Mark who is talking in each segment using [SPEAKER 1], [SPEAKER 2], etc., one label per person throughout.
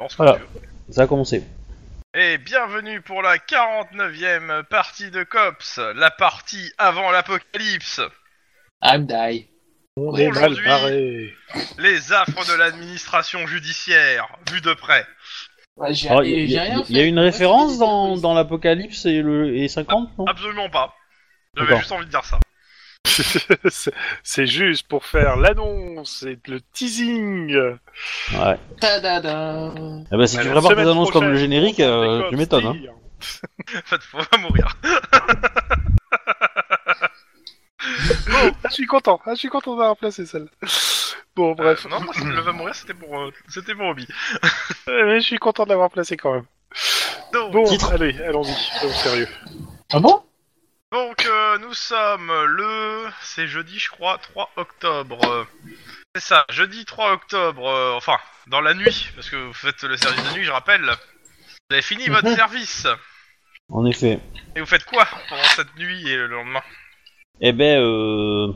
[SPEAKER 1] Lance
[SPEAKER 2] Voilà.
[SPEAKER 1] voilà.
[SPEAKER 2] Ça a commencé.
[SPEAKER 1] Et bienvenue pour la 49e partie de Cops, la partie avant l'apocalypse.
[SPEAKER 3] I'm die.
[SPEAKER 4] On
[SPEAKER 1] est
[SPEAKER 4] est
[SPEAKER 1] mal
[SPEAKER 4] mal
[SPEAKER 1] Aujourd'hui-
[SPEAKER 4] barré.
[SPEAKER 1] Les affres de l'administration judiciaire, vues de près.
[SPEAKER 3] Ouais, j'ai-
[SPEAKER 2] Alors, Ah, Il
[SPEAKER 3] j'ai
[SPEAKER 2] Oh, y,
[SPEAKER 3] rien
[SPEAKER 2] a-
[SPEAKER 3] fait.
[SPEAKER 2] il y a une
[SPEAKER 3] Ouais,
[SPEAKER 2] référence
[SPEAKER 3] c'est-
[SPEAKER 2] dans, dans l'Apocalypse et, le, et 50,
[SPEAKER 4] Ah,
[SPEAKER 2] non
[SPEAKER 1] Absolument pas. J'avais
[SPEAKER 2] D'accord.
[SPEAKER 1] juste envie de dire ça.
[SPEAKER 4] C'est juste pour faire l'annonce et le teasing.
[SPEAKER 2] Ouais.
[SPEAKER 3] Tadada.
[SPEAKER 2] Eh ben, si tu
[SPEAKER 4] Alors,
[SPEAKER 2] prépares tes
[SPEAKER 4] semaine
[SPEAKER 2] annonces comme le
[SPEAKER 4] prochaine,
[SPEAKER 2] générique,
[SPEAKER 4] on
[SPEAKER 2] euh,
[SPEAKER 4] fait
[SPEAKER 2] tu
[SPEAKER 4] comme
[SPEAKER 2] m'étonnes. Hein.
[SPEAKER 4] Steve.
[SPEAKER 1] En fait, faut pas mourir.
[SPEAKER 4] Oh, je suis content, ah, je suis content d'avoir placé celle. Bon, bref.
[SPEAKER 1] Euh, non, moi, le va mourir, c'était pour, euh, c'était pour Obi.
[SPEAKER 4] Euh, Mais je suis content de l'avoir placé quand même.
[SPEAKER 1] Donc,
[SPEAKER 4] Bon,
[SPEAKER 2] Titre.
[SPEAKER 4] allez, allons-y, soyons sérieux.
[SPEAKER 3] Ah bon
[SPEAKER 1] donc, euh, nous sommes le... C'est jeudi, je crois, 3 octobre. Euh, C'est ça, jeudi 3 octobre, euh, enfin, dans la nuit, parce que vous faites le service de nuit, je rappelle. Vous avez fini votre
[SPEAKER 3] Mhm.
[SPEAKER 1] service.
[SPEAKER 2] En effet.
[SPEAKER 1] Et vous faites quoi pendant cette nuit et le lendemain
[SPEAKER 2] Eh ben, euh...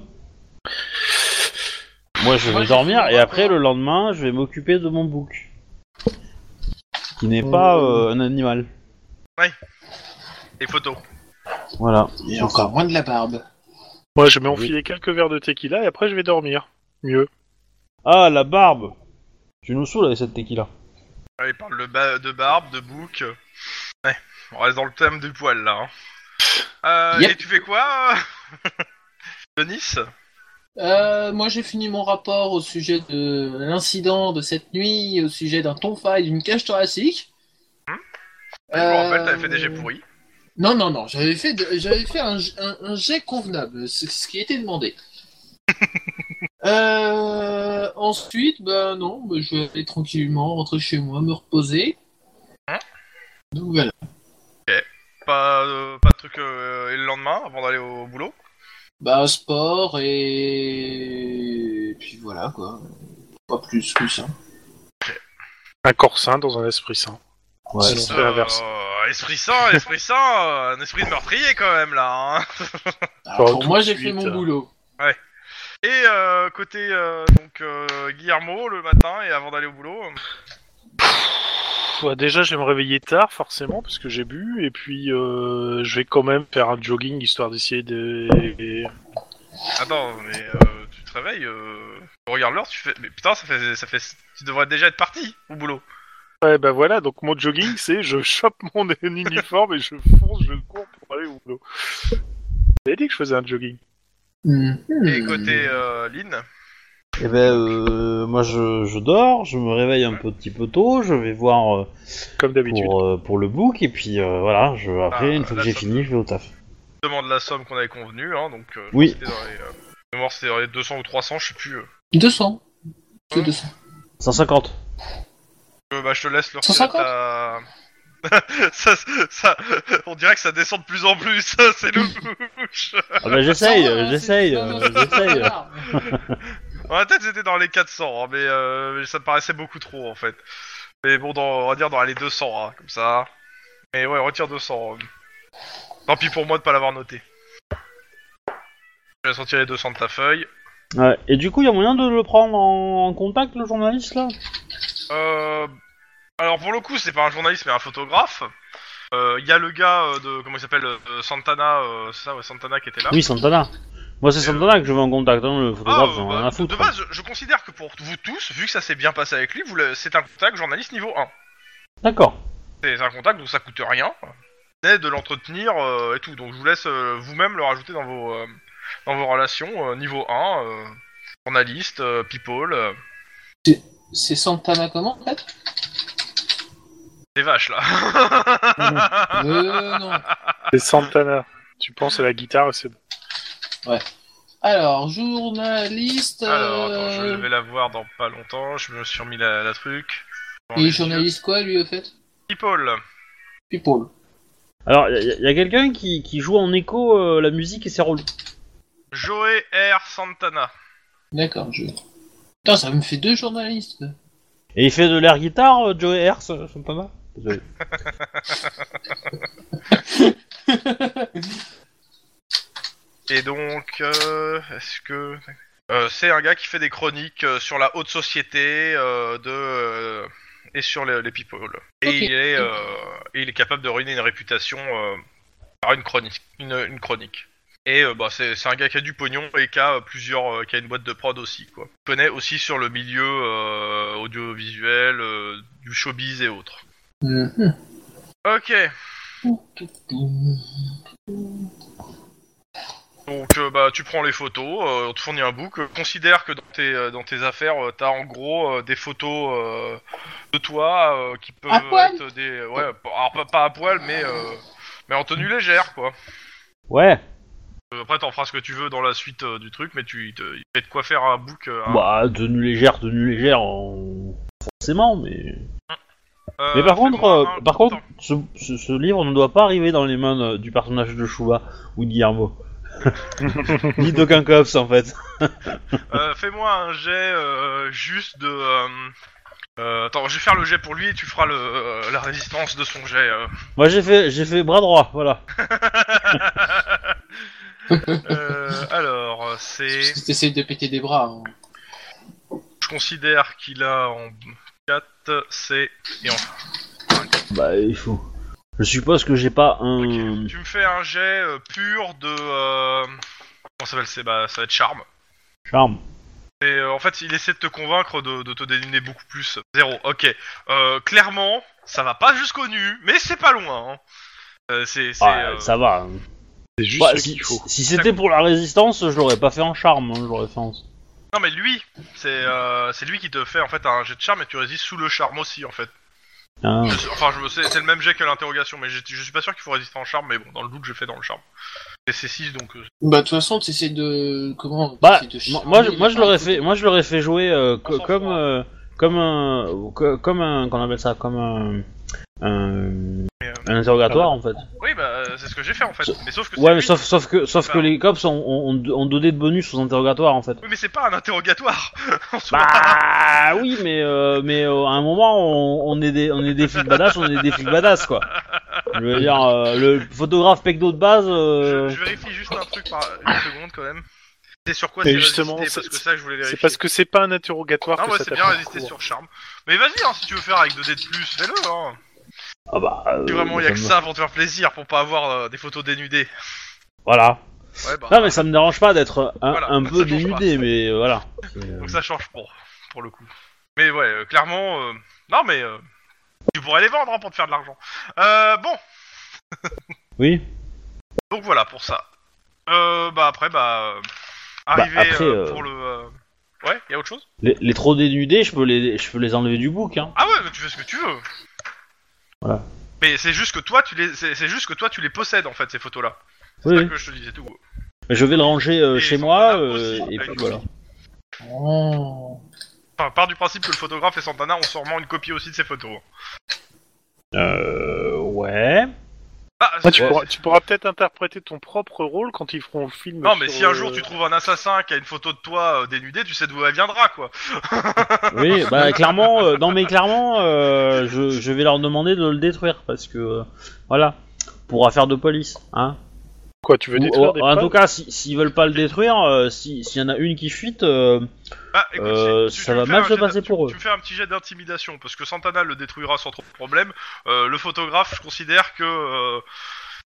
[SPEAKER 2] Moi, je vais
[SPEAKER 3] Moi, je
[SPEAKER 2] dormir
[SPEAKER 3] suis
[SPEAKER 2] et après,
[SPEAKER 3] d'accord.
[SPEAKER 2] le lendemain, je vais m'occuper de mon bouc. Qui n'est pas euh, un animal.
[SPEAKER 1] Les photos.
[SPEAKER 2] Voilà.
[SPEAKER 3] J'ai encore moins de la barbe.
[SPEAKER 4] Moi, je vais
[SPEAKER 2] Oui.
[SPEAKER 4] enfiler quelques verres de tequila et après, je vais dormir. Mieux.
[SPEAKER 2] Ah, la barbe Tu nous saoules avec cette tequila.
[SPEAKER 1] Ah, il parle de, ba- de barbe, de bouc. euh. Ouais, on reste dans le thème du poil là. hein. Euh,
[SPEAKER 3] Yep.
[SPEAKER 1] Et tu fais quoi euh, Denis
[SPEAKER 3] Euh, moi, j'ai fini mon rapport au sujet de l'incident de cette nuit, au sujet d'un tonfa et d'une cage thoracique.
[SPEAKER 1] Je me rappelle, t'avais
[SPEAKER 3] Euh,
[SPEAKER 1] fait des jets pourris.
[SPEAKER 3] Non, non, non, j'avais fait, de- j'avais fait un, un- un jet convenable, ce, ce qui était demandé. Euh, ensuite, ben non, ben, je vais aller tranquillement rentrer chez moi, me reposer.
[SPEAKER 1] Hein
[SPEAKER 3] Donc voilà.
[SPEAKER 1] Pas, euh, pas de truc euh, et le lendemain avant d'aller au boulot
[SPEAKER 3] Bah, sport et... et puis voilà quoi. Pas plus que ça.
[SPEAKER 4] Un corps sain dans un esprit sain.
[SPEAKER 2] Ouais.
[SPEAKER 4] Sinon, on fait l'inverse.
[SPEAKER 1] Euh, Esprit saint, esprit saint, euh, un esprit de meurtrier quand même là. hein.
[SPEAKER 3] Alors,
[SPEAKER 4] Bon,
[SPEAKER 3] pour
[SPEAKER 4] tout
[SPEAKER 3] moi,
[SPEAKER 4] de
[SPEAKER 3] j'ai
[SPEAKER 4] suite,
[SPEAKER 3] fait mon
[SPEAKER 4] euh,
[SPEAKER 3] boulot.
[SPEAKER 1] Et euh, côté euh, donc euh, Guillermo le matin et avant d'aller au boulot. euh,
[SPEAKER 4] Ouais, déjà, je vais me réveiller tard, forcément, parce que j'ai bu. Et puis, euh, je vais quand même faire un jogging, histoire d'essayer de...
[SPEAKER 1] Attends, Ah mais euh, tu te réveilles, euh, tu regardes l'heure, tu fais. Mais putain, ça fait, ça fait. Tu devrais déjà être parti au boulot.
[SPEAKER 4] Ouais, bah voilà, donc mon jogging, c'est je chope mon uniforme et je fonce, je cours pour aller au boulot. Vous avez dit que je faisais un jogging.
[SPEAKER 3] Hmm.
[SPEAKER 1] Et côté euh, Lynn,
[SPEAKER 2] Eh ben, euh, moi, je, je dors, je me réveille un petit peu tôt, je vais voir euh,
[SPEAKER 4] Comme d'habitude.
[SPEAKER 2] pour, euh, pour le bouc et puis euh, voilà, je, après,
[SPEAKER 1] Ah,
[SPEAKER 2] une fois
[SPEAKER 1] là,
[SPEAKER 2] que j'ai
[SPEAKER 1] ça-
[SPEAKER 2] fini, je vais au taf.
[SPEAKER 1] demande la somme qu'on avait convenue, hein, donc. euh,
[SPEAKER 2] Oui.
[SPEAKER 1] C'était dans les. euh, de mémoire, c'était dans les 200 ou 300, je sais plus. euh.
[SPEAKER 3] 200. C'est
[SPEAKER 1] Hein
[SPEAKER 3] 200.
[SPEAKER 2] 150.
[SPEAKER 1] Euh, bah, je te laisse le
[SPEAKER 3] 150
[SPEAKER 1] ta- ça, ça, on dirait que ça descend de plus en plus, ça, c'est louche.
[SPEAKER 2] Ah bah j'essaye,
[SPEAKER 3] Ça va,
[SPEAKER 2] euh,
[SPEAKER 3] hein,
[SPEAKER 2] j'essaye,
[SPEAKER 3] c'est-
[SPEAKER 2] euh,
[SPEAKER 3] non, non, c'est-
[SPEAKER 2] j'essaye.
[SPEAKER 3] voilà.
[SPEAKER 1] Dans la tête, c'était dans les 400, hein, mais euh, ça me paraissait beaucoup trop en fait. Mais bon, dans, on va dire dans les 200, hein, comme ça. Mais ouais, retire 200. euh. Tant pis pour moi de pas l'avoir noté. Je vais sortir les 200 de ta feuille.
[SPEAKER 2] Ouais. Et du coup, il y a moyen de le prendre en, en contact, le journaliste là
[SPEAKER 1] Euh, alors pour le coup, c'est pas un journaliste, mais un photographe. Euh, Il y a le gars euh, de comment il s'appelle euh, Santana, euh, c'est ça, ouais, Santana qui était là.
[SPEAKER 2] Oui, Santana. Moi, c'est
[SPEAKER 1] Et, euh,
[SPEAKER 2] Santana que Ah. je veux en contact, hein, le
[SPEAKER 1] Ah,
[SPEAKER 2] photographe,
[SPEAKER 1] euh,
[SPEAKER 2] j'en ai
[SPEAKER 1] bah,
[SPEAKER 2] rien à foutre. hein.
[SPEAKER 1] de base, je, je considère que pour vous tous, vu que ça s'est bien passé avec lui, vous le- c'est un contact journaliste niveau 1.
[SPEAKER 2] quoi. D'accord.
[SPEAKER 1] C'est un contact, donc ça coûte rien. C'est de l'entretenir euh, et tout. Donc je vous laisse euh, vous-même le rajouter dans vos, euh, dans vos relations. euh, niveau 1, euh, journaliste, euh, people, euh,
[SPEAKER 3] C'est Santana comment en fait
[SPEAKER 1] des vaches là.
[SPEAKER 3] Euh, non.
[SPEAKER 4] C'est Santana. Tu penses à la guitare, c'est
[SPEAKER 3] Alors, journaliste.
[SPEAKER 1] Alors, attends, je
[SPEAKER 3] euh,
[SPEAKER 1] vais la voir dans pas longtemps. Je me suis remis la, la truc. Dans
[SPEAKER 3] Il
[SPEAKER 1] les
[SPEAKER 3] est euh, journaliste quoi lui au fait
[SPEAKER 1] yeux. People.
[SPEAKER 3] People.
[SPEAKER 2] Alors, il y a- il y a, quelqu'un qui, qui joue en écho euh, la musique et ses rôles.
[SPEAKER 1] Joey R. Santana.
[SPEAKER 3] D'accord, je. Putain, ça me fait deux journalistes.
[SPEAKER 2] Et il fait de l'air guitare, euh, Joey Hertz, euh, Santana Désolé.
[SPEAKER 1] Et donc, euh, est-ce que. Euh, c'est un gars qui fait des chroniques euh, sur la haute société euh, de, euh, et sur les, les people. Et
[SPEAKER 3] Ok.
[SPEAKER 1] il est, euh, et il est capable de ruiner une réputation euh, par une chronique. Une, une chronique. Et euh, bah, c'est c'est un gars qui a du pognon et qui a euh, plusieurs, euh, qui a une boîte de prod aussi quoi. Il connaît aussi sur le milieu euh, audiovisuel, euh, du showbiz et autres.
[SPEAKER 3] Mhm.
[SPEAKER 1] Ok. Donc euh, bah tu prends les photos, euh, on te fournit un book. Euh, considère que dans tes euh, dans tes affaires, euh, t'as en gros euh, des photos euh, de toi euh, qui peuvent
[SPEAKER 3] À poil
[SPEAKER 1] être des ouais, p- alors pas, pas à poil mais euh, mais en tenue légère quoi.
[SPEAKER 2] Ouais.
[SPEAKER 1] Euh, Après t'en feras ce que tu veux dans la suite euh, du truc, mais tu il te- il fait de quoi faire un book. euh, un-
[SPEAKER 2] Bah, tenue légère, tenue légère, on- forcément, mais.
[SPEAKER 1] euh,
[SPEAKER 2] mais par contre,
[SPEAKER 1] fais-moi
[SPEAKER 2] euh,
[SPEAKER 1] un-
[SPEAKER 2] par contre,
[SPEAKER 1] Attends.
[SPEAKER 2] ce, ce- ce livre ne doit pas arriver dans les mains euh, du personnage de Chouba ou de Guillermo. Ni d'aucun cops en fait.
[SPEAKER 1] Euh, fais-moi un jet euh, juste de. euh, euh, attends, je vais faire le jet pour lui et tu feras le, euh, la résistance de son jet. euh.
[SPEAKER 2] Moi j'ai fait, j'ai fait bras droit, voilà.
[SPEAKER 1] Euh, alors, c'est.
[SPEAKER 3] Si t'essayes de péter des bras. hein.
[SPEAKER 1] Je considère qu'il a en 4, c'est.
[SPEAKER 2] Bah, il faut. Je suppose que j'ai pas un.
[SPEAKER 1] Tu me fais un jet euh, pur de. euh, Comment ça s'appelle c'est bah, Ça va être charme.
[SPEAKER 2] Charme.
[SPEAKER 1] Et, euh, en fait, il essaie de te convaincre de, de te dénigner beaucoup plus. Zéro, ok. Euh, clairement, ça va pas jusqu'au nu, mais c'est pas loin. hein. Euh, c'est. c'est,
[SPEAKER 2] Ah,
[SPEAKER 1] euh,
[SPEAKER 2] Ça va. hein.
[SPEAKER 4] C'est juste
[SPEAKER 2] Bah,
[SPEAKER 4] ce
[SPEAKER 2] si
[SPEAKER 4] qu'il faut.
[SPEAKER 2] si c'était pour la résistance, je l'aurais pas fait en charme, hein, je l'aurais fait en.
[SPEAKER 1] Non, mais lui, c'est euh, c'est lui qui te fait en fait un jet de charme et tu résistes sous le charme aussi en fait.
[SPEAKER 2] Ah.
[SPEAKER 1] Je sais- enfin, je me sais- c'est le même jet que l'interrogation, mais je, je suis pas sûr qu'il faut résister en charme, mais bon, dans le doute, je fais dans le charme. Et c'est 6 donc. euh,
[SPEAKER 3] Bah, de toute façon, t'essayes de. Comment
[SPEAKER 2] Bah,
[SPEAKER 3] t'essayes de Ah,
[SPEAKER 2] moi, moi,
[SPEAKER 3] charmer
[SPEAKER 2] je,
[SPEAKER 3] les
[SPEAKER 2] moi, je
[SPEAKER 3] gens,
[SPEAKER 2] l'aurais
[SPEAKER 3] tout.
[SPEAKER 2] fait, moi je l'aurais fait jouer euh, co-
[SPEAKER 1] On s'en
[SPEAKER 2] comme
[SPEAKER 1] fout.
[SPEAKER 2] euh, comme un ou co- comme un qu'on appelle ça comme un un,
[SPEAKER 1] Mais, euh,
[SPEAKER 2] un interrogatoire en fait.
[SPEAKER 1] Oui, bah, euh, c'est ce que j'ai fait en fait. Mais sauf que c'est
[SPEAKER 2] Ouais, mais
[SPEAKER 1] lui-
[SPEAKER 2] sauf sauf que sauf que
[SPEAKER 1] Bah.
[SPEAKER 2] les cops ont, ont, ont donné de bonus aux interrogatoires en fait.
[SPEAKER 1] Oui, mais c'est pas un interrogatoire en soi.
[SPEAKER 2] Bah oui, mais euh, mais euh, à un moment on, on est des on est des flics badass, on est des flics badass quoi. Je veux dire euh, le photographe pecto de base. euh,
[SPEAKER 1] Je, je vérifie juste un truc par une seconde quand même. C'est sur quoi
[SPEAKER 4] Mais
[SPEAKER 1] c'est
[SPEAKER 4] justement,
[SPEAKER 1] résister,
[SPEAKER 4] c'est-
[SPEAKER 1] Parce que ça, je voulais vérifier.
[SPEAKER 4] C'est parce que c'est pas un interrogatoire
[SPEAKER 1] Non,
[SPEAKER 4] que
[SPEAKER 1] ouais,
[SPEAKER 4] ça
[SPEAKER 1] c'est
[SPEAKER 4] tape
[SPEAKER 1] bien
[SPEAKER 4] en
[SPEAKER 1] résister
[SPEAKER 4] cours.
[SPEAKER 1] sur charme. Mais vas-y, hein, si tu veux faire avec 2D de plus, fais-le. Hein.
[SPEAKER 2] Ah bah. euh,
[SPEAKER 1] Si vraiment, il y a que
[SPEAKER 2] me-
[SPEAKER 1] ça pour te faire plaisir, pour pas avoir euh, des photos dénudées.
[SPEAKER 2] Voilà.
[SPEAKER 1] Ouais, bah.
[SPEAKER 2] Non mais ça me dérange pas d'être un,
[SPEAKER 1] Voilà,
[SPEAKER 2] un
[SPEAKER 1] ça
[SPEAKER 2] peu
[SPEAKER 1] change pas.
[SPEAKER 2] dénudé, mais euh, voilà.
[SPEAKER 1] Donc ça change pour, pour le coup. Mais ouais, euh, clairement, euh, non mais euh, tu pourrais les vendre hein, pour te faire de l'argent. Euh, bon,
[SPEAKER 2] Oui.
[SPEAKER 1] donc voilà pour ça. Euh, bah après, bah euh,
[SPEAKER 2] Bah,
[SPEAKER 1] arrivé
[SPEAKER 2] après,
[SPEAKER 1] euh,
[SPEAKER 2] euh,
[SPEAKER 1] pour le. euh, Ouais, y a autre chose
[SPEAKER 2] Les, les trop dénudés, je peux les, je peux les enlever du bouc. Hein.
[SPEAKER 1] Ah ouais, mais tu fais ce que tu veux.
[SPEAKER 2] Voilà.
[SPEAKER 1] Mais c'est juste que toi, tu les, c'est c'est juste que toi, tu les possèdes en fait ces photos-là. C'est
[SPEAKER 2] Oui,
[SPEAKER 1] ça
[SPEAKER 2] oui.
[SPEAKER 1] que je te disais tout.
[SPEAKER 2] Mais Je vais le ranger euh,
[SPEAKER 1] Et
[SPEAKER 2] chez
[SPEAKER 1] ils sont
[SPEAKER 2] moi
[SPEAKER 1] là
[SPEAKER 2] euh,
[SPEAKER 1] aussi,
[SPEAKER 2] et
[SPEAKER 1] avec
[SPEAKER 2] puis
[SPEAKER 1] le
[SPEAKER 2] voilà.
[SPEAKER 3] Oh.
[SPEAKER 1] Enfin, part du principe que le photographe et Santana ont sûrement une copie aussi de ces photos. hein.
[SPEAKER 2] Euh, ouais.
[SPEAKER 1] Ah,
[SPEAKER 4] Ouais,
[SPEAKER 1] c'est-
[SPEAKER 4] tu pourras, tu pourras peut-être interpréter ton propre rôle quand ils feront le film.
[SPEAKER 1] Non, mais
[SPEAKER 4] sur,
[SPEAKER 1] si un
[SPEAKER 4] euh,
[SPEAKER 1] jour tu trouves un assassin qui a une photo de toi euh, dénudée, tu sais d'où elle viendra, quoi.
[SPEAKER 2] Oui, bah clairement, euh, non mais clairement, euh, je, je vais leur demander de le détruire parce que euh, voilà, pour affaire de police. Hein.
[SPEAKER 4] Quoi, tu veux
[SPEAKER 2] Ou-
[SPEAKER 4] détruire
[SPEAKER 2] ou- euh,
[SPEAKER 4] des
[SPEAKER 2] en
[SPEAKER 4] preuves
[SPEAKER 2] tout cas, si- s'ils veulent pas le détruire, euh, si- s'il y en a une qui fuite, euh,
[SPEAKER 1] Bah, écoute,
[SPEAKER 2] Euh,
[SPEAKER 1] si- si
[SPEAKER 2] ça
[SPEAKER 1] tu
[SPEAKER 2] va
[SPEAKER 1] me fais
[SPEAKER 2] mal
[SPEAKER 1] un
[SPEAKER 2] se
[SPEAKER 1] jet d'-
[SPEAKER 2] passer
[SPEAKER 1] tu-
[SPEAKER 2] pour eux.
[SPEAKER 1] Tu me fais un petit jet d'intimidation, parce que Santana le détruira sans trop de problème. Euh, le photographe, je considère que euh,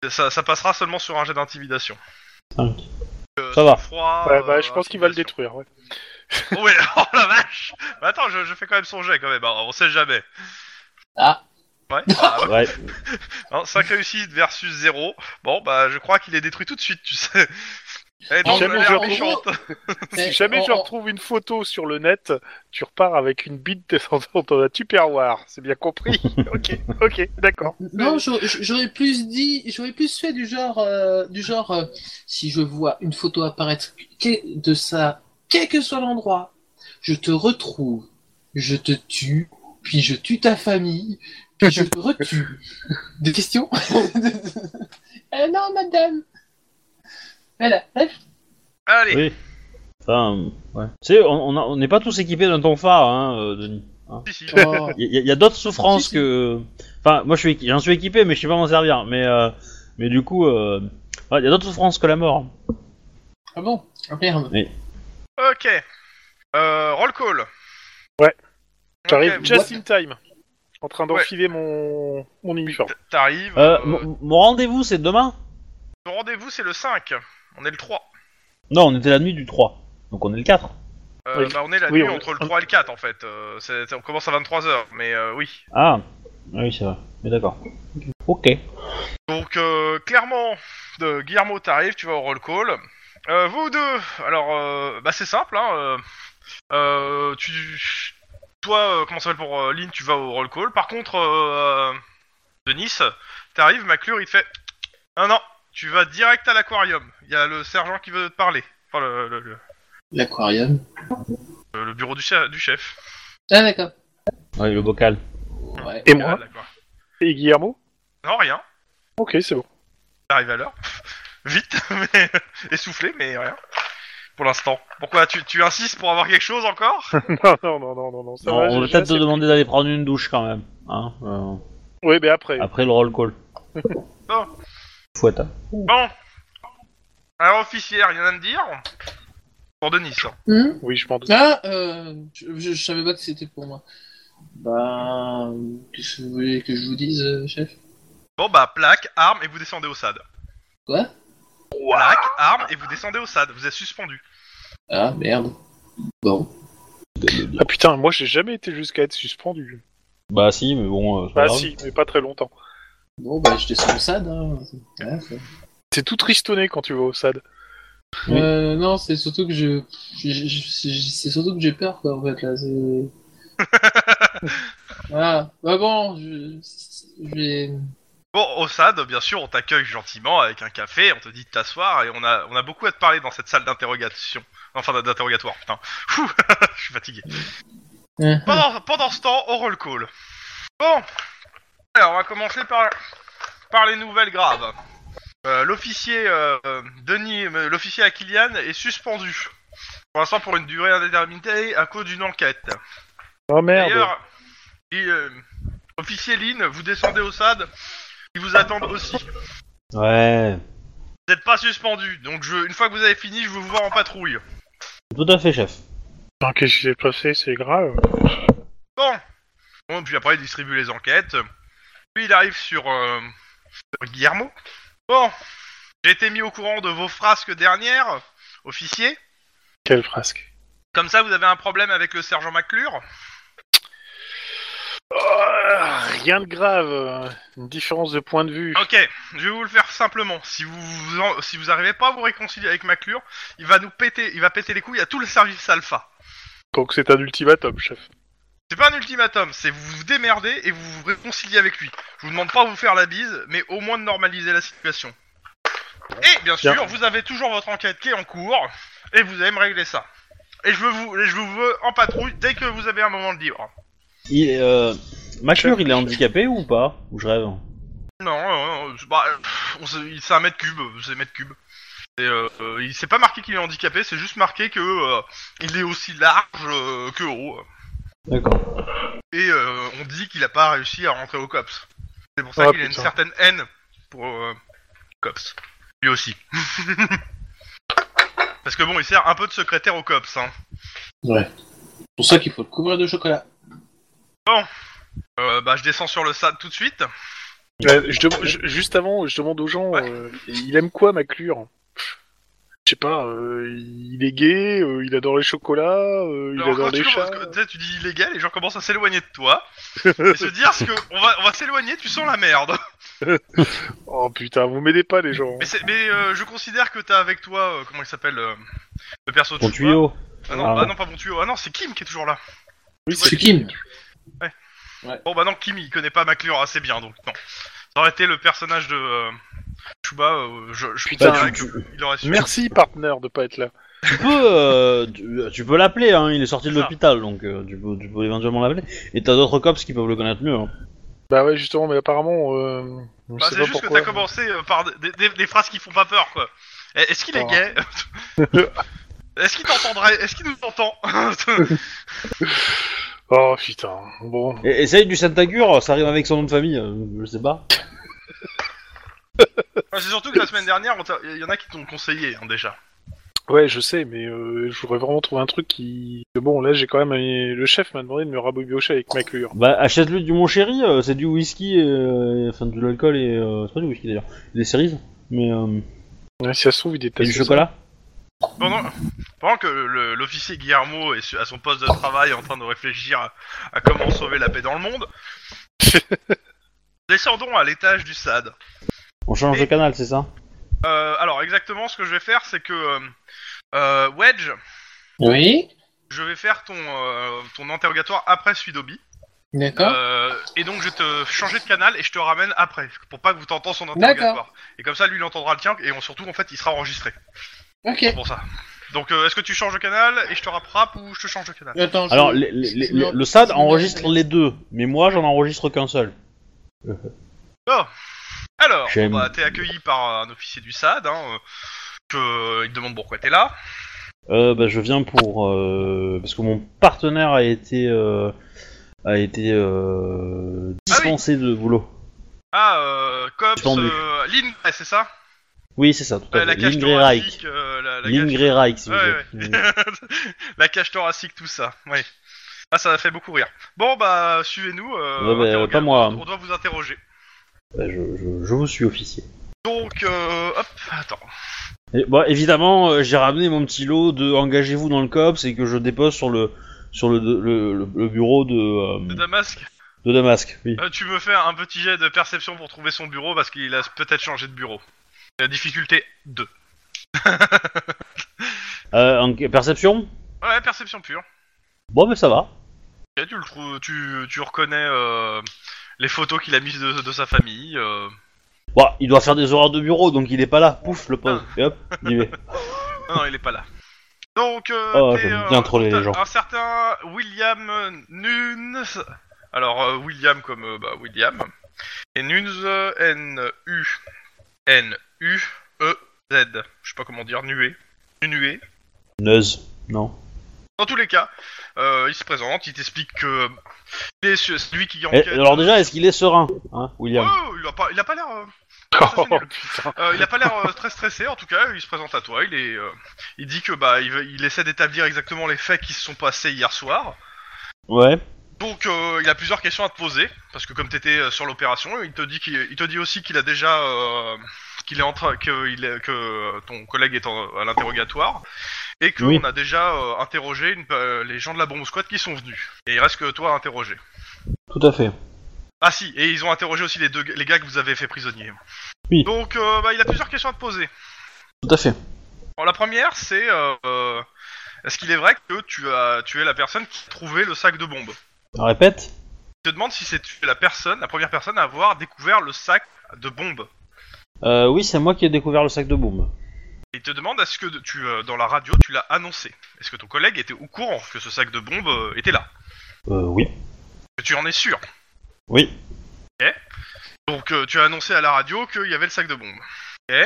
[SPEAKER 1] ça, ça passera seulement sur un jet d'intimidation.
[SPEAKER 2] Cinq.
[SPEAKER 1] Euh,
[SPEAKER 2] Ça va.
[SPEAKER 1] sang-froid,
[SPEAKER 4] Ouais, bah,
[SPEAKER 1] euh,
[SPEAKER 4] je pense qu'il va le
[SPEAKER 1] intimidation.
[SPEAKER 4] détruire. Ouais.
[SPEAKER 1] Oh, ouais, oh la vache Bah, Attends, je, je fais quand même son jet quand même, alors, on sait jamais.
[SPEAKER 3] Ah.
[SPEAKER 1] Ouais, ah, ouais.
[SPEAKER 2] ouais.
[SPEAKER 1] Hein, 5 réussites versus 0. Bon, bah je crois qu'il est détruit tout de suite, tu sais. Eh,
[SPEAKER 3] En
[SPEAKER 1] donc,
[SPEAKER 4] jamais
[SPEAKER 1] elle a
[SPEAKER 4] je
[SPEAKER 1] l'air
[SPEAKER 4] retrouve-
[SPEAKER 1] méchante.
[SPEAKER 3] Mais
[SPEAKER 4] Si jamais
[SPEAKER 3] on-
[SPEAKER 4] tu
[SPEAKER 3] on-
[SPEAKER 4] retrouves une photo sur le net, tu repars avec une bite descendante dans la tupperware. C'est bien compris. ok, ok, d'accord.
[SPEAKER 3] Non, j'aurais- j'aurais plus dit, j'aurais plus fait du genre, euh, du genre, euh, si je vois une photo apparaître que- de ça, quel que soit l'endroit, je te retrouve, je te tue, puis je tue ta famille, puis je te retue. Des questions Euh, Non, madame. Voilà. bref.
[SPEAKER 1] Allez,
[SPEAKER 2] Oui. Enfin, ouais. Tu sais, on on a- on n'est pas tous équipés d'un ton phare, hein, euh, Denis.
[SPEAKER 1] si, si.
[SPEAKER 3] Oh.
[SPEAKER 2] Il y a, y a d'autres souffrances
[SPEAKER 3] Si, si.
[SPEAKER 2] que. Enfin, moi je suis, équi- j'en suis équipé, mais je sais pas m'en servir. Mais, euh, mais du coup, euh, il y a d'autres souffrances que la mort.
[SPEAKER 3] Ah bon Ah merde.
[SPEAKER 1] Ok. Euh, roll call.
[SPEAKER 4] Ouais. J'arrive
[SPEAKER 1] Ok,
[SPEAKER 4] just in time. en train d'enfiler mon... mon uniforme.
[SPEAKER 1] T'arrives.
[SPEAKER 2] Euh,
[SPEAKER 1] euh,
[SPEAKER 2] mon- Mon rendez-vous, c'est demain
[SPEAKER 1] Ton rendez-vous, c'est le 5. On est le 3.
[SPEAKER 2] Non, on était la nuit du 3. Donc on est le 4.
[SPEAKER 1] Euh,
[SPEAKER 4] Oui.
[SPEAKER 1] bah, on est la
[SPEAKER 4] Oui,
[SPEAKER 1] nuit
[SPEAKER 4] on-
[SPEAKER 1] entre le 3 et le 4, en fait. Euh, c'est- on commence à 23h, mais euh, oui.
[SPEAKER 2] Ah, ah oui, c'est vrai. Mais d'accord. Ok.
[SPEAKER 1] Donc, euh, clairement, de Guillermo, t'arrives, tu vas au roll call. Euh, vous deux, alors, euh, bah, c'est simple, hein. euh, euh, tu. Toi, euh, comment ça s'appelle pour euh, Lynn, tu vas au roll call. Par contre, euh, euh, Denis, t'arrives, McClure, il te fait. Non, non, tu vas direct à l'aquarium. Il y a le sergent qui veut te parler. Enfin, le, le- le-
[SPEAKER 3] L'aquarium.
[SPEAKER 1] le- le bureau du, chef- du chef.
[SPEAKER 3] Ah, d'accord.
[SPEAKER 2] Ouais, le bocal.
[SPEAKER 3] Ouais.
[SPEAKER 4] Et
[SPEAKER 1] Euh,
[SPEAKER 4] moi
[SPEAKER 1] l'aquarium.
[SPEAKER 4] Et Guillermo
[SPEAKER 1] Non, rien.
[SPEAKER 4] Ok, c'est bon.
[SPEAKER 1] T'arrives à l'heure. Vite, mais euh, essoufflé, mais rien. Pour l'instant. Pourquoi tu, tu insistes pour avoir quelque chose encore
[SPEAKER 4] non, non, non, non, non, non, ça
[SPEAKER 2] Non,
[SPEAKER 4] va.
[SPEAKER 2] on va
[SPEAKER 4] j'ai-
[SPEAKER 2] peut-être te
[SPEAKER 4] j'ai assez-
[SPEAKER 2] demander d'aller prendre une douche quand même. Hein, euh,
[SPEAKER 4] Oui, mais après.
[SPEAKER 2] après le roll call.
[SPEAKER 1] Bon.
[SPEAKER 2] Fouette. hein.
[SPEAKER 1] Bon. Alors, officier, rien à me dire Pour Denis. hein.
[SPEAKER 3] Hum
[SPEAKER 4] Oui, je m'en doute.
[SPEAKER 3] Ah, euh, je, je- je savais pas que c'était pour moi. Bah, qu'est-ce que vous voulez que je vous dise, euh, chef
[SPEAKER 1] Bon, bah, plaque, arme, et vous descendez au SAD.
[SPEAKER 3] Quoi
[SPEAKER 1] Plaque, arme, et vous descendez au SAD. Vous êtes suspendu.
[SPEAKER 3] Ah, merde. Bon.
[SPEAKER 4] Ah putain, moi j'ai jamais été jusqu'à être suspendu.
[SPEAKER 2] Bah si, mais bon. euh, c'est pas
[SPEAKER 4] Ah
[SPEAKER 2] grave.
[SPEAKER 4] si, mais pas très longtemps.
[SPEAKER 3] Bon, bah, je descends au SAD. Hein. Ouais, ça-
[SPEAKER 4] T'es tout tristonné quand tu vas au SAD.
[SPEAKER 2] Oui.
[SPEAKER 3] Euh, non, c'est surtout que je. je- je- je- C'est surtout que j'ai peur, quoi, en fait, là. c'est- voilà. Bah bon, je. je vais.
[SPEAKER 1] Bon, au SAD, bien sûr, on t'accueille gentiment avec un café, on te dit de t'asseoir, et on a, on a beaucoup à te parler dans cette salle d'interrogation. Enfin, d'interrogatoire, putain. Fou, je suis fatigué.
[SPEAKER 3] Euh,
[SPEAKER 1] pendant, pendant ce temps, au roll call. Bon, alors on va commencer par, par les nouvelles graves. Euh, l'officier euh, Denis, euh, l'officier Akilian est suspendu. Pour l'instant, pour une durée indéterminée à cause d'une enquête.
[SPEAKER 4] Oh merde.
[SPEAKER 1] D'ailleurs, il, euh, officier Lynn, vous descendez au SAD, ils vous attendent aussi. Vous
[SPEAKER 2] Ouais.
[SPEAKER 1] n'êtes pas suspendu, donc je, une fois que vous avez fini, je veux vous voir en patrouille.
[SPEAKER 2] Tout à fait, chef.
[SPEAKER 4] Putain, Qu'est-ce qui s'est passé C'est grave.
[SPEAKER 1] Bon. Bon, puis après, il distribue les enquêtes. Puis il arrive sur, euh, sur Guillermo. Bon, j'ai été mis au courant de vos frasques dernières, officier.
[SPEAKER 4] Quelle frasque.
[SPEAKER 1] Comme ça, vous avez un problème avec le sergent McClure.
[SPEAKER 4] Ah, rien de grave. Une différence de point de vue.
[SPEAKER 1] Ok, je vais vous le faire simplement. Si vous, vous en- si vous arrivez pas à vous réconcilier avec McClure, il va nous péter, il va péter les couilles à tout le service Alpha.
[SPEAKER 4] Donc c'est un ultimatum, chef.
[SPEAKER 1] C'est pas un ultimatum, c'est vous vous démerdez et vous vous réconciliez avec lui. Je vous demande pas de vous faire la bise, mais au moins de normaliser la situation. Et bien sûr,
[SPEAKER 4] Bien.
[SPEAKER 1] vous avez toujours votre enquête qui est en cours, et vous allez me régler ça. Et je veux vous, et je vous veux en patrouille dès que vous avez un moment de libre.
[SPEAKER 2] Il, euh, Maclure, il est handicapé ou pas Ou je rêve hein.
[SPEAKER 1] Non, euh, euh, bah, euh, pff, on sait- il- c'est un mètre cube, euh, c'est un mètre cube. Et, euh, euh, il s'est pas marqué qu'il est handicapé, c'est juste marqué que euh, il est aussi large euh, que haut.
[SPEAKER 2] D'accord.
[SPEAKER 1] Et euh, on dit qu'il a pas réussi à rentrer au COPS. C'est pour ça
[SPEAKER 4] Ah,
[SPEAKER 1] qu'il a une
[SPEAKER 4] putain.
[SPEAKER 1] certaine haine pour euh, COPS. Lui aussi. Parce que bon, il sert un peu de secrétaire au COPS. Hein.
[SPEAKER 3] Ouais. C'est pour ça qu'il faut le couvrir de chocolat.
[SPEAKER 1] Euh, bah, je descends sur le SAD tout de suite.
[SPEAKER 4] Euh, je dem- je- juste avant, je demande aux gens,
[SPEAKER 1] Ouais.
[SPEAKER 4] euh, il aime quoi Maclure Je sais pas, euh, il est gay, euh, il adore les chocolats, euh, il
[SPEAKER 1] Alors,
[SPEAKER 4] adore
[SPEAKER 1] quand tu,
[SPEAKER 4] les chats.
[SPEAKER 1] commences- que- tu sais, tu dis illégal, les gens commencent à s'éloigner de toi. et se dire ce que on va, on va s'éloigner, tu sens la merde.
[SPEAKER 4] Oh putain, vous m'aidez pas les gens.
[SPEAKER 1] Mais, c'est- mais, euh, je considère que t'as avec toi, euh, comment il s'appelle, euh, le perso de
[SPEAKER 2] Ton
[SPEAKER 1] Chouba.
[SPEAKER 2] tuyau.
[SPEAKER 1] Ah non,
[SPEAKER 2] Ah.
[SPEAKER 1] bah non, pas mon tuyau. Ah non, c'est Kim qui est toujours là.
[SPEAKER 4] Oui,
[SPEAKER 3] C'est Kim.
[SPEAKER 1] Bon bah non, Kim il connaît pas McClure assez bien donc non. Ça aurait été le personnage de euh, Chouba, euh, je, je
[SPEAKER 4] Putain,
[SPEAKER 1] considérais
[SPEAKER 2] Bah, tu-
[SPEAKER 1] que il aurait su.
[SPEAKER 4] Merci partner de pas être là.
[SPEAKER 2] Tu peux, euh, tu, tu peux l'appeler, hein, il est sorti de
[SPEAKER 1] C'est ça.
[SPEAKER 2] l'hôpital, donc euh, tu, peux, tu peux éventuellement l'appeler. Et t'as d'autres cops qui peuvent le connaître mieux. hein.
[SPEAKER 4] Bah ouais justement, mais apparemment, euh, on
[SPEAKER 1] Bah,
[SPEAKER 4] sait
[SPEAKER 1] c'est
[SPEAKER 4] pas
[SPEAKER 1] juste que
[SPEAKER 4] pourquoi.
[SPEAKER 1] t'as commencé euh, par des, des- des phrases qui font pas peur quoi. Eh, Est-ce qu'il est
[SPEAKER 4] Oh.
[SPEAKER 1] gay Est-ce qu'il t'entendrait Est-ce qu'il nous entend
[SPEAKER 4] Oh putain, bon.
[SPEAKER 2] Et, essaye du Santagure, ça arrive avec son nom de famille, euh, je sais pas.
[SPEAKER 1] C'est surtout que la semaine dernière, on t'a- il y en a qui t'ont conseillé hein, déjà.
[SPEAKER 4] Ouais, je sais, mais euh, je voudrais vraiment trouver un truc qui. Bon, là, j'ai quand même. un- Le chef m'a demandé de me rabobiocher avec ma clure.
[SPEAKER 2] Bah, achète-lui du mon chéri, euh, c'est du whisky, euh, enfin de l'alcool et. euh, c'est pas du whisky d'ailleurs, des cerises, mais. Euh,
[SPEAKER 4] Ouais, si ça se trouve, il
[SPEAKER 2] et
[SPEAKER 4] déteste.
[SPEAKER 2] du
[SPEAKER 4] ça.
[SPEAKER 2] chocolat.
[SPEAKER 1] Pendant, pendant que le- l'officier Guillermo est su- à son poste de travail en train de réfléchir à, à comment sauver la paix dans le monde, descendons à l'étage du SAD.
[SPEAKER 2] On change de canal, c'est ça
[SPEAKER 1] Euh, alors exactement ce que je vais faire, c'est que euh, euh, Wedge,
[SPEAKER 3] Oui,
[SPEAKER 1] je vais faire ton, euh, ton interrogatoire après celui d'Obi.
[SPEAKER 3] d'accord.
[SPEAKER 1] Euh, et donc je te changer de canal et je te ramène après, pour pas que vous t'entendez son interrogatoire. Et comme ça, lui, il entendra le tien et on- surtout, en fait, il sera enregistré.
[SPEAKER 3] Ok.
[SPEAKER 1] C'est pour ça. Donc euh, est-ce que tu changes de canal et je te rattrape ou je te change de canal
[SPEAKER 3] Attends, je-
[SPEAKER 2] Alors, les- les- les- le, le SAD enregistre les deux, mais moi j'en enregistre qu'un seul.
[SPEAKER 1] Alors,
[SPEAKER 2] J'aime.
[SPEAKER 1] bah, t'es accueilli par un officier du SAD, hein, euh, que, euh, il te demande pourquoi t'es là.
[SPEAKER 2] Euh, bah, je viens pour. euh, parce que mon partenaire a été. euh, a été. euh, dispensé de boulot.
[SPEAKER 1] Ah, euh, Cops,
[SPEAKER 2] Suspendu.
[SPEAKER 1] euh, Lynn, ouais, c'est ça
[SPEAKER 2] Oui, c'est ça, tout à
[SPEAKER 1] Euh, La
[SPEAKER 2] fait.
[SPEAKER 1] cage
[SPEAKER 2] Lingray Reich.
[SPEAKER 1] thoracique, euh, la, la cage-
[SPEAKER 2] Lingray Reich, si vous Mmh.
[SPEAKER 1] Ouais,
[SPEAKER 2] voulez.
[SPEAKER 1] ouais. la cage thoracique, tout ça, oui. Ah, ça a fait beaucoup rire. Bon, bah, suivez-nous. euh,
[SPEAKER 2] Ouais, bah,
[SPEAKER 1] interroga-
[SPEAKER 2] pas moi.
[SPEAKER 1] On doit vous interroger.
[SPEAKER 2] Bah, je, je- je vous suis officier.
[SPEAKER 1] Donc, euh, hop, attends.
[SPEAKER 2] Et, bon, évidemment, euh, j'ai ramené mon petit lot de engagez-vous dans le COPS et que je dépose sur le sur le, le, le- le bureau de,
[SPEAKER 1] De
[SPEAKER 2] euh,
[SPEAKER 1] Damasque,
[SPEAKER 2] de Damasque. Oui.
[SPEAKER 1] euh, tu me fais un petit jet de perception pour trouver son bureau parce qu'il a peut-être changé de bureau. La difficulté 2.
[SPEAKER 2] Euh, en- perception
[SPEAKER 1] Ouais, perception pure.
[SPEAKER 2] Bon, mais ça va.
[SPEAKER 1] Ok, tu, le trouves, tu, tu reconnais euh, les photos qu'il a mises de, de sa famille. euh.
[SPEAKER 2] Bon, Bah, il doit faire des horaires de bureau, donc il est pas là. Pouf, le pauvre.
[SPEAKER 1] Ah.
[SPEAKER 2] Et hop, il y est.
[SPEAKER 1] Non, non, il est pas là. Donc, euh,
[SPEAKER 2] Oh,
[SPEAKER 1] t'es,
[SPEAKER 2] j'aime
[SPEAKER 1] euh,
[SPEAKER 2] bien troller les gens.
[SPEAKER 1] Un certain William Nunes. Alors, euh, William comme euh, bah, William. Et Nunes, euh, N-U-N-U-E-Z. Je sais pas comment dire, nué. Nué.
[SPEAKER 2] Neuse. Non.
[SPEAKER 1] Dans tous les cas, euh, il se présente, il t'explique que. euh, Il est su- c'est lui qui
[SPEAKER 2] Eh,
[SPEAKER 1] enquête.
[SPEAKER 2] alors déjà, est-ce qu'il est serein, hein, William
[SPEAKER 1] Oh, il a pas, il a pas l'air. euh,
[SPEAKER 4] Oh,
[SPEAKER 1] Ça, c'est nul.
[SPEAKER 4] putain.
[SPEAKER 1] Euh, il a pas l'air euh, très stressé, en tout cas, il se présente à toi, il est, euh, il dit que bah, il, veut- il essaie d'établir exactement les faits qui se sont passés hier soir.
[SPEAKER 2] Ouais.
[SPEAKER 1] Donc, euh, il a plusieurs questions à te poser, parce que comme t'étais euh, sur l'opération, il te dit qu'il, il te dit aussi qu'il a déjà, euh, qu'il est en train, que, il est- que euh, ton collègue est en- à l'interrogatoire, et qu'on
[SPEAKER 2] Oui.
[SPEAKER 1] a déjà euh, interrogé une- euh, les gens de la bombe squad qui sont venus. Et il reste que toi à interroger.
[SPEAKER 2] Tout à fait.
[SPEAKER 1] Ah si, et ils ont interrogé aussi les deux, les gars que vous avez fait prisonniers.
[SPEAKER 2] Oui.
[SPEAKER 1] Donc, euh, bah, il a plusieurs questions à te poser.
[SPEAKER 2] Tout à fait.
[SPEAKER 1] Bon, la première, c'est euh, euh, est-ce qu'il est vrai que tu as tué la personne qui a trouvé le sac de bombe
[SPEAKER 2] Répète.
[SPEAKER 1] Je te demande si c'est tu- la personne, la première personne à avoir découvert le sac de bombe.
[SPEAKER 2] Euh, oui, c'est moi qui ai découvert le sac de boum.
[SPEAKER 1] Il te demande est-ce que tu euh, dans la radio tu l'as annoncé Est-ce que ton collègue était au courant que ce sac de bombe euh, était là
[SPEAKER 2] Euh, oui.
[SPEAKER 1] Que tu en es sûr
[SPEAKER 2] Oui.
[SPEAKER 1] Donc euh, tu as annoncé à la radio qu'il y avait le sac de bombe. Et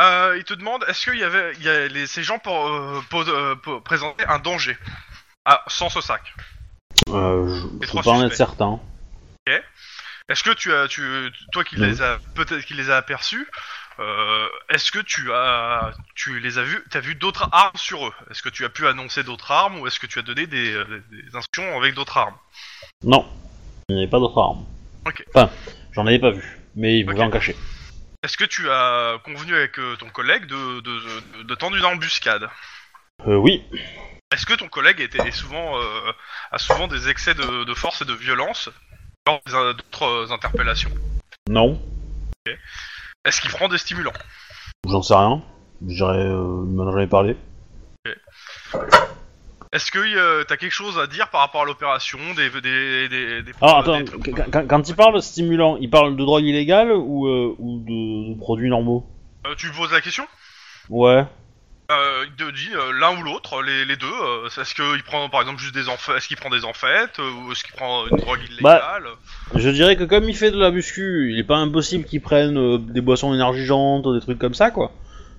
[SPEAKER 1] euh, il te demande est-ce qu'il y avait il y a les- ces gens pour, euh, pos- euh, po- présentaient un danger Ah, sans ce sac
[SPEAKER 2] Euh, je-
[SPEAKER 1] Les
[SPEAKER 2] je peux
[SPEAKER 1] trois
[SPEAKER 2] pas en être
[SPEAKER 1] suspects.
[SPEAKER 2] certain.
[SPEAKER 1] Est-ce que tu as, tu, toi qui les as, peut-être qui les a aperçus, euh, est-ce que tu as, tu les as vus, t'as vu d'autres armes sur eux Est-ce que tu as pu annoncer d'autres armes ou est-ce que tu as donné des, euh, des instructions avec d'autres armes
[SPEAKER 2] Non. Il n'y avait pas d'autre arme.
[SPEAKER 1] Ok.
[SPEAKER 2] Enfin, j'en avais pas vu, mais il pouvait
[SPEAKER 1] Ok.
[SPEAKER 2] en cacher.
[SPEAKER 1] Est-ce que tu as convenu avec euh, ton collègue de, de, de, de tendre une embuscade
[SPEAKER 2] Euh, oui.
[SPEAKER 1] Est-ce que ton collègue était est souvent, euh, a souvent des excès de, de force et de violence lors des, euh, d'autres euh, interpellations
[SPEAKER 2] Non.
[SPEAKER 1] Est-ce qu'il prend des stimulants
[SPEAKER 2] J'en sais rien. J'irai euh, il m'en avait parlé.
[SPEAKER 1] Est-ce que euh, t'as quelque chose à dire par rapport à l'opération des, des, des, des-
[SPEAKER 2] Ah, attends,
[SPEAKER 1] des trucs-
[SPEAKER 2] qu- qu- quand, il parle stimulant, il parle de drogue illégale ou, euh, ou de, de produits normaux
[SPEAKER 1] Euh, tu me poses la question
[SPEAKER 2] Ouais.
[SPEAKER 1] Euh, Il te dit euh, l'un ou l'autre, les, les deux. euh, est-ce qu'il prend par exemple juste des enfêtes Est-ce qu'il prend des enfêtes euh, Ou est-ce qu'il prend une drogue illégale
[SPEAKER 2] Je dirais que comme il fait de la muscu, il est pas impossible qu'il prenne euh, des boissons énergisantes, des trucs comme ça, quoi.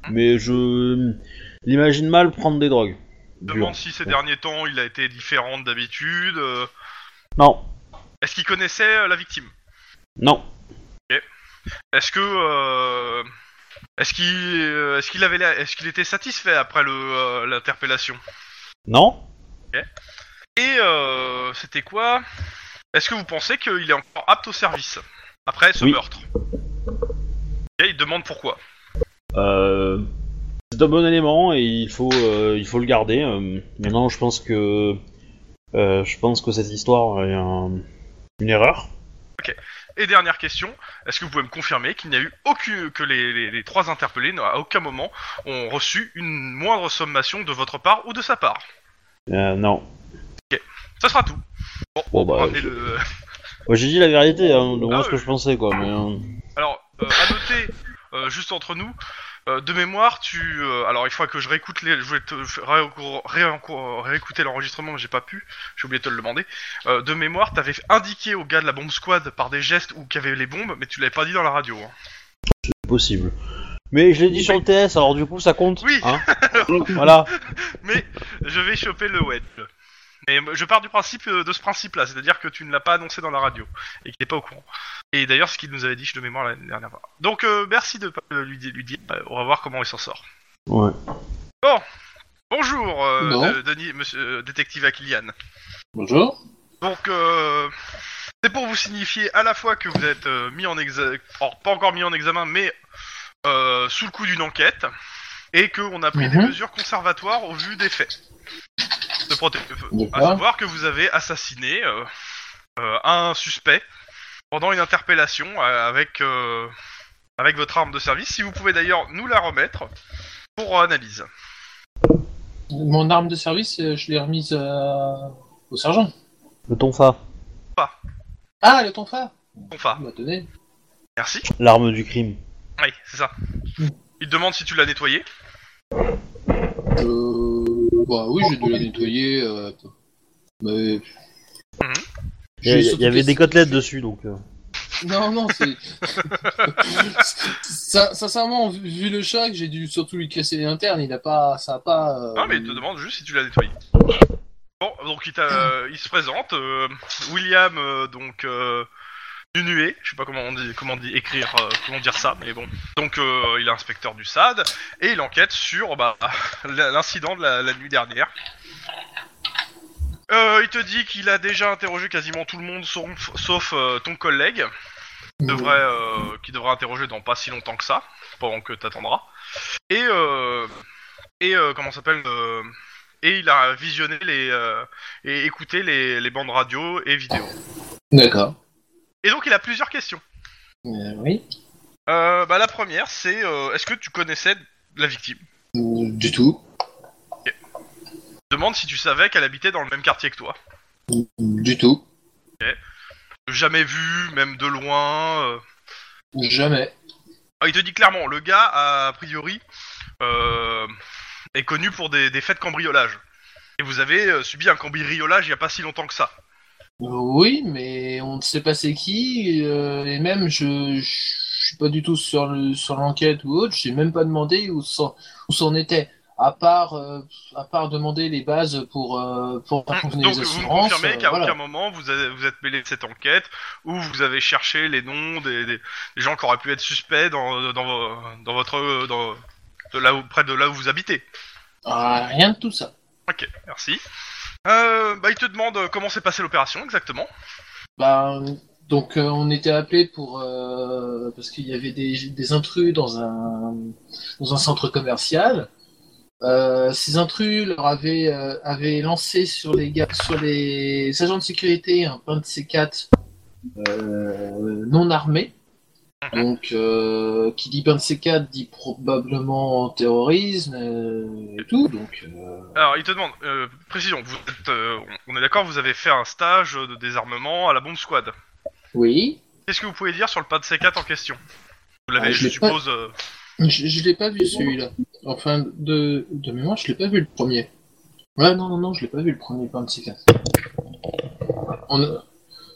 [SPEAKER 2] Mais je l'imagine mal prendre des drogues.
[SPEAKER 1] Je me
[SPEAKER 2] Dures.
[SPEAKER 1] demande si ces derniers temps il a été différent d'habitude. euh,
[SPEAKER 2] Non,
[SPEAKER 1] est-ce qu'il connaissait euh, la victime
[SPEAKER 2] non.
[SPEAKER 1] Est-ce que euh, Est-ce qu'il euh, est-ce qu'il avait l'air- est-ce qu'il était satisfait après le euh, l'interpellation
[SPEAKER 2] Non
[SPEAKER 1] Et euh, c'était quoi Est-ce que vous pensez qu'il est encore apte au service après ce
[SPEAKER 2] Oui.
[SPEAKER 1] meurtre Et il demande pourquoi.
[SPEAKER 2] Euh, c'est un bon élément et il faut, euh, il faut le garder. euh. maintenant, je pense que euh, je pense que cette histoire est un- une erreur.
[SPEAKER 1] Et dernière question, est-ce que vous pouvez me confirmer qu'il n'y a eu aucune que les, les- les trois interpellés n'ont- à aucun moment ont reçu une moindre sommation de votre part ou de sa part
[SPEAKER 2] Euh, non.
[SPEAKER 1] Ça sera tout.
[SPEAKER 2] Bon bah,
[SPEAKER 1] Prenez le- euh,
[SPEAKER 2] moi, j'ai dit la vérité, hein, de moi
[SPEAKER 1] Ah,
[SPEAKER 2] ce que je pensais quoi. Mais, euh,
[SPEAKER 1] Alors, euh, à noter, euh, juste entre nous, euh, de mémoire, tu. euh, alors, il faudra que je réécoute les. Je voulais te f- réenco- réenco- réécouter l'enregistrement, mais j'ai pas pu. J'ai oublié de te le demander. Euh, de mémoire, t'avais indiqué aux gars de la bombe squad par des gestes où qu'il y avait les bombes, mais tu l'avais pas dit dans la radio. hein.
[SPEAKER 2] c'est possible. Mais je l'ai dit sur le TS, alors du coup ça compte.
[SPEAKER 1] Oui.
[SPEAKER 2] hein. voilà.
[SPEAKER 1] Mais je vais choper le wedge. Mais je pars du principe euh, de ce principe-là, c'est-à-dire que tu ne l'as pas annoncé dans la radio et qu'il n'est pas au courant. Et d'ailleurs, ce qu'il nous avait dit, je de mémoire la dernière fois. Donc, euh, merci de pas euh, lui, di- lui dire. Euh, on va voir comment il s'en sort.
[SPEAKER 2] Ouais.
[SPEAKER 1] Bonjour, euh,
[SPEAKER 3] Non.
[SPEAKER 1] de- Denis, monsieur, euh, détective Akilian.
[SPEAKER 3] Bonjour.
[SPEAKER 1] Donc, euh, c'est pour vous signifier à la fois que vous êtes euh, mis en examen, pas encore mis en examen, mais euh, sous le coup d'une enquête, et qu'on a pris des
[SPEAKER 3] Mhm.
[SPEAKER 1] mesures conservatoires au vu des faits. De proté- euh, à
[SPEAKER 3] D'accord.
[SPEAKER 1] savoir que vous avez assassiné euh, euh, un suspect pendant une interpellation euh, avec, euh, avec votre arme de service. Si vous pouvez d'ailleurs nous la remettre pour analyse.
[SPEAKER 3] Mon arme de service, euh, je l'ai remise euh, au sergent.
[SPEAKER 2] Le tonfa,
[SPEAKER 3] Ah, le tonfa Ah, bah,
[SPEAKER 1] Tonfa,
[SPEAKER 3] Il m'a donné.
[SPEAKER 1] merci.
[SPEAKER 2] l'arme du crime.
[SPEAKER 1] Oui, c'est ça. Il demande si tu l'as nettoyé.
[SPEAKER 3] Euh, bah oui, j'ai dû la nettoyer. euh, mais...
[SPEAKER 2] Il y, a-
[SPEAKER 3] J'ai
[SPEAKER 2] il y avait
[SPEAKER 3] surtout-
[SPEAKER 2] des côtelettes dessus donc. euh.
[SPEAKER 3] Non, non, c'est. Sin- Sincèrement, vu- vu le choc, j'ai dû surtout lui casser les internes. Il a pas. Ça a pas. euh,
[SPEAKER 1] Non, mais il te demande juste si tu l'as nettoyé. Bon, donc il, t'a- euh, il se présente. euh, William, euh, donc. Euh, Nunué, je sais pas comment on dit, comment dit écrire, euh, comment dire ça, mais bon. Donc euh, il est inspecteur du SAD et il enquête sur bah, l'incident de la, la nuit dernière. Euh, il te dit qu'il a déjà interrogé quasiment tout le monde sauf, sauf, euh, ton collègue, devrait, euh, qui devra interroger dans pas si longtemps que ça, pendant que t'attendras. Et euh, et euh, comment ça s'appelle euh, et il a visionné les euh, et écouté les, les bandes radio et vidéo.
[SPEAKER 3] D'accord.
[SPEAKER 1] Et donc il a plusieurs questions.
[SPEAKER 3] Euh, oui.
[SPEAKER 1] Euh, bah, la première c'est euh, est-ce que tu connaissais la victime
[SPEAKER 3] Euh, Du tout.
[SPEAKER 1] Demande si tu savais qu'elle habitait dans le même quartier que toi.
[SPEAKER 3] Euh, Du tout.
[SPEAKER 1] Jamais vu, même de loin. euh.
[SPEAKER 3] Jamais.
[SPEAKER 1] Ah, il te dit clairement, le gars a, a priori euh, est connu pour des, des faits de cambriolage. Et vous avez euh, subi un cambriolage il y a pas si longtemps que ça.
[SPEAKER 3] Euh, Oui, mais on ne sait pas c'est qui. euh, et même, je, je suis pas du tout sur le sur l'enquête ou autre. J'ai même pas demandé où s'en où s'en était. À part euh, à part demander les bases pour euh, pour convenir
[SPEAKER 1] Ah, Donc
[SPEAKER 3] les
[SPEAKER 1] vous me
[SPEAKER 3] assurances.
[SPEAKER 1] confirmez
[SPEAKER 3] euh,
[SPEAKER 1] qu'à
[SPEAKER 3] voilà.
[SPEAKER 1] aucun moment vous avez- vous êtes mêlé de cette enquête ou vous avez cherché les noms des, des- des gens qui auraient pu être suspects dans, dans, vo- dans votre dans, de là où, près de là où vous habitez.
[SPEAKER 3] Ah, rien de tout ça.
[SPEAKER 1] Ok, merci. Euh, bah, il te demande comment s'est passée l'opération exactement.
[SPEAKER 3] Ben, donc euh, on était appelé pour euh, parce qu'il y avait des, des intrus dans un dans un centre commercial. Euh, ces intrus leur avaient euh, avaient lancé sur les gars, sur les agents de sécurité un pain de C4 euh, non armé. Donc euh, qui dit pain de C4 dit probablement terrorisme euh, et tout. Donc euh,
[SPEAKER 1] Alors il te demande euh, précision. Vous êtes, euh, on est d'accord, vous avez fait un stage de désarmement à la bombe squad.
[SPEAKER 3] oui.
[SPEAKER 1] Qu'est-ce que vous pouvez dire sur le pas de C4 en question Vous l'avez,
[SPEAKER 3] Ah,
[SPEAKER 1] je
[SPEAKER 3] je l'ai pas-
[SPEAKER 1] suppose. euh,
[SPEAKER 3] Je, je l'ai pas vu celui-là. Enfin, de, de mémoire, je l'ai pas vu le premier. Ouais, non, non, non, je l'ai pas vu le premier pain de cicatrice. On a-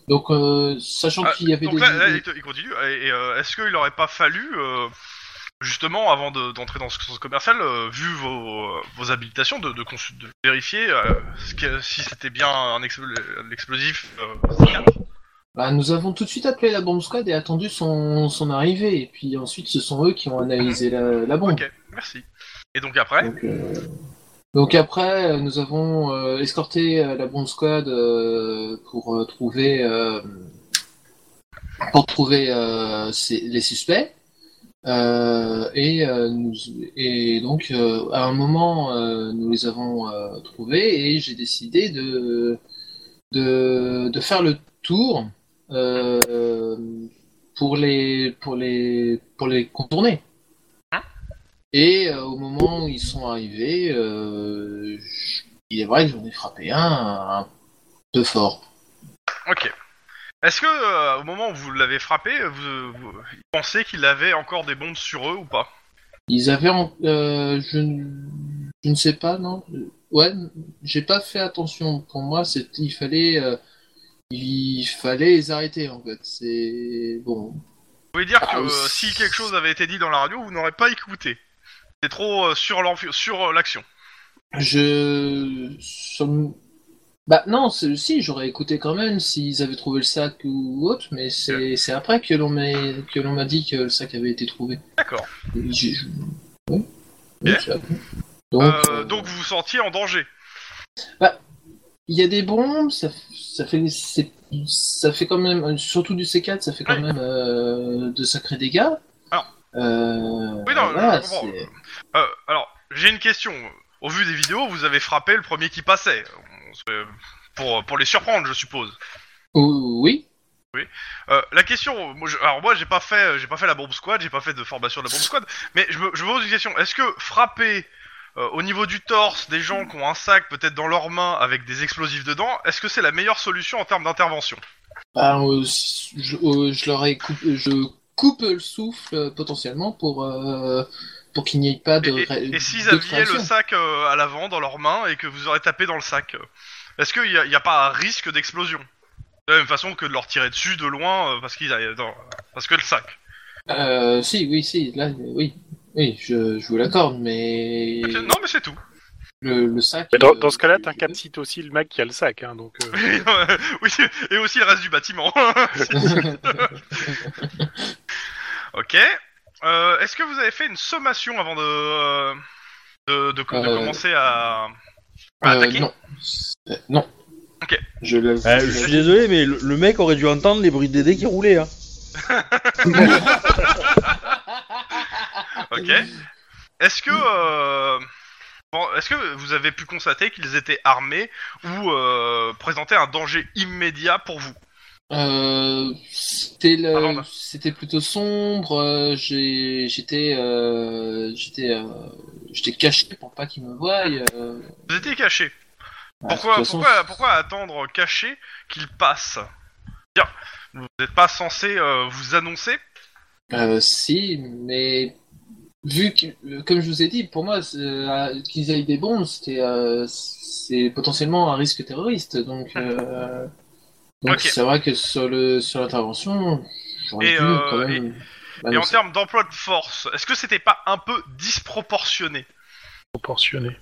[SPEAKER 3] Donc, euh, sachant
[SPEAKER 1] Ah,
[SPEAKER 3] qu'il y avait
[SPEAKER 1] Donc
[SPEAKER 3] des.
[SPEAKER 1] là, là, il, te- il continue. Et, et, euh, est-ce qu'il n'aurait pas fallu, euh, justement, avant de- d'entrer dans ce sens commercial, euh, vu vos, vos habilitations, de, de consu- de vérifier euh, ce que- si c'était bien un, ex- un explosif euh, C4
[SPEAKER 3] Bah, nous avons tout de suite appelé la bombe squad et attendu son, son arrivée. Et puis ensuite, ce sont eux qui ont analysé la, la bombe.
[SPEAKER 1] Mhm. Ok, merci. Et donc après
[SPEAKER 3] Donc, euh, donc après, euh, nous avons euh, escorté euh, la bombe squad euh, pour euh, trouver euh, pour trouver euh, ces- les suspects. Euh, et, euh, nous, et donc euh, à un moment, euh, nous les avons euh, trouvés et j'ai décidé de, de de faire le tour euh, pour les pour les pour les contourner. Et euh, au moment où ils sont arrivés, euh, je- il est vrai que j'en ai frappé un, un peu fort.
[SPEAKER 1] Ok. Est-ce que euh, au moment où vous l'avez frappé, vous, vous pensez qu'il avait encore des bombes sur eux ou pas
[SPEAKER 3] Ils avaient, en- euh, je, n- je ne sais pas, non. Euh, Ouais, n- j'ai pas fait attention. Pour moi, c'est il fallait, euh, il fallait les arrêter en fait. C'est bon.
[SPEAKER 1] Vous pouvez dire que
[SPEAKER 3] Ah,
[SPEAKER 1] euh,
[SPEAKER 3] oui.
[SPEAKER 1] si quelque chose avait été dit dans la radio, vous n'aurez pas écouté. C'est trop euh, sur l'enf- sur euh, l'action.
[SPEAKER 3] Je, sur le- bah non, c'est- si j'aurais écouté quand même s'ils avaient trouvé le sac ou autre, mais c'est c'est après que l'on m'a que l'on m'a dit que le sac avait été trouvé.
[SPEAKER 1] D'accord.
[SPEAKER 3] J'ai- je- oui. Oui,
[SPEAKER 1] Bien.
[SPEAKER 3] ça- Donc,
[SPEAKER 1] Euh,
[SPEAKER 3] euh,
[SPEAKER 1] donc vous vous sentiez en danger.
[SPEAKER 3] il y a des bombes, ça, ça fait, c'est- ça fait quand même, surtout du C4, ça fait quand
[SPEAKER 1] Oui.
[SPEAKER 3] même euh, de sacrés dégâts.
[SPEAKER 1] Alors.
[SPEAKER 3] Euh,
[SPEAKER 1] Oui, non,
[SPEAKER 3] voilà,
[SPEAKER 1] je comprends.
[SPEAKER 3] c'est-
[SPEAKER 1] Euh, alors j'ai une question. Au vu des vidéos, vous avez frappé le premier qui passait On se- pour pour les surprendre, je suppose.
[SPEAKER 3] Ou- Oh, Oui,
[SPEAKER 1] Euh, la question, moi, je- alors moi j'ai pas fait, euh, j'ai pas fait la bombe squad, j'ai pas fait de formation de la bombe squad, mais je me, je me pose une question. Est-ce que frapper euh, au niveau du torse des gens qui ont un sac peut-être dans leurs mains avec des explosifs dedans, est-ce que c'est la meilleure solution en termes d'intervention
[SPEAKER 3] Bah, euh, je, euh, je leur ai coup- je coupe le souffle euh, potentiellement pour, euh, pour qu'il n'y ait pas
[SPEAKER 1] Et,
[SPEAKER 3] de. ré-
[SPEAKER 1] et- et s'ils
[SPEAKER 3] d'autres
[SPEAKER 1] avaient le
[SPEAKER 3] réactions.
[SPEAKER 1] sac euh, à l'avant dans leurs mains et que vous aurez tapé dans le sac, euh, est-ce qu'il n'y a, il y a pas un risque d'explosion De la même façon que de leur tirer dessus de loin euh, parce qu'ils avaient- non, parce que le sac.
[SPEAKER 3] Euh, si, oui, si, là, oui. Oui, je, je vous l'accorde, mais
[SPEAKER 1] Non mais c'est tout.
[SPEAKER 3] le, le sac.
[SPEAKER 4] Mais dans,
[SPEAKER 3] euh,
[SPEAKER 4] dans ce cas-là,
[SPEAKER 3] je-
[SPEAKER 4] t'incapsites aussi le mec qui a le sac, hein, donc... euh,
[SPEAKER 1] oui, et aussi le reste du bâtiment.
[SPEAKER 3] Euh,
[SPEAKER 1] Ok. Euh, Est-ce que vous avez fait une sommation avant de, euh, de, de- de
[SPEAKER 3] Euh,
[SPEAKER 1] commencer à, à
[SPEAKER 3] Euh,
[SPEAKER 1] attaquer
[SPEAKER 3] non. Euh, non.
[SPEAKER 1] Ok.
[SPEAKER 3] Je le.
[SPEAKER 2] Euh, je suis désolé, mais le, le mec aurait dû entendre les bruits des dés qui roulaient. Hein.
[SPEAKER 1] Ok. Est-ce que euh, bon, est-ce que vous avez pu constater qu'ils étaient armés ou euh, présentaient un danger immédiat pour vous
[SPEAKER 3] Euh, c'était le-
[SPEAKER 1] Avant, bah.
[SPEAKER 3] c'était plutôt sombre. euh, j'ai- J'étais, euh, j'étais, euh, j'étais caché pour pas qu'ils me voient. euh.
[SPEAKER 1] Vous étiez cachés.
[SPEAKER 3] Ah,
[SPEAKER 1] Pourquoi,
[SPEAKER 3] de toute façon,
[SPEAKER 1] pourquoi, pourquoi attendre caché qu'ils passent Bien, vous n'êtes pas censé euh, vous annoncer.
[SPEAKER 3] Euh, si, mais vu que, euh, comme je vous ai dit, pour moi, c'est, euh, qu'ils aillent des bombes, c'était, euh, c'est potentiellement un risque terroriste. Donc, euh, donc
[SPEAKER 1] Ok.
[SPEAKER 3] c'est vrai que sur le, sur l'intervention, j'aurais
[SPEAKER 1] Et,
[SPEAKER 3] pu
[SPEAKER 1] euh,
[SPEAKER 3] quand même.
[SPEAKER 1] Et en
[SPEAKER 3] annoncer.
[SPEAKER 1] termes d'emploi de force, est-ce que c'était pas un peu disproportionné
[SPEAKER 4] proportionné.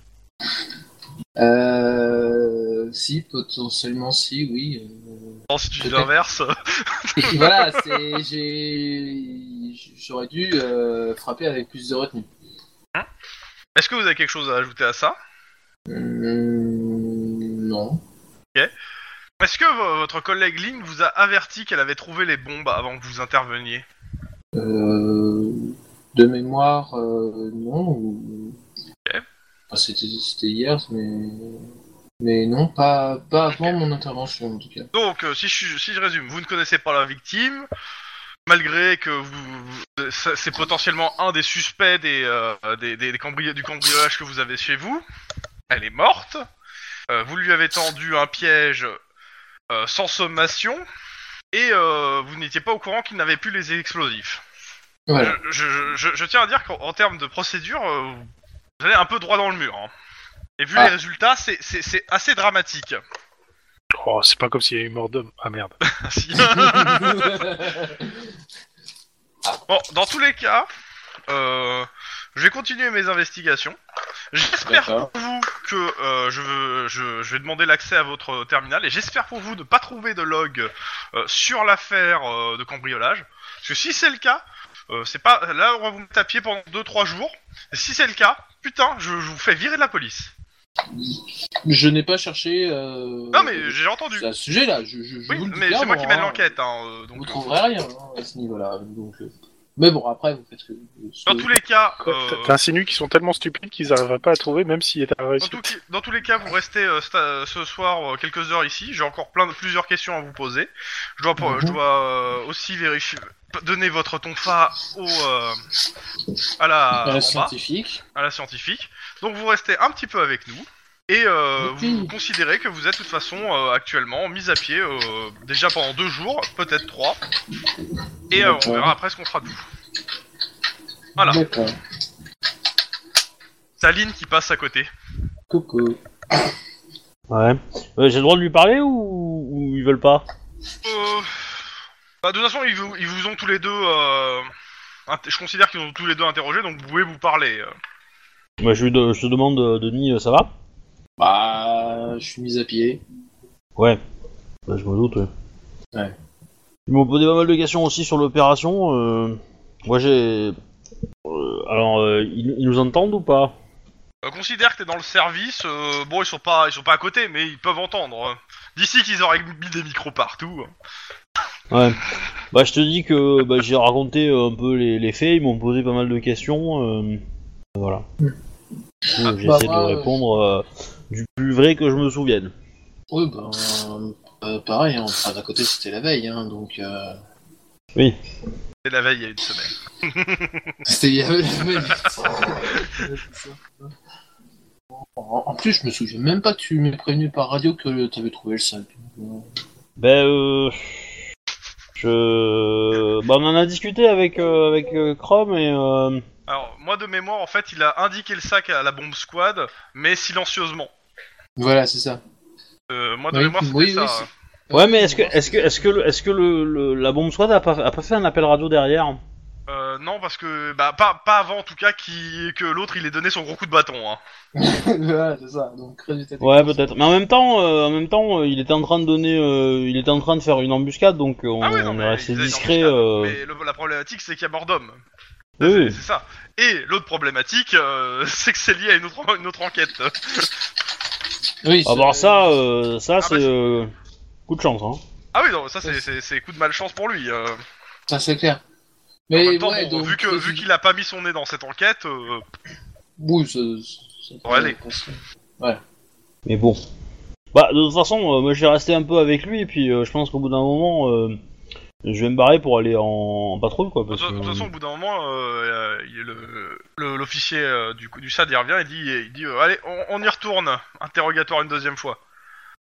[SPEAKER 3] Euh, si, potentiellement, si, oui. euh.
[SPEAKER 1] Dans si tu dis
[SPEAKER 3] Peut-être.
[SPEAKER 1] l'inverse.
[SPEAKER 3] Et voilà, c'est, j'ai, j'aurais dû euh, frapper avec plus de retenue.
[SPEAKER 1] Est-ce que vous avez quelque chose à ajouter à ça
[SPEAKER 3] Hum, non.
[SPEAKER 1] Est-ce que vo- votre collègue Lynn vous a averti qu'elle avait trouvé les bombes avant que vous interveniez
[SPEAKER 3] Euh, de mémoire, euh, non. ou-
[SPEAKER 1] Ok.
[SPEAKER 3] Enfin, c'était, c'était hier, mais, mais non, pas, pas avant mon intervention en tout cas.
[SPEAKER 1] Donc, euh, si, je, si je résume, vous ne connaissez pas la victime, malgré que vous, vous- c'est c'est potentiellement un des suspects des, euh, des, des- des cambri- du cambriolage que vous avez chez vous. Elle est morte. Euh, vous lui avez tendu un piège euh, sans sommation. Et euh, vous n'étiez pas au courant qu'il n'avait plus les explosifs.
[SPEAKER 3] Voilà.
[SPEAKER 1] Euh, Je, je- je- je tiens à dire qu'en en termes de procédure, euh, vous allez un peu droit dans le mur. hein. Et vu
[SPEAKER 3] Ah.
[SPEAKER 1] les résultats, c'est- c'est c'est assez dramatique.
[SPEAKER 4] Oh, c'est pas comme s'il y avait eu mort d'homme. Ah merde.
[SPEAKER 1] Ainsi.
[SPEAKER 3] D'accord.
[SPEAKER 1] bon, dans tous les cas, euh, je vais continuer mes investigations. J'espère
[SPEAKER 5] D'accord.
[SPEAKER 1] pour vous que euh, je, veux- je, je vais demander l'accès à votre terminal et j'espère pour vous de ne pas trouver de log euh, sur l'affaire euh, de cambriolage. Parce que si c'est le cas, euh, c'est pas là on va vous mettre à pied pendant 2-3 jours. Et si c'est le cas, putain, je, je vous fais virer de la police.
[SPEAKER 3] Je n'ai pas cherché. euh,
[SPEAKER 1] Non mais j'ai entendu.
[SPEAKER 3] C'est à ce sujet-là, je, je, je
[SPEAKER 1] Oui,
[SPEAKER 3] vous le dis
[SPEAKER 1] mais c'est moi
[SPEAKER 3] clairement,
[SPEAKER 1] qui mène
[SPEAKER 3] hein.
[SPEAKER 1] l'enquête. Hein, euh, donc,
[SPEAKER 3] Vous trouverez rien hein, à ce niveau-là. Donc, euh, Mais bon, après, vous faites ce que vous
[SPEAKER 1] Dans tous les cas, euh,
[SPEAKER 4] T'insinues qu'ils sont tellement stupides qu'ils n'arrivent pas à trouver, même s'il est
[SPEAKER 1] Dans,
[SPEAKER 4] réussi.
[SPEAKER 1] tout qui- dans tous les cas, vous restez euh, sta- ce soir euh, quelques heures ici. J'ai encore plein de plusieurs questions à vous poser. Je dois, pro- je
[SPEAKER 3] Mhm.
[SPEAKER 1] dois euh, aussi vérifier, p- donner votre tonfa au euh, à la,
[SPEAKER 3] à
[SPEAKER 1] en
[SPEAKER 3] la
[SPEAKER 1] bas,
[SPEAKER 3] scientifique.
[SPEAKER 1] à la scientifique. Donc vous restez un petit peu avec nous et euh,
[SPEAKER 3] Ok.
[SPEAKER 1] vous considérez que vous êtes de toute façon euh, actuellement mis à pied euh, déjà pendant deux jours, peut-être trois. Et euh, on
[SPEAKER 5] D'accord.
[SPEAKER 1] verra après ce qu'on fera de vous. Voilà.
[SPEAKER 3] D'accord.
[SPEAKER 1] Saline qui passe à côté.
[SPEAKER 3] Coco.
[SPEAKER 2] Ouais. Euh, J'ai le droit de lui parler ou, ou ils veulent pas
[SPEAKER 1] Euh, bah, de toute façon, ils vous, ils vous ont tous les deux. euh, int- Je considère qu'ils ont tous les deux interrogés, donc vous pouvez vous parler. euh.
[SPEAKER 2] bah, je, lui de- je te demande, euh, Denis, euh, ça va
[SPEAKER 3] Bah, je suis mis à pied.
[SPEAKER 2] Ouais. Bah, je me doute, ouais.
[SPEAKER 3] Ouais.
[SPEAKER 2] Ils m'ont posé pas mal de questions aussi sur l'opération. euh, Moi, j'ai. euh, alors, euh, ils, ils nous entendent ou pas
[SPEAKER 1] Euh, considère que t'es dans le service. euh, bon, ils sont pas, ils sont pas à côté, mais ils peuvent entendre. euh. D'ici qu'ils auraient mis des micros partout.
[SPEAKER 2] Ouais. Bah, je te dis que bah, j'ai raconté euh, un peu les, les faits, ils m'ont posé pas mal de questions. euh, Voilà. Donc, J'essaie
[SPEAKER 3] Hmm. bah,
[SPEAKER 2] de
[SPEAKER 3] moi, euh,
[SPEAKER 2] répondre euh, du plus vrai que je me souvienne.
[SPEAKER 3] Oui, ben, euh, pareil, hein. enfin, d'un côté c'était la veille, hein, donc euh,
[SPEAKER 1] C'est la veille il y a une semaine.
[SPEAKER 3] c'était il y avait la veille. en en plus, je me souviens même pas que tu m'as prévenu par radio que t'avais trouvé le sac.
[SPEAKER 2] Ben, euh... Je... Ben, on en a discuté avec, euh, avec euh, Chrome et... Euh...
[SPEAKER 1] Alors, moi de mémoire, en fait, il a indiqué le sac à la bombe squad, mais silencieusement.
[SPEAKER 3] Voilà, c'est ça.
[SPEAKER 1] Euh, moi de
[SPEAKER 3] Oui,
[SPEAKER 1] mémoire, c'était
[SPEAKER 3] oui,
[SPEAKER 1] ça.
[SPEAKER 3] oui,
[SPEAKER 1] hein.
[SPEAKER 2] Ouais, mais est-ce que, est-ce que, est-ce que, le- est-ce que le, le- la bombe SWAT a pas, a pas fait un appel radio derrière
[SPEAKER 1] Euh, non, parce que bah pas, pas avant en tout cas qui, que l'autre il ait donné son gros coup de bâton. Hein.
[SPEAKER 3] voilà, c'est ça. Donc, résultat des
[SPEAKER 2] Ouais,
[SPEAKER 3] courses.
[SPEAKER 2] peut-être. Mais en même temps, euh, en même temps, euh, il était en train de donner, euh, il était en train de faire une embuscade, donc euh, on,
[SPEAKER 1] Ah oui, non,
[SPEAKER 2] on est
[SPEAKER 1] mais
[SPEAKER 2] resté
[SPEAKER 1] ils avaient
[SPEAKER 2] discret.
[SPEAKER 1] l'embuscade, Mais
[SPEAKER 2] euh,
[SPEAKER 1] le- la problématique, c'est qu'il y a mort d'homme.
[SPEAKER 2] oui, oui.
[SPEAKER 1] C'est ça. Et l'autre problématique, euh, c'est que c'est lié à une autre, une autre enquête.
[SPEAKER 3] Oui,
[SPEAKER 2] Ah
[SPEAKER 3] c'est-
[SPEAKER 2] bah ça, euh, ça
[SPEAKER 1] bah,
[SPEAKER 2] c'est
[SPEAKER 1] c'est-
[SPEAKER 2] euh, coup de chance. Hein.
[SPEAKER 1] Ah oui, non, ça c'est- c'est c'est coup de malchance pour lui. euh.
[SPEAKER 3] Ça, c'est clair.
[SPEAKER 1] En
[SPEAKER 3] Mais
[SPEAKER 1] même temps,
[SPEAKER 3] ouais,
[SPEAKER 1] Ah, bah, bon,
[SPEAKER 3] donc, euh,
[SPEAKER 1] vu que- vu qu'il a pas mis son nez dans cette enquête, euh,
[SPEAKER 3] Oui, ça. ça-
[SPEAKER 1] Ouais, allez.
[SPEAKER 2] Mais bon. Bah de toute façon, euh, moi je vais rester un peu avec lui, et puis euh, je pense qu'au bout d'un moment, euh, je vais me barrer pour aller en, en patrouille, quoi.
[SPEAKER 1] de
[SPEAKER 2] Parce
[SPEAKER 1] toute de
[SPEAKER 2] que,
[SPEAKER 1] toute façon, au bout d'un moment, euh, euh, il est le- le- l'officier euh, du, du SAD il revient et dit, il dit euh, Allez, on, on y retourne. Interrogatoire une deuxième fois.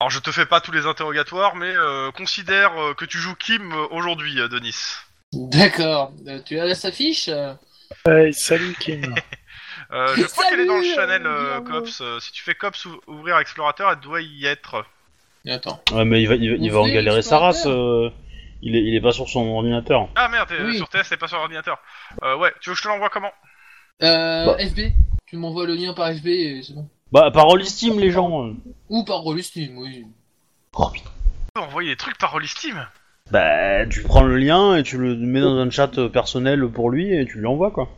[SPEAKER 1] Alors je te fais pas tous les interrogatoires, mais euh, considère euh, que tu joues Kim euh, aujourd'hui, euh, Denis.
[SPEAKER 3] D'accord. Euh, tu as sa fiche euh
[SPEAKER 4] Hey, salut Kim.
[SPEAKER 1] Euh, je crois qu'elle est dans le
[SPEAKER 3] Salut,
[SPEAKER 1] channel
[SPEAKER 3] euh,
[SPEAKER 1] euh, Cops. euh, si tu fais Cops ou- ouvrir explorateur, elle doit y être.
[SPEAKER 3] Attends.
[SPEAKER 2] Ouais, mais il va, il va, il va
[SPEAKER 3] On
[SPEAKER 2] en
[SPEAKER 3] fait
[SPEAKER 2] galérer sa race.
[SPEAKER 3] l'explorateur.
[SPEAKER 2] euh, il, est, il est pas sur son ordinateur.
[SPEAKER 1] Ah merde, t'es
[SPEAKER 3] Oui.
[SPEAKER 1] sur TS, c'est pas sur ordinateur. Euh, ouais, tu veux que je te l'envoie comment
[SPEAKER 3] Euh,
[SPEAKER 2] Bah.
[SPEAKER 3] FB Tu m'envoies le lien par FB et c'est bon.
[SPEAKER 2] Bah, parole estime, les gens. euh.
[SPEAKER 3] Ou par Rolustime, oui.
[SPEAKER 2] Oh, putain.
[SPEAKER 1] On peut envoyer des trucs par Holy Steam
[SPEAKER 2] Bah, tu prends le lien et tu le mets dans un chat euh, personnel pour lui et tu lui envoies, quoi.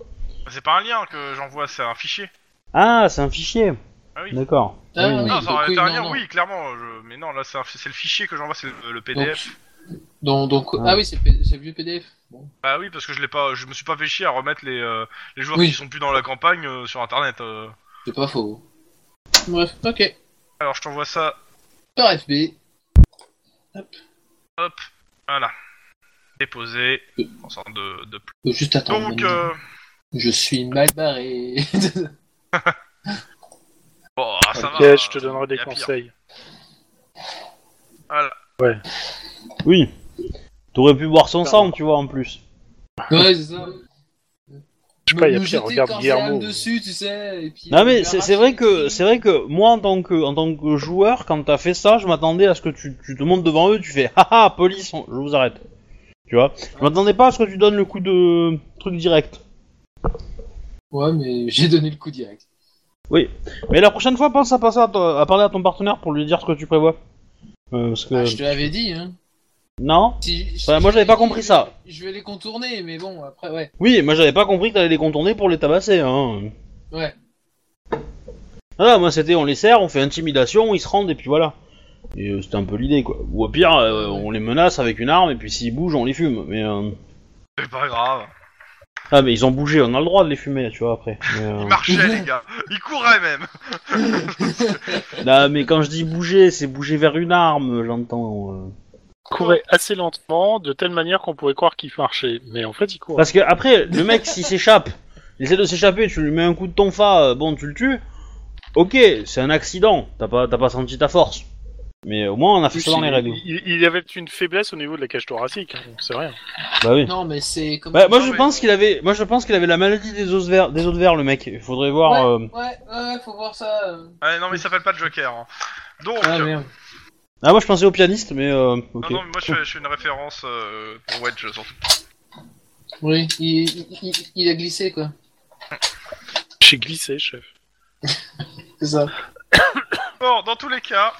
[SPEAKER 1] Bah, C'est pas un lien que j'envoie, c'est un fichier.
[SPEAKER 2] Ah, c'est un fichier.
[SPEAKER 1] Ah oui.
[SPEAKER 2] D'accord.
[SPEAKER 3] Ah,
[SPEAKER 2] Oui,
[SPEAKER 3] oui.
[SPEAKER 2] oui.
[SPEAKER 1] non, ça aurait
[SPEAKER 3] donc oui,
[SPEAKER 1] été un
[SPEAKER 3] non,
[SPEAKER 1] lien,
[SPEAKER 3] non.
[SPEAKER 1] oui, clairement. je- Mais non, là, c'est un- c'est le fichier que j'envoie, c'est le, le
[SPEAKER 3] Donc,
[SPEAKER 1] PDF.
[SPEAKER 3] donc, donc-
[SPEAKER 2] Ouais.
[SPEAKER 3] ah oui, c'est le P- c'est le vieux PDF. Bon.
[SPEAKER 1] Bah oui, parce que je l'ai pas, je me suis pas fait chier à remettre les, euh, les joueurs
[SPEAKER 3] Oui.
[SPEAKER 1] qui sont plus dans la campagne euh, sur internet. euh.
[SPEAKER 3] C'est pas faux. Bref, ok.
[SPEAKER 1] Alors je t'envoie ça,
[SPEAKER 3] Par FB.
[SPEAKER 1] voilà. Déposé, en sorte de, de...
[SPEAKER 3] Faut Juste attendre.
[SPEAKER 1] Donc,
[SPEAKER 3] maintenant.
[SPEAKER 1] euh,
[SPEAKER 3] Je suis mal barré.
[SPEAKER 1] bon, ah, ça
[SPEAKER 4] Ok,
[SPEAKER 1] va.
[SPEAKER 4] je te donnerai des
[SPEAKER 1] y a pire.
[SPEAKER 4] conseils.
[SPEAKER 1] Voilà.
[SPEAKER 2] Oui. T'aurais pu boire son
[SPEAKER 4] Pardon.
[SPEAKER 2] sang, tu vois, en plus.
[SPEAKER 3] ouais, c'est ça.
[SPEAKER 4] Je sais pas, il y a
[SPEAKER 3] Me
[SPEAKER 4] pire,
[SPEAKER 3] jeter
[SPEAKER 4] regarde
[SPEAKER 3] corps et âme
[SPEAKER 4] Guillermo.
[SPEAKER 3] dessus, tu sais. Et puis,
[SPEAKER 2] Non,
[SPEAKER 3] euh,
[SPEAKER 2] mais c'est c'est vrai que c'est vrai que moi, en tant que en tant que joueur, quand t'as fait ça, je m'attendais à ce que tu, tu te montes devant eux, tu fais haha police, on- je vous arrête. Tu vois. Je m'attendais pas à ce que tu donnes le coup de truc direct.
[SPEAKER 3] Ouais, mais j'ai donné le coup direct.
[SPEAKER 2] Oui. Mais la prochaine fois, pense à, passer à, to- à parler à ton partenaire pour lui dire ce que tu prévois. Euh, parce que...
[SPEAKER 3] Ah, je te l'avais dit, hein.
[SPEAKER 2] Non
[SPEAKER 3] Si-
[SPEAKER 2] Enfin,
[SPEAKER 3] si-
[SPEAKER 2] moi, j'avais pas
[SPEAKER 3] je-
[SPEAKER 2] compris ça.
[SPEAKER 3] Je vais les contourner, mais bon, après, ouais.
[SPEAKER 2] Oui, moi j'avais pas compris que t'allais les contourner pour les tabasser. Hein.
[SPEAKER 3] Ouais.
[SPEAKER 2] Ah, moi c'était on les serre, on fait intimidation, ils se rendent et puis voilà. Et euh, c'était un peu l'idée quoi. Ou au pire, euh, on les menace avec une arme et puis s'ils bougent, on les fume. Mais euh,
[SPEAKER 1] C'est pas grave.
[SPEAKER 2] ah mais ils ont bougé, on a le droit de les fumer, tu vois après. Mais, euh,
[SPEAKER 1] Ils marchaient, les gars. Ils couraient même.
[SPEAKER 2] là, mais quand je dis bouger, c'est bouger vers une arme, j'entends. euh.
[SPEAKER 4] courait assez lentement, de telle manière qu'on pourrait croire qu'il marchait. Mais en fait, il courait.
[SPEAKER 2] Parce que après, le mec s'il s'échappe, il essaie de s'échapper, tu lui mets un coup de ton fa, euh, bon tu le tues. Ok, c'est un accident, t'as pas, t'as pas senti ta force. Mais au moins on a fait ça dans les
[SPEAKER 4] il,
[SPEAKER 2] règles.
[SPEAKER 4] il- il avait une faiblesse au niveau de la cage thoracique, hein, donc c'est rien.
[SPEAKER 2] Bah oui.
[SPEAKER 3] Non, mais c'est comme.
[SPEAKER 2] Bah, moi
[SPEAKER 1] Non,
[SPEAKER 2] je
[SPEAKER 1] mais-
[SPEAKER 2] pense qu'il avait, moi je pense qu'il avait la maladie des os verts, des os verts le mec. Il faudrait voir. euh,
[SPEAKER 3] Ouais, ouais, faut voir ça. euh.
[SPEAKER 1] Ouais, non, mais il s'appelle pas Joker. hein. Donc,
[SPEAKER 3] Ah merde.
[SPEAKER 2] Ah moi je pensais au pianiste mais. euh, ok.
[SPEAKER 1] non, non, mais moi je fais, je fais une référence euh, pour Wedge surtout.
[SPEAKER 3] Oui, il, il- il- il a glissé quoi.
[SPEAKER 4] J'ai glissé, chef.
[SPEAKER 3] C'est ça.
[SPEAKER 1] Bon, dans tous les cas,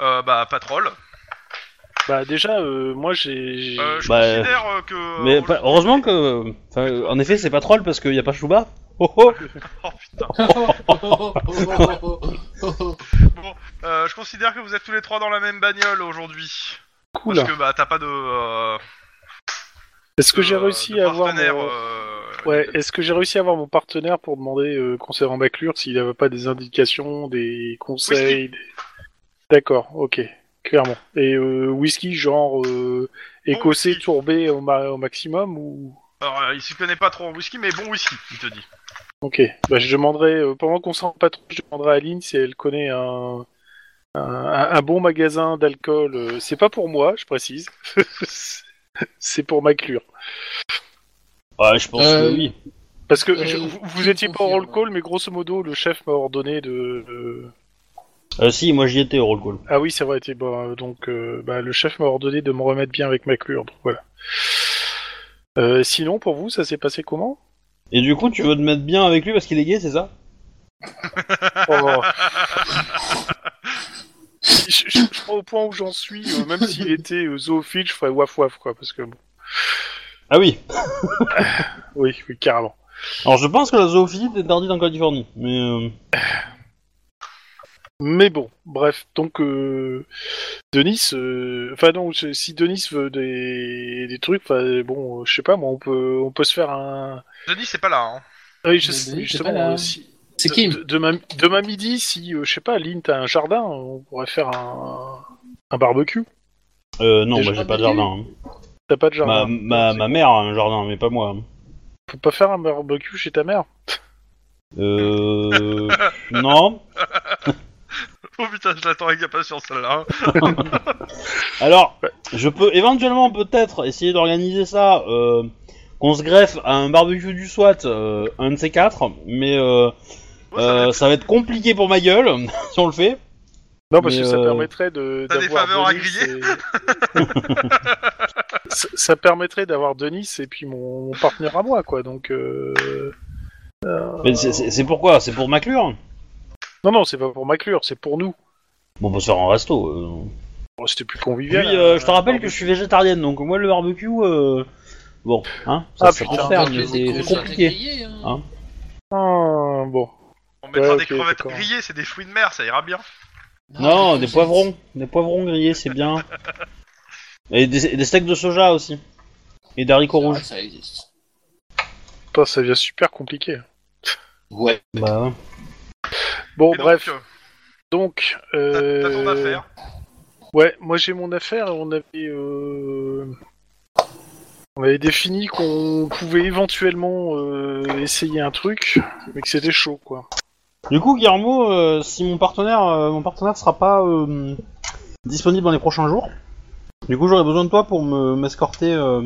[SPEAKER 1] euh, bah, Patrol.
[SPEAKER 4] Bah déjà, euh, moi j'ai...
[SPEAKER 1] Euh, je
[SPEAKER 2] Bah,
[SPEAKER 1] considère euh, que. euh,
[SPEAKER 2] mais
[SPEAKER 1] on-
[SPEAKER 2] pas- heureusement que, euh, enfin, euh, en effet c'est pas troll parce qu'il y a pas Chouba. Oh, oh.
[SPEAKER 1] Oh, putain. Euh, je considère que vous êtes tous les trois dans la même bagnole aujourd'hui.
[SPEAKER 4] cool.
[SPEAKER 1] Parce que bah, t'as pas de. euh,
[SPEAKER 4] Est-ce que
[SPEAKER 1] de-
[SPEAKER 4] j'ai réussi
[SPEAKER 1] euh, de
[SPEAKER 4] à avoir...
[SPEAKER 1] partenaire,
[SPEAKER 4] mon-
[SPEAKER 1] euh,
[SPEAKER 4] Ouais, est-ce que j'ai réussi à avoir mon partenaire pour demander, euh, concernant Baclure, s'il n'avait pas des indications, des conseils des- D'accord, ok, clairement. Et euh, whisky genre euh, écossais
[SPEAKER 1] whisky.
[SPEAKER 4] tourbé au, ma- au maximum ou...
[SPEAKER 1] Alors, euh, il s'y connaît pas trop en whisky, mais bon whisky, il te dit.
[SPEAKER 4] Ok, bah je demanderai, euh, pendant qu'on s'en pas trop, je demanderai à Lynn si elle connaît un, un, un bon magasin d'alcool. euh, C'est pas pour moi, je précise. C'est pour Maclure.
[SPEAKER 2] Ouais, je pense
[SPEAKER 3] Euh,
[SPEAKER 2] que oui.
[SPEAKER 4] Parce que
[SPEAKER 3] Euh,
[SPEAKER 4] je- vous, vous
[SPEAKER 3] je
[SPEAKER 4] étiez pas en roll
[SPEAKER 3] confirme.
[SPEAKER 4] call, mais grosso modo, le chef m'a ordonné de. de-
[SPEAKER 2] Euh, si moi j'y étais au roll call.
[SPEAKER 4] Ah oui, ça va, été bon. Donc, euh, bah, le chef m'a ordonné de me remettre bien avec Maclure. Donc voilà. Euh, sinon, pour vous, ça s'est passé comment
[SPEAKER 2] Et du coup tu veux te mettre bien avec lui parce qu'il est gay c'est ça
[SPEAKER 4] Oh. je, je- je crois au point où j'en suis, euh, même s'il était euh, zoophile, je ferais waf waf quoi, parce que bon,
[SPEAKER 2] Ah oui.
[SPEAKER 4] oui, oui, carrément.
[SPEAKER 2] Alors je pense que la zoophilie est interdite en Californie. Mais euh,
[SPEAKER 4] Mais bon, bref, donc euh, Denis, euh, enfin non, je- si Denis veut des, des trucs, enfin, bon, euh, je sais pas, moi, on peut, on peut se faire un.
[SPEAKER 1] Denis, c'est pas là. Hein.
[SPEAKER 4] Oui, je
[SPEAKER 3] Mais
[SPEAKER 4] sais,
[SPEAKER 3] Denis, c'est
[SPEAKER 4] justement,
[SPEAKER 3] pas là.
[SPEAKER 4] euh, si-
[SPEAKER 3] C'est
[SPEAKER 4] de-
[SPEAKER 3] Kim.
[SPEAKER 4] de- Demain, demain midi, si euh, je sais pas, Lynn, t'as un jardin, on pourrait faire un, un barbecue.
[SPEAKER 2] euh, non
[SPEAKER 4] Mais
[SPEAKER 2] moi
[SPEAKER 4] je
[SPEAKER 2] j'ai
[SPEAKER 3] m'en
[SPEAKER 2] pas de
[SPEAKER 3] doutais.
[SPEAKER 2] jardin. hein.
[SPEAKER 4] T'as pas de
[SPEAKER 2] Ma,
[SPEAKER 4] jardin.
[SPEAKER 2] ma, ma mère a un jardin mais pas moi. hein.
[SPEAKER 4] On peut pas faire un barbecue chez ta mère.
[SPEAKER 2] Euh... non.
[SPEAKER 1] Oh putain, je l'attends avec impatience celle-là. hein.
[SPEAKER 2] Alors, je peux éventuellement peut-être essayer d'organiser ça, euh, qu'on se greffe à un barbecue du SWAT, euh, un de ces quatre, mais euh,
[SPEAKER 1] Moi, ça
[SPEAKER 2] euh,
[SPEAKER 1] m'intéresse.
[SPEAKER 2] ça va être compliqué pour ma gueule si on le fait.
[SPEAKER 4] Non, parce
[SPEAKER 2] Mais,
[SPEAKER 4] que ça
[SPEAKER 2] euh,
[SPEAKER 4] permettrait de.
[SPEAKER 1] t'as des
[SPEAKER 4] d'avoir
[SPEAKER 1] faveurs à
[SPEAKER 4] Denis
[SPEAKER 1] griller
[SPEAKER 4] et- ça, ça permettrait d'avoir Denis et puis mon, mon partenaire à moi, quoi. Donc. euh,
[SPEAKER 2] Mais c'est- c'est c'est pourquoi C'est pour Maclure
[SPEAKER 4] Non, non, c'est pas pour Maclure, c'est pour nous.
[SPEAKER 2] Bon, on peut se faire un resto. euh.
[SPEAKER 4] Bon, C'était plus
[SPEAKER 2] Puis,
[SPEAKER 4] convivial. hein,
[SPEAKER 2] euh,
[SPEAKER 4] un-
[SPEAKER 2] je te rappelle
[SPEAKER 4] un
[SPEAKER 2] que je suis végétarienne, donc moi le barbecue, euh, bon, hein, ça
[SPEAKER 4] Ah,
[SPEAKER 2] se
[SPEAKER 4] putain.
[SPEAKER 2] faire,
[SPEAKER 4] Ah,
[SPEAKER 2] mais
[SPEAKER 4] mais
[SPEAKER 2] c'est
[SPEAKER 4] c'est
[SPEAKER 2] c'est compliqué.
[SPEAKER 3] grillé, hein.
[SPEAKER 2] Hein.
[SPEAKER 4] Ah, bon.
[SPEAKER 1] On mettra
[SPEAKER 4] Ouais,
[SPEAKER 1] des
[SPEAKER 4] ok,
[SPEAKER 1] crevettes
[SPEAKER 4] d'accord.
[SPEAKER 1] grillées, c'est des fruits de mer, ça ira bien.
[SPEAKER 2] Non,
[SPEAKER 3] mais
[SPEAKER 2] des
[SPEAKER 3] Ah, c'est-
[SPEAKER 2] poivrons, des poivrons grillés, c'est bien. Et des, et des steaks de soja aussi. Et d'haricots
[SPEAKER 3] Ah,
[SPEAKER 2] rouges.
[SPEAKER 3] Ça existe.
[SPEAKER 4] Putain, ça devient super compliqué.
[SPEAKER 3] Ouais.
[SPEAKER 2] Bah ouais.
[SPEAKER 4] Bon,
[SPEAKER 1] Et donc,
[SPEAKER 4] bref.
[SPEAKER 1] euh,
[SPEAKER 4] Donc,
[SPEAKER 1] t'as-
[SPEAKER 4] euh...
[SPEAKER 1] t'as ton affaire.
[SPEAKER 4] Ouais, moi j'ai mon affaire. On avait, euh, on avait défini qu'on pouvait éventuellement euh, essayer un truc, mais que c'était chaud, quoi.
[SPEAKER 2] Du coup, Guillermo, euh, si mon partenaire, euh, mon partenaire sera pas euh, disponible dans les prochains jours, du coup, j'aurai besoin de toi pour me m'escorter euh,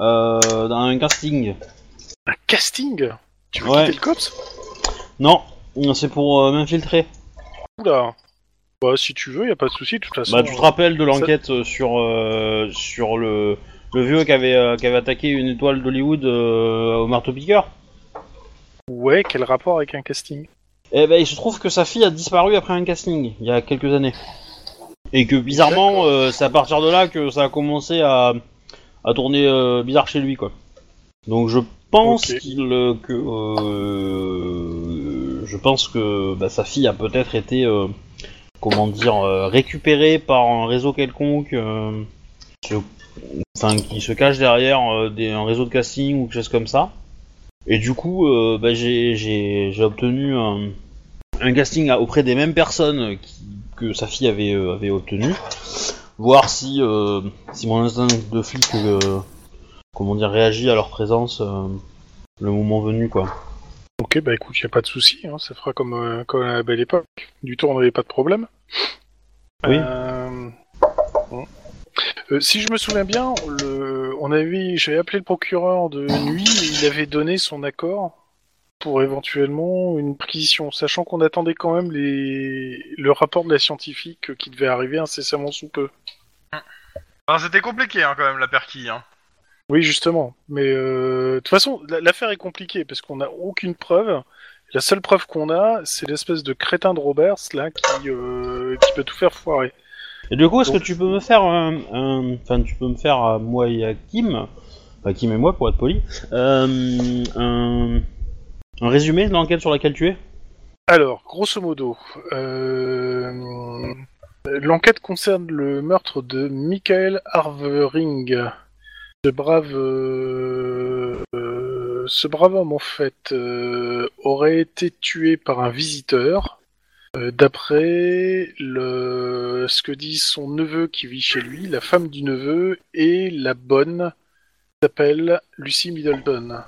[SPEAKER 2] euh, dans un casting.
[SPEAKER 4] Un casting Tu veux
[SPEAKER 2] Ouais.
[SPEAKER 4] quitter le COPS
[SPEAKER 2] Non, c'est pour euh, m'infiltrer.
[SPEAKER 4] Oula Bah, si tu veux, y a pas de souci, de toute façon.
[SPEAKER 2] Bah, tu te rappelles de l'enquête euh, sur euh, sur le, le vieux qui avait euh, qui avait attaqué une étoile d'Hollywood euh, au marteau piqueur.
[SPEAKER 4] Ouais, quel rapport avec un casting
[SPEAKER 2] Eh ben, il se trouve que sa fille a disparu après un casting, il y a quelques années. Et que bizarrement, euh, c'est à partir de là que ça a commencé à, à tourner euh, bizarre chez lui, quoi. Donc je pense
[SPEAKER 4] Ok.
[SPEAKER 2] qu'il, euh, que, euh, je pense que bah, sa fille a peut-être été, euh, comment dire, euh, récupérée par un réseau quelconque, euh, qui se- enfin qui se cache derrière euh, des, un réseau de casting ou quelque chose comme ça. Et du coup, euh, bah, j'ai- j'ai j'ai obtenu un, un casting à- auprès des mêmes personnes qui- que sa fille avait, euh, avait obtenu. Voir si, euh, si mon instinct de flic euh, comment dire, réagit à leur présence euh, le moment venu. quoi.
[SPEAKER 4] Ok, bah écoute, y a pas de souci, hein, ça fera comme, euh, comme à la belle époque. Du tout, on n'avait pas de problème.
[SPEAKER 2] Oui.
[SPEAKER 4] Euh, bon. Euh, si je me souviens bien, le... on avait, j'avais appelé le procureur de nuit et il avait donné son accord pour éventuellement une perquisition, sachant qu'on attendait quand même les... le rapport de la scientifique euh, qui devait arriver incessamment sous peu.
[SPEAKER 1] Alors, c'était compliqué hein, quand même la perquis. Hein.
[SPEAKER 4] Oui, justement. Mais euh, de toute façon, la- l'affaire est compliquée parce qu'on n'a aucune preuve. La seule preuve qu'on a, c'est l'espèce de crétin de Roberts là qui, euh, qui peut tout faire foirer.
[SPEAKER 2] Et du coup, est-ce que
[SPEAKER 4] Donc-
[SPEAKER 2] tu peux me faire un. un- Enfin, tu peux me faire à moi et à Kim, enfin Kim et moi pour être poli, euh, un, un résumé de l'enquête sur laquelle tu es
[SPEAKER 4] Alors, grosso modo, euh, l'enquête concerne le meurtre de Michael Harvering, ce brave, euh, euh, ce brave homme en fait euh, aurait été tué par un visiteur. Euh, D'après le- ce que dit son neveu qui vit chez lui, la femme du neveu et la bonne qui s'appelle Lucy Middleton.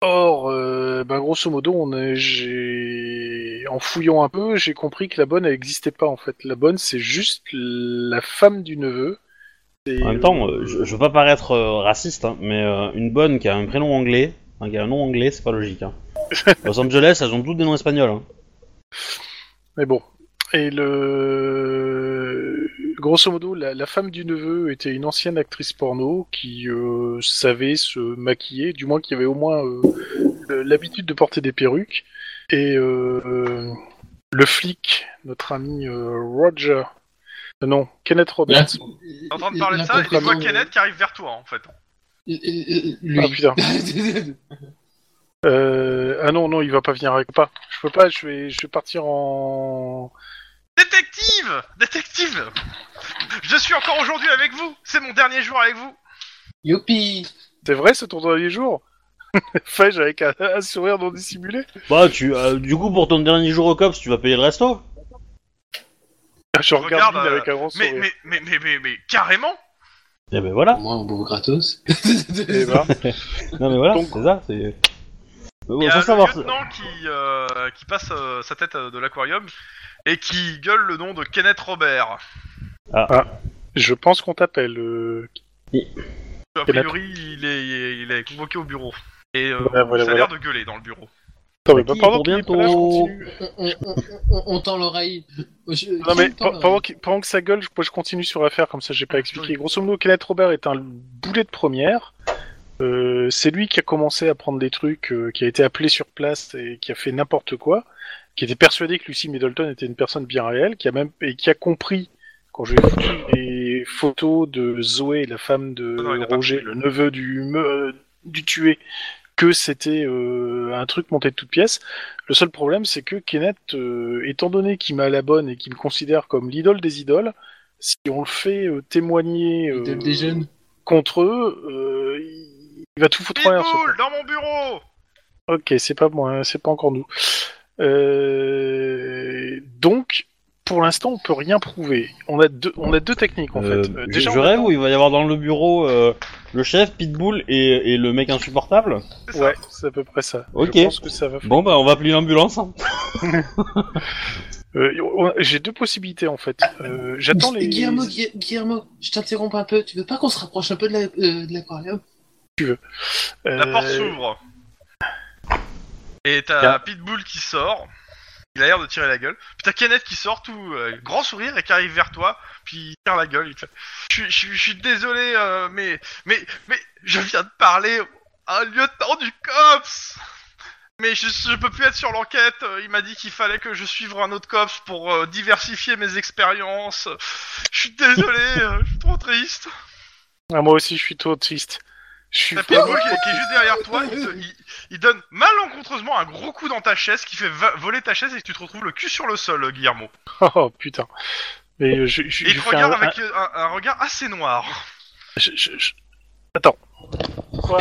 [SPEAKER 4] Or, euh, ben, grosso modo, on est- j'ai- en fouillant un peu, j'ai compris que la bonne elle n'existait pas en fait. La bonne, c'est juste la femme du neveu. C'est,
[SPEAKER 2] En même temps,
[SPEAKER 4] euh,
[SPEAKER 2] euh, je, je veux pas paraître euh, raciste, hein, mais euh, une bonne qui a un prénom anglais, hein, qui a un nom anglais, c'est pas logique. Hein. Los Angeles, elles ont toutes des noms espagnols. hein.
[SPEAKER 4] Mais bon. Et le. Grosso modo, la, la femme du neveu était une ancienne actrice porno qui euh, savait se maquiller, du moins qui avait au moins euh, le- l'habitude de porter des perruques. Et euh, le flic, notre ami euh, Roger. euh, Non, Kenneth Roberts.
[SPEAKER 1] T'es en train de parler de ça et tu vois Kenneth qui arrive vers toi en fait.
[SPEAKER 4] Ah, putain. Euh, ah non, non, il va pas venir avec pas. Je peux pas, je vais, je vais partir en.
[SPEAKER 1] Détective Détective Je suis encore aujourd'hui avec vous C'est mon dernier jour avec vous
[SPEAKER 3] Youpi
[SPEAKER 4] C'est vrai, c'est ton dernier jour Fais-je avec un, un sourire non dissimulé
[SPEAKER 2] Bah, tu, euh, du coup, pour ton dernier jour au COPS, tu vas payer le resto
[SPEAKER 4] Je regarde
[SPEAKER 1] Regarde,
[SPEAKER 4] Lynn
[SPEAKER 1] euh,
[SPEAKER 4] avec un grand
[SPEAKER 1] mais,
[SPEAKER 4] sourire.
[SPEAKER 1] mais, mais, mais, mais, mais, carrément
[SPEAKER 2] Eh ben voilà
[SPEAKER 3] Moi, on bouffe gratos.
[SPEAKER 4] Eh ben,
[SPEAKER 2] Non mais voilà,
[SPEAKER 4] Donc-
[SPEAKER 2] c'est ça, c'est... Bon,
[SPEAKER 1] Il y a
[SPEAKER 2] faut
[SPEAKER 1] le
[SPEAKER 2] savoir...
[SPEAKER 1] lieutenant qui, euh, qui passe euh, sa tête euh, de l'aquarium et qui gueule le nom de Kenneth Robert.
[SPEAKER 4] je pense qu'on t'appelle. euh,
[SPEAKER 1] A
[SPEAKER 4] Kenneth.
[SPEAKER 1] priori, il est, il est, il est convoqué au bureau. Et euh,
[SPEAKER 4] Voilà, voilà,
[SPEAKER 1] ça a l'air de gueuler dans le bureau.
[SPEAKER 4] Attends, mais
[SPEAKER 2] Bah, Qui est
[SPEAKER 4] pendant
[SPEAKER 2] pour
[SPEAKER 4] qu'il est pas là, je
[SPEAKER 2] bientôt
[SPEAKER 4] continue.
[SPEAKER 3] On, on- on- on- on tend l'oreille. Je-
[SPEAKER 4] Non mais
[SPEAKER 3] qui tend
[SPEAKER 4] pe- pendant, qu'il- pendant que ça gueule, je, moi, je continue sur l'affaire comme ça j'ai pas expliqué.
[SPEAKER 1] Oui.
[SPEAKER 4] Grosso modo, Kenneth Robert est un boulet de première. Euh, c'est lui qui a commencé à prendre des trucs, euh, qui a été appelé sur place et qui a fait n'importe quoi, qui était persuadé que Lucy Middleton était une personne bien réelle, qui a même et qui a compris quand je lui ai foutu des photos de Zoé, la femme de
[SPEAKER 1] Non, non, il a pas
[SPEAKER 4] Roger, le neveu du me- du tué, que c'était euh, un truc monté de toutes pièces. Le seul problème, c'est que Kenneth, euh, étant donné qu'il m'a la bonne et qu'il me considère comme l'idole des idoles, si on le fait euh, témoigner
[SPEAKER 3] l'oreille. Des-
[SPEAKER 4] euh,
[SPEAKER 3] des jeunes.
[SPEAKER 4] contre eux, euh, il il va tout foutre en l'air, ce con.
[SPEAKER 1] Pitbull, dans mon bureau
[SPEAKER 4] Ok, c'est pas moi, hein, c'est pas encore nous. Euh, donc, pour l'instant, on peut rien prouver. On a deux, on a deux techniques en
[SPEAKER 2] Euh,
[SPEAKER 4] fait. Euh,
[SPEAKER 2] je-
[SPEAKER 4] déjà,
[SPEAKER 2] je
[SPEAKER 4] on
[SPEAKER 2] rêve
[SPEAKER 4] attend-
[SPEAKER 2] où il va y avoir dans le bureau euh, le chef, Pitbull et, et le mec insupportable
[SPEAKER 1] C'est ça.
[SPEAKER 4] Ouais, c'est à peu près ça.
[SPEAKER 2] Ok.
[SPEAKER 4] Je pense que ça va.
[SPEAKER 2] Bon bah on va appeler l'ambulance. hein.
[SPEAKER 4] Euh, on- J'ai deux possibilités en fait. Euh, J'attends les.
[SPEAKER 3] Guillermo, Gui- Guillermo, je t'interromps un peu. Tu veux pas qu'on se rapproche un peu de la- euh, de l'aquarium
[SPEAKER 1] La
[SPEAKER 4] Euh,
[SPEAKER 1] porte s'ouvre. Et t'as
[SPEAKER 2] Tiens.
[SPEAKER 1] Pitbull qui sort. Il a l'air de tirer la gueule. Puis t'as Kenneth qui sort tout euh, grand sourire et qui arrive vers toi. Puis il tire la gueule. Il te fait Je suis- je suis- je suis désolé, euh, mais, mais, mais je viens de parler à un lieutenant du COPS Mais je, je peux plus être sur l'enquête. euh, Il m'a dit qu'il fallait que je suive un autre cops pour euh, diversifier mes expériences. Je suis désolé, euh, je suis trop triste.
[SPEAKER 4] Ah, moi aussi, je suis trop triste. Je suis
[SPEAKER 1] T'as Pierrot qui, qui est juste derrière toi. Il, te- il- il donne malencontreusement un gros coup dans ta chaise qui fait va- voler ta chaise et que tu te retrouves le cul sur le sol, euh, Guillermo.
[SPEAKER 4] Oh putain. Mais euh, je, je,
[SPEAKER 1] Et il
[SPEAKER 4] je
[SPEAKER 1] te
[SPEAKER 4] fais un-
[SPEAKER 1] regarde avec euh, un, un regard assez noir.
[SPEAKER 4] un- je- je- je- Attends. Quoi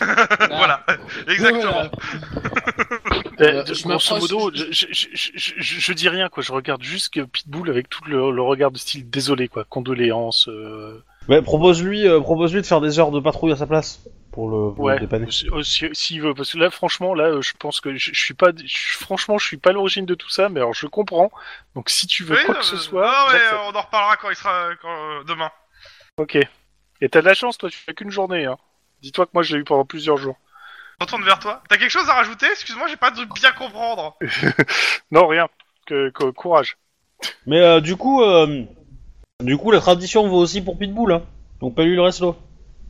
[SPEAKER 4] Ah.
[SPEAKER 1] voilà, exactement.
[SPEAKER 3] Voilà.
[SPEAKER 4] Euh,
[SPEAKER 3] Euh, je
[SPEAKER 4] grosso
[SPEAKER 3] m'approche,
[SPEAKER 4] modo,
[SPEAKER 3] je-
[SPEAKER 4] je, je, je, je- je- je dis rien, quoi. Je regarde juste que Pitbull avec tout le, le regard de style désolé, quoi. Condoléances. euh,
[SPEAKER 2] Ouais, propose-lui euh, propose-lui de faire des heures de patrouille à sa place pour le, pour
[SPEAKER 4] Ouais.
[SPEAKER 2] le dépanner.
[SPEAKER 4] si- euh, si- S'il veut, parce que là, franchement, là, euh, je pense que je, je suis pas. je- franchement, je suis pas à l'origine de tout ça, mais alors je comprends. Donc si tu veux
[SPEAKER 1] Oui,
[SPEAKER 4] quoi
[SPEAKER 1] non,
[SPEAKER 4] que ce
[SPEAKER 1] mais-
[SPEAKER 4] soit.
[SPEAKER 1] Ah ouais,
[SPEAKER 4] j'accepte.
[SPEAKER 1] on en reparlera quand il sera quand- euh, demain.
[SPEAKER 4] Ok. Et t'as de la chance, toi, tu fais qu'une journée, hein. Dis-toi que moi, je l'ai eu pendant plusieurs jours.
[SPEAKER 1] Je Retourne vers toi. T'as quelque chose à rajouter Excuse-moi, j'ai pas dû bien comprendre.
[SPEAKER 4] Non, rien. Que, que- courage.
[SPEAKER 2] Mais euh, du coup, euh, du coup, la tradition vaut aussi pour Pitbull, hein. donc pas lui le reste là.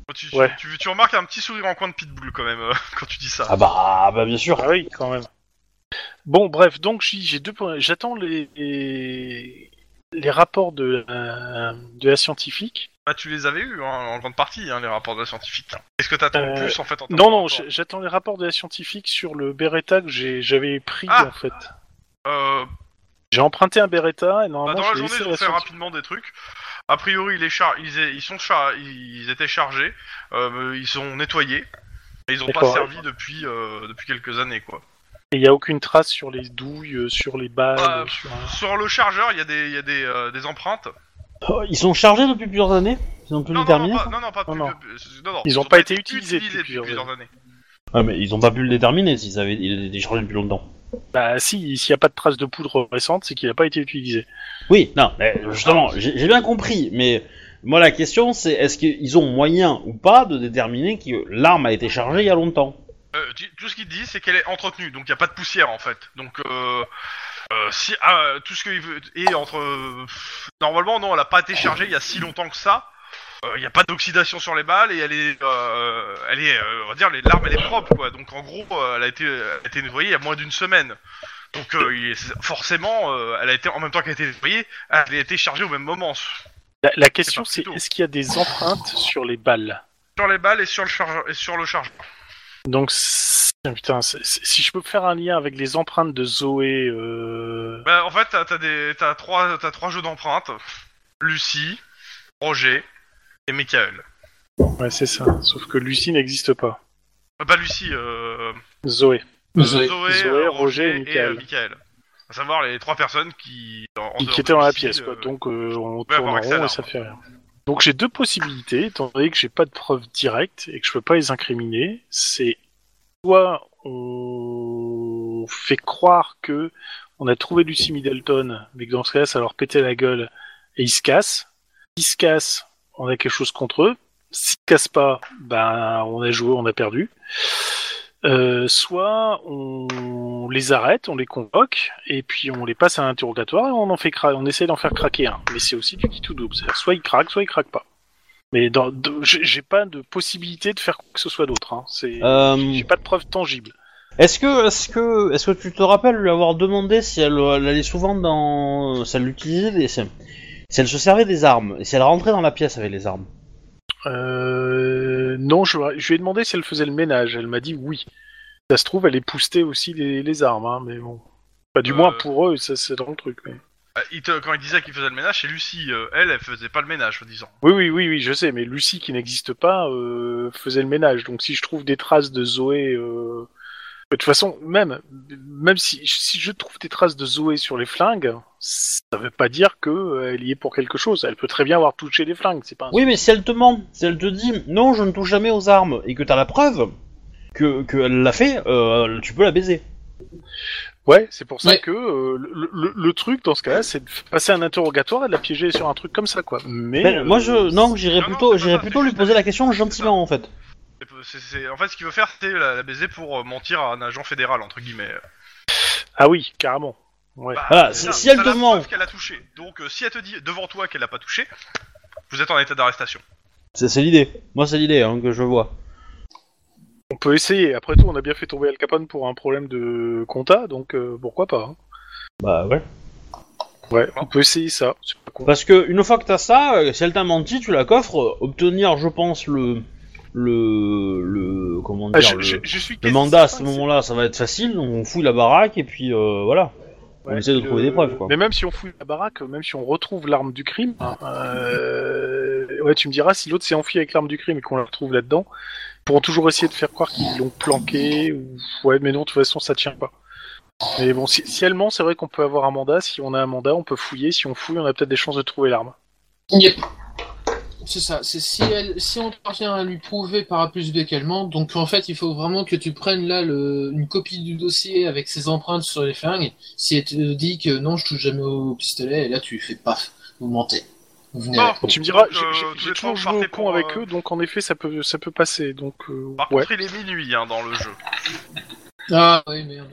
[SPEAKER 1] Oh, Tu, tu-
[SPEAKER 4] Ouais.
[SPEAKER 1] tu, tu remarques un petit sourire en coin de Pitbull quand même euh, quand tu dis ça.
[SPEAKER 2] Ah bah, bah bien sûr.
[SPEAKER 4] Ah oui, quand même. Bon, bref, donc j'y- j'ai deux points. J'attends les, les, les rapports de, la- de la scientifique.
[SPEAKER 1] Bah, tu les avais eus hein, en grande partie, hein, les rapports de la scientifique. Qu'est-ce que t'attends de
[SPEAKER 4] Euh,
[SPEAKER 1] plus en fait en termes
[SPEAKER 4] Non,
[SPEAKER 1] de
[SPEAKER 4] non,
[SPEAKER 1] rapport
[SPEAKER 4] j'- j'attends les rapports de la scientifique sur le Beretta que j'ai- j'avais pris,
[SPEAKER 1] Ah
[SPEAKER 4] en fait.
[SPEAKER 1] Euh,
[SPEAKER 4] J'ai emprunté un Beretta et
[SPEAKER 1] bah,
[SPEAKER 4] normalement,
[SPEAKER 1] Dans
[SPEAKER 4] je
[SPEAKER 1] la
[SPEAKER 4] l'ai
[SPEAKER 1] journée, ils
[SPEAKER 4] laissé à
[SPEAKER 1] ont
[SPEAKER 4] la
[SPEAKER 1] fait
[SPEAKER 4] scientifique.
[SPEAKER 1] rapidement des trucs. A priori, les chars, ils, a- ils sont char- ils étaient chargés, euh, ils sont nettoyés. Et ils ont pas
[SPEAKER 4] D'accord.
[SPEAKER 1] servi depuis, euh, depuis quelques années quoi.
[SPEAKER 4] Et il n'y a aucune trace sur les douilles, euh, sur les balles.
[SPEAKER 1] Ah,
[SPEAKER 4] euh, sur...
[SPEAKER 1] Sur le chargeur, il y a des, il y a des, euh, des empreintes.
[SPEAKER 2] Oh, Ils sont chargés depuis plusieurs années. Ils ont pu
[SPEAKER 1] Non non
[SPEAKER 2] le
[SPEAKER 1] non,
[SPEAKER 2] déterminer.
[SPEAKER 1] pas, non, non, pas
[SPEAKER 4] Non,
[SPEAKER 1] plus-
[SPEAKER 4] non.
[SPEAKER 1] plus- non, non,
[SPEAKER 4] Ils ont
[SPEAKER 1] ont
[SPEAKER 4] pas été utilisés
[SPEAKER 1] depuis
[SPEAKER 4] depuis plusieurs
[SPEAKER 1] plusieurs années.
[SPEAKER 2] Ah mais ils ont pas pu le déterminer s'ils avaient il était chargé depuis longtemps.
[SPEAKER 4] Bah si, s'il n'y a pas de trace de poudre récente, c'est qu'il n'a pas été utilisé.
[SPEAKER 2] Oui, non, mais justement, j'ai j'ai bien compris, mais moi la question c'est est-ce qu'ils ont moyen ou pas de déterminer que l'arme a été chargée il y a longtemps
[SPEAKER 1] Euh, tu- tout ce qu'il dit, c'est qu'elle est entretenue, donc il n'y a pas de poussière en fait. Donc, euh, euh, si ah, tout ce qu'il veut et entre euh, pff, normalement non, elle a pas été chargée il y a si longtemps que ça. Euh, Il n'y a pas d'oxydation sur les balles et elle est, euh, elle est, euh, on va dire les l'arme elle est propre quoi. Donc en gros, euh, elle a été, elle a été nettoyée il y a moins d'une semaine. Donc euh, il est- forcément, euh, elle a été en même temps qu'elle a été nettoyée, elle a été chargée au même moment sur
[SPEAKER 4] La, la question,
[SPEAKER 1] parti
[SPEAKER 4] c'est
[SPEAKER 1] tôt.
[SPEAKER 4] est-ce qu'il y a des empreintes sur les balles
[SPEAKER 1] les balles et sur le chargeur et sur le chargeur.
[SPEAKER 4] Donc, c'est- putain, c'est- c'est- si je peux faire un lien avec les empreintes de Zoé, euh,
[SPEAKER 1] Bah, en fait, t'as t'as des, t'as trois, t'as trois jeux d'empreintes. Lucie, Roger et Michael.
[SPEAKER 4] ouais, c'est ça. Sauf que Lucie n'existe pas.
[SPEAKER 1] Euh, pas Lucie, euh,
[SPEAKER 4] Zoé.
[SPEAKER 1] Zoé,
[SPEAKER 3] Zoé.
[SPEAKER 4] Zoé,
[SPEAKER 1] euh,
[SPEAKER 4] Roger
[SPEAKER 1] Roger
[SPEAKER 4] et
[SPEAKER 1] et
[SPEAKER 4] Michael.
[SPEAKER 1] euh, Michael. À savoir les trois personnes qui, en- en
[SPEAKER 4] Qui,
[SPEAKER 1] dehors
[SPEAKER 4] qui
[SPEAKER 1] de
[SPEAKER 4] était dans la
[SPEAKER 1] Lucie,
[SPEAKER 4] pièce,
[SPEAKER 1] euh,
[SPEAKER 4] quoi. Donc, euh, on
[SPEAKER 1] pouvez
[SPEAKER 4] tourne
[SPEAKER 1] avoir
[SPEAKER 4] en
[SPEAKER 1] accès à
[SPEAKER 4] rond et ça
[SPEAKER 1] l'arme.
[SPEAKER 4] fait rien. Donc, j'ai deux possibilités, étant donné que j'ai pas de preuves directes et que je peux pas les incriminer. C'est soit on fait croire que on a trouvé Lucie Middleton, mais que dans ce cas-là, ça leur pétait la gueule et ils se cassent. Ils se cassent, on a quelque chose contre eux. S'ils se cassent pas, ben, on a joué, on a perdu. Euh, soit on les arrête, on les convoque, et puis on les passe à l'interrogatoire et on en fait cra- on essaie d'en faire craquer un. Mais c'est aussi du qui tout double, c'est-à-dire soit ils craquent, soit ils craquent pas. Mais dans, de- j'ai j'ai pas de possibilité de faire quoi que ce soit d'autre. Hein. C'est-
[SPEAKER 2] Euh,
[SPEAKER 4] J'ai pas de preuve tangible.
[SPEAKER 2] Est-ce que, est-ce que, est-ce que tu te rappelles lui avoir demandé si elle, euh, elle allait souvent dans, si elle l'utilisait, des- si, si elle se servait des armes, et si elle rentrait dans la pièce avec les armes
[SPEAKER 4] Euh, non, je, je lui ai demandé si elle faisait le ménage. Elle m'a dit oui. Ça se trouve, elle époustait aussi les, les armes, hein, mais bon. Bah, du
[SPEAKER 1] Euh.
[SPEAKER 4] moins pour eux, ça c'est dans le truc. mais-
[SPEAKER 1] euh, il te- quand il disait qu'il faisait le ménage, c'est Lucie. euh, elle, elle faisait pas le ménage, disant.
[SPEAKER 4] Oui, oui, oui, oui, je sais, mais Lucie, qui n'existe pas, euh, faisait le ménage. Donc si je trouve des traces de Zoé... euh, De toute façon, même, même si, si je trouve des traces de Zoé sur les flingues, ça veut pas dire que euh, elle y est pour quelque chose. Elle peut très bien avoir touché les flingues, c'est pas un
[SPEAKER 2] Oui, mais si elle te ment, si elle te dit non, je ne touche jamais aux armes, et que t'as la preuve que qu'elle l'a fait, euh, tu peux la baiser.
[SPEAKER 4] Ouais, c'est pour ça
[SPEAKER 3] Ouais.
[SPEAKER 4] que euh, le, le- le truc dans ce cas-là, c'est de passer un interrogatoire et de la piéger sur un truc comme ça, quoi. Mais
[SPEAKER 2] Ben,
[SPEAKER 4] euh,
[SPEAKER 2] moi, je, non, j'irais
[SPEAKER 1] non,
[SPEAKER 2] plutôt,
[SPEAKER 1] c'est pas
[SPEAKER 2] j'irais
[SPEAKER 1] ça,
[SPEAKER 2] plutôt
[SPEAKER 1] c'est
[SPEAKER 2] lui
[SPEAKER 1] juste-
[SPEAKER 2] poser la question gentiment en fait.
[SPEAKER 1] C'est- c'est- c'est- en fait, ce qu'il veut faire, c'est la, la baiser pour euh, mentir à un agent fédéral, entre guillemets.
[SPEAKER 4] ah oui, carrément. Ouais.
[SPEAKER 1] Bah,
[SPEAKER 2] Voilà,
[SPEAKER 1] c'est
[SPEAKER 2] si-
[SPEAKER 1] ça,
[SPEAKER 2] si elle
[SPEAKER 1] t'as la
[SPEAKER 2] te ment.
[SPEAKER 1] preuve qu'elle a touché. Donc, euh, si elle te dit devant toi qu'elle l'a pas touché, vous êtes en état d'arrestation.
[SPEAKER 2] C'est, c'est l'idée. Moi, c'est l'idée hein, que je vois.
[SPEAKER 4] On peut essayer. Après tout, on a bien fait tomber Al Capone pour un problème de compta, donc euh, pourquoi pas. hein.
[SPEAKER 2] Bah ouais.
[SPEAKER 4] Ouais, on peut essayer ça. C'est pas con.
[SPEAKER 2] Parce que une fois que t'as ça, euh, si elle t'a menti, tu la coffres. euh, Obtenir, je pense, le le le comment
[SPEAKER 4] Ah,
[SPEAKER 2] dire
[SPEAKER 4] je-
[SPEAKER 2] le,
[SPEAKER 4] je- je suis
[SPEAKER 2] le
[SPEAKER 4] quasi
[SPEAKER 2] mandat à ce
[SPEAKER 4] certain que
[SPEAKER 2] moment-là, ça va être facile. donc On fouille la baraque et puis euh, voilà.
[SPEAKER 4] Ouais,
[SPEAKER 2] on essaie de
[SPEAKER 4] puis,
[SPEAKER 2] trouver des
[SPEAKER 4] euh,
[SPEAKER 2] preuves, quoi.
[SPEAKER 4] Mais même si on fouille la baraque, même si on retrouve l'arme du crime, hein, euh, ouais, tu me diras si l'autre s'est enfui avec l'arme du crime et qu'on la retrouve là-dedans, ils pourront toujours essayer de faire croire qu'ils l'ont planqué. Ou... Ouais, mais non, de toute façon, ça tient pas. Mais bon, si, si elle ment, c'est vrai qu'on peut avoir un mandat. Si on a un mandat, on peut fouiller. Si on fouille, on a peut-être des chances de trouver l'arme.
[SPEAKER 3] Yep. C'est ça, c'est si, elle, si on parvient à lui prouver par A plus B qu'elle ment, donc en fait il faut vraiment que tu prennes là le, une copie du dossier avec ses empreintes sur les fringues, si elle te dit que non je touche jamais au pistolet, et là tu fais paf, vous mentez. Vous venez
[SPEAKER 1] Bon.
[SPEAKER 3] avec nous.
[SPEAKER 4] Ah, Tu me diras,
[SPEAKER 1] Donc,
[SPEAKER 4] j'ai-
[SPEAKER 1] euh,
[SPEAKER 4] j'ai
[SPEAKER 1] tous
[SPEAKER 4] j'ai
[SPEAKER 1] les trois,
[SPEAKER 4] toujours
[SPEAKER 1] vous
[SPEAKER 4] joué au
[SPEAKER 1] partez
[SPEAKER 4] con
[SPEAKER 1] pour,
[SPEAKER 4] avec
[SPEAKER 1] euh,
[SPEAKER 4] eux, donc en effet, ça peut, ça peut passer. Donc, euh,
[SPEAKER 1] Par
[SPEAKER 4] ouais.
[SPEAKER 1] contre, il est minuit hein, dans le jeu.
[SPEAKER 3] Ah oui merde.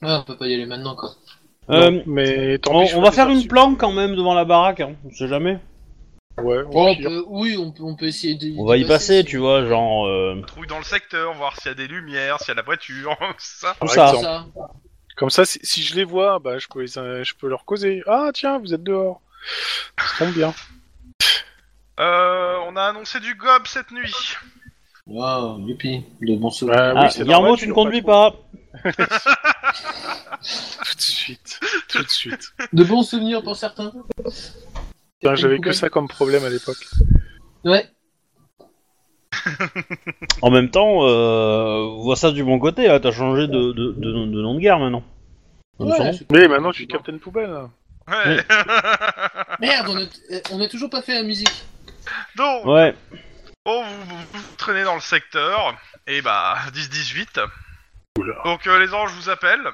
[SPEAKER 3] Ah on peut pas y aller maintenant quoi.
[SPEAKER 2] Euh,
[SPEAKER 4] Non, mais tant
[SPEAKER 2] on,
[SPEAKER 4] pis, je
[SPEAKER 2] on
[SPEAKER 4] vais
[SPEAKER 2] va
[SPEAKER 4] les
[SPEAKER 2] faire une
[SPEAKER 4] archives.
[SPEAKER 2] planque Oh, quand même devant la baraque. Hein. On sait jamais.
[SPEAKER 4] Ouais,
[SPEAKER 3] Bon,
[SPEAKER 4] au
[SPEAKER 3] on
[SPEAKER 4] pire.
[SPEAKER 3] peut- oui on peut, on peut essayer de...
[SPEAKER 2] On va y passer,
[SPEAKER 3] si-
[SPEAKER 2] tu vois, genre euh,
[SPEAKER 1] Trouille dans le secteur, voir s'il y a des lumières, s'il y a de la voiture, ça.
[SPEAKER 2] tout
[SPEAKER 4] Par
[SPEAKER 2] ça.
[SPEAKER 4] exemple.
[SPEAKER 3] Ça.
[SPEAKER 4] Comme ça, si, si je les vois, bah, je, peux les- euh, je peux leur causer. Ah, tiens, vous êtes dehors. Ça tombe bien.
[SPEAKER 1] Euh, on a annoncé du gob cette nuit.
[SPEAKER 3] Wow, youpi, de bons souvenirs.
[SPEAKER 4] Bah,
[SPEAKER 2] Ah,
[SPEAKER 4] oui, c'est
[SPEAKER 2] Guillermo,
[SPEAKER 4] normal,
[SPEAKER 2] tu ne
[SPEAKER 4] l'auras
[SPEAKER 2] conduis pas.
[SPEAKER 4] trouvé. Tout de suite. Tout de suite.
[SPEAKER 3] De bons souvenirs pour certains.
[SPEAKER 4] Putain, J'avais que ça comme problème à l'époque.
[SPEAKER 3] Ouais.
[SPEAKER 2] En même temps, euh, vois ça du bon côté. hein, T'as changé de, de, de, de nom de guerre maintenant. Il me
[SPEAKER 3] ouais
[SPEAKER 2] semble.
[SPEAKER 3] c'est-
[SPEAKER 4] Mais maintenant, je suis Captain Poubelle. là.
[SPEAKER 1] Ouais.
[SPEAKER 3] Merde, on a, euh, on a toujours pas fait la musique.
[SPEAKER 1] Donc,
[SPEAKER 2] ouais.
[SPEAKER 1] bon, vous, vous- vous traînez dans le secteur, et bah, 10-18.
[SPEAKER 4] Oula.
[SPEAKER 1] Donc, euh, les anges vous appellent,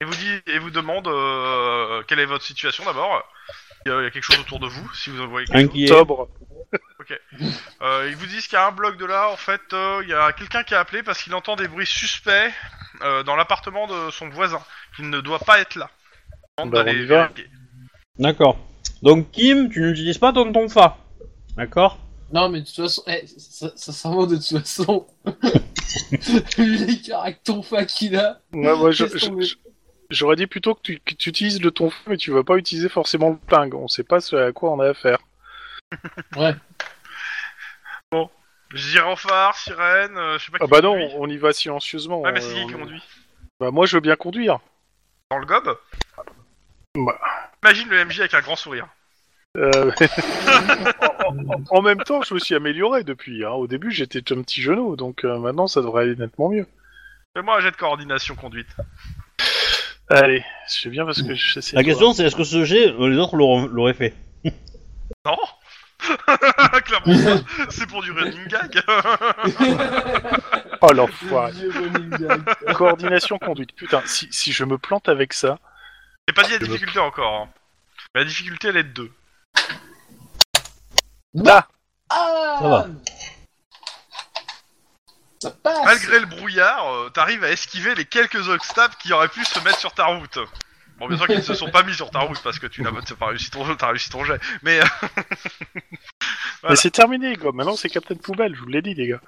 [SPEAKER 1] et vous, dit, et vous demandent euh, quelle est votre situation d'abord. Il y a il y a quelque chose autour de vous, si vous en voyez quelque chose.
[SPEAKER 2] Inquiet.
[SPEAKER 4] Sobre.
[SPEAKER 1] Euh, ils vous disent qu'il y a un bloc de là, en fait, euh, il y a quelqu'un qui a appelé parce qu'il entend des bruits suspects euh, dans l'appartement de son voisin, qu'il ne doit pas être là. Il demande
[SPEAKER 4] Bah, on
[SPEAKER 1] d'aller
[SPEAKER 4] y va.
[SPEAKER 1] vérifier.
[SPEAKER 2] D'accord. Donc Kim, tu n'utilises pas ton ton fa. D'accord
[SPEAKER 3] Non, mais de toute façon, eh, ça, ça s'invente de toute façon. Les caractères qu'il a.
[SPEAKER 4] Ouais, moi, je-
[SPEAKER 3] Laisse
[SPEAKER 4] je-
[SPEAKER 3] tomber.
[SPEAKER 4] je- J'aurais dit plutôt que tu, que tu utilises le ton feu, mais tu vas pas utiliser forcément le ping. On sait pas ce à quoi on a affaire.
[SPEAKER 3] Ouais.
[SPEAKER 1] Gyrophare, sirène, euh, je sais pas
[SPEAKER 4] Ah
[SPEAKER 1] qui
[SPEAKER 4] bah non,
[SPEAKER 1] conduit.
[SPEAKER 4] on y va silencieusement.
[SPEAKER 1] Ouais, mais c'est qui
[SPEAKER 4] Euh,
[SPEAKER 1] qui
[SPEAKER 4] on-
[SPEAKER 1] conduit
[SPEAKER 4] Bah moi, je veux bien conduire.
[SPEAKER 1] Dans le gob
[SPEAKER 4] Bah.
[SPEAKER 1] Imagine le MJ avec un grand sourire.
[SPEAKER 4] Euh, en, en- en même temps, je me suis amélioré depuis. hein. Au début, j'étais un petit genou, donc euh, maintenant, ça devrait aller nettement mieux.
[SPEAKER 1] Fais-moi un jet de coordination conduite.
[SPEAKER 4] Allez, je sais bien parce que je sais.
[SPEAKER 2] La
[SPEAKER 4] toi.
[SPEAKER 2] question c'est est-ce que ce jet, euh, les autres l'auront- l'auraient fait
[SPEAKER 1] Non Clairement pas. C'est pour du running gag
[SPEAKER 4] Oh l'enfoiré.
[SPEAKER 3] Le vieux running gag.
[SPEAKER 4] Coordination conduite. Putain, si, si je me plante avec ça.
[SPEAKER 1] J'ai pas dit la difficulté encore. hein. Mais La difficulté, elle est de 2.
[SPEAKER 4] Ah
[SPEAKER 3] Ah
[SPEAKER 2] Ça va.
[SPEAKER 3] Ça passe.
[SPEAKER 1] Malgré le brouillard, euh, t'arrives à esquiver les quelques obstacles qui auraient pu se mettre sur ta route. Bon, bien sûr qu'ils ne se sont pas mis sur ta route parce que tu n'as t'as pas réussi ton jeu, t'as réussi ton jet. Mais euh, Voilà.
[SPEAKER 4] Mais c'est terminé, quoi. Maintenant, c'est Captain Poubelle, je vous l'ai dit, les gars.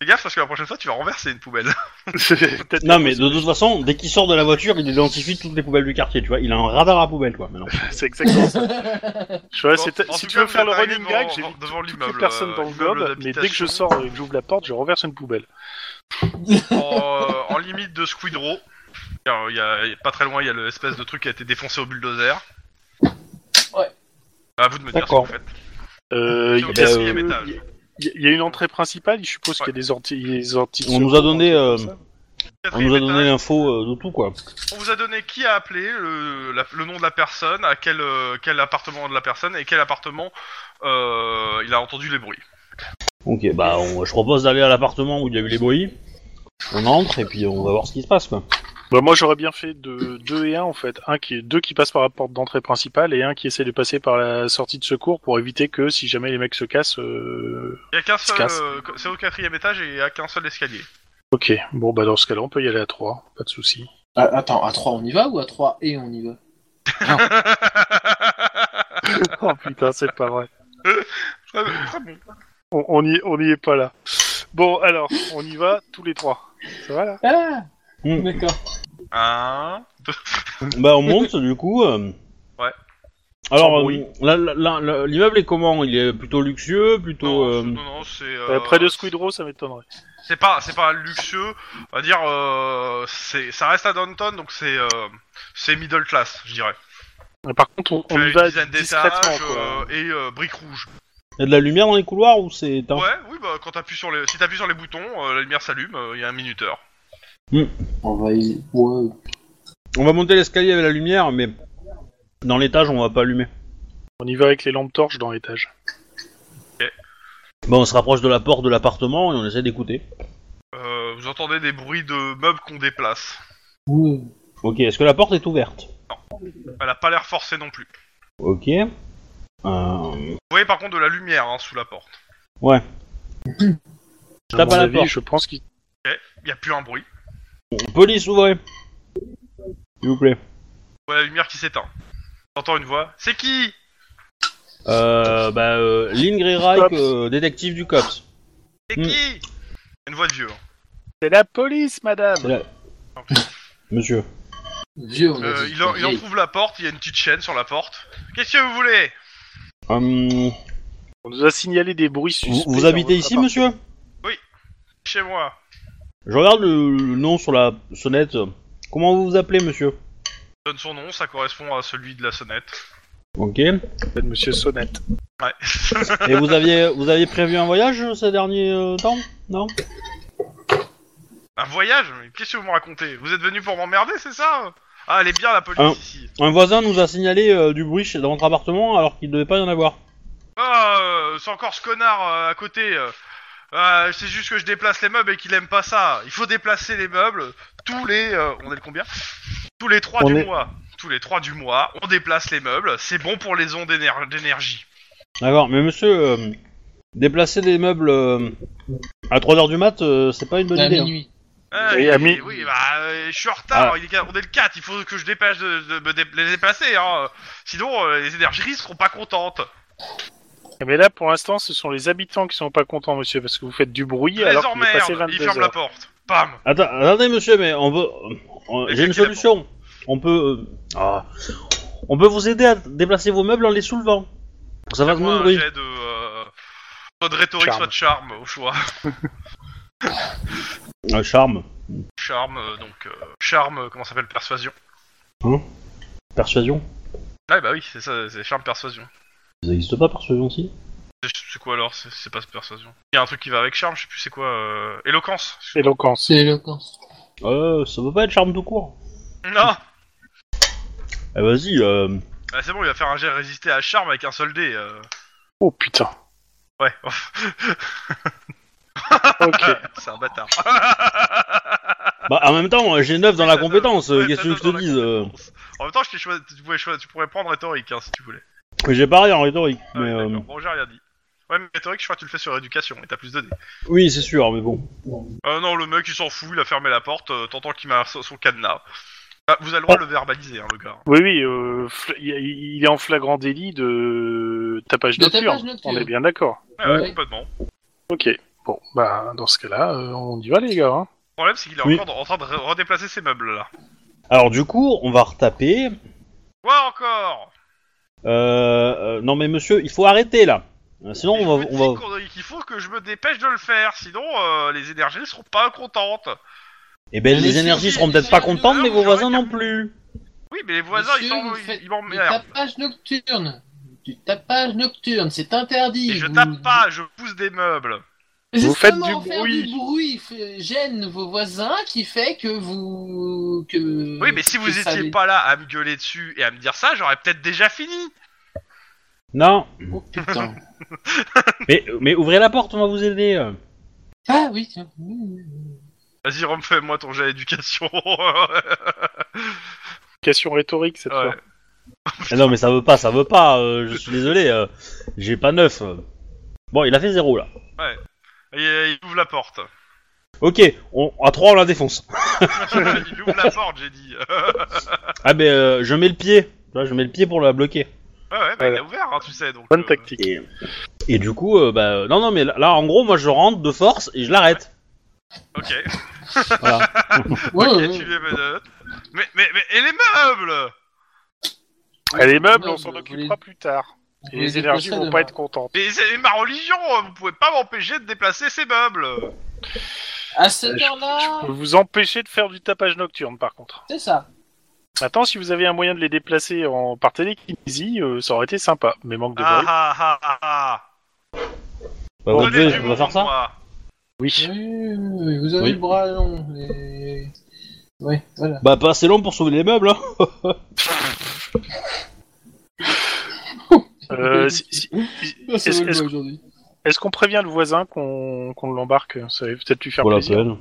[SPEAKER 1] fais gaffe parce que la prochaine fois, tu vas renverser une poubelle.
[SPEAKER 4] Peut-être
[SPEAKER 2] Non mais de toute façon, dès qu'il sort de la voiture, il identifie toutes les poubelles du quartier, tu vois. Il a un radar à poubelle quoi maintenant.
[SPEAKER 4] que c'est exactement ça. Je vois, c'est-
[SPEAKER 1] En
[SPEAKER 4] si
[SPEAKER 1] tout
[SPEAKER 4] tu
[SPEAKER 1] cas,
[SPEAKER 4] veux faire
[SPEAKER 1] vous
[SPEAKER 4] le
[SPEAKER 1] êtes arrivé
[SPEAKER 4] running gag,
[SPEAKER 1] devant-
[SPEAKER 4] j'ai vu
[SPEAKER 1] devant
[SPEAKER 4] toutes les
[SPEAKER 1] l'immeuble,
[SPEAKER 4] personnes
[SPEAKER 1] euh,
[SPEAKER 4] dans le
[SPEAKER 1] immeuble
[SPEAKER 4] globe, mais dès que je
[SPEAKER 1] d'habitation.
[SPEAKER 4] sors et que j'ouvre la porte, je renverse une poubelle.
[SPEAKER 1] en, euh, en limite de Squidrow. Il y a- il y a- pas très loin, il y a l'espèce de truc qui a été défoncé au bulldozer.
[SPEAKER 3] Ouais.
[SPEAKER 1] À vous de me dire ce que
[SPEAKER 2] D'accord.
[SPEAKER 1] vous faites.
[SPEAKER 4] Euh, Il
[SPEAKER 1] Au
[SPEAKER 4] y a-
[SPEAKER 1] quatrième
[SPEAKER 4] euh,
[SPEAKER 1] étage.
[SPEAKER 4] il y a- il y a une entrée principale, je suppose
[SPEAKER 1] Ouais.
[SPEAKER 4] qu'il y a des orties. des orties
[SPEAKER 2] On nous a donné, euh, On nous a
[SPEAKER 1] Quatrième
[SPEAKER 2] donné
[SPEAKER 1] étage,
[SPEAKER 2] l'info euh, de tout quoi.
[SPEAKER 1] on vous a donné qui a appelé, le, la- le nom de la personne, à quel, euh, quel appartement de la personne et quel appartement euh, il a entendu les bruits.
[SPEAKER 2] Ok, bah on- je propose d'aller à l'appartement où il y a eu les bruits. On entre et puis on va voir ce qui se passe quoi.
[SPEAKER 4] Bah, moi j'aurais bien fait de deux et un en fait, un qui deux qui passent par la porte d'entrée principale et un qui essaie de passer par la sortie de secours pour éviter que si jamais les mecs se cassent. euh,
[SPEAKER 1] Il y a qu'un
[SPEAKER 4] Se
[SPEAKER 1] seul,
[SPEAKER 4] casse.
[SPEAKER 1] euh, c'est au quatrième étage et il y a qu'un seul escalier.
[SPEAKER 4] Ok, bon bah dans ce cas-là on peut y aller à trois, pas de souci.
[SPEAKER 3] Ah, attends, à 3 on y va ou à 3 et on y va
[SPEAKER 4] oh putain c'est pas vrai,
[SPEAKER 1] Ah, Très, très bon.
[SPEAKER 4] on, on y on y est pas là. Bon, alors, on y va tous les trois. Ça va là
[SPEAKER 3] Ah
[SPEAKER 2] Hmm.
[SPEAKER 3] D'accord.
[SPEAKER 1] Un.
[SPEAKER 2] Bah on monte du coup. euh.
[SPEAKER 1] Ouais.
[SPEAKER 2] Alors
[SPEAKER 4] Sans
[SPEAKER 2] euh,
[SPEAKER 4] bruit.
[SPEAKER 2] la- la- la- la- l'immeuble est comment Il est plutôt luxueux, plutôt.
[SPEAKER 1] Non,
[SPEAKER 2] euh,
[SPEAKER 1] c'est- non, non, c'est.
[SPEAKER 4] Euh,
[SPEAKER 1] euh,
[SPEAKER 4] Près de Squid Row, ça m'étonnerait.
[SPEAKER 1] C'est pas, c'est pas luxueux. On va dire, euh, c'est, ça reste à Downton, donc c'est, euh, c'est middle class, je dirais.
[SPEAKER 4] Mais Par contre, on, on
[SPEAKER 1] Une
[SPEAKER 4] y va
[SPEAKER 1] dizaine
[SPEAKER 4] discrètement.
[SPEAKER 1] d'étages,
[SPEAKER 4] Quoi.
[SPEAKER 1] euh, et euh, briques rouges.
[SPEAKER 2] Il y a de la lumière dans les couloirs ou c'est éteint
[SPEAKER 1] Ouais, oui, bah quand t'appuies sur les, si t'appuies sur les boutons, euh, la lumière s'allume. euh, Il y a un minuteur.
[SPEAKER 3] On va y... Ouais.
[SPEAKER 2] On va monter l'escalier avec la lumière, mais dans l'étage on va pas allumer.
[SPEAKER 4] On y va avec les lampes torches dans l'étage.
[SPEAKER 2] Bon, on se rapproche de la porte de l'appartement et on essaie d'écouter.
[SPEAKER 1] Euh, vous entendez des bruits de meubles qu'on déplace.
[SPEAKER 3] Ouais.
[SPEAKER 2] Ok, est-ce que la porte est ouverte
[SPEAKER 1] Elle a pas l'air forcée non plus.
[SPEAKER 2] Ok. Euh,
[SPEAKER 1] Vous voyez par contre de la lumière hein, sous la porte.
[SPEAKER 2] Je
[SPEAKER 4] À
[SPEAKER 2] tape
[SPEAKER 4] mon
[SPEAKER 2] à la
[SPEAKER 4] avis,
[SPEAKER 2] porte.
[SPEAKER 4] je pense qu'il.
[SPEAKER 1] Il y a plus un bruit.
[SPEAKER 2] Police, ouvrez S'il vous plaît.
[SPEAKER 1] Voilà la lumière qui s'éteint. T'entends une voix. C'est qui
[SPEAKER 2] Euh, bah, euh, Lynn Greyreich,
[SPEAKER 4] Cops.
[SPEAKER 2] euh, détective du COPS.
[SPEAKER 1] C'est
[SPEAKER 2] Mm.
[SPEAKER 1] qui Une voix de vieux. hein.
[SPEAKER 4] C'est la police, madame
[SPEAKER 2] C'est la- Monsieur.
[SPEAKER 3] Vieux, on a
[SPEAKER 1] Euh,
[SPEAKER 3] dit.
[SPEAKER 1] il, en, il en
[SPEAKER 3] Vieille.
[SPEAKER 1] trouve la porte. Il y a une petite chaîne sur la porte. Qu'est-ce que vous voulez
[SPEAKER 2] Hum,
[SPEAKER 4] On nous a signalé des bruits
[SPEAKER 2] vous
[SPEAKER 4] suspects.
[SPEAKER 2] vous
[SPEAKER 4] dans
[SPEAKER 2] habitez
[SPEAKER 4] votre
[SPEAKER 2] ici,
[SPEAKER 4] appart.
[SPEAKER 2] monsieur
[SPEAKER 1] Chez moi.
[SPEAKER 2] Je regarde le, le nom sur la sonnette. Comment vous vous appelez, monsieur
[SPEAKER 1] Donne son nom. Ça correspond à celui de la sonnette.
[SPEAKER 2] Ok. Et
[SPEAKER 4] C'est Monsieur Sonnette.
[SPEAKER 1] Ouais.
[SPEAKER 2] vous aviez, vous aviez prévu un voyage euh, ces derniers euh, temps Non
[SPEAKER 1] un voyage Mais qu'est-ce que vous me racontez Vous êtes venu pour m'emmerder, c'est ça Ah, elle est bien la police
[SPEAKER 2] Hein.
[SPEAKER 1] ici.
[SPEAKER 2] Un voisin nous a signalé euh, du bruit chez- dans votre appartement alors qu'il ne devait pas y en avoir.
[SPEAKER 1] Ah, euh, c'est encore ce connard euh, à côté. euh. Ah, c'est juste que je déplace les meubles et qu'il aime pas ça. Il faut déplacer les meubles tous les. euh, on est le combien Tous les trois
[SPEAKER 4] On
[SPEAKER 1] du
[SPEAKER 4] est-
[SPEAKER 1] mois. Tous les trois du mois, on déplace les meubles. C'est bon pour les ondes d'éner- d'énergie.
[SPEAKER 2] D'accord, mais monsieur, euh, déplacer des meubles euh, à 3h du mat, euh, c'est pas une bonne
[SPEAKER 3] À
[SPEAKER 2] idée. hein.
[SPEAKER 3] minuit.
[SPEAKER 1] Ah,
[SPEAKER 4] Et
[SPEAKER 1] il-
[SPEAKER 4] ami- Ah.
[SPEAKER 1] Oui, bah, euh, je suis en retard. il est- on est le 4. Il faut que je dépêche de, de- de- de les déplacer. Hein. Sinon, euh, les énergies seront pas contentes.
[SPEAKER 4] Mais Eh ben là, pour l'instant, ce sont les habitants qui sont pas contents, monsieur, parce que vous faites du bruit
[SPEAKER 1] Je les
[SPEAKER 4] alors qu'il est passé
[SPEAKER 1] emmerde. Ils
[SPEAKER 4] 22
[SPEAKER 1] ferment la
[SPEAKER 4] heures.
[SPEAKER 1] porte. Pam.
[SPEAKER 2] Atta- hein. attendez, monsieur, mais on veut. on-
[SPEAKER 1] Mais
[SPEAKER 2] J'ai une
[SPEAKER 1] c'est qui la
[SPEAKER 2] solution. On peut. euh, ah. On peut vous aider à déplacer vos meubles en les soulevant. Ça va se
[SPEAKER 1] Ah, Moi, un
[SPEAKER 2] bruit.
[SPEAKER 1] jet de. euh, soit de rhétorique,
[SPEAKER 4] Charme.
[SPEAKER 1] soit de charme, au choix.
[SPEAKER 2] Un Ah, charme.
[SPEAKER 1] Charme, euh, donc euh, charme, euh, comment ça s'appelle persuasion.
[SPEAKER 2] Persuasion.
[SPEAKER 1] Ah bah oui, c'est ça, c'est charme persuasion.
[SPEAKER 2] Ça n'existe pas, persuasion, si
[SPEAKER 1] C'est- C'est quoi alors C'est c'est pas persuasion. Il y a un truc qui va avec charme, je sais plus c'est quoi. euh, Éloquence.
[SPEAKER 4] Éloquence.
[SPEAKER 3] C'est éloquence.
[SPEAKER 2] Euh, ça peut pas être charme tout court.
[SPEAKER 1] Non.
[SPEAKER 2] Eh, vas-y, euh.
[SPEAKER 1] Bah, c'est bon, il va faire un jet de résister à charme avec un seul dé. euh.
[SPEAKER 4] Oh putain.
[SPEAKER 1] Ouais.
[SPEAKER 4] Ok.
[SPEAKER 1] c'est un bâtard.
[SPEAKER 2] Bah, en même temps, j'ai 9 dans la
[SPEAKER 1] Ça donne-
[SPEAKER 2] compétence. euh,
[SPEAKER 1] Ouais,
[SPEAKER 2] Qu'est-ce
[SPEAKER 1] ça
[SPEAKER 2] que tu veux que je
[SPEAKER 1] donne
[SPEAKER 2] te
[SPEAKER 1] dans
[SPEAKER 2] dise
[SPEAKER 1] la
[SPEAKER 2] euh,
[SPEAKER 1] compétence. En même temps, je t'ai choisi, tu pouvais choisir- tu pourrais prendre rhétorique hein, si tu voulais.
[SPEAKER 2] J'ai pareil en rhétorique,
[SPEAKER 1] Ah
[SPEAKER 2] mais.
[SPEAKER 1] oui,
[SPEAKER 2] euh,
[SPEAKER 1] d'accord. Bon, j'ai rien dit. Ouais, mais rhétorique, je crois que tu le fais sur éducation et t'as plus de dés.
[SPEAKER 2] Oui, c'est sûr, mais bon.
[SPEAKER 1] Ah non, le mec il s'en fout, il a fermé la porte, euh, t'entends qu'il m'a son son cadenas. Ah, vous avez le droit
[SPEAKER 2] Oh.
[SPEAKER 1] de le verbaliser, hein, le gars.
[SPEAKER 4] Oui, oui, euh, fl- il- il est en flagrant délit de tapage
[SPEAKER 3] De
[SPEAKER 4] nocturne.
[SPEAKER 3] tapage nocturne.
[SPEAKER 4] On est bien d'accord.
[SPEAKER 1] Ouais, Ah, ouais,
[SPEAKER 3] Ouais.
[SPEAKER 1] complètement. Le
[SPEAKER 4] Ok. Bon, bah, dans ce cas-là, euh, on y va, les gars. hein.
[SPEAKER 1] problème, c'est qu'il est
[SPEAKER 2] Oui.
[SPEAKER 1] encore en train de re- redéplacer ses meubles là.
[SPEAKER 2] Alors, du coup, on va retaper.
[SPEAKER 1] Quoi encore
[SPEAKER 2] Euh, euh, non mais monsieur, il faut arrêter là. Euh, Sinon
[SPEAKER 1] Il
[SPEAKER 2] on
[SPEAKER 1] me
[SPEAKER 2] va,
[SPEAKER 1] dit
[SPEAKER 2] on va...
[SPEAKER 1] qu'on- qu'il faut que je me dépêche de le faire, sinon euh, les énergies seront pas contentes.
[SPEAKER 2] Eh ben
[SPEAKER 3] Mais
[SPEAKER 2] les
[SPEAKER 3] si,
[SPEAKER 2] énergies
[SPEAKER 1] si,
[SPEAKER 2] seront
[SPEAKER 1] si,
[SPEAKER 2] peut-être
[SPEAKER 1] si,
[SPEAKER 2] pas
[SPEAKER 1] si,
[SPEAKER 2] contentes,
[SPEAKER 1] si,
[SPEAKER 2] mais
[SPEAKER 1] si,
[SPEAKER 2] vos
[SPEAKER 1] si,
[SPEAKER 2] voisins
[SPEAKER 1] si,
[SPEAKER 2] non
[SPEAKER 1] si,
[SPEAKER 2] plus.
[SPEAKER 1] Oui, mais les voisins
[SPEAKER 3] Monsieur,
[SPEAKER 1] ils, s'en-
[SPEAKER 3] vous
[SPEAKER 1] ils-
[SPEAKER 3] faites
[SPEAKER 1] ils
[SPEAKER 3] Du
[SPEAKER 1] m'emmerdent.
[SPEAKER 3] tapage nocturne. Du tapage nocturne, c'est interdit.
[SPEAKER 1] Et je
[SPEAKER 3] Vous- Euh,
[SPEAKER 1] tape pas, je pousse des meubles.
[SPEAKER 4] Vous faites du
[SPEAKER 3] Justement, faire
[SPEAKER 4] bruit.
[SPEAKER 3] du bruit fait- gêne vos voisins qui fait que vous. Que,
[SPEAKER 1] Oui, mais si
[SPEAKER 3] que
[SPEAKER 1] vous
[SPEAKER 3] ça
[SPEAKER 1] étiez
[SPEAKER 3] les-
[SPEAKER 1] pas là à me gueuler dessus et à me dire ça, j'aurais peut-être déjà fini.
[SPEAKER 2] Non,
[SPEAKER 3] Oh putain.
[SPEAKER 2] mais, mais ouvrez la porte, on va vous aider. euh.
[SPEAKER 3] ah oui, tiens.
[SPEAKER 1] Vas-y, refais-moi ton jet éducation.
[SPEAKER 4] Question rhétorique, cette
[SPEAKER 1] Ouais.
[SPEAKER 4] fois.
[SPEAKER 2] Ah non mais ça veut pas, ça veut pas, euh, je suis désolé, euh, j'ai pas neuf. euh. Bon, il a fait zéro là.
[SPEAKER 1] Et euh, il ouvre la porte.
[SPEAKER 2] Ok, on, à 3 on la défonce.
[SPEAKER 1] il ouvre la porte, j'ai dit.
[SPEAKER 2] Ah ben euh, je mets le pied, Là, je mets le pied pour la bloquer.
[SPEAKER 1] Ouais, ouais, bah,
[SPEAKER 4] Voilà.
[SPEAKER 1] il a ouvert, hein, tu sais. Donc,
[SPEAKER 4] Bonne
[SPEAKER 1] euh,
[SPEAKER 4] tactique.
[SPEAKER 2] Et, et du coup, euh, bah, non, non, mais là, là, en gros, moi, je rentre de force et je l'arrête.
[SPEAKER 1] Ok,
[SPEAKER 2] Voilà.
[SPEAKER 3] Ouais,
[SPEAKER 1] ok,
[SPEAKER 3] ouais.
[SPEAKER 1] tu les menottes. euh, Mais, mais, mais, et les meubles euh,
[SPEAKER 4] Ah, les meubles, on
[SPEAKER 3] Meubles,
[SPEAKER 4] s'en
[SPEAKER 3] vous
[SPEAKER 4] occupera
[SPEAKER 3] les-
[SPEAKER 4] plus tard. Et
[SPEAKER 3] vous
[SPEAKER 4] les énergies
[SPEAKER 3] déplacez
[SPEAKER 4] vont pas
[SPEAKER 3] demain.
[SPEAKER 4] être contentes.
[SPEAKER 1] Mais c'est ma religion, hein, vous pouvez pas m'empêcher de déplacer ces meubles
[SPEAKER 3] À cette
[SPEAKER 4] Je-
[SPEAKER 3] heure-là,
[SPEAKER 4] Je peux vous empêcher de faire du tapage nocturne, par contre.
[SPEAKER 3] c'est ça.
[SPEAKER 4] Maintenant, si vous avez un moyen de les déplacer en par télékinésie, euh, ça aurait été sympa. Mais manque de
[SPEAKER 1] Ah
[SPEAKER 4] bol.
[SPEAKER 1] ah ah ah ah
[SPEAKER 2] Bah, vous
[SPEAKER 1] Donnez
[SPEAKER 2] devez-
[SPEAKER 1] du
[SPEAKER 2] on va
[SPEAKER 1] monde,
[SPEAKER 2] faire ça
[SPEAKER 1] moi.
[SPEAKER 4] Oui.
[SPEAKER 3] Oui, oui, oui, vous avez
[SPEAKER 2] Oui.
[SPEAKER 3] le bras long. Et... Ouais, voilà.
[SPEAKER 2] Bah, pas assez long pour sauver les meubles, hein.
[SPEAKER 4] Euh, si- si-
[SPEAKER 3] C'est
[SPEAKER 4] est-ce-
[SPEAKER 3] le bras
[SPEAKER 4] est-ce-
[SPEAKER 3] aujourd'hui.
[SPEAKER 4] Est-ce qu'on prévient le voisin qu'on qu'on l'embarque Ça va peut-être lui faire
[SPEAKER 2] Pas la
[SPEAKER 4] plaisir.
[SPEAKER 2] peine.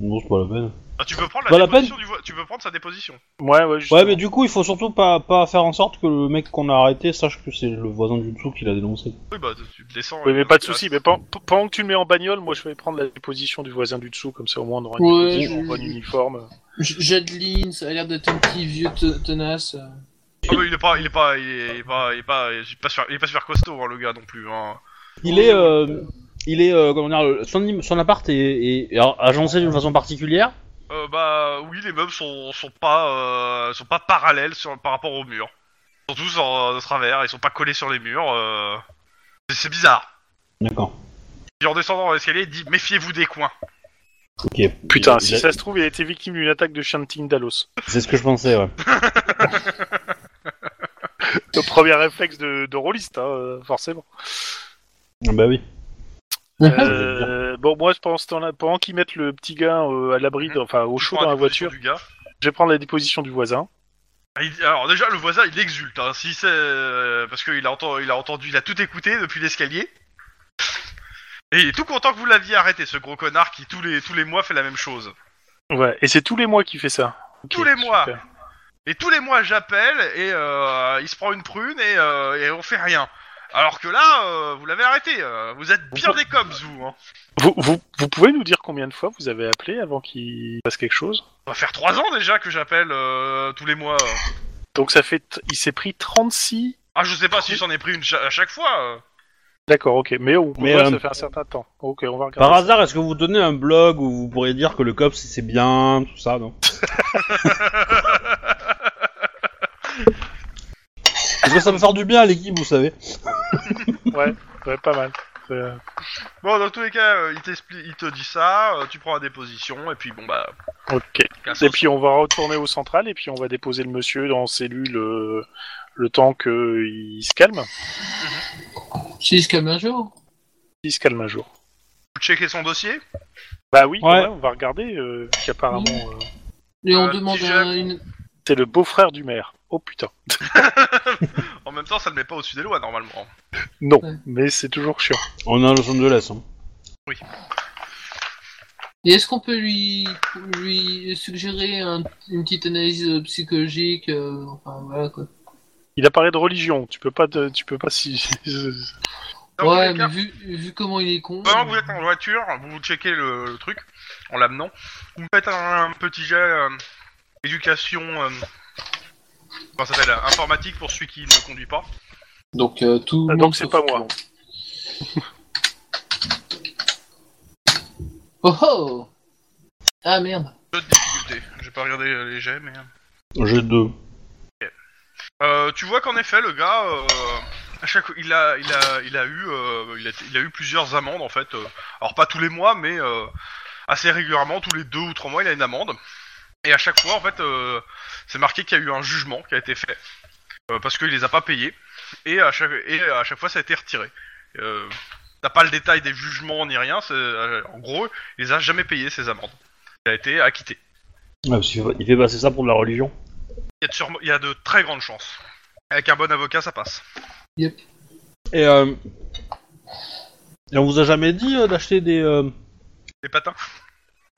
[SPEAKER 2] Non, c'est pas la peine.
[SPEAKER 1] Ah, tu peux prendre la
[SPEAKER 2] Pas la
[SPEAKER 1] déposition du vo- tu peux prendre sa déposition.
[SPEAKER 4] Ouais, ouais, justement.
[SPEAKER 2] Ouais, mais du coup, il faut surtout pas, pas faire en sorte que le mec qu'on a arrêté sache que c'est le voisin du dessous qui l'a dénoncé.
[SPEAKER 1] Oui, bah tu te descends.
[SPEAKER 4] Oui,
[SPEAKER 1] et-
[SPEAKER 4] mais pas de souci. Mais pen- p- pendant que tu le mets en bagnole, moi je vais prendre la déposition du voisin du dessous, comme ça au moins on aura une
[SPEAKER 3] Ouais,
[SPEAKER 4] déposition
[SPEAKER 3] je-
[SPEAKER 4] en bon uniforme.
[SPEAKER 3] J- Jadeline, ça a l'air d'être un petit vieux te- tenace. euh.
[SPEAKER 1] Ah, mais il est pas, il est pas, il est il est pas, il est pas, il est pas super, il est pas super costaud, hein, le gars non plus. Hein.
[SPEAKER 2] Il est, euh, il est, euh, comment dire, le- son, im- son appart est, est- est agencé d'une façon particulière.
[SPEAKER 1] Euh, bah oui, les meubles sont, sont pas euh, sont pas parallèles sur, par rapport au mur. Ils sont tous en, de travers, ils sont pas collés sur les murs. euh. C'est- C'est bizarre.
[SPEAKER 2] D'accord.
[SPEAKER 1] Puis en descendant dans l'escalier, il dit méfiez-vous des coins.
[SPEAKER 2] Ok.
[SPEAKER 4] Putain,
[SPEAKER 2] Il-
[SPEAKER 4] si
[SPEAKER 2] il a-
[SPEAKER 4] ça se trouve, il a été victime d'une attaque de chanting Dalos.
[SPEAKER 2] C'est ce que je pensais, ouais.
[SPEAKER 4] Le premier réflexe de, de rôliste, hein, euh, forcément.
[SPEAKER 2] Ah bah oui.
[SPEAKER 4] Euh, bon, moi, pendant, ce temps-là, pendant qu'ils mettent le petit gars euh, à l'abri, dans- enfin au
[SPEAKER 1] Mmh. Tu
[SPEAKER 4] chaud
[SPEAKER 1] prends
[SPEAKER 4] dans la
[SPEAKER 1] déposition
[SPEAKER 4] voiture,
[SPEAKER 1] du gars.
[SPEAKER 4] je vais prendre la déposition du voisin.
[SPEAKER 1] Ah, il- Alors déjà le voisin il exulte hein, si c'est euh, parce qu'il a entendu il a entendu il a tout écouté depuis l'escalier et il est tout content que vous l'aviez arrêté ce gros connard qui tous les tous les mois fait la même chose
[SPEAKER 4] Ouais, et c'est tous les mois qu'il fait ça.
[SPEAKER 1] Tous
[SPEAKER 4] Ok,
[SPEAKER 1] les mois.
[SPEAKER 4] super.
[SPEAKER 1] et tous les mois j'appelle et euh, il se prend une prune et, euh, et on fait rien alors que là euh, vous l'avez arrêté euh, vous êtes bien des coms vous hein.
[SPEAKER 4] Vous, vous, vous pouvez nous dire combien de fois vous avez appelé avant qu'il fasse quelque chose
[SPEAKER 1] ça va faire trois ans déjà que j'appelle euh, tous les mois euh.
[SPEAKER 4] Donc ça fait, t- il s'est pris 36.
[SPEAKER 1] ah je sais pas si j'en ai pris une cha- à chaque fois euh.
[SPEAKER 4] D'accord, ok. Mais oh,
[SPEAKER 2] Mais,
[SPEAKER 4] ouais,
[SPEAKER 2] euh,
[SPEAKER 4] ça fait un certain temps. Ok, on va regarder.
[SPEAKER 2] Par
[SPEAKER 4] ça.
[SPEAKER 2] hasard, est-ce que vous tenez un blog où vous pourriez dire que le cop c'est bien, tout ça, non Parce que ça peut faire du bien à l'équipe, vous savez.
[SPEAKER 4] Ouais, pas mal. Euh,
[SPEAKER 1] bon dans tous les cas euh, il t'explique il te dit ça euh, tu prends la déposition et puis bon bah
[SPEAKER 4] ok. Et puis on va retourner au central et puis on va déposer le monsieur dans cellule euh, le temps qu'il se calme.
[SPEAKER 3] Si, c'est comme un jour.
[SPEAKER 4] Il se calme un jour.
[SPEAKER 1] checker son dossier
[SPEAKER 4] Bah oui, quand
[SPEAKER 2] Ouais.
[SPEAKER 4] même, on va regarder. Euh, Apparemment,
[SPEAKER 3] Et on
[SPEAKER 1] Euh,
[SPEAKER 3] demande
[SPEAKER 1] petit
[SPEAKER 3] un- une.
[SPEAKER 4] c'est le beau-frère du maire. Oh putain.
[SPEAKER 1] En même temps, ça ne met pas au-dessus des lois normalement.
[SPEAKER 4] Non,
[SPEAKER 3] Ouais.
[SPEAKER 4] mais c'est toujours chiant.
[SPEAKER 2] On est à Los Angeles. Hein.
[SPEAKER 3] Et est-ce qu'on peut lui, lui suggérer un- une petite analyse euh, psychologique euh, Enfin, voilà quoi.
[SPEAKER 4] Il apparaît de religion. Tu peux pas, te- tu peux pas si.
[SPEAKER 1] Dans tous
[SPEAKER 3] ouais,
[SPEAKER 1] les cas,
[SPEAKER 3] mais euh, vu, vu comment il est con.
[SPEAKER 1] Pendant que vous êtes en voiture, vous checkez le, le truc en l'amenant. Vous me faites un, petit jet euh, éducation. euh, comment ça s'appelle Informatique pour celui qui ne conduit pas.
[SPEAKER 3] Donc euh, tout.
[SPEAKER 4] Ah,
[SPEAKER 3] le
[SPEAKER 4] donc,
[SPEAKER 3] monde
[SPEAKER 4] c'est
[SPEAKER 3] sauf
[SPEAKER 4] pas moi.
[SPEAKER 3] tout le monde. oh oh Ah merde.
[SPEAKER 1] Peu de difficulté. J'ai pas regardé euh, les jets, mais.
[SPEAKER 2] J'ai deux.
[SPEAKER 1] Euh, tu vois qu'en effet, le gars, euh, à chaque, il a, il a, il a eu, euh, il, a, il a eu plusieurs amendes en fait. euh, alors pas tous les mois, mais euh, assez régulièrement, tous les deux ou trois mois, il a une amende. Et à chaque fois, en fait, euh, c'est marqué qu'il y a eu un jugement qui a été fait euh, parce qu'il les a pas payés. Et à chaque, et à chaque fois, ça a été retiré. Euh, T'as pas le détail des jugements ni rien. c'est- euh, en gros, il les a jamais payés ces amendes. Il a été acquitté.
[SPEAKER 2] Ouais, parce qu'il fait- il fait passer ça pour de la religion.
[SPEAKER 1] Il y a de sûrement- il y a de très grandes chances. Avec un bon avocat, ça passe.
[SPEAKER 2] Et, euh... Et on vous a jamais dit euh, d'acheter des. euh,
[SPEAKER 1] Les patins.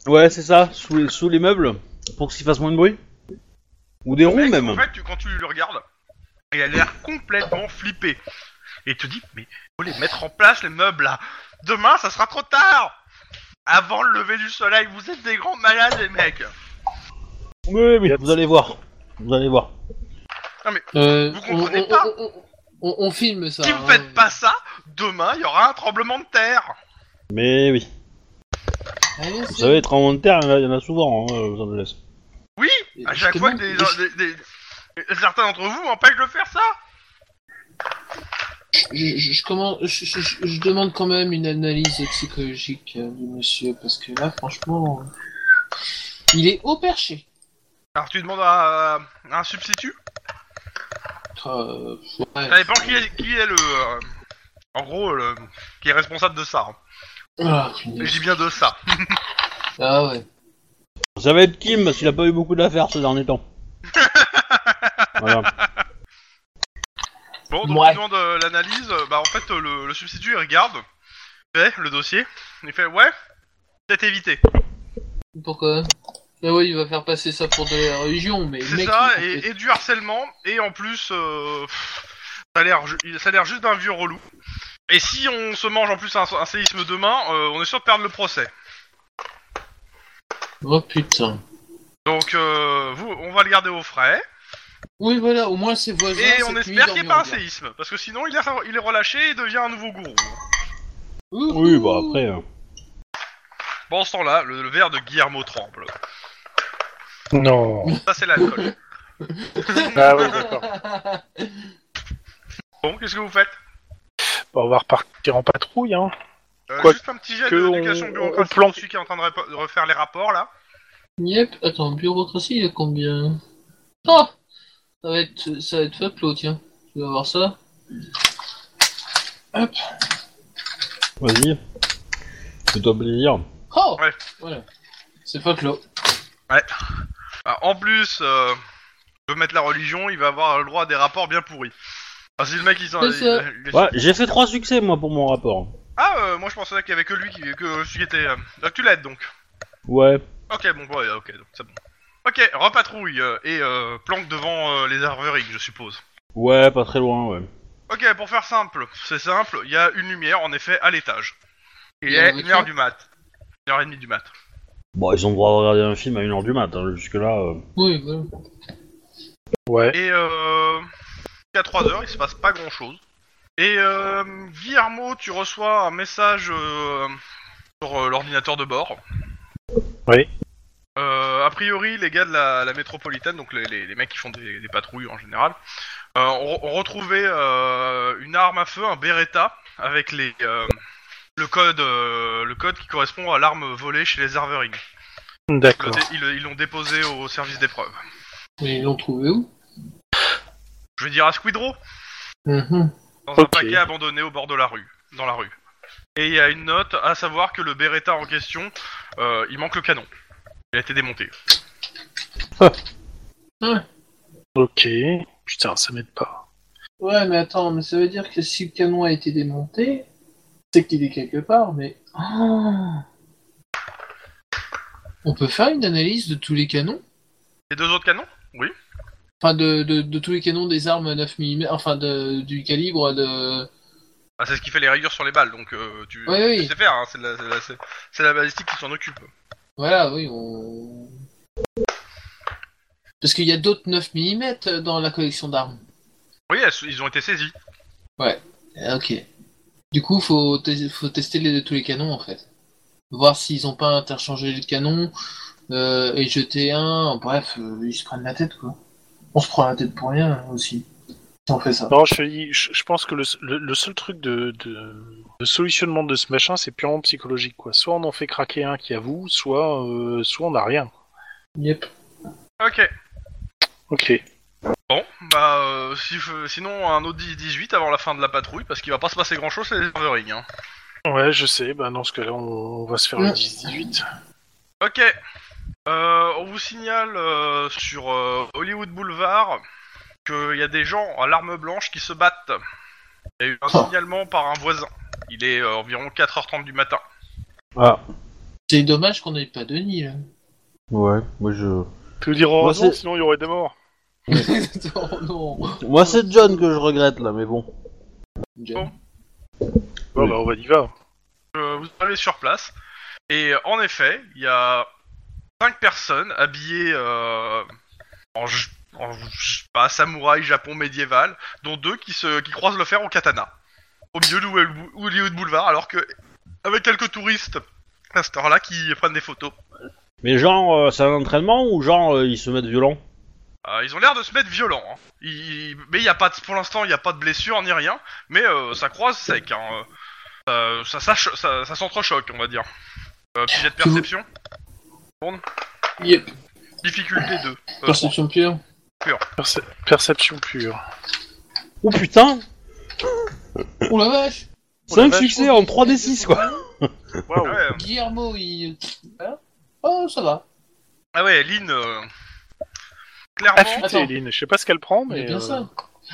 [SPEAKER 2] Ouais, c'est ça, sous les, sous les meubles, pour qu'ils fassent moins de bruit. Ou des ronds
[SPEAKER 1] Mec,
[SPEAKER 2] même.
[SPEAKER 1] En fait, tu- quand tu le regardes, il a l'air complètement flippé. Et tu te dis, mais faut les mettre en place, les meubles là. Demain, ça sera trop tard. Avant le lever du soleil, vous êtes des grands malades, les mecs.
[SPEAKER 2] Oui, oui, oui, vous allez voir. Vous allez voir.
[SPEAKER 3] Euh,
[SPEAKER 1] Vous comprenez pas
[SPEAKER 3] on- On, on filme ça.
[SPEAKER 1] Si vous
[SPEAKER 3] hein.
[SPEAKER 1] faites pas ça, demain il y aura un tremblement de terre.
[SPEAKER 2] Mais oui.
[SPEAKER 3] Ah, bien
[SPEAKER 2] Vous
[SPEAKER 3] sûr.
[SPEAKER 2] savez, les tremblements de terre, il y en a- il y en a souvent, hein, aux Angeles.
[SPEAKER 1] Oui, à chaque fois que des,
[SPEAKER 3] Justement,
[SPEAKER 1] des- des- certains d'entre vous m'empêchent de faire ça.
[SPEAKER 3] Je, je- je commence- je- je- je- je demande quand même une analyse psychologique euh, du monsieur, parce que là, franchement, euh, il est haut perché.
[SPEAKER 1] Alors tu demandes à, à un substitut
[SPEAKER 3] Euh, ouais.
[SPEAKER 1] Ça dépend qui est, qui est le. euh, en gros, le, qui est responsable de ça. hein.
[SPEAKER 3] Ah,
[SPEAKER 1] Je
[SPEAKER 3] punaise.
[SPEAKER 1] dis bien de ça.
[SPEAKER 3] Ah ouais.
[SPEAKER 2] Ça va être Kim, parce qu'il a pas eu beaucoup d'affaires ces derniers temps. voilà.
[SPEAKER 1] Bon, donc
[SPEAKER 3] Ouais.
[SPEAKER 1] tu demandes euh, l'analyse. euh, Bah en fait, euh, le, le substitut il regarde, fait le dossier, il fait ouais, peut-être évité.
[SPEAKER 3] Pourquoi Ah ouais, il va faire passer ça pour de la religion, mais le
[SPEAKER 1] C'est
[SPEAKER 3] mec,
[SPEAKER 1] ça,
[SPEAKER 3] il est
[SPEAKER 1] et, et du harcèlement, et en plus, euh, pff, ça a l'air ju- ça a l'air juste d'un vieux relou. Et si on se mange en plus un, un séisme demain, euh, on est sûr de perdre le procès.
[SPEAKER 3] Oh putain.
[SPEAKER 1] Donc, euh, vous, on va le garder au frais.
[SPEAKER 3] Oui, voilà, au moins ses voisins.
[SPEAKER 1] Et
[SPEAKER 3] cette
[SPEAKER 1] on
[SPEAKER 3] nuit,
[SPEAKER 1] espère qu'il n'y ait pas un
[SPEAKER 3] dormiront bien.
[SPEAKER 1] séisme, parce que sinon, il est, il est relâché et devient un nouveau gourou.
[SPEAKER 3] Ouhou.
[SPEAKER 2] Oui, bah après. euh,
[SPEAKER 1] Pendant ce temps-là, le, le verre de Guillermo tremble.
[SPEAKER 4] Non.
[SPEAKER 1] Ça, c'est l'alcool.
[SPEAKER 4] Ah oui, d'accord.
[SPEAKER 1] bon, qu'est-ce que vous faites
[SPEAKER 4] Bon, on va repartir en patrouille, hein.
[SPEAKER 1] Euh,
[SPEAKER 4] Quoi
[SPEAKER 1] Juste un petit jet
[SPEAKER 4] que
[SPEAKER 1] d'éducation
[SPEAKER 4] on-
[SPEAKER 1] bureaucratique
[SPEAKER 4] on plante.
[SPEAKER 1] pour celui qui est en train de, répa- de refaire les rapports, là.
[SPEAKER 3] Yep, attends, bureaucratie, il y a combien Oh Ça va être, ça va être Faplo, tiens. Tu vas voir ça. Hop
[SPEAKER 2] Vas-y. Fais-toi plaisir.
[SPEAKER 3] Oh
[SPEAKER 1] Ouais.
[SPEAKER 3] Voilà. C'est Faplo.
[SPEAKER 1] Ah, en plus euh, de mettre la religion, il va avoir le droit à des rapports bien pourris. Ah, si le mec il s'en.
[SPEAKER 3] C'est ça.
[SPEAKER 1] il- il-
[SPEAKER 2] Ouais, j'ai fait trois succès, moi, pour mon rapport.
[SPEAKER 1] Ah, euh, moi je pensais qu'il y avait que lui qui, que celui qui était. euh, ah, tu l'aides donc.
[SPEAKER 2] Ouais.
[SPEAKER 1] Ok, bon, bah, ouais, ok, donc c'est bon. Ok, repatrouille euh, et euh, planque devant euh, les arverigues, je suppose.
[SPEAKER 2] Ouais, pas très loin, ouais.
[SPEAKER 1] Ok, pour faire simple, c'est simple, il y a une lumière en effet à l'étage. Il
[SPEAKER 3] Il y a
[SPEAKER 1] est
[SPEAKER 3] un
[SPEAKER 1] une heure
[SPEAKER 3] voiture
[SPEAKER 1] du mat. Une heure et demie du mat.
[SPEAKER 2] Bon, ils ont le droit de regarder un film à 1h du mat, hein, jusque-là. euh.
[SPEAKER 3] Oui, voilà.
[SPEAKER 4] Ouais.
[SPEAKER 1] Et euh, à 3 heures, il se passe pas grand chose. Et euh, Guillermo, tu reçois un message euh, sur euh, l'ordinateur de bord.
[SPEAKER 4] Oui.
[SPEAKER 1] Euh, a priori, les gars de la, la métropolitaine, donc les, les- les mecs qui font des, des patrouilles en général, euh, ont, ont retrouvé euh, une arme à feu, un Beretta, avec les, euh, le, code, euh, le code qui correspond à l'arme volée chez les Arvering. Ils l'ont
[SPEAKER 4] D'accord.
[SPEAKER 1] dé- ils- ils l'ont déposé au service d'épreuve.
[SPEAKER 3] Mais ils l'ont trouvé où
[SPEAKER 1] Je vais dire à Squidro.
[SPEAKER 3] Mhm.
[SPEAKER 1] dans un
[SPEAKER 4] Ok.
[SPEAKER 1] paquet abandonné au bord de la rue, dans la rue. Et il y a une note à savoir que le Beretta en question, euh, il manque le canon. Il a été démonté.
[SPEAKER 4] Ok. Putain, ça m'aide pas.
[SPEAKER 3] Ouais, mais attends, mais ça veut dire que si le canon a été démonté, c'est qu'il est quelque part, mais. Oh. On peut faire une analyse de tous les canons
[SPEAKER 1] Les deux autres canons
[SPEAKER 3] Enfin, de, de, de tous les canons des armes 9 mm, enfin, de, du calibre de.
[SPEAKER 1] ah, C'est ce qui fait les rayures sur les balles, donc euh, tu,
[SPEAKER 3] Oui, oui.
[SPEAKER 1] tu sais faire, hein, c'est la, c'est la- c'est- c'est la balistique qui s'en occupe.
[SPEAKER 3] Voilà, oui, on. Parce qu'il y a d'autres 9 mm dans la collection d'armes.
[SPEAKER 1] Oui, elles sont- ils ont été saisis.
[SPEAKER 3] Ah, ok. Du coup, faut, te- faut tester les, tous les canons en fait. Voir s'ils ont pas interchangé le canon euh, et jeter un. Bref, euh, ils se prennent la tête quoi. On se prend la tête pour rien hein, aussi. Si on fait ça.
[SPEAKER 4] Non, je, te dis, je, je pense que le, le- le seul truc de, de- de solutionnement de ce machin, c'est purement psychologique, quoi. Soit on en fait craquer un qui avoue, soit, euh, soit on a rien.
[SPEAKER 3] Yep.
[SPEAKER 1] Ok.
[SPEAKER 4] Ok.
[SPEAKER 1] Bon, bah euh, si, je- sinon un autre 18 avant la fin de la patrouille, parce qu'il va pas se passer grand chose, c'est les Wolverine, hein.
[SPEAKER 4] Ouais, je sais. Bah, dans ce cas-là, on, on va se faire le
[SPEAKER 3] Ouais.
[SPEAKER 4] 10-18.
[SPEAKER 1] Ok. Euh, on vous signale euh, sur euh, Hollywood Boulevard qu'il y a des gens à l'arme blanche qui se battent. Il y a eu un
[SPEAKER 3] Oh.
[SPEAKER 1] signalement par un voisin. Il est euh, environ 4h30 du matin.
[SPEAKER 2] Ah,
[SPEAKER 3] C'est dommage qu'on n'ait pas Denis là.
[SPEAKER 2] ouais, moi je.
[SPEAKER 4] Tu veux dire
[SPEAKER 2] Moi,
[SPEAKER 4] heureusement,
[SPEAKER 2] c'est-
[SPEAKER 4] sinon il y aurait des morts.
[SPEAKER 3] non, non.
[SPEAKER 2] Moi, c'est John que je regrette là, mais bon.
[SPEAKER 3] John.
[SPEAKER 4] Bon,
[SPEAKER 2] Oui.
[SPEAKER 4] bah, on va y va.
[SPEAKER 1] Euh, vous allez sur place. Et euh, en effet, il y a 5 personnes habillées euh, en, j- en- je sais pas, samouraï, Japon médiéval, dont deux qui, se, qui croisent le fer au katana, au milieu de Hollywood Hollywood Boulevard, alors que, avec quelques touristes à cette heure-là qui prennent des photos.
[SPEAKER 2] Mais genre, euh, c'est un entraînement ou genre euh, ils se mettent violents
[SPEAKER 1] Euh, ils ont l'air de se mettre violents. hein. Ils- mais il y a pas de, pour l'instant, il n'y a pas de blessure ni rien. Mais euh, ça croise sec. hein. Euh, ça, ça, ça, ça s'entrechoque, on va dire. Euh, petit jet de perception.
[SPEAKER 3] Yep.
[SPEAKER 1] Difficulté Euh, 2.
[SPEAKER 3] Perception pure.
[SPEAKER 4] Perce- perception pure.
[SPEAKER 2] Oh putain
[SPEAKER 3] Oh la vache
[SPEAKER 2] 5 succès en 3d6 quoi
[SPEAKER 1] ah
[SPEAKER 4] Waouh.
[SPEAKER 1] euh,
[SPEAKER 3] Guillermo, il. Hein oh, ça va.
[SPEAKER 1] Ah ouais, Lynn. euh, Clairement,
[SPEAKER 3] Attends.
[SPEAKER 4] Affûtée, Lynn. Je sais pas ce qu'elle prend,
[SPEAKER 3] Il
[SPEAKER 4] mais.
[SPEAKER 3] est bien
[SPEAKER 4] euh,
[SPEAKER 3] ça.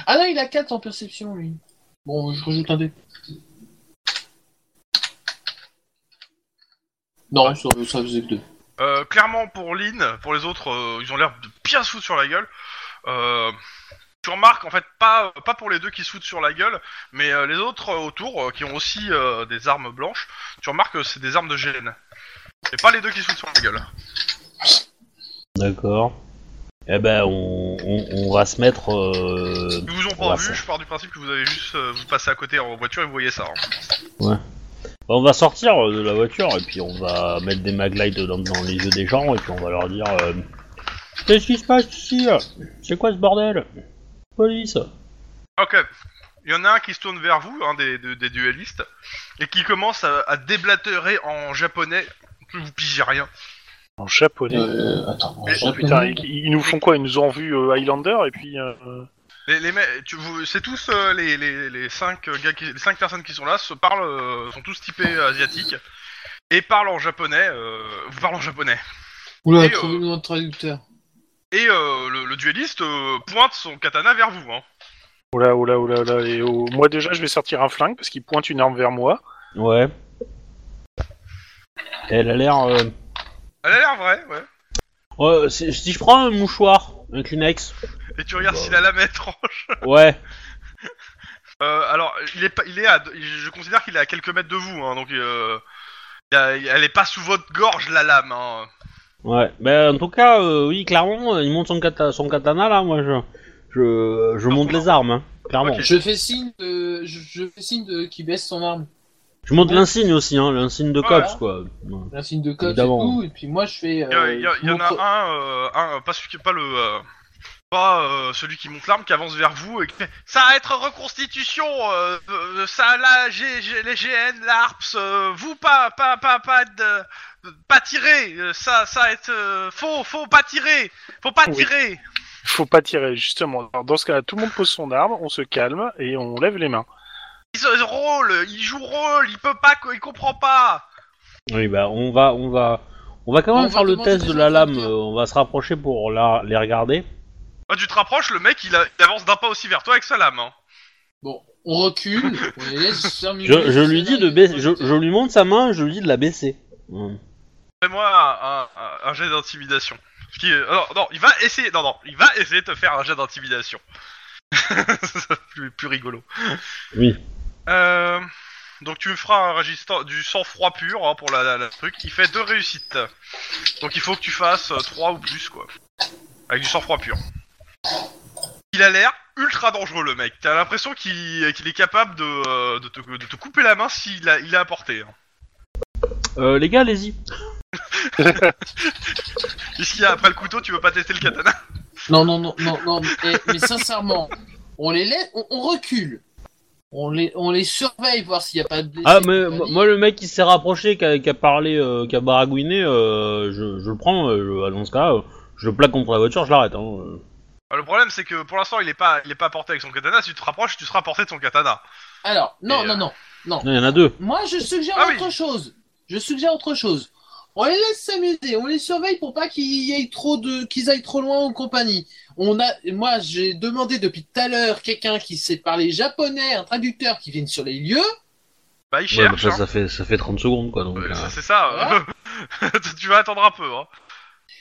[SPEAKER 3] Ah non, il a 4 en perception, lui. Bon, je rajoute un dé. Non, ça, ça faisait que 2.
[SPEAKER 1] euh, clairement pour Lynn, pour les autres, euh, ils ont l'air de bien se foutre sur la gueule. Euh, tu remarques, en fait, pas, pas pour les deux qui se foutent sur la gueule, mais euh, les autres euh, autour euh, qui ont aussi euh, des armes blanches, tu remarques que c'est des armes de GN. C'est pas les deux qui se foutent sur la gueule.
[SPEAKER 2] D'accord. Eh ben, on, on, on va se mettre. euh,
[SPEAKER 1] Ils vous ont
[SPEAKER 2] Ouais,
[SPEAKER 1] pas
[SPEAKER 2] ça.
[SPEAKER 1] vu, je pars du principe que vous avez juste euh, vous passez à côté en voiture et vous voyez ça. hein.
[SPEAKER 2] On va sortir euh, de la voiture et puis on va mettre des maglides dans, dans les yeux des gens et puis on va leur dire euh, Qu'est-ce qui se passe ici C'est quoi ce bordel Police
[SPEAKER 1] Ok. Il y en a un qui se tourne vers vous, un des, des- des duellistes, et qui commence à, à déblatérer en japonais. Vous pigez rien.
[SPEAKER 4] En japonais.
[SPEAKER 3] Euh, attends, bon,
[SPEAKER 1] Mais-
[SPEAKER 3] je
[SPEAKER 1] oh,
[SPEAKER 3] rappelle-
[SPEAKER 4] Putain, ils, ils nous font quoi Ils nous ont vu euh, Highlander et puis. euh, euh,
[SPEAKER 1] Les, les mecs, tu- vous- c'est tous euh, les, les, les cinq gars qui- les cinq personnes qui sont là se parlent, euh, sont tous typés asiatiques et parlent en japonais. euh, vous parlez en japonais.
[SPEAKER 3] Oula,
[SPEAKER 1] Et, euh,
[SPEAKER 3] trouvez-nous un traducteur.
[SPEAKER 1] Et euh, le, le duelliste euh, pointe son katana vers vous. Hein.
[SPEAKER 4] Oh là, oh là, oh là, oh là. Et oh, Moi déjà, je vais sortir un flingue parce qu'il pointe une arme vers moi.
[SPEAKER 2] Ouais. Elle a l'air. euh,
[SPEAKER 1] Elle a l'air vraie, ouais.
[SPEAKER 2] euh, si si je prends un mouchoir, un Kleenex,
[SPEAKER 1] Et tu regardes
[SPEAKER 2] Bah,
[SPEAKER 1] s'il a la main étrange.
[SPEAKER 2] ouais.
[SPEAKER 1] Euh, alors, il est, pas- il est à, deux- je considère qu'il est à quelques mètres de vous, hein, donc euh, il a- elle est pas sous votre gorge la lame. Hein.
[SPEAKER 2] Ouais, ben en tout cas, euh, oui, clairement, euh, il monte son, kata- son katana là, moi je, je, je monte les armes, hein, clairement.
[SPEAKER 1] Ok.
[SPEAKER 3] Je fais signe de. Je, je fais signe de. Qui baisse son arme.
[SPEAKER 2] Je monte l'insigne aussi, hein, l'insigne de
[SPEAKER 1] Ouais.
[SPEAKER 2] cops quoi. Ouais.
[SPEAKER 3] Un signe de code et
[SPEAKER 2] Évidemment.
[SPEAKER 3] tout, et puis moi je fais.
[SPEAKER 1] Il y, a-
[SPEAKER 3] euh,
[SPEAKER 1] il y a- il y en a
[SPEAKER 3] montre-
[SPEAKER 1] un, euh, un, euh, pas celui qui, pas le, euh, pas euh, celui qui monte l'arme, qui avance vers vous et qui fait ça va être reconstitution, euh, euh, ça là, G- G- les GN, l'ARPS, euh, vous pas, pas, pas, pas de, pas tirer, euh, ça, ça va être euh, faux, faux, pas tirer, faut pas
[SPEAKER 4] Oui.
[SPEAKER 1] tirer.
[SPEAKER 4] Faut pas tirer, justement. Alors, dans ce cas-là, tout le monde pose son arme, on se calme et on lève les mains.
[SPEAKER 1] Il se euh, rôle, il joue rôle, il peut pas, co- il comprend pas.
[SPEAKER 2] Oui, bah on va, on va, on va quand même
[SPEAKER 3] On va
[SPEAKER 2] faire le
[SPEAKER 3] demander
[SPEAKER 2] test
[SPEAKER 3] des
[SPEAKER 2] de la lame,
[SPEAKER 3] instructeurs.
[SPEAKER 2] euh, on va se rapprocher pour la, les regarder.
[SPEAKER 1] Ah, tu te rapproches, le mec il, a- il avance d'un pas aussi vers toi avec sa lame. Hein.
[SPEAKER 3] Bon, on recule, on les laisse faire
[SPEAKER 2] Je, je lui dis de baisser, je, je lui montre sa main, je lui dis de la baisser. Ouais.
[SPEAKER 1] Fais-moi un, un- un jet d'intimidation. Ce qui est- ah Non, non, il va essayer. Non, non, il va essayer de te faire un jet d'intimidation. C'est plus, plus rigolo.
[SPEAKER 2] Oui.
[SPEAKER 1] Euh, donc tu me feras un registre du sang-froid pur hein, pour la, la- la truc. Il fait deux réussites. Donc il faut que tu fasses euh, trois ou plus quoi. Avec du sang-froid pur. Il a l'air ultra dangereux le mec. T'as l'impression qu'il qu'il est capable de, euh, de, te, de te couper la main s'il a, il a apporté. Hein.
[SPEAKER 2] Euh, les gars, allez-y.
[SPEAKER 1] Qu'est-ce qu'il y a après le couteau Tu veux pas tester le katana
[SPEAKER 3] Non, non, non, non, non, mais, mais sincèrement, on les laisse, on, on recule. On les, on les surveille, voir s'il n'y a pas de blessés.
[SPEAKER 2] Ah, mais
[SPEAKER 3] compagnie.
[SPEAKER 2] moi moi, le mec qui s'est rapproché, qui a, qui a parlé, euh, qui a baragouiné, euh, je, je le prends, euh, je, ah, dans ce cas, euh, je le plaque contre la voiture, je l'arrête. Hein, euh.
[SPEAKER 1] Bah, Le problème, c'est que pour l'instant, il est pas, il est pas porté avec son katana. Si tu te rapproches, tu seras porté de son katana.
[SPEAKER 3] Alors, non,
[SPEAKER 1] Et,
[SPEAKER 3] non,
[SPEAKER 1] euh,
[SPEAKER 3] non.
[SPEAKER 2] Non, il y en a deux.
[SPEAKER 3] Moi, je suggère
[SPEAKER 1] Ah oui.
[SPEAKER 3] autre chose. Je suggère autre chose. On les laisse s'amuser, on les surveille pour pas qu'ils aillent trop de, qu'ils aillent trop loin en compagnie. On a, moi, j'ai demandé depuis tout à l'heure quelqu'un qui sait parler japonais, un traducteur qui vienne sur les lieux.
[SPEAKER 1] Bah, il
[SPEAKER 2] Ouais, bah,
[SPEAKER 1] cherche.
[SPEAKER 2] ça,
[SPEAKER 1] hein.
[SPEAKER 2] ça fait, ça fait 30 secondes, quoi. Donc,
[SPEAKER 1] Euh,
[SPEAKER 2] euh,
[SPEAKER 1] c'est- C'est ça. euh, tu- tu vas attendre un peu. Hein.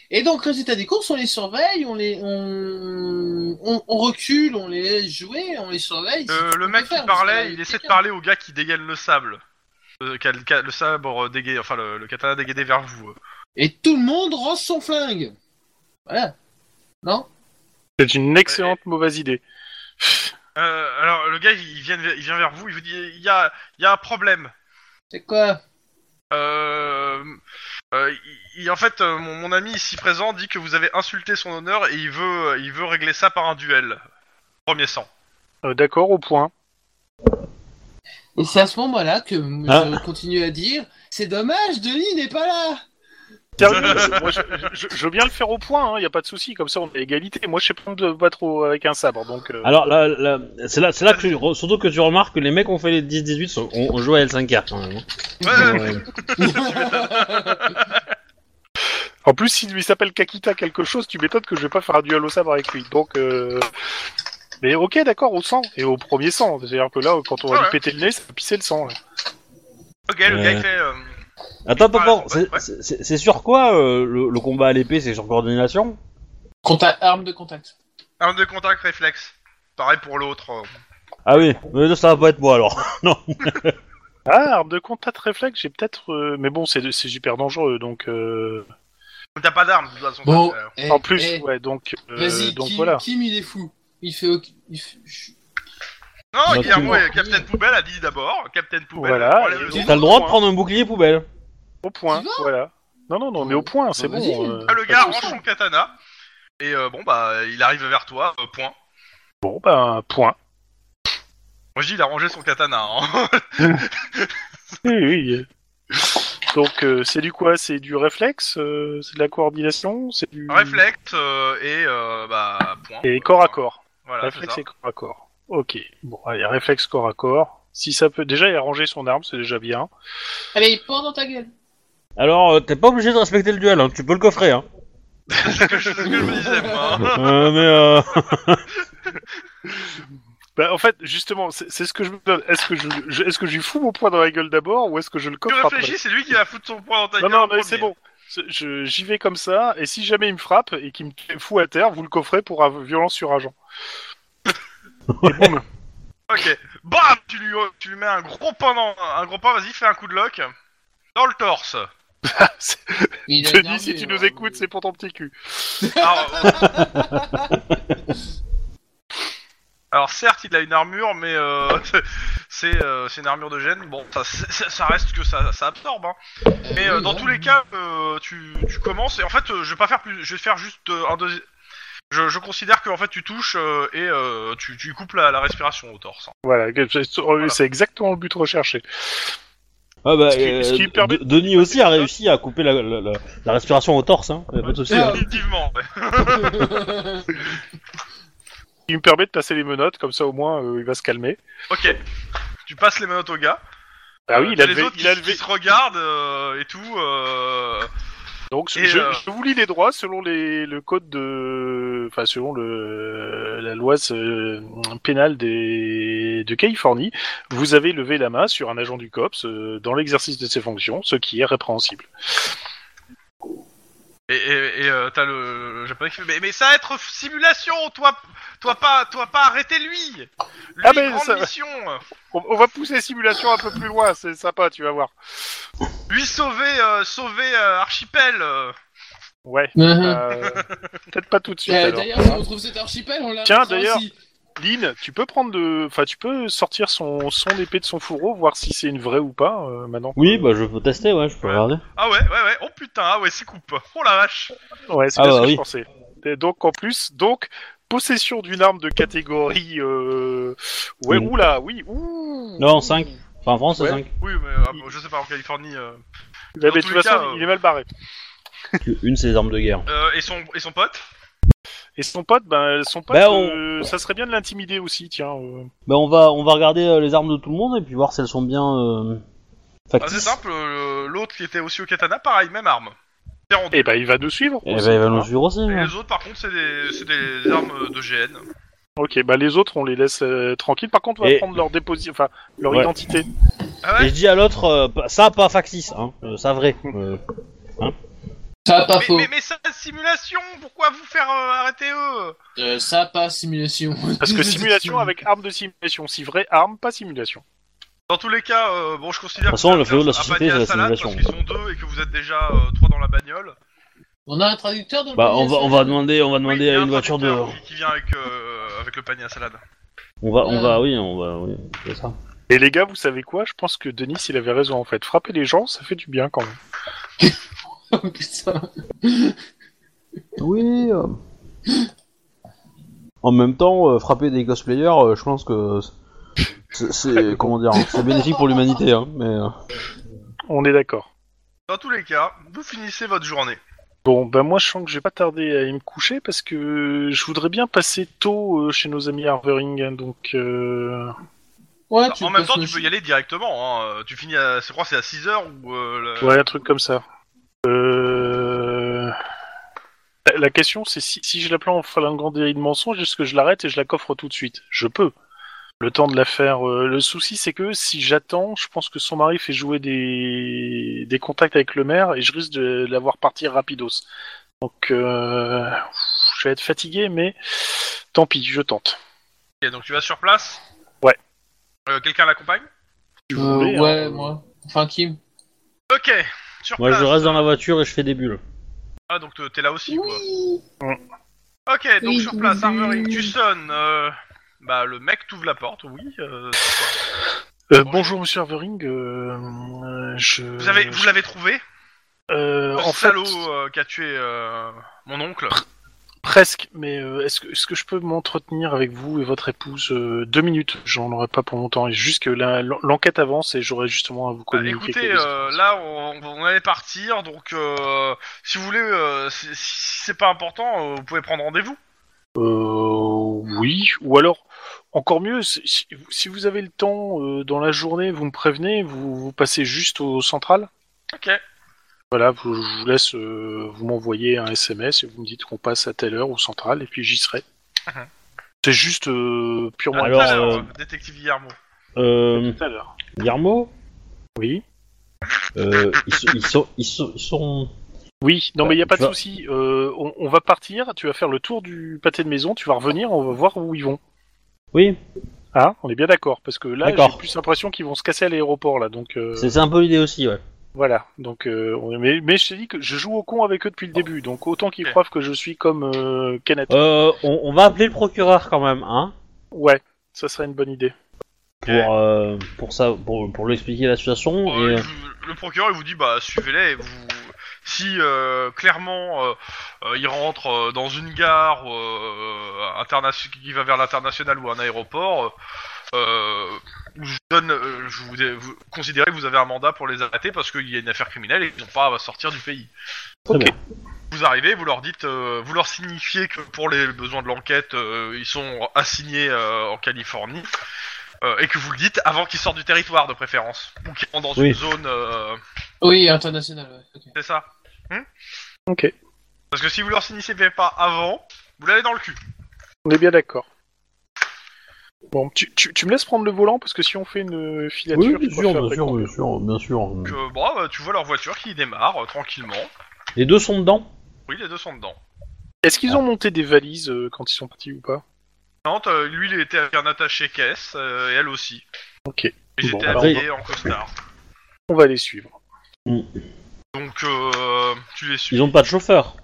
[SPEAKER 3] Et donc, résultat des courses, on les surveille, on les, on, on, on recule, on les laisse jouer, on les surveille.
[SPEAKER 1] Euh, le mec qui
[SPEAKER 3] faire, parce que
[SPEAKER 1] parlait,
[SPEAKER 3] là,
[SPEAKER 1] il
[SPEAKER 3] il
[SPEAKER 1] essaie de
[SPEAKER 3] quelqu'un.
[SPEAKER 1] parler au gars qui dégaine le sable. Euh, qu'a le, ca- le sabre euh, dégainé, enfin le, le katana dégainé vers vous. euh.
[SPEAKER 3] Et tout le monde rend son flingue. Voilà. Non
[SPEAKER 4] C'est une excellente mauvaise idée.
[SPEAKER 1] Euh, alors, le gars, il vient, il vient vers vous, il vous dit il y a, il y a un problème.
[SPEAKER 3] C'est quoi
[SPEAKER 1] Euh, euh, il- il- en fait, euh, mon, mon ami ici présent dit que vous avez insulté son honneur et il veut, euh, il veut régler ça par un duel. Premier sang.
[SPEAKER 4] Euh, D'accord, au point.
[SPEAKER 3] Et c'est à ce moment-là que
[SPEAKER 2] Ah.
[SPEAKER 3] je continue à dire c'est dommage, Denis n'est pas là.
[SPEAKER 4] Sérieux, je- moi, je, je- je veux bien le faire au point, il n'y a pas de souci, comme ça on est à égalité. Moi je sais pas, me battre au- avec un sabre, donc... euh,
[SPEAKER 2] Alors là, là, c'est là, c'est là que tu, re- surtout que tu remarques que les mecs ont fait les 10-18, sont- ont, ont joué à L5R quand même. hein.
[SPEAKER 1] Ouais, ouais, ouais.
[SPEAKER 2] Euh,
[SPEAKER 4] En plus, s'il lui s'appelle Kakita quelque chose, tu m'étonnes que je vais pas faire un duel au sabre avec lui. Donc, euh... mais ok, d'accord, au sang et au premier sang. C'est-à-dire que là, quand on va
[SPEAKER 1] Ouais.
[SPEAKER 4] lui péter le nez, ça va pisser le sang. là.
[SPEAKER 1] Ok, le
[SPEAKER 2] Ouais.
[SPEAKER 1] gars, il fait. euh,
[SPEAKER 2] Attends, attends,
[SPEAKER 1] Ah,
[SPEAKER 2] attends, c'est-
[SPEAKER 1] ouais.
[SPEAKER 2] c'est c'est- c'est sur quoi euh, le, le combat à l'épée C'est sur coordination
[SPEAKER 3] Contact, arme de contact.
[SPEAKER 1] arme de contact réflexe. Pareil pour l'autre. euh.
[SPEAKER 2] Ah oui, mais ça va pas être moi alors. non.
[SPEAKER 4] Ah, arme de contact réflexe, j'ai peut-être. euh, Mais bon, c'est c'est super dangereux, donc. euh,
[SPEAKER 1] T'as pas d'arme, de toute façon.
[SPEAKER 3] Bon,
[SPEAKER 1] t'as- euh,
[SPEAKER 3] eh,
[SPEAKER 4] Ah, En plus,
[SPEAKER 3] eh,
[SPEAKER 4] ouais, donc. euh,
[SPEAKER 3] vas-y,
[SPEAKER 4] donc
[SPEAKER 3] Kim,
[SPEAKER 4] voilà.
[SPEAKER 3] Kim, il est fou. Il fait. ok- il fait- je-
[SPEAKER 1] Non,
[SPEAKER 2] Bah,
[SPEAKER 1] Guillermo
[SPEAKER 2] tu-
[SPEAKER 1] et Captain Poubelle a dit d'abord. Captain Poubelle.
[SPEAKER 4] Voilà,
[SPEAKER 1] enlève
[SPEAKER 4] et-
[SPEAKER 1] le
[SPEAKER 4] Tu-
[SPEAKER 1] son.
[SPEAKER 2] T'as le droit de prendre un bouclier poubelle.
[SPEAKER 4] Au point,
[SPEAKER 3] Tu vas
[SPEAKER 4] voilà. Non, non, non, mais au point, c'est
[SPEAKER 3] Bah, vas-y.
[SPEAKER 4] bon. euh,
[SPEAKER 1] Ah, le
[SPEAKER 4] pas
[SPEAKER 1] gars
[SPEAKER 4] de
[SPEAKER 1] range
[SPEAKER 4] souci.
[SPEAKER 1] son katana. Et euh, bon, bah, il arrive vers toi, euh, point.
[SPEAKER 4] Bon, ben, point.
[SPEAKER 1] Moi, je dis, il a rangé son katana. hein.
[SPEAKER 4] Oui, oui. Donc, euh, c'est du quoi C'est du réflexe euh, C'est de la coordination C'est du.
[SPEAKER 1] Réflexe euh, et euh, bah, point.
[SPEAKER 4] Et corps à corps.
[SPEAKER 1] Voilà, c'est ça.
[SPEAKER 4] Réflexe et corps à corps. Ok. Bon, allez, réflexe corps à corps. Si ça peut. Déjà, il a rangé son arme, c'est déjà bien.
[SPEAKER 3] Allez, il pend dans ta gueule.
[SPEAKER 2] Alors, euh, t'es pas obligé de respecter le duel, hein, tu peux le coffrer. Hein.
[SPEAKER 1] C'est que je- c'est ce que je me disais, moi. hein.
[SPEAKER 2] Euh, mais euh...
[SPEAKER 4] Bah, en fait, justement, c'est c'est ce que je me donne. Est-ce que je, je- est-ce que je lui fous mon poing dans la gueule d'abord ou est-ce que je le
[SPEAKER 1] Tu
[SPEAKER 4] coffre après
[SPEAKER 1] réfléchis, c'est lui qui va foutre son poing dans ta
[SPEAKER 4] Non,
[SPEAKER 1] gueule.
[SPEAKER 4] non,
[SPEAKER 1] en
[SPEAKER 4] mais c'est
[SPEAKER 1] premier.
[SPEAKER 4] bon. C'est- je- J'y vais comme ça, et si jamais il me frappe et qu'il me fout à terre, vous le coffrez pour av- violence sur agent. Et boum.
[SPEAKER 1] Ok. Bam tu lui, tu lui mets un gros pain dans. Un gros pain, vas-y, fais un coup de lock. Dans le torse.
[SPEAKER 3] Mais il a une
[SPEAKER 4] Denis,
[SPEAKER 3] arme,
[SPEAKER 4] si tu
[SPEAKER 3] euh,
[SPEAKER 4] nous écoutes, c'est pour ton petit cul.
[SPEAKER 1] Alors, alors, certes, il a une armure, mais euh, c'est euh, c'est une armure de gêne. Bon, ça, c'est- ça- ça reste que ça, ça absorbe. hein.
[SPEAKER 3] euh,
[SPEAKER 1] Mais euh,
[SPEAKER 3] oui,
[SPEAKER 1] dans
[SPEAKER 3] ouais.
[SPEAKER 1] tous les cas, euh, tu, tu commences. Et en fait, euh, je vais pas faire plus. Je vais faire juste euh, un deuxième. Je, je considère que en fait tu touches euh, et euh, tu, tu coupes la, la respiration au torse. hein.
[SPEAKER 4] Voilà, que- c'est oh, c'est exactement le but recherché.
[SPEAKER 2] ah bah,
[SPEAKER 4] Ce qui- ce qui
[SPEAKER 2] euh,
[SPEAKER 4] permet-
[SPEAKER 2] De- Denis aussi a réussi à couper la, la- la- la respiration au torse, hein. y a pas de souci.
[SPEAKER 4] Ah.
[SPEAKER 2] hein.
[SPEAKER 1] Définitivement. ouais.
[SPEAKER 4] Il me permet de passer les menottes, comme ça au moins euh, il va se calmer.
[SPEAKER 1] Ok. Tu passes les menottes au gars.
[SPEAKER 4] Ah oui,
[SPEAKER 1] Euh,
[SPEAKER 4] il a
[SPEAKER 1] t'as les
[SPEAKER 4] levé.
[SPEAKER 1] autres qui,
[SPEAKER 4] il a
[SPEAKER 1] qui
[SPEAKER 4] levé.
[SPEAKER 1] se regardent euh, et tout. euh,
[SPEAKER 4] Donc je,
[SPEAKER 1] Et,
[SPEAKER 4] je-
[SPEAKER 1] euh,
[SPEAKER 4] je vous lis les droits selon les, le code de, enfin selon le, la loi euh, pénale des, de Californie, vous avez levé la main sur un agent du COPS euh, dans l'exercice de ses fonctions, ce qui est répréhensible.
[SPEAKER 1] Et, et, et, euh, t'as le, le japonais qui fait mais, mais ça va être f- simulation, toi, toi pas, toi pas arrêter lui. lui
[SPEAKER 4] Ah, mais
[SPEAKER 1] grande
[SPEAKER 4] ça-
[SPEAKER 1] mission.
[SPEAKER 4] On, on va pousser simulation un peu plus loin, c'est sympa, tu vas voir.
[SPEAKER 1] Lui sauver, euh, sauver euh, archipel. euh.
[SPEAKER 4] Ouais.
[SPEAKER 3] Euh,
[SPEAKER 4] euh, Peut-être pas tout de suite.
[SPEAKER 3] euh,
[SPEAKER 4] alors.
[SPEAKER 3] D'ailleurs, si on retrouve cet archipel, on l'a.
[SPEAKER 4] Tiens,
[SPEAKER 3] retrouvera
[SPEAKER 4] d'ailleurs.
[SPEAKER 3] aussi.
[SPEAKER 4] Lynn, tu peux prendre de, enfin tu peux sortir son son épée de son fourreau, voir si c'est une vraie ou pas euh, maintenant.
[SPEAKER 2] Oui, bah je peux tester, ouais, je peux regarder.
[SPEAKER 1] Ah ouais, ouais, ouais. Oh putain, ah ouais, c'est coupe. Oh la vache.
[SPEAKER 4] Ouais, c'est
[SPEAKER 2] Ah
[SPEAKER 4] bien
[SPEAKER 2] bah
[SPEAKER 4] ce que
[SPEAKER 2] oui.
[SPEAKER 4] je pensais. Et donc en plus, donc possession d'une arme de catégorie euh... ouais,
[SPEAKER 2] Mm.
[SPEAKER 4] oula, oui, ouh.
[SPEAKER 2] Non, 5. Enfin, en France, c'est
[SPEAKER 4] Ouais.
[SPEAKER 2] 5.
[SPEAKER 1] Oui, mais ah, bon, je sais pas en Californie. euh.
[SPEAKER 4] Mais
[SPEAKER 1] Dans
[SPEAKER 4] Eh ben, de
[SPEAKER 1] tous
[SPEAKER 4] toute
[SPEAKER 1] les
[SPEAKER 4] façon,
[SPEAKER 1] cas, euh,
[SPEAKER 4] il est mal barré.
[SPEAKER 2] Une, c'est les armes de guerre.
[SPEAKER 1] Euh, et son, et son pote.
[SPEAKER 4] Et son pote, ben son pote,
[SPEAKER 2] Bah, on-
[SPEAKER 4] euh, ça serait bien de l'intimider aussi, tiens. euh.
[SPEAKER 2] Bah, on va, on va regarder euh, les armes de tout le monde et puis voir si elles sont bien. Euh,
[SPEAKER 1] Ah, c'est
[SPEAKER 2] factices.
[SPEAKER 1] simple. euh, L'autre qui était aussi au katana, pareil, même arme. C'est en deux.
[SPEAKER 4] Et ben il va nous suivre.
[SPEAKER 2] Eh
[SPEAKER 4] aussi,
[SPEAKER 2] ben, il va
[SPEAKER 4] hein.
[SPEAKER 2] nous suivre aussi.
[SPEAKER 1] Et
[SPEAKER 2] ouais.
[SPEAKER 1] les autres, par contre, c'est des, c'est des armes de GN.
[SPEAKER 4] Ok, bah les autres, on les laisse euh, tranquilles. Par contre, on va
[SPEAKER 2] Et-
[SPEAKER 4] prendre leur déposi... enfin leur
[SPEAKER 2] Ouais.
[SPEAKER 4] identité.
[SPEAKER 1] Ah
[SPEAKER 2] Et
[SPEAKER 1] ouais.
[SPEAKER 2] je dis à l'autre, euh, pas- ça pas factice, hein, euh, ça vrai. euh.
[SPEAKER 3] Ça pas
[SPEAKER 1] Mais,
[SPEAKER 3] faux.
[SPEAKER 1] mais, mais ça, simulation. Pourquoi vous faire euh, arrêter eux
[SPEAKER 3] Euh, ça pas simulation.
[SPEAKER 4] Parce que simulation avec arme de simulation, si vrai arme, pas simulation.
[SPEAKER 1] Dans tous les cas, euh, bon, je considère
[SPEAKER 2] De toute façon,
[SPEAKER 1] que
[SPEAKER 2] le fléau de la
[SPEAKER 1] un
[SPEAKER 2] société,
[SPEAKER 1] panier à
[SPEAKER 2] c'est la
[SPEAKER 1] salade,
[SPEAKER 2] simulation.
[SPEAKER 1] Parce qu'ils sont deux et que vous êtes déjà euh, trois dans la bagnole.
[SPEAKER 3] On a un traducteur dans le
[SPEAKER 2] Bah,
[SPEAKER 3] panier
[SPEAKER 2] on va,
[SPEAKER 3] à
[SPEAKER 2] on
[SPEAKER 3] salade
[SPEAKER 2] va demander, on va demander
[SPEAKER 1] Oui, il y
[SPEAKER 2] à
[SPEAKER 1] a un
[SPEAKER 2] une voiture de.
[SPEAKER 1] traducteur Qui, qui vient avec, euh, avec le panier à salade.
[SPEAKER 2] On va, on
[SPEAKER 3] Euh.
[SPEAKER 2] va, oui, on va, oui, on fait ça.
[SPEAKER 4] Et les gars, vous savez quoi Je pense que Denis, il avait raison en fait. Frapper les gens, ça fait du bien quand même.
[SPEAKER 3] Oh, putain.
[SPEAKER 2] Oui. euh. En même temps, euh, frapper des cosplayers, euh, je pense que c'est- c'est comment dire, c'est bénéfique pour l'humanité, hein. Mais euh,
[SPEAKER 4] On est d'accord.
[SPEAKER 1] Dans tous les cas, vous finissez votre journée.
[SPEAKER 4] Bon, ben moi, je sens que je vais pas tarder à aller me coucher parce que je voudrais bien passer tôt euh, chez nos amis Harvering. hein, Donc, euh,
[SPEAKER 3] Ouais,
[SPEAKER 1] Bah, en même
[SPEAKER 3] Ah, passes
[SPEAKER 1] temps,
[SPEAKER 3] le
[SPEAKER 1] tu peux
[SPEAKER 3] chi-
[SPEAKER 1] y aller directement. hein. Tu finis, à, je crois, que c'est à 6 heures ou. euh, le-
[SPEAKER 4] ouais, un truc comme ça. Euh... la- La question, c'est si, si je l'appelle en flinguant des de mensonge, est-ce que je l'arrête et je la coffre tout de suite Je peux. Le temps de la faire. euh, Le souci, c'est que si j'attends, je pense que son mari fait jouer des, des contacts avec le maire et je risque de l'avoir partir rapidos. Donc, euh, je vais être fatigué, mais tant pis, je tente.
[SPEAKER 1] Ok, donc tu vas sur place.
[SPEAKER 4] Ouais.
[SPEAKER 1] Euh, Quelqu'un l'accompagne
[SPEAKER 4] Si vous
[SPEAKER 3] Euh,
[SPEAKER 4] voulez,
[SPEAKER 3] ouais,
[SPEAKER 4] hein.
[SPEAKER 3] moi. Enfin, Kim.
[SPEAKER 1] Ok. Sur
[SPEAKER 2] moi,
[SPEAKER 1] place.
[SPEAKER 2] je reste dans la voiture et je fais des bulles.
[SPEAKER 1] Ah, donc t'es là aussi, quoi. Oh.
[SPEAKER 3] Oui.
[SPEAKER 1] Ok, donc
[SPEAKER 3] Oui,
[SPEAKER 1] sur place,
[SPEAKER 3] oui.
[SPEAKER 1] Armoring, tu sonnes. euh, Bah, le mec t'ouvre la porte, oui. euh, c'est quoi
[SPEAKER 4] Euh, bonjour, monsieur Harvering. euh, euh, je...
[SPEAKER 1] Vous avez, vous l'avez trouvé
[SPEAKER 4] Euh,
[SPEAKER 1] Le
[SPEAKER 4] en fait,
[SPEAKER 1] salaud euh, qui a tué euh, mon oncle.
[SPEAKER 4] Presque, mais euh, est-ce que, est-ce que je peux m'entretenir avec vous et votre épouse euh, deux minutes J'en aurai pas pour longtemps. Et juste que la- l'en- l'enquête avance et j'aurai justement à vous
[SPEAKER 1] Bah,
[SPEAKER 4] communiquer.
[SPEAKER 1] écoutez,
[SPEAKER 4] quelques-
[SPEAKER 1] euh, là, on, on allait partir, donc euh, si vous voulez, euh, si, si c'est pas important, euh, vous pouvez prendre rendez-vous.
[SPEAKER 4] Euh, oui, ou alors, encore mieux, si- si si vous avez le temps euh, dans la journée, vous me prévenez, vous, vous passez juste au central.
[SPEAKER 1] Ok.
[SPEAKER 4] Voilà, vous, je vous laisse, euh, vous m'envoyez un SMS et vous me dites qu'on passe à telle heure au central et puis j'y serai.
[SPEAKER 1] Mhm.
[SPEAKER 4] C'est juste euh, purement
[SPEAKER 2] Alors,
[SPEAKER 1] Tout à l'heure,
[SPEAKER 2] euh,
[SPEAKER 1] détective Guillermo.
[SPEAKER 2] Euh,
[SPEAKER 4] tout à l'heure.
[SPEAKER 2] Guillermo,
[SPEAKER 4] Oui.
[SPEAKER 2] euh, ils, sont- ils sont, ils sont, ils sont-
[SPEAKER 4] Oui, non
[SPEAKER 2] Bah,
[SPEAKER 4] mais il n'y a pas de
[SPEAKER 2] tu vas-
[SPEAKER 4] souci. Euh, on, on va partir, tu vas faire le tour du pâté de maison, tu vas revenir, on va voir où ils vont.
[SPEAKER 2] Oui,
[SPEAKER 4] Hein on est bien d'accord, parce que là
[SPEAKER 2] D'accord.
[SPEAKER 4] j'ai plus l'impression qu'ils vont se casser à l'aéroport là, donc euh,
[SPEAKER 2] c'est c'est un peu l'idée aussi, ouais.
[SPEAKER 4] voilà. Donc euh, on est- mais, mais je te dis que je joue au con avec eux depuis le début, donc autant qu'ils
[SPEAKER 1] Ok.
[SPEAKER 4] croient que je suis comme euh, Kenneth.
[SPEAKER 2] Euh, on, on va appeler le procureur quand même, hein,
[SPEAKER 4] Ouais, ça serait une bonne idée.
[SPEAKER 2] pour euh, pour ça, pour, pour lui expliquer la situation
[SPEAKER 1] Euh,
[SPEAKER 2] et.
[SPEAKER 1] il vous- le procureur il vous dit bah suivez-les. et Vous... Si euh, clairement euh, euh, il rentre euh, dans une gare euh, interna- qui va vers l'international ou un aéroport, euh, euh, je, vous donne, euh, je vous, vous considérez que vous avez un mandat pour les arrêter parce qu'il y a une affaire criminelle et qu'ils n'ont pas à sortir du pays.
[SPEAKER 2] Très bien.
[SPEAKER 1] Vous arrivez, vous leur dites, euh, vous leur signifiez que pour les besoins de l'enquête, euh, ils sont assignés euh, en Californie euh, et que vous le dites avant qu'ils sortent du territoire de préférence ou qu'ils rentrent dans
[SPEAKER 2] Oui.
[SPEAKER 1] une zone. euh,
[SPEAKER 3] Oui, international, ouais. ok.
[SPEAKER 1] c'est ça. Hmm
[SPEAKER 4] Ok.
[SPEAKER 1] Parce que si vous leur signifiez pas avant, vous l'avez dans le cul.
[SPEAKER 4] On est bien d'accord. Bon, tu, tu, tu me laisses prendre le volant parce que si on fait une euh, filature,
[SPEAKER 2] Oui,
[SPEAKER 4] je
[SPEAKER 2] bien
[SPEAKER 4] préfère
[SPEAKER 2] sûr, bien sûr,
[SPEAKER 4] qu'on-
[SPEAKER 2] bien sûr, bien sûr.
[SPEAKER 1] Donc, euh, bon, bah, tu vois leur voiture qui démarre euh, tranquillement.
[SPEAKER 2] Les deux sont dedans.
[SPEAKER 1] Oui, les deux sont dedans.
[SPEAKER 4] Est-ce qu'ils ont monté des valises euh, quand ils sont partis ou pas
[SPEAKER 1] Non, t'as- euh, lui, il était avec un attaché caisse euh, et elle aussi.
[SPEAKER 4] Ok.
[SPEAKER 1] Ils
[SPEAKER 4] Bon,
[SPEAKER 1] étaient
[SPEAKER 4] bah,
[SPEAKER 1] habillés en costard.
[SPEAKER 4] On va les suivre.
[SPEAKER 1] Donc, euh, tu les suis.
[SPEAKER 2] Ils ont pas de chauffeur.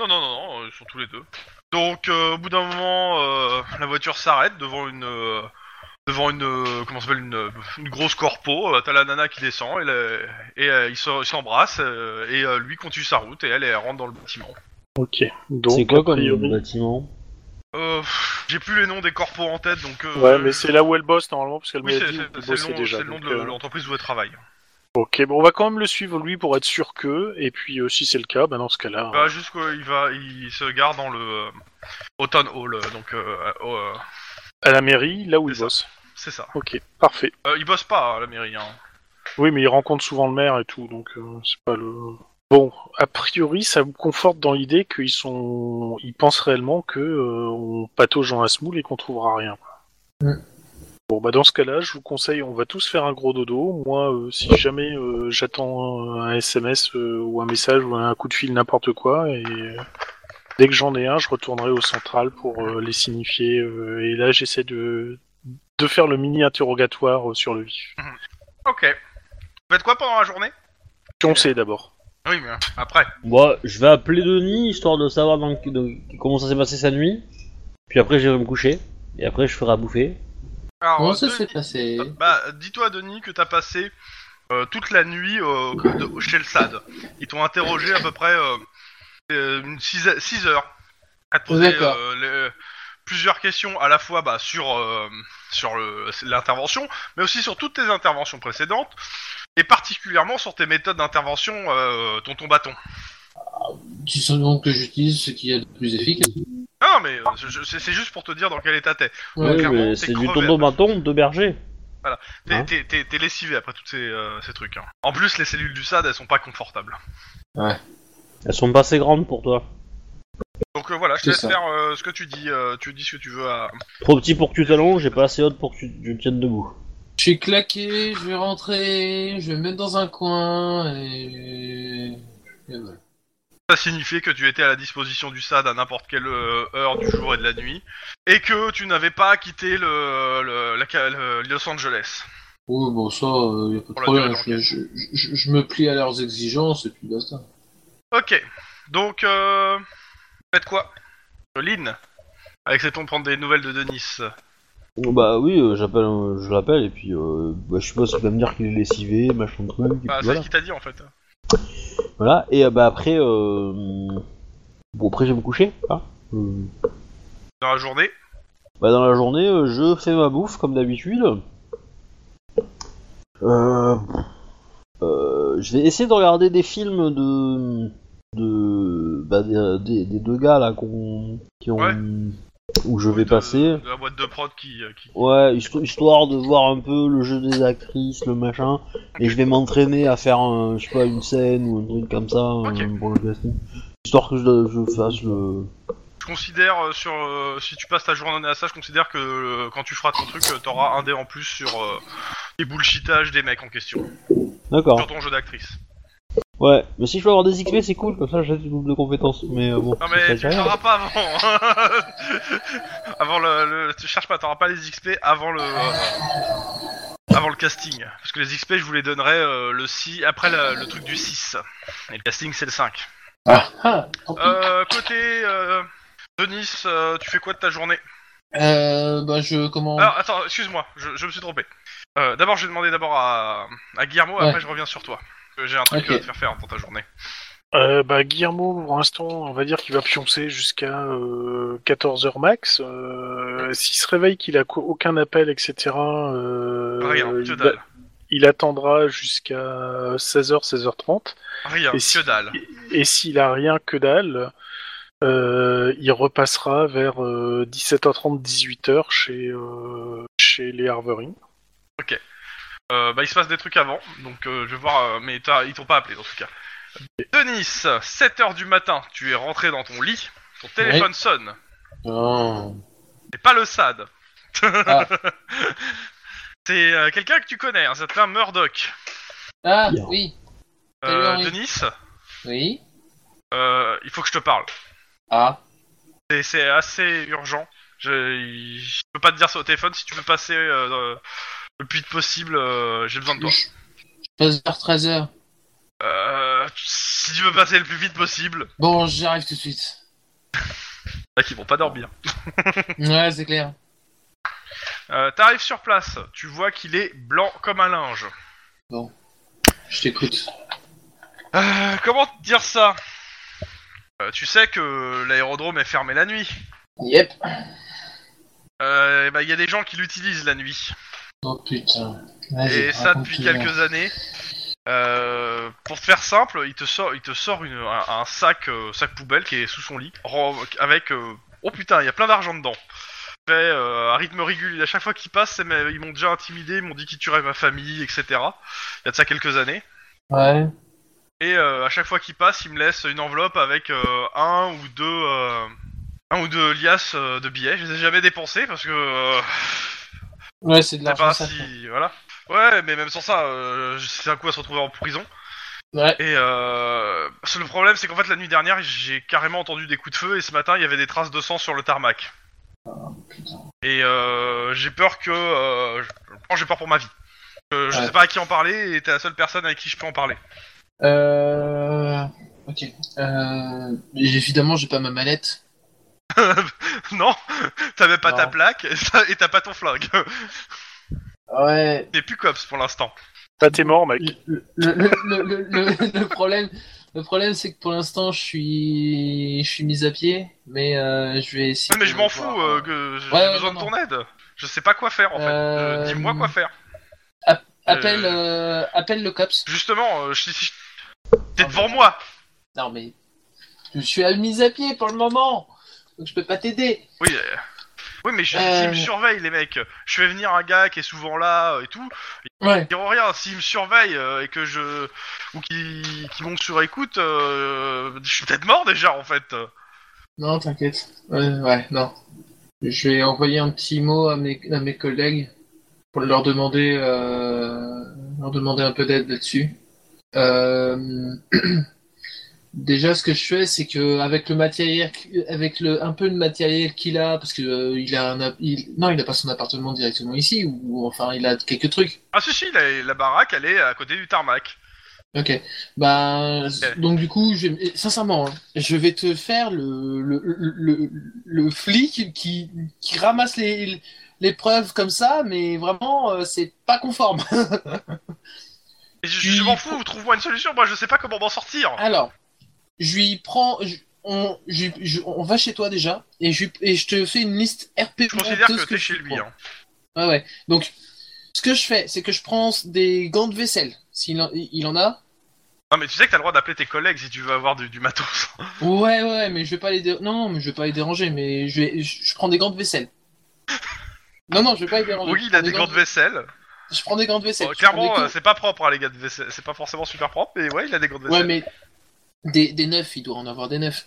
[SPEAKER 1] Non, non, non, non, ils sont tous les deux. Donc, euh, au bout d'un moment, euh, la voiture s'arrête devant une. euh, devant une. euh, comment ça s'appelle une, euh, une grosse corpo. Euh, T'as la nana qui descend et, la- et euh, ils se- ils s'embrassent. euh, et euh, lui continue sa route et elle, elle rentre dans le bâtiment.
[SPEAKER 4] Ok. Donc,
[SPEAKER 2] C'est quoi
[SPEAKER 4] a
[SPEAKER 2] comme
[SPEAKER 4] priori-
[SPEAKER 2] bâtiment
[SPEAKER 1] Euh, pff, J'ai plus les noms des corpos en tête donc. euh,
[SPEAKER 4] Ouais, mais c'est là où elle bosse normalement, parce qu'elle
[SPEAKER 1] Oui,
[SPEAKER 4] m'a
[SPEAKER 1] c'est c'est-
[SPEAKER 4] dit où elle
[SPEAKER 1] c'est
[SPEAKER 4] bossait
[SPEAKER 1] le nom,
[SPEAKER 4] déjà.
[SPEAKER 1] c'est le nom
[SPEAKER 4] donc,
[SPEAKER 1] de
[SPEAKER 4] euh,
[SPEAKER 1] l'entreprise où elle travaille.
[SPEAKER 4] Ok, bon, on va quand même le suivre lui pour être sûr que, et puis euh, si c'est le cas, bah dans ce cas-là.
[SPEAKER 1] Bah, juste qu'il va, il se gare dans le. euh, au town hall, euh, donc euh, au, euh,
[SPEAKER 4] À la mairie, là où
[SPEAKER 1] C'est
[SPEAKER 4] il
[SPEAKER 1] ça.
[SPEAKER 4] bosse.
[SPEAKER 1] c'est ça.
[SPEAKER 4] Ok, parfait.
[SPEAKER 1] Euh, il bosse pas à la mairie, hein.
[SPEAKER 4] Oui, mais il rencontre souvent le maire et tout, donc euh, c'est pas le. Bon, a priori, ça me conforte dans l'idée qu'ils sont, ils pensent réellement que euh, on patauge dans la semoule et qu'on trouvera rien. quoi.
[SPEAKER 3] Mm.
[SPEAKER 4] Bon, bah dans ce cas-là, je vous conseille, on va tous faire un gros dodo. Moi, euh, si jamais euh, j'attends un SMS euh, ou un message ou un coup de fil, n'importe quoi, et euh, dès que j'en ai un, je retournerai au central pour euh, les signifier. euh, et là, j'essaie de de faire le mini interrogatoire euh, sur le vif.
[SPEAKER 1] Ok. Vous faites quoi pendant la journée
[SPEAKER 4] Pioncer d'abord.
[SPEAKER 1] Oui, mais après.
[SPEAKER 2] Bon, je vais appeler Denis histoire de savoir dans- de- comment ça s'est passé sa nuit. Puis après, j'irai me coucher. Et après, je ferai à bouffer.
[SPEAKER 1] Alors,
[SPEAKER 3] Comment
[SPEAKER 1] euh,
[SPEAKER 3] ça
[SPEAKER 1] Denis-
[SPEAKER 3] s'est passé
[SPEAKER 1] Bah, dis-toi, Denis, que t'as passé euh, toute la nuit euh, de- chez le SAD. Ils t'ont interrogé à peu près euh, 6 heures. À te poser
[SPEAKER 3] D'accord.
[SPEAKER 1] euh, les- plusieurs questions à la fois bah, sur, euh, sur le- l'intervention, mais aussi sur toutes tes interventions précédentes, et particulièrement sur tes méthodes d'intervention, euh, tonton bâton.
[SPEAKER 3] Tu sens donc que j'utilise ce qu'il y a de plus efficace.
[SPEAKER 1] Non, mais euh, je- je- c'est c'est juste pour te dire dans quel état t'es.
[SPEAKER 3] Ouais,
[SPEAKER 2] Oui,
[SPEAKER 1] clairement,
[SPEAKER 2] mais
[SPEAKER 1] t'es
[SPEAKER 2] c'est du
[SPEAKER 1] crevé,
[SPEAKER 2] tonton bâton de berger.
[SPEAKER 1] T'es
[SPEAKER 2] Hein
[SPEAKER 1] t'es- t'es- t'es lessivé après tous ces, euh, ces trucs. hein. En plus, les cellules du SAD, elles sont pas confortables.
[SPEAKER 2] Elles sont pas assez grandes pour toi.
[SPEAKER 1] Donc euh, voilà, je te
[SPEAKER 3] C'est
[SPEAKER 1] laisse
[SPEAKER 3] ça.
[SPEAKER 1] faire euh, ce que tu dis, euh, tu dis ce que tu veux à...
[SPEAKER 2] Trop petit pour que tu t'allonges et pas assez haute pour que tu, tu tiennes debout.
[SPEAKER 3] Je suis claqué, je vais rentrer, je vais me mettre dans un coin et. et voilà.
[SPEAKER 1] Ça signifiait que tu étais à la disposition du SAD à n'importe quelle euh, heure du jour et de la nuit, et que tu n'avais pas quitté le, le- la ca- le- Los Angeles.
[SPEAKER 3] Oui, bon, ça, euh, y a pas de
[SPEAKER 1] Pour la
[SPEAKER 3] problème. Je,
[SPEAKER 1] durée
[SPEAKER 3] je- je- je me plie à leurs exigences et puis basta.
[SPEAKER 1] Ok, donc euh, faites quoi Lynn, avec ses tons prendre des nouvelles de Denis.
[SPEAKER 2] Bah oui, euh, j'appelle, euh, je l'appelle et puis euh, bah, je suppose qu'il va me dire qu'il est lessivé, machin truc. et puis
[SPEAKER 1] Bah, c'est
[SPEAKER 2] voilà.
[SPEAKER 1] ce qu'il t'a dit en fait.
[SPEAKER 2] Voilà, et euh, bah après, euh... bon après je vais me coucher. hein. Euh,
[SPEAKER 1] Dans la journée,
[SPEAKER 2] Bah dans la journée, euh, je fais ma bouffe comme d'habitude. Euh... euh, Je vais essayer de regarder des films de de bah, des, des- des deux gars là qu'on qui ont
[SPEAKER 1] Ouais.
[SPEAKER 2] où je vais
[SPEAKER 1] de-
[SPEAKER 2] passer.
[SPEAKER 1] de la boîte de prod qui... euh, qui...
[SPEAKER 2] Ouais, histo- histoire de voir un peu le jeu des actrices, le machin, et je vais m'entraîner à faire, un, je sais pas, une scène ou un truc comme ça euh,
[SPEAKER 1] Ok.
[SPEAKER 2] pour le casting, histoire que je, je fasse le.
[SPEAKER 1] Je considère euh, sur... euh, si tu passes ta journée à ça, je considère que euh, quand tu feras ton truc, euh, t'auras un dé en plus sur euh, les bullshitages des mecs en question.
[SPEAKER 2] D'accord.
[SPEAKER 1] sur ton jeu d'actrice.
[SPEAKER 2] Ouais, mais si je peux avoir des XP, c'est cool, comme ça j'ai du double de compétences. Mais euh, bon.
[SPEAKER 1] Non
[SPEAKER 2] ça
[SPEAKER 1] mais tu
[SPEAKER 2] sert
[SPEAKER 1] ne
[SPEAKER 2] à rien.
[SPEAKER 1] l'auras pas avant. hein. avant le, le- tu cherches pas, t'auras pas les XP avant le euh, avant le casting. Parce que les XP, je vous les donnerai euh, le 6 après la- le truc du 6. Et le casting, c'est le 5.
[SPEAKER 3] Ah ah tant pis.
[SPEAKER 1] Euh, côté euh, Denis, euh, tu fais quoi de ta journée
[SPEAKER 3] Euh, bah, je comment.
[SPEAKER 1] Alors attends, excuse-moi, je, je me suis trompé. Euh, d'abord, je vais demander d'abord à, à Guillermo,
[SPEAKER 3] Ouais.
[SPEAKER 1] après je reviens sur toi. Euh, J'ai un truc
[SPEAKER 3] Ok.
[SPEAKER 1] euh, à te faire faire dans ta journée.
[SPEAKER 4] Euh, bah, Guillermo, pour l'instant, on va dire qu'il va pioncer jusqu'à 14h max. Euh, S'il se réveille qu'il a co- aucun appel, etc., euh,
[SPEAKER 1] Rien, que
[SPEAKER 4] il,
[SPEAKER 1] dalle.
[SPEAKER 4] il attendra jusqu'à 16h, 16h30.
[SPEAKER 1] Rien,
[SPEAKER 4] et si-
[SPEAKER 1] que dalle.
[SPEAKER 4] Et s'il a rien que dalle, euh, il repassera vers euh, 17h30, 18h chez, euh, chez les Harvering.
[SPEAKER 1] Euh, bah, il se passe des trucs avant, donc euh, je vais voir, euh, mais t'as- ils t'ont pas appelé dans tout cas. Denis, 7h du matin, tu es rentré dans ton lit, ton téléphone sonne,
[SPEAKER 3] Ah.
[SPEAKER 1] c'est pas le SAD.
[SPEAKER 3] Ah.
[SPEAKER 1] c'est euh, quelqu'un que tu connais, un certain Murdoch.
[SPEAKER 3] Ah,
[SPEAKER 2] Bien.
[SPEAKER 3] oui,
[SPEAKER 1] Euh,
[SPEAKER 3] Salut, Henri.
[SPEAKER 1] Denis,
[SPEAKER 3] oui.
[SPEAKER 1] euh, il faut que je te parle.
[SPEAKER 3] Ah,
[SPEAKER 1] C'est- C'est assez urgent. Je, je peux pas te dire ça au téléphone, si tu peux passer euh, euh, le plus vite possible, euh, j'ai besoin de toi.
[SPEAKER 3] je passe vers 13h.
[SPEAKER 1] Euh, si tu veux passer le plus vite possible,
[SPEAKER 3] Bon, j'arrive tout de suite.
[SPEAKER 1] là qui vont pas dormir.
[SPEAKER 3] Ouais, c'est clair.
[SPEAKER 1] Euh, T'arrives sur place, tu vois qu'il est blanc comme un linge.
[SPEAKER 3] Je t'écoute.
[SPEAKER 1] Euh, comment te dire ça Euh, Tu sais que l'aérodrome est fermé la nuit.
[SPEAKER 3] Yep.
[SPEAKER 1] Euh, et ben, Il y a des gens qui l'utilisent la nuit.
[SPEAKER 3] Oh putain.
[SPEAKER 1] et ça depuis
[SPEAKER 3] hein.
[SPEAKER 1] quelques années. Euh, pour te faire simple, il te sort, il te sort une- un, un sac, euh, sac poubelle qui est sous son lit, ren- avec euh, oh putain, il y a plein d'argent dedans. Fait euh, à rythme régulier, à chaque fois qu'il passe, c'est mes- ils m'ont déjà intimidé, ils m'ont dit qu'ils tueraient ma famille, etc. Il y a de ça quelques années.
[SPEAKER 3] Ouais.
[SPEAKER 1] Et euh, à chaque fois qu'il passe, il me laisse une enveloppe avec euh, un ou deux euh, un ou deux liasses euh, de billets. Je les ai jamais dépensés parce que euh,
[SPEAKER 3] Ouais, c'est de
[SPEAKER 1] c'est pas
[SPEAKER 3] l'argent. ça.
[SPEAKER 1] Eh ben, si voilà. Ouais, mais même sans ça, euh, c'est un coup à se retrouver en prison.
[SPEAKER 3] Ouais.
[SPEAKER 1] Et euh, parce que le problème, c'est qu'en fait la nuit dernière, j'ai carrément entendu des coups de feu et ce matin, il y avait des traces de sang sur le tarmac.
[SPEAKER 3] Ah,
[SPEAKER 1] Et euh, j'ai peur que euh, je- j'ai peur pour ma vie. Euh, je
[SPEAKER 3] Ouais.
[SPEAKER 1] sais pas à qui en parler et t'es la seule personne avec qui je peux en parler.
[SPEAKER 3] Euh... Ok. Euh... et Évidemment, j'ai pas ma mallette.
[SPEAKER 1] non, t'avais pas ta
[SPEAKER 3] Non.
[SPEAKER 1] plaque et ça- et t'as pas ton flingue.
[SPEAKER 3] Ouais.
[SPEAKER 1] T'es plus cops pour l'instant.
[SPEAKER 4] Bah, t'es mort, mec.
[SPEAKER 3] Le, le- le- le- le- le problème, le problème, c'est que pour l'instant, je suis, je suis mise à pied, mais euh, je vais essayer.
[SPEAKER 1] Non, mais je
[SPEAKER 3] de
[SPEAKER 1] m'en
[SPEAKER 3] voir,
[SPEAKER 1] fous,
[SPEAKER 3] euh,
[SPEAKER 1] euh, que j'ai
[SPEAKER 3] Ouais, ouais,
[SPEAKER 1] besoin de
[SPEAKER 3] non,
[SPEAKER 1] ton aide. Je sais pas quoi faire en fait.
[SPEAKER 3] Euh,
[SPEAKER 1] Euh, Dis-moi quoi faire.
[SPEAKER 3] Appelle, euh, appelle le cops.
[SPEAKER 1] Justement, euh, je- je- t'es
[SPEAKER 3] Ah,
[SPEAKER 1] devant
[SPEAKER 3] mais-
[SPEAKER 1] moi.
[SPEAKER 3] Non mais, je suis à mise à pied pour le moment, donc je peux pas t'aider.
[SPEAKER 1] Oui, euh, oui mais je-
[SPEAKER 3] Euh.
[SPEAKER 1] s'ils me surveillent, les mecs, je fais venir un gars qui est souvent là euh, et tout.
[SPEAKER 3] Ouais.
[SPEAKER 1] Ils diront rien. S'ils me surveillent euh, et que je. ou qu'ils qu'ils montent sur écoute, euh, je suis peut-être mort déjà en fait.
[SPEAKER 3] Non, t'inquiète. Ouais, ouais, non. Je vais envoyer un petit mot à mes, à mes collègues pour leur demander, euh, leur demander un peu d'aide là-dessus. Euh, Déjà, ce que je fais, c'est que avec le matériel, avec le un peu de matériel qu'il a, parce que euh, il a un, app- il- non, il a pas son appartement directement ici, ou, ou enfin, il a quelques trucs.
[SPEAKER 1] Ah si si, la, la baraque elle est à côté du tarmac.
[SPEAKER 3] Ok. Ben,
[SPEAKER 1] Ouais.
[SPEAKER 3] donc du coup, je vais- sincèrement, hein, je vais te faire le, le, le, le, le flic qui, qui ramasse les, les preuves comme ça, mais vraiment, euh, c'est pas conforme.
[SPEAKER 1] Et je, je
[SPEAKER 3] Il
[SPEAKER 1] m'en
[SPEAKER 3] faut- Ah,
[SPEAKER 1] fous, trouve-moi une solution, moi je sais pas comment m'en sortir.
[SPEAKER 3] Alors, je lui prends, je- on, je- je- on va chez toi déjà, et je, et je te fais une liste RP.
[SPEAKER 1] Je considère
[SPEAKER 3] de ce
[SPEAKER 1] que t'es
[SPEAKER 3] je
[SPEAKER 1] chez lui.
[SPEAKER 3] prends.
[SPEAKER 1] hein.
[SPEAKER 3] Ouais, ouais. Donc, ce que je fais, c'est que je prends des gants de vaisselle, s'il en, il en a.
[SPEAKER 1] Non mais tu sais que t'as le droit d'appeler tes collègues si tu veux avoir du, du matos.
[SPEAKER 3] Ouais, ouais, mais je vais pas les dé- non, non, mais je vais pas les déranger, mais je vais... je je prends des gants de vaisselle. Non, non, je vais pas les déranger.
[SPEAKER 1] oui,
[SPEAKER 3] Je
[SPEAKER 1] il a
[SPEAKER 3] prends
[SPEAKER 1] des gants de vaisselle.
[SPEAKER 3] Je prends des gants de vaisselle.
[SPEAKER 1] Bon,
[SPEAKER 3] je prends
[SPEAKER 1] clairement,
[SPEAKER 3] des
[SPEAKER 1] euh,
[SPEAKER 3] gants-
[SPEAKER 1] c'est pas propre hein, les gars de vaisselle. C'est pas forcément super propre, mais ouais, il a des gants de
[SPEAKER 3] Ouais,
[SPEAKER 1] vaisselle.
[SPEAKER 3] mais des, des neufs, il doit en avoir des neufs.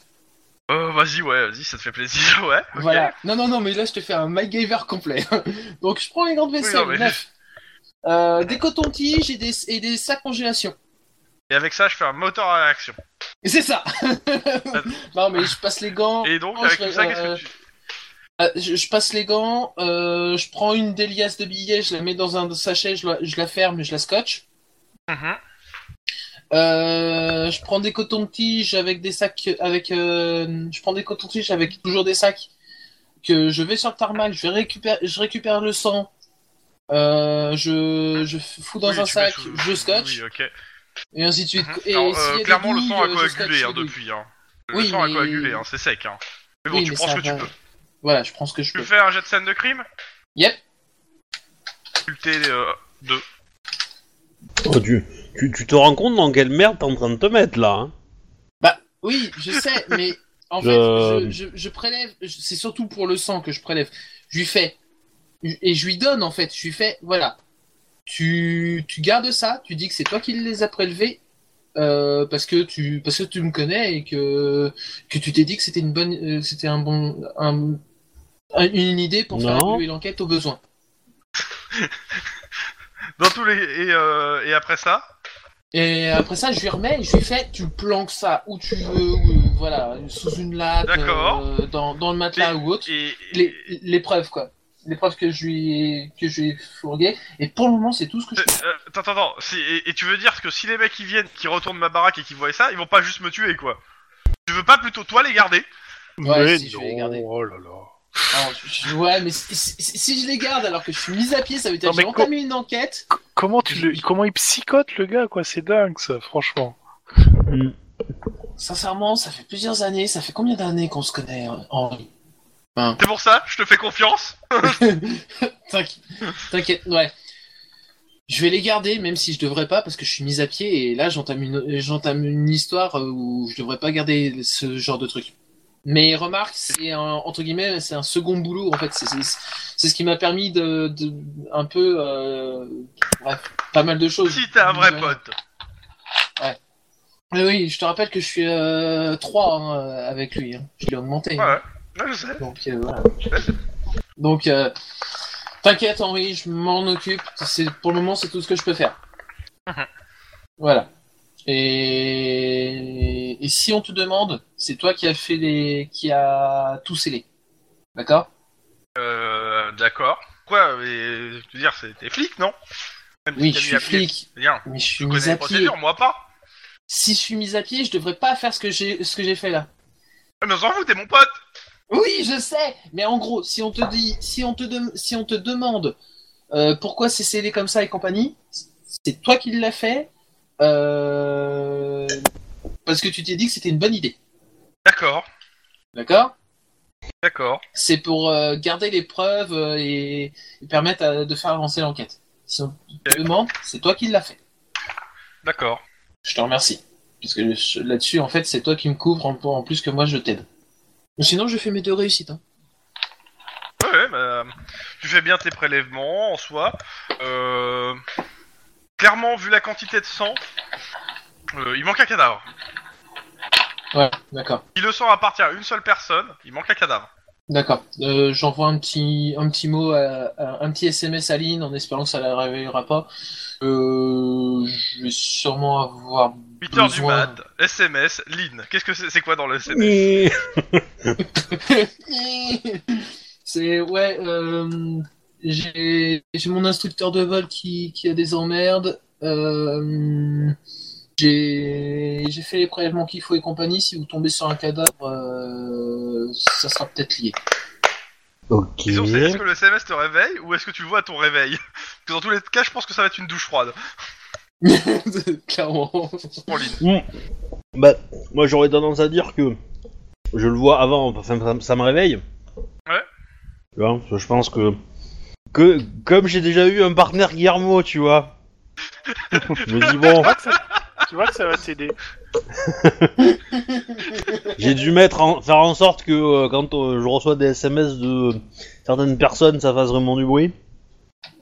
[SPEAKER 1] Euh, vas-y, ouais, vas-y, ça te fait plaisir, ouais. ok.
[SPEAKER 3] Voilà. Non, non, non, mais là, je te fais un MacGyver complet. Donc, je prends les gants de vaisselle,
[SPEAKER 1] non, mais-
[SPEAKER 3] neufs. Euh, des cotons-tiges et des, et des sacs congélation.
[SPEAKER 1] Et avec ça, je fais un moteur à réaction.
[SPEAKER 3] Et c'est ça Non, mais je passe les gants.
[SPEAKER 1] Et donc,
[SPEAKER 3] Oh,
[SPEAKER 1] avec
[SPEAKER 3] je-
[SPEAKER 1] tout ça,
[SPEAKER 3] euh,
[SPEAKER 1] qu'est-ce que tu.
[SPEAKER 3] Ah, je, je passe les gants, euh, je prends une des liasses de billets, je la mets dans un sachet, je la, je la ferme et je la scotche.
[SPEAKER 1] Mhm.
[SPEAKER 3] Euh, je prends des cotons-tiges avec des sacs, avec, euh, je prends des cotons-tiges avec toujours des sacs que je vais sur le tarmac, je vais récupère, je récupère le sang, euh, je, je fous dans
[SPEAKER 1] Oui,
[SPEAKER 3] un
[SPEAKER 1] tu mets
[SPEAKER 3] sac,
[SPEAKER 1] sous-
[SPEAKER 3] je scotche
[SPEAKER 1] Oui, ok.
[SPEAKER 3] et ainsi de suite.
[SPEAKER 1] Mhm.
[SPEAKER 3] Et
[SPEAKER 1] Alors,
[SPEAKER 3] s'il y a
[SPEAKER 1] euh,
[SPEAKER 3] des
[SPEAKER 1] clairement, le
[SPEAKER 3] douilles,
[SPEAKER 1] sang a
[SPEAKER 3] euh, je
[SPEAKER 1] coagulé
[SPEAKER 3] scotche
[SPEAKER 1] hein,
[SPEAKER 3] les douilles.
[SPEAKER 1] depuis. Hein. Le
[SPEAKER 3] Oui,
[SPEAKER 1] sang a
[SPEAKER 3] mais-
[SPEAKER 1] coagulé, hein, c'est sec. Hein. Mais bon,
[SPEAKER 3] Oui,
[SPEAKER 1] tu
[SPEAKER 3] mais
[SPEAKER 1] prends ce
[SPEAKER 3] ça
[SPEAKER 1] que
[SPEAKER 3] va.
[SPEAKER 1] tu peux.
[SPEAKER 3] Voilà, je prends ce que je
[SPEAKER 1] Tu
[SPEAKER 3] peux.
[SPEAKER 1] fais un jet de scène de crime
[SPEAKER 3] Yep.
[SPEAKER 1] Culté, euh,
[SPEAKER 2] Oh, tu, tu, tu te rends compte dans quelle merde t'es en train de te mettre là hein
[SPEAKER 3] Oui, je sais, mais en
[SPEAKER 2] Je-
[SPEAKER 3] fait, je, je- je prélève, je- c'est surtout pour le sang que je prélève. Je lui fais, et je lui donne en fait, je lui fais, voilà, tu, tu gardes ça, tu dis que c'est toi qui les as prélevés, euh, parce que tu parce que tu me connais et que, que tu t'es dit que c'était une bonne, euh, que c'était un bon, un- un- une idée pour faire
[SPEAKER 2] Non.
[SPEAKER 3] évoluer l'enquête au besoin.
[SPEAKER 1] Dans tous les. Et, euh, et après ça
[SPEAKER 3] Et après ça, je lui remets et je lui fais, tu planques ça où tu veux, ou, voilà, sous une latte,
[SPEAKER 1] D'accord.
[SPEAKER 3] euh, dans, dans le matelas ou autre.
[SPEAKER 1] et,
[SPEAKER 3] les, les preuves quoi. Les preuves que je lui ai, que je lui ai fourguées. Et pour le moment, c'est tout ce que je fais.
[SPEAKER 1] Euh, attends, attends, attends. C'est- Et, et tu veux dire que si les mecs ils viennent, qui retournent ma baraque et qui voient ça, ils vont pas juste me tuer quoi Tu veux pas plutôt toi les garder
[SPEAKER 3] Ouais,
[SPEAKER 4] mais
[SPEAKER 3] si, je vais les garder.
[SPEAKER 4] Euh, non, oh là là.
[SPEAKER 3] Alors, je- je- ouais, mais si, si- si je les garde alors que je suis mise à pied, ça veut dire
[SPEAKER 4] Non,
[SPEAKER 3] que
[SPEAKER 4] mais
[SPEAKER 3] j'ai entamé une enquête.
[SPEAKER 4] C- Comment, tu le... Comment il psychote le gars, quoi C'est dingue, ça, franchement.
[SPEAKER 3] Sincèrement, ça fait plusieurs années. Ça fait combien d'années qu'on se connaît, euh, Henri
[SPEAKER 1] C'est pour ça, je te fais confiance
[SPEAKER 3] T'inqui- T'inquiète, ouais. Je vais les garder, même si je devrais pas, parce que je suis mise à pied. Et là, j'entame une, j'entame une histoire euh, où je devrais pas garder ce genre de truc. Mais remarque, c'est un, entre guillemets, c'est un second boulot en fait. C'est, c'est, c'est ce qui m'a permis de, de un peu, euh, bref, pas mal de choses.
[SPEAKER 1] si t'es un vrai
[SPEAKER 3] Oh, Ouais.
[SPEAKER 1] pote.
[SPEAKER 3] Mais oui, je te rappelle que je suis euh, 3 avec lui. hein. Je l'ai augmenté. hein.
[SPEAKER 1] Ouais, ouais, je sais.
[SPEAKER 3] Donc euh, voilà. Donc euh, t'inquiète Henri, je m'en occupe. C'est pour le moment c'est tout ce que je peux faire.
[SPEAKER 1] Mhm.
[SPEAKER 3] Voilà. Et... et si on te demande, c'est toi qui as fait les, qui a tout scellé, d'accord
[SPEAKER 1] Euh, d'accord. Quoi mais, Tu veux dire, c'est t'es flic non Même
[SPEAKER 3] Oui,
[SPEAKER 1] si t'as
[SPEAKER 3] je
[SPEAKER 1] mis
[SPEAKER 3] suis
[SPEAKER 1] à pied.
[SPEAKER 3] flic,
[SPEAKER 1] Bien,
[SPEAKER 3] mais je suis
[SPEAKER 1] je
[SPEAKER 3] mis
[SPEAKER 1] connais les
[SPEAKER 3] à pied.
[SPEAKER 1] procédures, moi pas
[SPEAKER 3] si je suis mise à pied, je devrais pas faire ce que j'ai ce que j'ai fait là.
[SPEAKER 1] Ah, Mais on s'en fout, t'es mon pote
[SPEAKER 3] Oui, je sais, mais en gros, si on te dit, si on te, dem- si on te demande euh, pourquoi c'est scellé comme ça et compagnie, c'est toi qui l'as fait euh, parce que tu t'es dit que c'était une bonne idée,
[SPEAKER 1] D'accord,
[SPEAKER 3] d'accord
[SPEAKER 1] d'accord.
[SPEAKER 3] C'est pour euh, garder les preuves euh, et, et permettre à- de faire avancer l'enquête. Si on te demande, c'est toi qui l'as fait.
[SPEAKER 1] D'accord.
[SPEAKER 3] Je te remercie. Parce que je- là-dessus, en fait, c'est toi qui me couvre en, en plus que moi je t'aide. Sinon, je fais mes deux réussites. hein.
[SPEAKER 1] Ouais, ouais, bah, tu fais bien tes prélèvements en soi. Euh, clairement, vu la quantité de sang, euh, il manque un cadavre.
[SPEAKER 3] Ouais, d'accord.
[SPEAKER 1] Si le sang appartient à une seule personne, il manque un cadavre.
[SPEAKER 3] D'accord. Euh, J'envoie un petit, un petit mot, à- à- un petit SMS à Lynn en espérant que ça la réveillera pas. Euh, je vais sûrement avoir
[SPEAKER 1] 8h du
[SPEAKER 3] besoin-
[SPEAKER 1] mat, SMS, Lynn. Qu'est-ce que c'est c'est quoi dans le SMS
[SPEAKER 2] Et-
[SPEAKER 3] C'est ouais, euh, j'ai j'ai mon instructeur de vol qui, qui a des emmerdes. euh, j'ai j'ai fait les prélèvements qu'il faut et compagnie. Si vous tombez sur un cadavre, euh, ça sera peut-être lié.
[SPEAKER 2] Ok.
[SPEAKER 1] Disons, c'est est-ce que le SMS te réveille ou est-ce que tu le vois à ton réveil Parce que dans tous les cas, je pense que ça va être une douche froide
[SPEAKER 3] Clairement.
[SPEAKER 1] pour Lynn.
[SPEAKER 2] Bah, moi j'aurais tendance à dire que je le vois avant, ça, me- ça me- ça me réveille.
[SPEAKER 1] Ouais.
[SPEAKER 2] Tu vois, parce que je pense que, que comme j'ai déjà eu un partenaire Guillermo, tu vois. je me dis bon,
[SPEAKER 4] Tu vois que ça- Tu vois que ça va t'aider.
[SPEAKER 2] j'ai dû mettre en- faire en sorte que euh, quand euh, je reçois des SMS de euh, certaines personnes, ça fasse vraiment du bruit.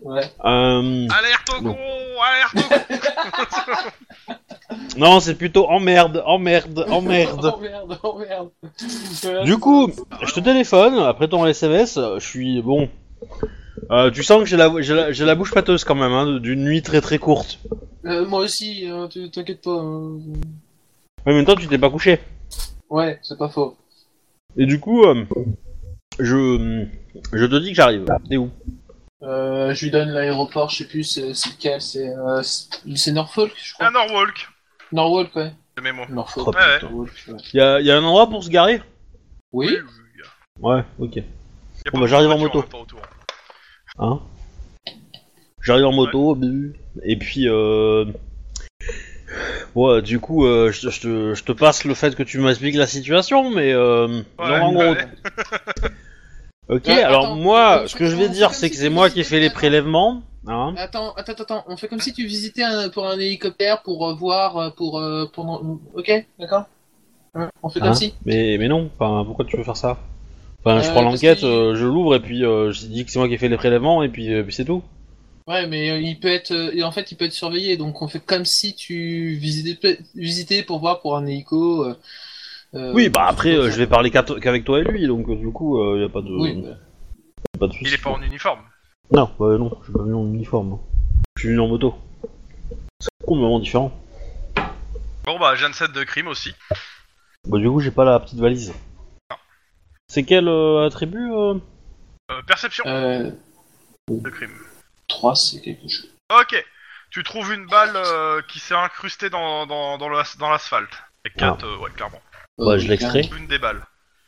[SPEAKER 3] Ouais.
[SPEAKER 2] Euh,
[SPEAKER 1] Alerte au
[SPEAKER 2] Bon.
[SPEAKER 1] con Alerte au con
[SPEAKER 2] non, c'est plutôt emmerde, emmerde, emmerde.
[SPEAKER 3] Oh merde, oh merde. Euh,
[SPEAKER 2] Du coup, je te téléphone, après ton SMS, je suis bon. Euh, tu sens que j'ai la, j'ai la, j'ai la bouche pâteuse quand même, hein, d'une nuit très très courte.
[SPEAKER 3] euh, moi aussi, hein, tu- t'inquiète pas. hein.
[SPEAKER 2] Mais en même temps, tu t'es pas couché.
[SPEAKER 3] Ouais, c'est pas faux.
[SPEAKER 2] Et du coup, euh, je, je te dis que j'arrive. T'es où
[SPEAKER 3] Euh, je lui donne l'aéroport, je sais plus c'est c'est lequel, c'est euh, c'est- c'est Norfolk, je
[SPEAKER 1] Un
[SPEAKER 3] crois.
[SPEAKER 1] Norwalk
[SPEAKER 3] Norwalk, ouais.
[SPEAKER 1] de mémo.
[SPEAKER 3] Norfolk.
[SPEAKER 2] Oh,
[SPEAKER 1] putain.
[SPEAKER 3] Norwalk, Ah. ouais.
[SPEAKER 2] y a, y a un endroit pour se garer
[SPEAKER 3] Oui,
[SPEAKER 1] y a-
[SPEAKER 2] Ouais, ok.
[SPEAKER 1] y a
[SPEAKER 2] Bon,
[SPEAKER 1] pas
[SPEAKER 2] bah, j'arrive en
[SPEAKER 1] beaucoup de voitures
[SPEAKER 2] moto.
[SPEAKER 1] même temps autour. hein.
[SPEAKER 2] Hein J'arrive en moto, bu- et puis. Euh... Ouais, du coup, euh, je, je te, je te passe le fait que tu m'expliques la situation, mais. Euh... non, en gros,
[SPEAKER 1] ouais.
[SPEAKER 2] Ok,
[SPEAKER 3] Ouais,
[SPEAKER 2] alors
[SPEAKER 3] attends,
[SPEAKER 2] moi,
[SPEAKER 3] on
[SPEAKER 2] ce
[SPEAKER 3] fait
[SPEAKER 2] que je
[SPEAKER 3] comme-
[SPEAKER 2] vais
[SPEAKER 3] on
[SPEAKER 2] dire,
[SPEAKER 3] fait
[SPEAKER 2] c'est
[SPEAKER 3] comme
[SPEAKER 2] que
[SPEAKER 3] si
[SPEAKER 2] c'est
[SPEAKER 3] tu
[SPEAKER 2] moi
[SPEAKER 3] visitais
[SPEAKER 2] qui fais les
[SPEAKER 3] un-
[SPEAKER 2] prélèvements. Hein
[SPEAKER 3] attends, attends, attends, on fait comme si tu visitais un, pour un hélicoptère pour euh, voir, euh, pour, euh, pour, Ok, d'accord Hein, On fait comme
[SPEAKER 2] Hein
[SPEAKER 3] si
[SPEAKER 2] mais, mais non, enfin, pourquoi tu veux faire ça Enfin, je
[SPEAKER 3] Euh,
[SPEAKER 2] prends
[SPEAKER 3] parce
[SPEAKER 2] l'enquête,
[SPEAKER 3] qu'il-
[SPEAKER 2] euh, je l'ouvre, et puis euh, je dis que c'est moi qui ai fait les prélèvements, et puis, euh, puis c'est tout.
[SPEAKER 3] Ouais, mais euh, il peut être, euh, et en fait, il peut être surveillé, donc on fait comme si tu visitais, visitais pour voir pour un hélico. euh, euh,
[SPEAKER 2] oui, bah après,
[SPEAKER 3] comme
[SPEAKER 2] euh,
[SPEAKER 3] ça.
[SPEAKER 2] je vais euh, parler qu'à to- qu'avec toi et lui, donc euh, du coup, il n'y a pas de,
[SPEAKER 3] Oui, bah,
[SPEAKER 2] y a pas de soucis.
[SPEAKER 1] Il est pas en uniforme.
[SPEAKER 2] Non, bah non, je suis pas venu en uniforme. Je suis venu en moto. C'est complètement différent.
[SPEAKER 1] Bon bah, j'ai un set de crime aussi.
[SPEAKER 2] Bah du coup, j'ai pas la petite valise. C'est quel euh, attribut euh
[SPEAKER 1] Euh, perception
[SPEAKER 2] Ah.
[SPEAKER 3] euh,
[SPEAKER 1] de crime.
[SPEAKER 3] 3, c'est quelque chose.
[SPEAKER 1] Ok. Tu trouves une balle euh, qui s'est incrustée dans, dans, dans le- dans l'asphalte. Avec
[SPEAKER 2] Ah.
[SPEAKER 1] 4, ouais, clairement.
[SPEAKER 3] Euh,
[SPEAKER 2] Bah, je l'extrais.
[SPEAKER 1] Une des balles.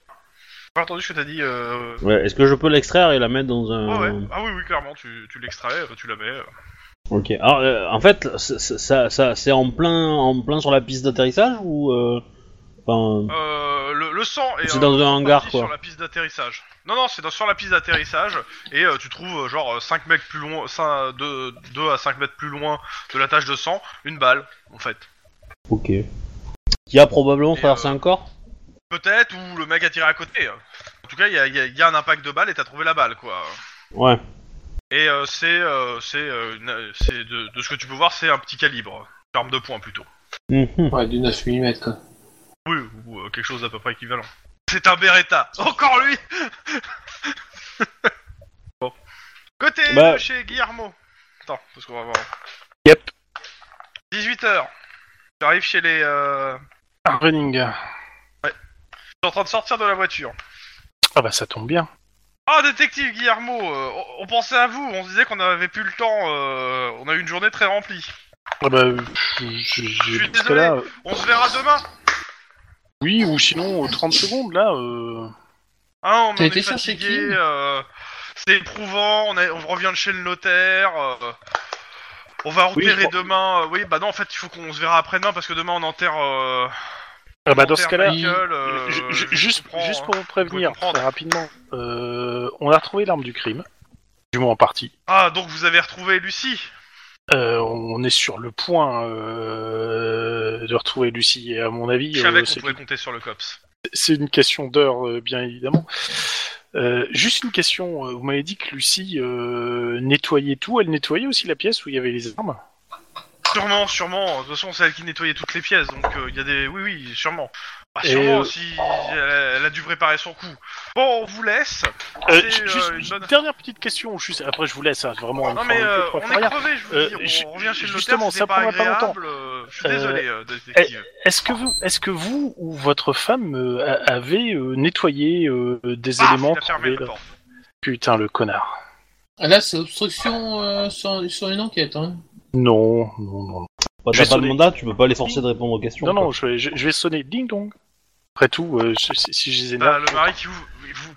[SPEAKER 1] J'ai pas entendu ce que t'as dit. Euh...
[SPEAKER 2] Ouais, est-ce que je peux l'extraire et la mettre dans un...
[SPEAKER 1] Ah ouais. Ah oui, oui, clairement, tu, tu l'extrais, euh, tu la mets. euh.
[SPEAKER 2] Ok. Alors, euh, en fait, c- c- ça, ça- c'est en plein, en plein sur la piste d'atterrissage ou euh, enfin,
[SPEAKER 1] Euh, le, le sang est,
[SPEAKER 2] c'est
[SPEAKER 1] euh,
[SPEAKER 2] dans un hangar
[SPEAKER 1] parti sur
[SPEAKER 2] quoi.
[SPEAKER 1] la piste d'atterrissage. Non, non, c'est dans- sur la piste d'atterrissage et euh, tu trouves euh, genre 5 mètres plus loin, 5, 2, à 5 mètres plus loin de la tâche de sang, une balle en fait.
[SPEAKER 2] Ok. Qui a probablement
[SPEAKER 1] Et,
[SPEAKER 2] traversé
[SPEAKER 1] euh,
[SPEAKER 2] un corps.
[SPEAKER 1] Peut-être ou le mec a tiré à côté. En tout cas, il y a, il y a- il y a un impact de balle et t'as trouvé la balle quoi.
[SPEAKER 2] Ouais.
[SPEAKER 1] Et euh, c'est euh, c'est euh, une- euh, c'est de, de ce que tu peux voir, c'est un petit calibre, en termes de points plutôt.
[SPEAKER 2] Mhm.
[SPEAKER 3] Ouais, du 9 mm, quoi.
[SPEAKER 1] Oui, ou euh, quelque chose d'à peu près équivalent. C'est un Beretta. Encore lui. Bon. Côté
[SPEAKER 2] Bah.
[SPEAKER 1] de chez Guillermo. Attends, parce qu'on va voir.
[SPEAKER 4] Yep.
[SPEAKER 1] 18h. J'arrive chez les. Euh...
[SPEAKER 4] Running.
[SPEAKER 1] Je suis en train de sortir de la voiture.
[SPEAKER 4] Ah bah ça tombe bien.
[SPEAKER 1] Ah, détective Guillermo, euh, on, on pensait à vous. On se disait qu'on avait plus le temps. euh, on a eu une journée très remplie.
[SPEAKER 4] Ah bah, euh, je, je- je-
[SPEAKER 1] suis
[SPEAKER 4] parce que là, euh,
[SPEAKER 1] On se verra demain
[SPEAKER 4] oui, ou sinon, euh, 30 secondes, là. euh,
[SPEAKER 1] Hein, on
[SPEAKER 3] T'as
[SPEAKER 1] on
[SPEAKER 3] été
[SPEAKER 1] est
[SPEAKER 3] faire chez
[SPEAKER 1] fatigué,
[SPEAKER 3] qui
[SPEAKER 1] euh, c'est éprouvant, on, est- on revient de chez le notaire, euh, on va
[SPEAKER 4] Oui, je
[SPEAKER 1] repérer
[SPEAKER 4] crois-
[SPEAKER 1] demain. euh, oui, bah non, en fait, il faut qu'on se verra après-demain parce que demain on enterre. euh,
[SPEAKER 4] Ah bah, dans
[SPEAKER 1] enterre
[SPEAKER 4] ce cas-là,
[SPEAKER 1] Michael, euh,
[SPEAKER 4] ju- ju-
[SPEAKER 1] je
[SPEAKER 4] juste,
[SPEAKER 1] comprends,
[SPEAKER 4] juste
[SPEAKER 1] hein.
[SPEAKER 4] pour vous prévenir,
[SPEAKER 1] Vous pouvez comprendre.
[SPEAKER 4] très rapidement, euh, on a retrouvé l'arme du crime, du moins en partie.
[SPEAKER 1] Ah, donc vous avez retrouvé Lucie
[SPEAKER 4] Euh, on est sur le point euh, de retrouver Lucie, et à mon avis,
[SPEAKER 1] Je
[SPEAKER 4] euh,
[SPEAKER 1] savais qu'on
[SPEAKER 4] c'est
[SPEAKER 1] pouvait compter sur le COPS.
[SPEAKER 4] c'est une question d'heure, euh, bien évidemment. Euh, juste une question, euh, vous m'avez dit que Lucie euh, nettoyait tout, elle nettoyait aussi la pièce où il y avait les armes
[SPEAKER 1] Sûrement, sûrement. De toute façon, c'est elle qui nettoyait toutes les pièces, donc euh, il y a des. Oui, oui, sûrement. Bah,
[SPEAKER 4] Et,
[SPEAKER 1] sûrement,
[SPEAKER 4] euh,
[SPEAKER 1] si elle, elle a dû préparer son coup. Bon, on vous laisse.
[SPEAKER 4] Euh,
[SPEAKER 1] C'est,
[SPEAKER 4] ju-
[SPEAKER 1] euh,
[SPEAKER 4] juste
[SPEAKER 1] une
[SPEAKER 4] une
[SPEAKER 1] bonne-
[SPEAKER 4] dernière petite question, juste- après je vous laisse, hein, vraiment. une
[SPEAKER 1] Non
[SPEAKER 4] fois-
[SPEAKER 1] mais
[SPEAKER 4] une
[SPEAKER 1] euh,
[SPEAKER 4] fois
[SPEAKER 1] on
[SPEAKER 4] pour
[SPEAKER 1] est
[SPEAKER 4] rien.
[SPEAKER 1] crevé, je vous
[SPEAKER 4] Euh,
[SPEAKER 1] dis, on
[SPEAKER 4] ju-
[SPEAKER 1] revient chez le
[SPEAKER 4] justement,
[SPEAKER 1] notaire,
[SPEAKER 4] ça
[SPEAKER 1] c'était pas
[SPEAKER 4] prendra pas
[SPEAKER 1] agréable,
[SPEAKER 4] longtemps.
[SPEAKER 1] euh, je suis désolé, euh, détective.
[SPEAKER 4] Est-ce que vous, est-ce que vous ou votre femme euh, a- avez euh, nettoyé euh, des
[SPEAKER 1] Ah,
[SPEAKER 4] éléments
[SPEAKER 1] il a fermé
[SPEAKER 4] trouvés
[SPEAKER 1] le
[SPEAKER 4] là
[SPEAKER 1] porte.
[SPEAKER 4] Putain le connard.
[SPEAKER 3] Ah, Là, c'est obstruction euh, sur, sur une enquête. Hein.
[SPEAKER 4] Non, non, non.
[SPEAKER 2] Bah,
[SPEAKER 4] Je
[SPEAKER 2] T'as
[SPEAKER 4] vais
[SPEAKER 2] pas de
[SPEAKER 4] sonner.
[SPEAKER 2] mandat, tu peux pas les forcer de répondre aux questions.
[SPEAKER 4] Non,
[SPEAKER 2] quoi.
[SPEAKER 4] non, je, je- je vais sonner ding dong. Après tout, euh, je- si, si je les
[SPEAKER 1] Bah,
[SPEAKER 4] énerve.
[SPEAKER 1] le mari qui vous, il vous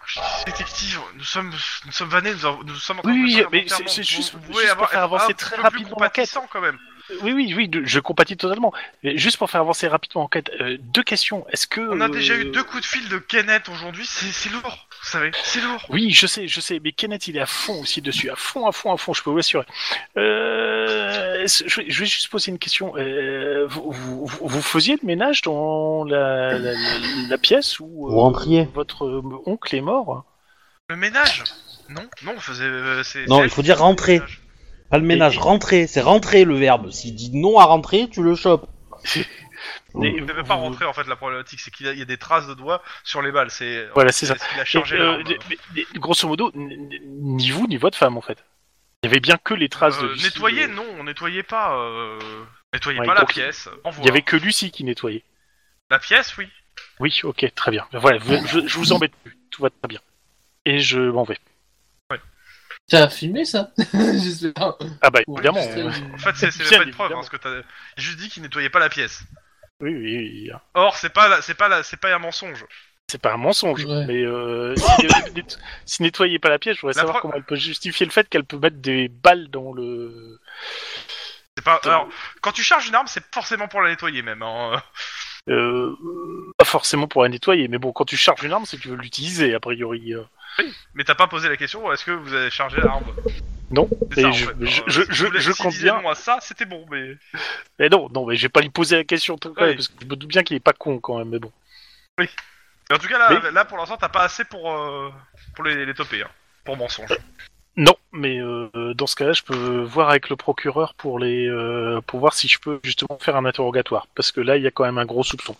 [SPEAKER 1] détective, nous sommes, nous sommes vannés, nous, en- nous sommes en train
[SPEAKER 4] Oui,
[SPEAKER 1] de
[SPEAKER 4] oui,
[SPEAKER 1] faire
[SPEAKER 4] mais
[SPEAKER 1] un enterrement.
[SPEAKER 4] c'est- c'est
[SPEAKER 1] Vous-
[SPEAKER 4] juste-
[SPEAKER 1] vous
[SPEAKER 4] juste
[SPEAKER 1] pouvez
[SPEAKER 4] pour
[SPEAKER 1] avoir-
[SPEAKER 4] faire
[SPEAKER 1] être
[SPEAKER 4] avancer
[SPEAKER 1] un peu
[SPEAKER 4] très
[SPEAKER 1] plus
[SPEAKER 4] rapidement l'enquête.
[SPEAKER 1] compatissant, quand même.
[SPEAKER 4] Oui, oui, oui, de- je compatis totalement. Mais juste pour faire avancer rapidement l'enquête, euh, deux questions. Est-ce que
[SPEAKER 1] On a
[SPEAKER 4] euh,
[SPEAKER 1] déjà eu deux coups de fil de Kenneth aujourd'hui, c'est c'est lourd, vous savez, c'est lourd.
[SPEAKER 4] Oui, je sais, je sais, mais Kenneth, il est à fond aussi dessus, à fond, à fond, à fond, je peux vous l'assurer. Euh, est-ce- je, vais- je vais juste poser une question. Euh, vous, vous- vous faisiez le ménage dans la, la- la- la pièce où euh,
[SPEAKER 2] Vous rentriez.
[SPEAKER 4] votre euh, oncle est mort
[SPEAKER 1] Le ménage Non, non, on faisait... euh, c'est-
[SPEAKER 2] Non,
[SPEAKER 1] c'est
[SPEAKER 2] il
[SPEAKER 1] elle
[SPEAKER 2] faut
[SPEAKER 1] qui
[SPEAKER 2] dire
[SPEAKER 1] faisait le
[SPEAKER 2] rentrer.
[SPEAKER 1] ménage.
[SPEAKER 2] Pas le ménage,
[SPEAKER 4] Et-
[SPEAKER 2] rentrer, c'est rentrer le verbe. S'il dit non à rentrer, tu le chopes.
[SPEAKER 4] Mais
[SPEAKER 1] Il
[SPEAKER 4] vous-
[SPEAKER 1] devait pas
[SPEAKER 4] vous-
[SPEAKER 1] rentrer, en fait, la problématique, c'est qu'il y a- il y a des traces de doigts sur les balles, c'est...
[SPEAKER 4] Voilà, c'est ça.
[SPEAKER 1] c'est ce qu'il a
[SPEAKER 4] Et,
[SPEAKER 1] chargé
[SPEAKER 4] euh,
[SPEAKER 1] l'arme.
[SPEAKER 4] des- mais- des- grosso modo, n- n- ni vous ni votre femme en fait. Il y avait bien que les traces de
[SPEAKER 1] Euh,
[SPEAKER 4] Lucie,
[SPEAKER 1] nettoyer,
[SPEAKER 4] de-
[SPEAKER 1] non, on nettoyait pas. Euh... Nettoyait
[SPEAKER 4] Ouais,
[SPEAKER 1] pas la
[SPEAKER 4] donc,
[SPEAKER 1] pièce. hein.
[SPEAKER 4] Il y avait que Lucie qui nettoyait.
[SPEAKER 1] La pièce, oui.
[SPEAKER 4] Oui, ok, très bien. Voilà, vous- je, je vous embête plus. Tout va très bien. Et je m'en vais.
[SPEAKER 3] T'as filmé ça Je sais pas.
[SPEAKER 4] Ah bah
[SPEAKER 3] Ou
[SPEAKER 4] évidemment.
[SPEAKER 3] enregistré,
[SPEAKER 4] euh,
[SPEAKER 1] En fait, c'est c'est
[SPEAKER 4] Bien,
[SPEAKER 1] pas une preuve,
[SPEAKER 4] évidemment.
[SPEAKER 1] hein, ce que t'as. J'ai juste dit qu'il nettoyait pas la pièce.
[SPEAKER 4] Oui, oui, oui.
[SPEAKER 1] Or, c'est pas, la- c'est pas, la- c'est pas un mensonge.
[SPEAKER 4] C'est pas un mensonge,
[SPEAKER 3] Ouais.
[SPEAKER 4] mais euh, si, euh, net- si nettoyait pas la pièce, je voudrais
[SPEAKER 1] La
[SPEAKER 4] savoir
[SPEAKER 1] pro-
[SPEAKER 4] comment elle peut justifier le fait qu'elle peut mettre des balles dans le.
[SPEAKER 1] C'est pas.
[SPEAKER 4] Putain.
[SPEAKER 1] Alors, quand tu charges une arme, c'est forcément pour la nettoyer, même. hein.
[SPEAKER 4] Euh, pas forcément pour la nettoyer, mais bon, quand tu charges une arme, c'est que tu veux l'utiliser a priori. euh.
[SPEAKER 1] Mais t'as pas posé la question. Est-ce que vous avez chargé l'arme
[SPEAKER 4] Non.
[SPEAKER 1] C'est ça,
[SPEAKER 4] Et
[SPEAKER 1] en
[SPEAKER 4] je,
[SPEAKER 1] fait.
[SPEAKER 4] je,
[SPEAKER 1] Euh,
[SPEAKER 4] je,
[SPEAKER 1] si tu
[SPEAKER 4] je,
[SPEAKER 1] voulais-
[SPEAKER 4] je
[SPEAKER 1] si
[SPEAKER 4] compte
[SPEAKER 1] tu disais
[SPEAKER 4] bien.
[SPEAKER 1] non à ça, c'était bon, mais.
[SPEAKER 4] Mais Eh non, non, mais j'ai pas lui poser la question tout près,
[SPEAKER 1] Oui.
[SPEAKER 4] parce que je me doute bien qu'il est pas con quand même. Mais bon.
[SPEAKER 1] Mais en tout cas, là,
[SPEAKER 4] Oui.
[SPEAKER 1] là pour l'instant, t'as pas assez pour euh, pour les, les toper. hein, Pour mensonge.
[SPEAKER 4] Non, mais euh, dans ce cas-là, je peux voir avec le procureur pour les euh, pour voir si je peux justement faire un interrogatoire, parce que là, il y a quand même un gros soupçon.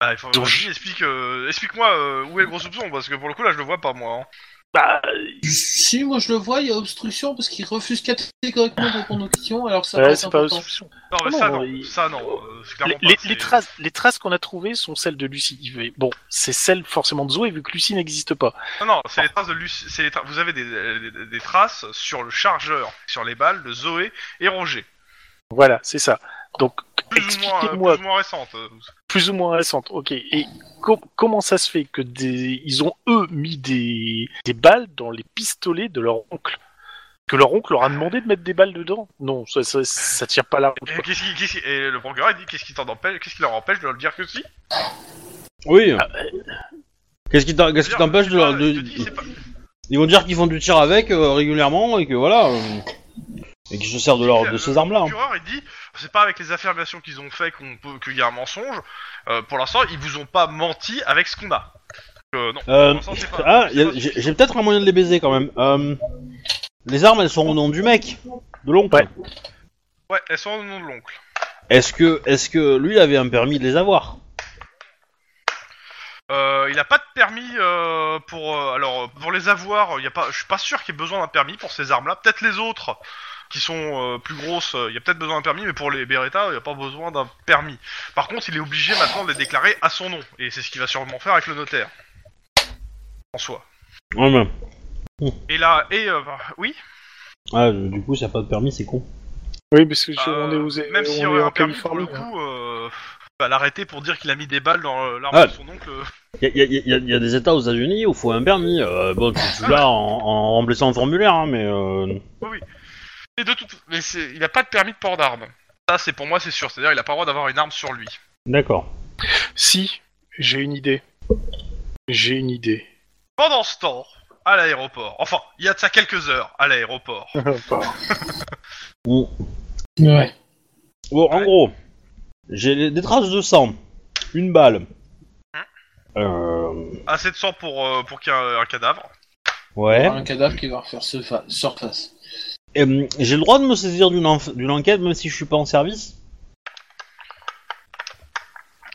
[SPEAKER 1] Bah, il faut.
[SPEAKER 4] Donc, je-
[SPEAKER 1] vas-y, explique, euh, explique-moi euh, où est le gros soupçon, parce que pour le coup, là, je le vois pas moi. hein.
[SPEAKER 4] Bah,
[SPEAKER 3] Si, moi je le vois, il y a obstruction parce qu'il refuse catégoriquement de répondre aux questions, alors ça
[SPEAKER 4] euh,
[SPEAKER 3] va être
[SPEAKER 4] c'est pas un
[SPEAKER 3] important.
[SPEAKER 4] soupçon.
[SPEAKER 1] Non, mais
[SPEAKER 4] Ah
[SPEAKER 1] ça,
[SPEAKER 4] non,
[SPEAKER 1] non.
[SPEAKER 4] il-
[SPEAKER 1] Ça, non. euh, c'est clairement
[SPEAKER 4] Les,
[SPEAKER 1] pas,
[SPEAKER 4] les-
[SPEAKER 1] c'est-
[SPEAKER 4] les traces, les traces qu'on a trouvées sont celles de Lucie. Mais Bon, c'est celles forcément de Zoé, vu que Lucie n'existe pas.
[SPEAKER 1] Non, non, c'est les traces de Lucie. c'est les tra- Vous avez des, euh, des- des traces sur le chargeur, sur les balles de Zoé et Roger.
[SPEAKER 4] Voilà, c'est ça. Donc,
[SPEAKER 1] Plus ou moins, euh,
[SPEAKER 4] expliquez-moi,
[SPEAKER 1] plus ou moins récentes. euh,
[SPEAKER 4] plus ou moins récente, ok. Et com- comment ça se fait que des, ils ont eux mis des, des balles dans les pistolets de leur oncle Que leur oncle leur a demandé de mettre des balles dedans Non, ça, ça, ça tient pas la route.
[SPEAKER 1] Et, qu'est-ce qui- qu'est-ce qui- et le procureur il dit qu'est-ce qui t'en empêche, qu'est-ce qui leur empêche de leur dire que si
[SPEAKER 2] Oui. Ah, euh, Qu'est-ce qui t'en- qu'est-ce qui
[SPEAKER 1] Dire,
[SPEAKER 2] t'empêche de,
[SPEAKER 1] je sais
[SPEAKER 2] leur-
[SPEAKER 1] pas,
[SPEAKER 2] de-
[SPEAKER 1] je Ah, te dis, c'est pas-
[SPEAKER 2] Ils vont dire qu'ils font du tir avec euh, régulièrement et que voilà. euh, et qu'ils se servent de, leur, de ces armes-là.
[SPEAKER 1] Le
[SPEAKER 2] hein.
[SPEAKER 1] procureur il dit c'est pas avec les affirmations qu'ils ont fait qu'on peut qu'il y a un mensonge. Euh, pour l'instant ils vous ont pas menti avec ce qu'on a. Euh, non.
[SPEAKER 2] Euh,
[SPEAKER 1] pour l'instant, c'est pas-
[SPEAKER 2] Ah,
[SPEAKER 1] c'est
[SPEAKER 2] y a-
[SPEAKER 1] pas-
[SPEAKER 2] j'ai j'ai peut-être un moyen de les baiser quand même. Euh, les armes, elles sont au nom du mec, de l'oncle.
[SPEAKER 4] Ouais.
[SPEAKER 1] Ouais, elles sont au nom de l'oncle.
[SPEAKER 2] Est-ce que, est-ce que lui avait un permis de les avoir
[SPEAKER 1] Euh, il a pas de permis euh, pour euh, alors euh, pour les avoir. Il y a pas, je suis pas sûr qu'il y ait besoin d'un permis pour ces armes-là. Peut-être les autres qui sont euh, plus grosses, euh, il y a peut-être besoin d'un permis, mais pour les Beretta, il n'y a pas besoin d'un permis. Par contre, il est obligé maintenant de les déclarer à son nom, et c'est ce qu'il va sûrement faire avec le notaire. En soi.
[SPEAKER 2] Ouais, mais-
[SPEAKER 1] Et là, et euh, bah, oui.
[SPEAKER 2] Ah, ouais, du coup, s'il n'y a pas de permis, c'est con.
[SPEAKER 4] Oui, parce que je-
[SPEAKER 1] Euh,
[SPEAKER 4] on est aux-
[SPEAKER 1] même si
[SPEAKER 4] on
[SPEAKER 1] on
[SPEAKER 4] est
[SPEAKER 1] est
[SPEAKER 4] en
[SPEAKER 1] permis pour
[SPEAKER 4] Californie. hein.
[SPEAKER 1] le coup, euh, bah, l'arrêter pour dire qu'il a mis des balles dans euh, l'arme
[SPEAKER 2] Ah.
[SPEAKER 1] de son oncle.
[SPEAKER 2] Il y, a- y a- y a- y a des états aux États-Unis où il faut un permis. Euh, bon, tu, tu l'as en, en remplissant un formulaire, hein, mais. euh,
[SPEAKER 1] Et de toute- mais c'est- il a pas de permis de port d'arme. Ça, c'est pour moi, c'est sûr. C'est-à-dire, il a pas le droit d'avoir une arme sur lui.
[SPEAKER 2] D'accord.
[SPEAKER 4] Si, j'ai une idée. J'ai une idée.
[SPEAKER 1] Pendant ce temps, à l'aéroport. Enfin, il y a de ça quelques heures à l'aéroport.
[SPEAKER 2] Ou-
[SPEAKER 3] Ouais.
[SPEAKER 2] Bon, en gros, j'ai les- des traces de sang, une balle.
[SPEAKER 3] Ah.
[SPEAKER 2] Euh,
[SPEAKER 1] Assez de sang pour euh, pour qu'il y ait un, un cadavre.
[SPEAKER 2] ouais.
[SPEAKER 3] Un cadavre qui va refaire ce fa- surface.
[SPEAKER 2] Et, hum, j'ai le droit de me saisir d'une enf- d'une enquête même si je suis pas en service.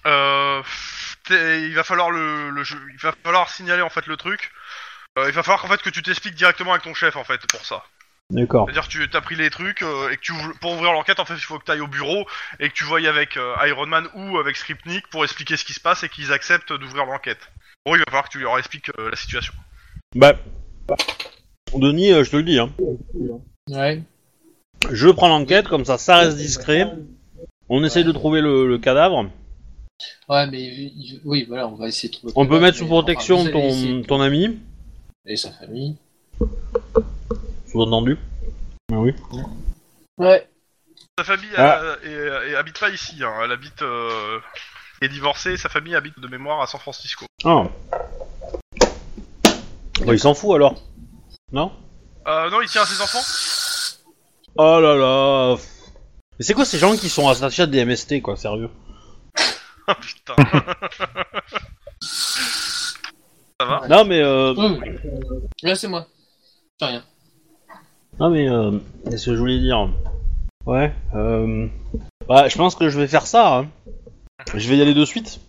[SPEAKER 1] Euh, t'es- il va falloir le, le jeu- il va falloir signaler en fait le truc. Euh, il va falloir en fait que tu t'expliques directement avec ton chef en fait pour ça.
[SPEAKER 2] D'accord.
[SPEAKER 1] C'est-à-dire tu t'as pris les trucs euh, et que tu ouvres- pour ouvrir l'enquête en fait il faut que tu ailles au bureau et que tu voyes avec euh, Iron Man ou avec Skripnik pour expliquer ce qui se passe et qu'ils acceptent d'ouvrir l'enquête. Bon, il va falloir que tu leur expliques euh, la situation.
[SPEAKER 2] Bah, Denis, euh, je te le dis, hein.
[SPEAKER 3] Ouais.
[SPEAKER 2] je prends l'enquête, comme ça, ça reste discret. On essaye de trouver le, le cadavre.
[SPEAKER 3] Ouais, mais il- oui, voilà, on va essayer de trouver.
[SPEAKER 2] On peut
[SPEAKER 3] le
[SPEAKER 2] mettre
[SPEAKER 3] cadavre,
[SPEAKER 2] sous
[SPEAKER 3] mais enfin, vous
[SPEAKER 2] protection
[SPEAKER 3] allez
[SPEAKER 2] ton,
[SPEAKER 3] essayer-
[SPEAKER 2] ton ami,
[SPEAKER 3] Et sa famille.
[SPEAKER 2] sous-entendu. Ah oui.
[SPEAKER 3] Ouais.
[SPEAKER 1] Sa famille elle,
[SPEAKER 2] Ah.
[SPEAKER 1] euh, est- est- habite pas ici, hein. elle habite euh, elle est divorcée, sa famille habite de mémoire à San Francisco.
[SPEAKER 2] Ah. Bah, il s'en fout alors. Non
[SPEAKER 1] Euh, non, il tient à ses enfants
[SPEAKER 2] Oh là là Mais c'est quoi ces gens qui sont attachés à des MST, quoi, sérieux
[SPEAKER 1] Ah, Putain. Ça va
[SPEAKER 2] Non mais euh...
[SPEAKER 3] Oui, oui. Là, c'est moi. J'ai rien.
[SPEAKER 2] Non mais euh... Qu'est-ce que je voulais dire Ouais, euh... Bah, je pense que je vais faire ça, hein. Je vais y aller de suite.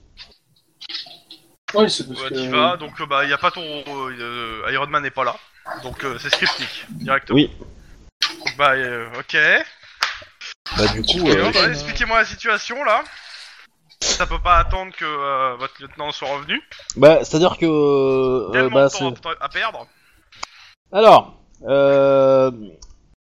[SPEAKER 3] Ouais, c'est parce
[SPEAKER 1] Ouais,
[SPEAKER 3] que-
[SPEAKER 1] t'y vas, donc euh, bah y a pas ton euh, euh, Iron Man n'est pas là, donc euh, c'est Skripnik directement.
[SPEAKER 2] Oui.
[SPEAKER 1] Donc, Bah euh, ok.
[SPEAKER 2] Bah du coup...
[SPEAKER 1] Et
[SPEAKER 2] euh,
[SPEAKER 1] donc, bah, Expliquez-moi la situation là. Ça peut pas attendre que euh, votre lieutenant soit revenu.
[SPEAKER 2] Bah, c'est-à-dire que... euh,
[SPEAKER 1] Tellement
[SPEAKER 2] bah,
[SPEAKER 1] de
[SPEAKER 2] c'est...
[SPEAKER 1] temps à à perdre.
[SPEAKER 2] Alors, euh,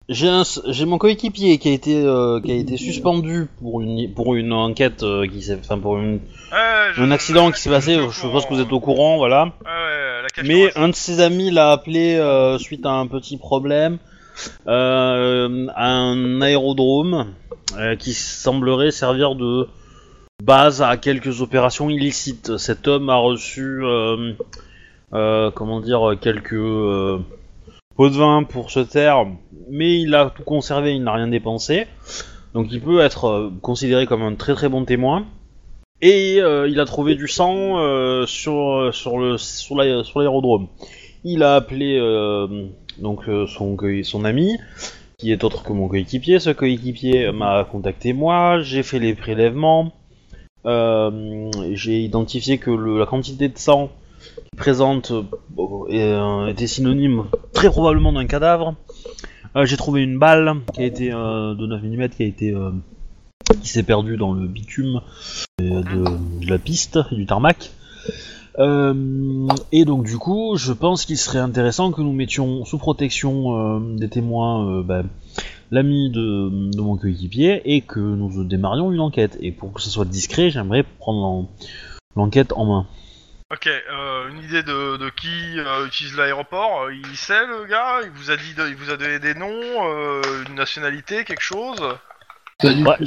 [SPEAKER 2] j'ai un- j'ai mon coéquipier qui a été euh, qui a été suspendu pour une pour une enquête euh, qui s'est enfin pour une-
[SPEAKER 1] Ouais, je-
[SPEAKER 2] un accident qui
[SPEAKER 1] je-
[SPEAKER 2] s'est passé.
[SPEAKER 1] suis au
[SPEAKER 2] Je suppose que vous êtes au
[SPEAKER 1] courant.
[SPEAKER 2] courant, voilà.
[SPEAKER 1] Ouais, ouais, la question
[SPEAKER 2] Mais
[SPEAKER 1] reste-
[SPEAKER 2] un de ses amis l'a appelé euh, suite à un petit problème euh, à un aérodrome euh, qui semblerait servir de base à quelques opérations illicites. Cet homme a reçu, euh, euh, comment dire, quelques euh, pots de vin pour se taire, mais il a tout conservé, il n'a rien dépensé. Donc il peut être euh, considéré comme un très très bon témoin. Et euh, il a trouvé du sang euh, sur, sur le sur la- sur l'aérodrome. il a appelé euh, donc euh, son, co- son ami, qui est autre que mon coéquipier. Ce coéquipier m'a contacté moi, j'ai fait les prélèvements, euh, j'ai identifié que le- la quantité de sang présente euh, euh, était synonyme très probablement d'un cadavre. Euh, j'ai trouvé une balle qui a été euh, de 9 mm qui a été euh, qui s'est perdue dans le bitume euh, de, de la piste, du tarmac. Euh, et donc du coup, je pense qu'il serait intéressant que nous mettions sous protection euh, des témoins euh, bah, l'ami de, de mon coéquipier et que nous démarrions une enquête. Et pour que ce soit discret, j'aimerais prendre l'en- l'enquête en main.
[SPEAKER 1] Ok, euh, une idée de, de qui euh, utilise l'aéroport Euh, Il sait le gars Il vous a dit, de- il vous a donné des noms, euh, une nationalité, quelque chose
[SPEAKER 3] Pas du
[SPEAKER 2] Ouais.
[SPEAKER 3] tout.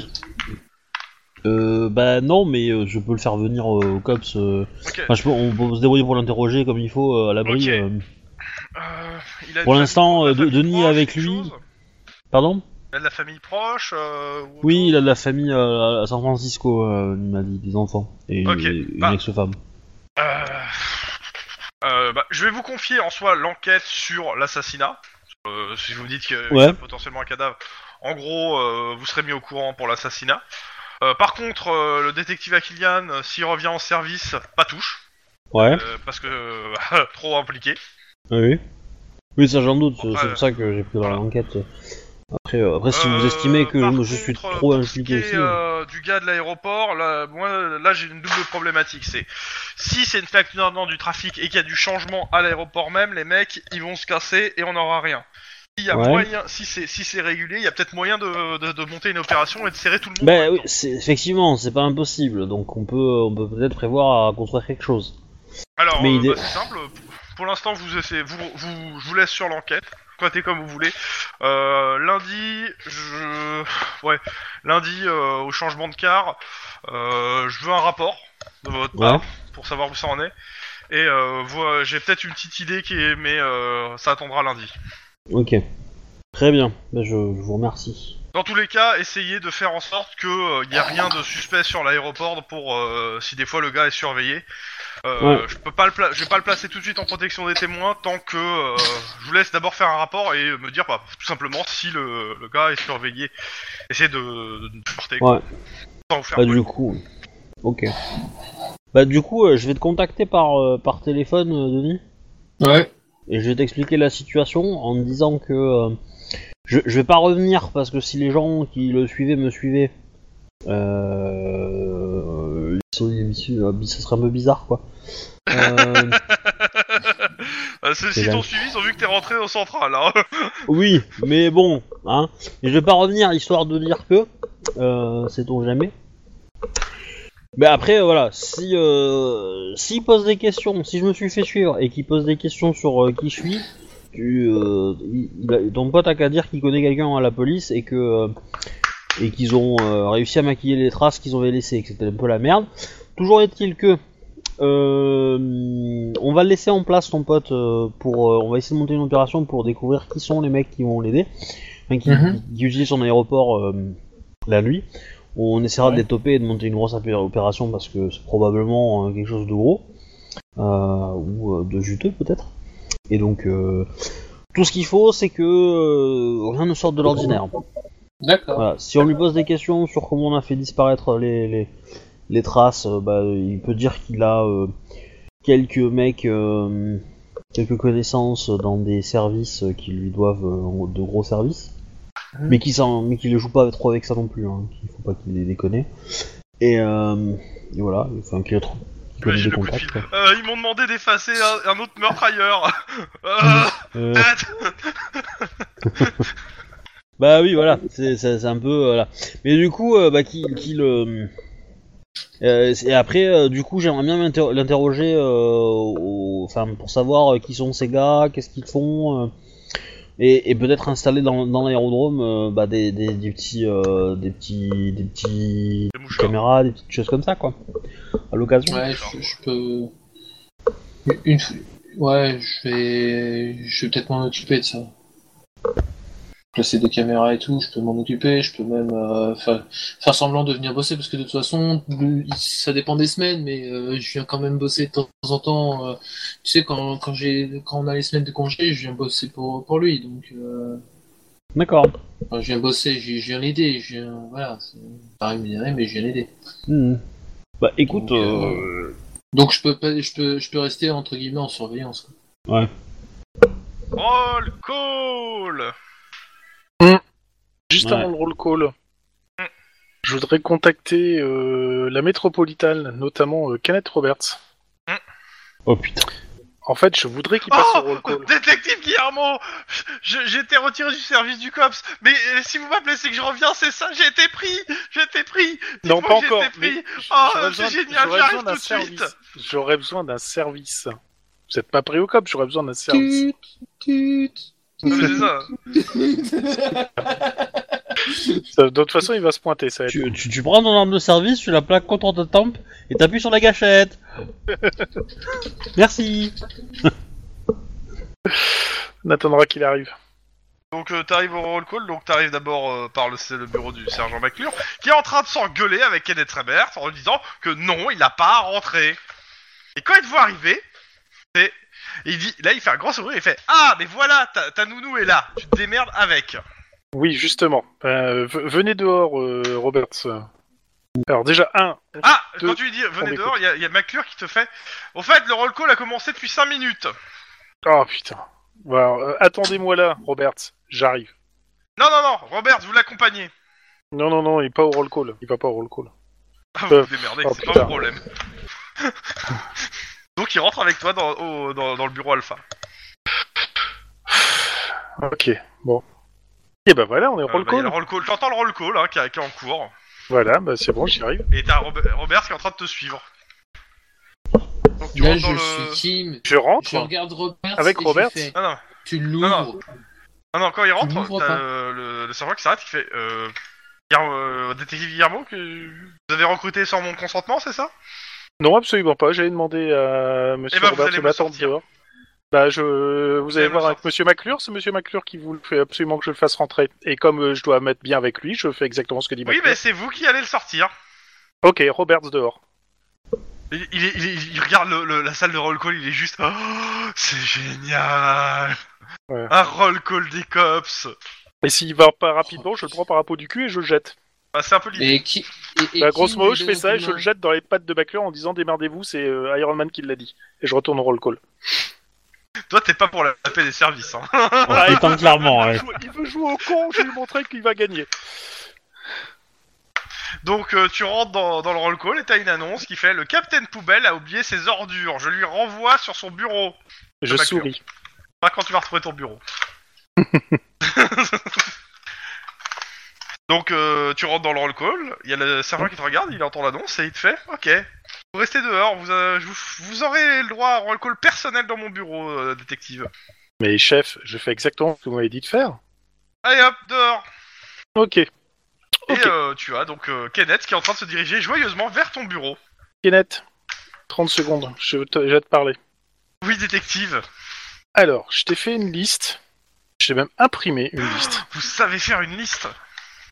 [SPEAKER 2] Euh, bah non, mais euh, je peux le faire venir euh, au cops. euh.
[SPEAKER 1] Ok.
[SPEAKER 2] Enfin, je peux, on peut se débrouiller pour l'interroger comme il faut euh, à l'abri.
[SPEAKER 1] Ok.
[SPEAKER 2] euh.
[SPEAKER 1] Euh, il a
[SPEAKER 2] Pour
[SPEAKER 1] une
[SPEAKER 2] l'instant,
[SPEAKER 1] famille-
[SPEAKER 2] euh,
[SPEAKER 1] une
[SPEAKER 2] De- Denis
[SPEAKER 1] famille proche,
[SPEAKER 2] avec
[SPEAKER 1] quelque
[SPEAKER 2] lui.
[SPEAKER 1] chose
[SPEAKER 2] Pardon
[SPEAKER 1] Il a de la famille proche euh, ou autre
[SPEAKER 2] Oui,
[SPEAKER 1] chose
[SPEAKER 2] il a de la famille euh, à San Francisco, euh, il m'a dit, des enfants et
[SPEAKER 1] Ok,
[SPEAKER 2] une
[SPEAKER 1] bah.
[SPEAKER 2] ex-femme.
[SPEAKER 1] Euh, euh, bah, je vais vous confier en soi l'enquête sur l'assassinat. Euh, si vous me dites qu'il y a
[SPEAKER 2] Ouais.
[SPEAKER 1] potentiellement un cadavre, en gros, euh, vous serez mis au courant pour l'assassinat. Euh, par contre, euh, le détective Akilian, euh, s'il revient en service, pas touche,
[SPEAKER 2] Ouais,
[SPEAKER 1] euh, parce que trop impliqué.
[SPEAKER 2] oui. Oui, ça j'en doute, c'est c'est
[SPEAKER 1] Voilà.
[SPEAKER 2] pour ça que j'ai pris dans
[SPEAKER 1] Voilà.
[SPEAKER 2] l'enquête. Après, euh, après si vous
[SPEAKER 1] Euh,
[SPEAKER 2] estimez que
[SPEAKER 1] par
[SPEAKER 2] je, je suis
[SPEAKER 1] contre,
[SPEAKER 2] trop
[SPEAKER 1] pour ce qui
[SPEAKER 2] impliqué
[SPEAKER 1] est,
[SPEAKER 2] aussi... hein.
[SPEAKER 1] euh, du gars de l'aéroport, là, moi, là, j'ai une double problématique. C'est si c'est une facture du trafic et qu'il y a du changement à l'aéroport même, les mecs, ils vont se casser et on n'aura rien. s'il y a
[SPEAKER 2] Ouais.
[SPEAKER 1] moyen- si c'est si c'est régulé, il y a peut-être moyen de, de- de monter une opération et de serrer tout le monde. en
[SPEAKER 2] Ben
[SPEAKER 1] même
[SPEAKER 2] oui,
[SPEAKER 1] temps.
[SPEAKER 2] c'est- effectivement, c'est pas impossible, donc on peut, on peut peut-être prévoir à construire quelque chose.
[SPEAKER 1] Alors,
[SPEAKER 2] mais
[SPEAKER 1] euh,
[SPEAKER 2] idée-
[SPEAKER 1] bah, c'est simple. Pour- Pour l'instant, vous essayez, vous, vous, je vous laisse sur l'enquête. Comptez comme vous voulez. Euh, lundi, je, ouais, lundi euh, au changement de car, euh, je veux un rapport de votre
[SPEAKER 2] Ouais.
[SPEAKER 1] part pour savoir où ça en est. Et euh, vo- j'ai peut-être une petite idée qui est, mais euh, ça attendra lundi.
[SPEAKER 2] Ok. Très bien, ben, je, je vous remercie.
[SPEAKER 1] Dans tous les cas, essayez de faire en sorte que euh, y a rien de suspect sur l'aéroport pour euh, si des fois le gars est surveillé. Euh,
[SPEAKER 2] Ouais.
[SPEAKER 1] Je peux pas le pla- je vais pas le placer tout de suite en protection des témoins tant que euh, je vous laisse d'abord faire un rapport et me dire bah, tout simplement si le, le gars est surveillé. Essayez de, de, de porter
[SPEAKER 2] Ouais.
[SPEAKER 1] sans vous faire
[SPEAKER 2] Bah
[SPEAKER 1] peur.
[SPEAKER 2] du coup, ok. Bah du coup, euh, je vais te contacter par, euh, par téléphone, euh, Denis,
[SPEAKER 3] Ouais.
[SPEAKER 2] et je vais t'expliquer la situation en te disant que euh, je, je vais pas revenir parce que si les gens qui le suivaient me suivaient, euh, ils sont- ils- ils- ça serait un peu bizarre quoi. Euh,
[SPEAKER 1] Euh, Ceux-ci
[SPEAKER 2] C'est
[SPEAKER 1] t'ont suivi, ils ont vu que t'es rentré au central. Hein.
[SPEAKER 2] oui, mais bon, hein. Et je vais pas revenir histoire de dire que, euh, sait-on jamais. Mais après, euh, voilà, si euh, s'il pose des questions, si je me suis fait suivre et qu'il pose des questions sur euh, qui je suis, tu, euh, il- il a- ton pote a qu'à dire qu'il connaît quelqu'un à la police et que euh, et qu'ils ont euh, réussi à maquiller les traces qu'ils avaient laissées, et que c'était un peu la merde. Toujours est-il que euh, on va le laisser en place ton pote euh, pour euh, on va essayer de monter une opération pour découvrir qui sont les mecs qui vont l'aider, enfin, qui,
[SPEAKER 3] Mhm.
[SPEAKER 2] qui- qui utilisent son aéroport euh, la nuit. On essaiera
[SPEAKER 4] Ouais.
[SPEAKER 2] de les toper et de monter une grosse opé- opération parce que c'est probablement euh, quelque chose de gros euh, ou euh, de juteux peut-être. Et donc euh, tout ce qu'il faut, c'est que euh, rien ne sorte de l'ordinaire.
[SPEAKER 3] D'accord.
[SPEAKER 2] Voilà. Si on lui pose des questions sur comment on a fait disparaître les, les, les traces, euh, bah, il peut dire qu'il a euh, quelques mecs, euh, quelques connaissances dans des services euh, qui lui doivent euh, de gros services,
[SPEAKER 3] Mhm.
[SPEAKER 2] mais qui s'en- mais qui ne joue pas trop avec ça non plus. Hein, il faut pas qu'il les déconne. Et, euh, et voilà, enfin qu'il a trop. qu'il connaisse
[SPEAKER 1] Imagine
[SPEAKER 2] des
[SPEAKER 1] le coup de
[SPEAKER 2] contacts,
[SPEAKER 1] fil.
[SPEAKER 2] quoi.
[SPEAKER 1] Euh, ils m'ont demandé d'effacer un, un autre meurtre ailleurs. Euh,
[SPEAKER 2] Euh,
[SPEAKER 1] arrête.
[SPEAKER 2] Bah oui, voilà, c'est c'est- c'est un peu. euh, Voilà. Mais du coup, euh, bah, qui, qui le. Euh, c'est- et après, euh, du coup, j'aimerais bien m'inter- l'interroger euh, au- enfin, pour savoir euh, qui sont ces gars, qu'est-ce qu'ils font, euh, et, et peut-être installer dans, dans l'aérodrome euh, bah, des, des, des petits, euh, des petits, des petits
[SPEAKER 1] Des mouchards.
[SPEAKER 2] caméras, des petites choses comme ça, quoi, à l'occasion.
[SPEAKER 3] Ouais, je, je peux. Une... Ouais, je vais. Je vais peut-être m'en occuper de ça. Placer des caméras et tout, je peux m'en occuper, je peux même euh, fa- faire semblant de venir bosser parce que de toute façon, le- ça dépend des semaines, mais euh, je viens quand même bosser de temps en temps. euh, tu sais, quand, quand, j'ai, quand on a les semaines de congé, je viens bosser pour, pour lui, donc euh,
[SPEAKER 2] D'accord.
[SPEAKER 3] enfin, je viens bosser, je, je viens l'aider, je viens. Voilà, c'est pas rémunéré, mais je viens l'aider.
[SPEAKER 2] Mhm. Bah écoute,
[SPEAKER 3] Donc,
[SPEAKER 2] euh,
[SPEAKER 3] euh, donc je peux pas, je peux, je peux rester entre guillemets en surveillance. quoi.
[SPEAKER 1] Roll call.
[SPEAKER 4] Juste
[SPEAKER 2] Ouais.
[SPEAKER 4] avant le roll call, je voudrais contacter euh, la métropolitane, notamment euh, Kenneth Roberts.
[SPEAKER 2] oh putain.
[SPEAKER 4] En fait, je voudrais qu'il passe au roll call.
[SPEAKER 1] Oh Détective Guillermo je- J'ai été retiré du service du COPS, mais euh, si vous m'appelez, c'est que je reviens, c'est ça, j'ai été pris J'ai été pris
[SPEAKER 4] Non,
[SPEAKER 1] Dites-moi
[SPEAKER 4] pas
[SPEAKER 1] que
[SPEAKER 4] encore.
[SPEAKER 1] j'ai été
[SPEAKER 4] mais
[SPEAKER 1] pris.
[SPEAKER 4] j-
[SPEAKER 1] Ah,
[SPEAKER 4] j'aurais
[SPEAKER 1] c'est
[SPEAKER 4] besoin-
[SPEAKER 1] génial,
[SPEAKER 4] j'aurais
[SPEAKER 1] j'arrive
[SPEAKER 4] besoin d'un
[SPEAKER 1] tout de suite.
[SPEAKER 4] service. J'aurais besoin d'un service. Vous êtes pas pris au cop, j'aurais besoin d'un service.
[SPEAKER 1] Non, mais Euh, c'est ça.
[SPEAKER 4] Ça- De toute façon, il va se pointer, ça va être.
[SPEAKER 2] Tu, tu, tu prends ton arme de service, tu la plaques contre ta tempe et t'appuies sur la gâchette. Merci.
[SPEAKER 4] On attendra qu'il arrive.
[SPEAKER 1] Donc euh, t'arrives au roll call, donc t'arrives d'abord euh, par le, c'est le bureau du sergent McClure, qui est en train de s'engueuler avec Kenneth Rebert en lui disant que non, il n'a pas à rentrer. Et quand il te voit arriver, c'est- il dit, là il fait un grand sourire, il fait « Ah, mais voilà, ta, ta nounou est là, tu te démerdes avec !»
[SPEAKER 4] Oui, justement. Euh, v- venez dehors, euh, Roberts. Alors, déjà, un. on-
[SPEAKER 1] Ah,
[SPEAKER 4] Deux.
[SPEAKER 1] quand tu lui dis venez
[SPEAKER 4] On
[SPEAKER 1] dehors, il y, a- y a McClure qui te fait. Au fait, le roll call a commencé depuis 5 minutes.
[SPEAKER 4] Oh putain. Bon, alors, euh, Attendez-moi là, Roberts. J'arrive.
[SPEAKER 1] Non, non, non, Robert, vous l'accompagnez.
[SPEAKER 4] Non, non, non, il est pas au roll call. Il va pas au roll call.
[SPEAKER 1] Ah, vous
[SPEAKER 4] Euh,
[SPEAKER 1] vous démerdez,
[SPEAKER 4] oh,
[SPEAKER 1] c'est pas
[SPEAKER 4] putain.
[SPEAKER 1] mon problème. Donc il rentre avec toi dans, au- dans- dans le bureau Alpha.
[SPEAKER 4] Ok, bon. Et ben voilà, on est
[SPEAKER 1] Euh,
[SPEAKER 4] roll
[SPEAKER 1] bah, y a
[SPEAKER 4] call.
[SPEAKER 1] le roll call. T'entends le roll call hein, qui, est- qui est en cours.
[SPEAKER 4] Voilà, bah c'est bon, j'y arrive.
[SPEAKER 1] Et t'as Robert, Robert qui est en train de te suivre. Donc tu
[SPEAKER 3] Là,
[SPEAKER 1] rentres
[SPEAKER 3] je
[SPEAKER 1] dans le.
[SPEAKER 3] suis Kim.
[SPEAKER 4] Je rentre.
[SPEAKER 3] Je regarde Robert.
[SPEAKER 4] Avec
[SPEAKER 3] et je
[SPEAKER 4] Robert
[SPEAKER 3] fais,
[SPEAKER 1] Ah, non.
[SPEAKER 3] Tu
[SPEAKER 1] Non,
[SPEAKER 3] l'ouvres.
[SPEAKER 1] non. Ah non, quand il rentre,
[SPEAKER 3] m'ouvres
[SPEAKER 1] t'as
[SPEAKER 3] pas.
[SPEAKER 1] euh, le, le serveur qui s'arrête, qui fait euh, Guillermo- euh, Détective Guillermo, que vous avez recruté sans mon consentement, c'est ça
[SPEAKER 4] Non, absolument pas. J'avais demandé à Monsieur
[SPEAKER 1] Eh ben, vous
[SPEAKER 4] Robert
[SPEAKER 1] allez
[SPEAKER 4] ce
[SPEAKER 1] me
[SPEAKER 4] matin de
[SPEAKER 1] sortir.
[SPEAKER 4] dehors. Bah, je... Vous allez
[SPEAKER 1] allez me
[SPEAKER 4] voir avec
[SPEAKER 1] sortir.
[SPEAKER 4] Monsieur McClure. C'est Monsieur McClure qui vous fait absolument que je le fasse rentrer. Et comme euh, je dois mettre bien avec lui, je fais exactement ce que dit
[SPEAKER 1] Oui,
[SPEAKER 4] McClure.
[SPEAKER 1] mais c'est vous qui allez le sortir.
[SPEAKER 4] Ok, Roberts dehors.
[SPEAKER 1] Il, il est- il est- il regarde le- le- la salle de roll call, il est juste Oh, c'est génial
[SPEAKER 4] Ouais.
[SPEAKER 1] Un roll call des cops
[SPEAKER 4] Et s'il va pas rapidement, je le prends par un pot du cul et je le jette.
[SPEAKER 1] Bah, C'est un peu l'idée.
[SPEAKER 3] Et qui. Et, et
[SPEAKER 4] Bah,
[SPEAKER 3] qui
[SPEAKER 4] grosso
[SPEAKER 3] me
[SPEAKER 4] modo, je
[SPEAKER 3] donne
[SPEAKER 4] fais ça
[SPEAKER 3] un
[SPEAKER 4] et
[SPEAKER 3] coup de
[SPEAKER 4] je le
[SPEAKER 3] main
[SPEAKER 4] jette dans les pattes de McClure en disant démerdez-vous, c'est euh, Iron Man qui l'a dit. Et je retourne au roll call.
[SPEAKER 1] Toi, t'es pas pour la paix des services. Hein.
[SPEAKER 4] Ah, il
[SPEAKER 2] Putain, clairement,
[SPEAKER 4] veut
[SPEAKER 2] ouais.
[SPEAKER 4] jouer- Il veut jouer au con, je vais lui montrer qu'il va gagner.
[SPEAKER 1] Ah, Donc, euh, tu rentres dans, dans le roll call et t'as une annonce qui fait Le capitaine poubelle a oublié ses ordures. Je lui renvoie sur son bureau.
[SPEAKER 4] Je
[SPEAKER 1] McClure.
[SPEAKER 4] souris.
[SPEAKER 1] Pas quand tu vas retrouver ton bureau. Donc euh, tu rentres dans le roll call, il y a le serveur qui te regarde, il entend l'annonce et il te fait Ok, vous restez dehors, vous, euh, je vous, vous aurez le droit à un roll call personnel dans mon bureau, euh, détective.
[SPEAKER 4] Mais chef, je fais exactement ce que vous m'avez dit de faire.
[SPEAKER 1] Allez hop, dehors
[SPEAKER 4] Ok. Ok.
[SPEAKER 1] Et euh, tu as donc euh, Kenneth qui est en train de se diriger joyeusement vers ton bureau.
[SPEAKER 4] Kenneth, 30 secondes, je te, je vais te parler.
[SPEAKER 1] Oui, détective,
[SPEAKER 4] Alors, je t'ai fait une liste. J'ai même imprimé
[SPEAKER 1] Ah.
[SPEAKER 4] une liste.
[SPEAKER 1] vous savez faire une liste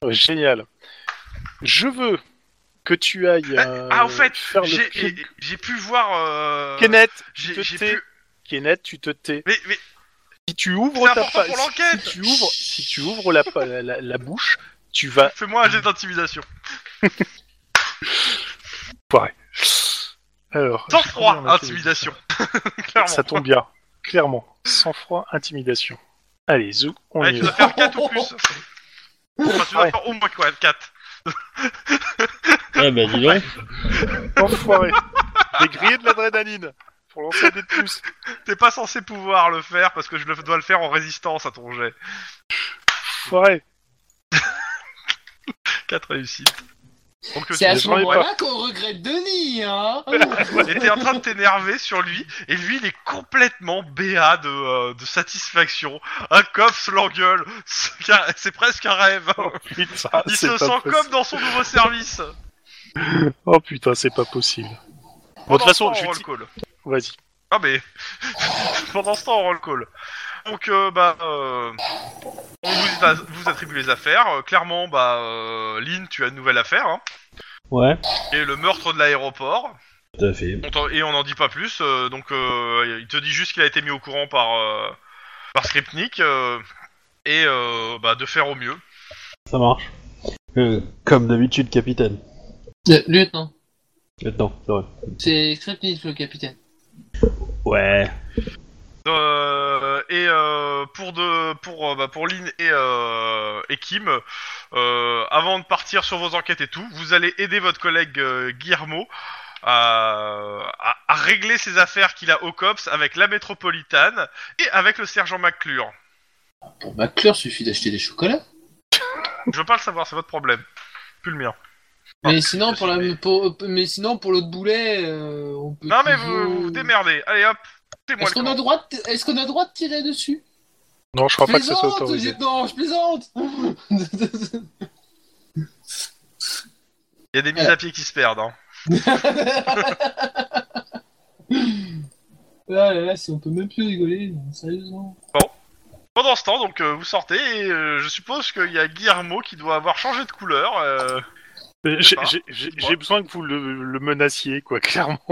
[SPEAKER 4] Ouais, Génial. Je veux que tu ailles. euh,
[SPEAKER 1] Ah, au fait,
[SPEAKER 4] faire le
[SPEAKER 1] J'ai
[SPEAKER 4] prix-
[SPEAKER 1] j'ai pu voir. euh,
[SPEAKER 4] Kenneth,
[SPEAKER 1] j'ai
[SPEAKER 4] te
[SPEAKER 1] j'ai
[SPEAKER 4] tais.
[SPEAKER 1] pu.
[SPEAKER 4] Kenneth, tu te tais.
[SPEAKER 1] Mais, mais
[SPEAKER 4] Si tu
[SPEAKER 1] c'est
[SPEAKER 4] ouvres ta
[SPEAKER 1] important
[SPEAKER 4] page,
[SPEAKER 1] pour l'enquête
[SPEAKER 4] si tu ouvres, si tu ouvres la, pa- la- la- la bouche, tu vas.
[SPEAKER 1] Fais-moi un jet d'intimidation.
[SPEAKER 4] Alors.
[SPEAKER 1] Sans
[SPEAKER 4] j'ai
[SPEAKER 1] froid,
[SPEAKER 4] combien en
[SPEAKER 1] intimidation. Clairement.
[SPEAKER 4] Ça tombe bien, clairement. Sans froid, intimidation. Allez, zou, on
[SPEAKER 1] Ouais, Ah, tu
[SPEAKER 4] y va.
[SPEAKER 1] dois faire 4 ou plus. Enfin, tu dois
[SPEAKER 4] Ouais.
[SPEAKER 1] faire au moins 4.
[SPEAKER 2] Ouais, bah dis donc.
[SPEAKER 4] Enfoiré. Des grillés de l'adrénaline. Pour lancer des plus.
[SPEAKER 1] T'es pas censé pouvoir le faire parce que je le, dois le faire en résistance à ton jet.
[SPEAKER 4] Enfoiré.
[SPEAKER 1] 4 réussites. Donc
[SPEAKER 3] C'est à
[SPEAKER 1] tu-
[SPEAKER 3] ce
[SPEAKER 4] j'en ai
[SPEAKER 3] moment-là qu'on regrette Denis, hein
[SPEAKER 1] et t'es en train de t'énerver sur lui, et lui il est complètement BA de, euh, de satisfaction. Un cops l'engueule, c'est un- c'est presque un rêve.
[SPEAKER 4] Putain,
[SPEAKER 1] Il
[SPEAKER 4] Ah,
[SPEAKER 1] Ah,
[SPEAKER 4] c'est
[SPEAKER 1] se sent
[SPEAKER 4] pas possible.
[SPEAKER 1] comme dans son nouveau service.
[SPEAKER 4] Oh putain, c'est pas possible. Bon, de toute façon, je
[SPEAKER 1] je
[SPEAKER 4] lui
[SPEAKER 1] roll
[SPEAKER 4] dis-
[SPEAKER 1] call.
[SPEAKER 4] Vas-y.
[SPEAKER 1] Ah mais pendant ce temps on roll call. Donc euh, bah euh, on vous, a- vous attribue les affaires. Euh, clairement bah euh, Lynn tu as une nouvelle affaire hein,
[SPEAKER 2] Ouais.
[SPEAKER 1] et le meurtre de l'aéroport.
[SPEAKER 2] Tout à fait.
[SPEAKER 1] On t'en- et on n'en dit pas plus. euh, donc euh, il te dit juste qu'il a été mis au courant par euh, par Skripnik euh, et euh, bah de faire au mieux.
[SPEAKER 2] Ça marche. Euh, comme d'habitude, capitaine.
[SPEAKER 3] Euh, Lieutenant,
[SPEAKER 2] Maintenant, c'est vrai.
[SPEAKER 3] c'est Scriptnit le capitaine.
[SPEAKER 2] Ouais.
[SPEAKER 1] Euh, et euh, pour de pour euh, bah, pour Lynn et euh, et Kim, euh, avant de partir sur vos enquêtes et tout, vous allez aider votre collègue euh, Guillermo à, à, à régler ses affaires qu'il a au cops avec la métropolitane et avec le sergent McClure.
[SPEAKER 3] Pour McClure, suffit d'acheter des chocolats.
[SPEAKER 1] Je veux pas le savoir, c'est votre problème, plus le mien.
[SPEAKER 4] Ah,
[SPEAKER 3] Mais sinon, pour la,
[SPEAKER 1] mais-
[SPEAKER 3] pour- mais sinon, pour l'autre boulet, euh, on peut.
[SPEAKER 1] Non mais
[SPEAKER 3] toujours-
[SPEAKER 1] vous vous démerdez. Allez hop, c'est moi
[SPEAKER 3] Est-ce
[SPEAKER 1] le
[SPEAKER 3] qu'on
[SPEAKER 1] con.
[SPEAKER 3] a droit, de- est-ce qu'on a droit de tirer dessus
[SPEAKER 4] Non, je crois
[SPEAKER 3] Je
[SPEAKER 4] pas que ça soit
[SPEAKER 3] plaisante,
[SPEAKER 4] autorisé.
[SPEAKER 3] lieutenant, je plaisante.
[SPEAKER 1] Il y a des mises à pied qui se perdent. Hein.
[SPEAKER 3] Là, là, là, si on peut même plus rigoler, non, sérieusement.
[SPEAKER 1] Pendant ce temps, donc euh, vous sortez et euh, je suppose qu'il y a Guillermo qui doit avoir changé de couleur. euh,
[SPEAKER 4] Euh,
[SPEAKER 1] sais
[SPEAKER 4] j'ai-
[SPEAKER 1] pas.
[SPEAKER 4] J'ai j'ai-
[SPEAKER 1] Dis-moi.
[SPEAKER 4] j'ai besoin que vous le, le menaciez, quoi, clairement.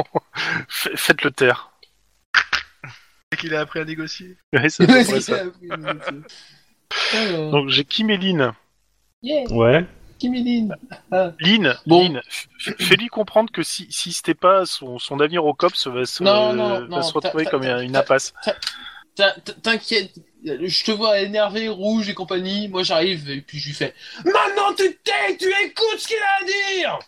[SPEAKER 4] Fa- Faites-le taire.
[SPEAKER 1] et qu'il a appris à négocier.
[SPEAKER 4] Ouais, c'est à peu près ça.
[SPEAKER 3] Alors,
[SPEAKER 4] Donc, j'ai Kim et Lynn.
[SPEAKER 3] yeah,
[SPEAKER 2] Ouais.
[SPEAKER 3] Kim et Lynn.
[SPEAKER 4] Lynn,
[SPEAKER 3] Bon.
[SPEAKER 4] Lynn, f- f- fais-lui comprendre que si, si c'était pas son, son avenir au COPS va se,
[SPEAKER 3] Non, non,
[SPEAKER 4] va
[SPEAKER 3] non,
[SPEAKER 4] se retrouver
[SPEAKER 3] t'as-
[SPEAKER 4] comme
[SPEAKER 3] t'as-
[SPEAKER 4] une
[SPEAKER 3] t'as-
[SPEAKER 4] impasse.
[SPEAKER 3] T'in- t'in- T'inquiète, je te vois énervé, rouge et compagnie. Moi, j'arrive et puis je lui fais Maintenant, tu te tais, tu écoutes ce qu'il a à dire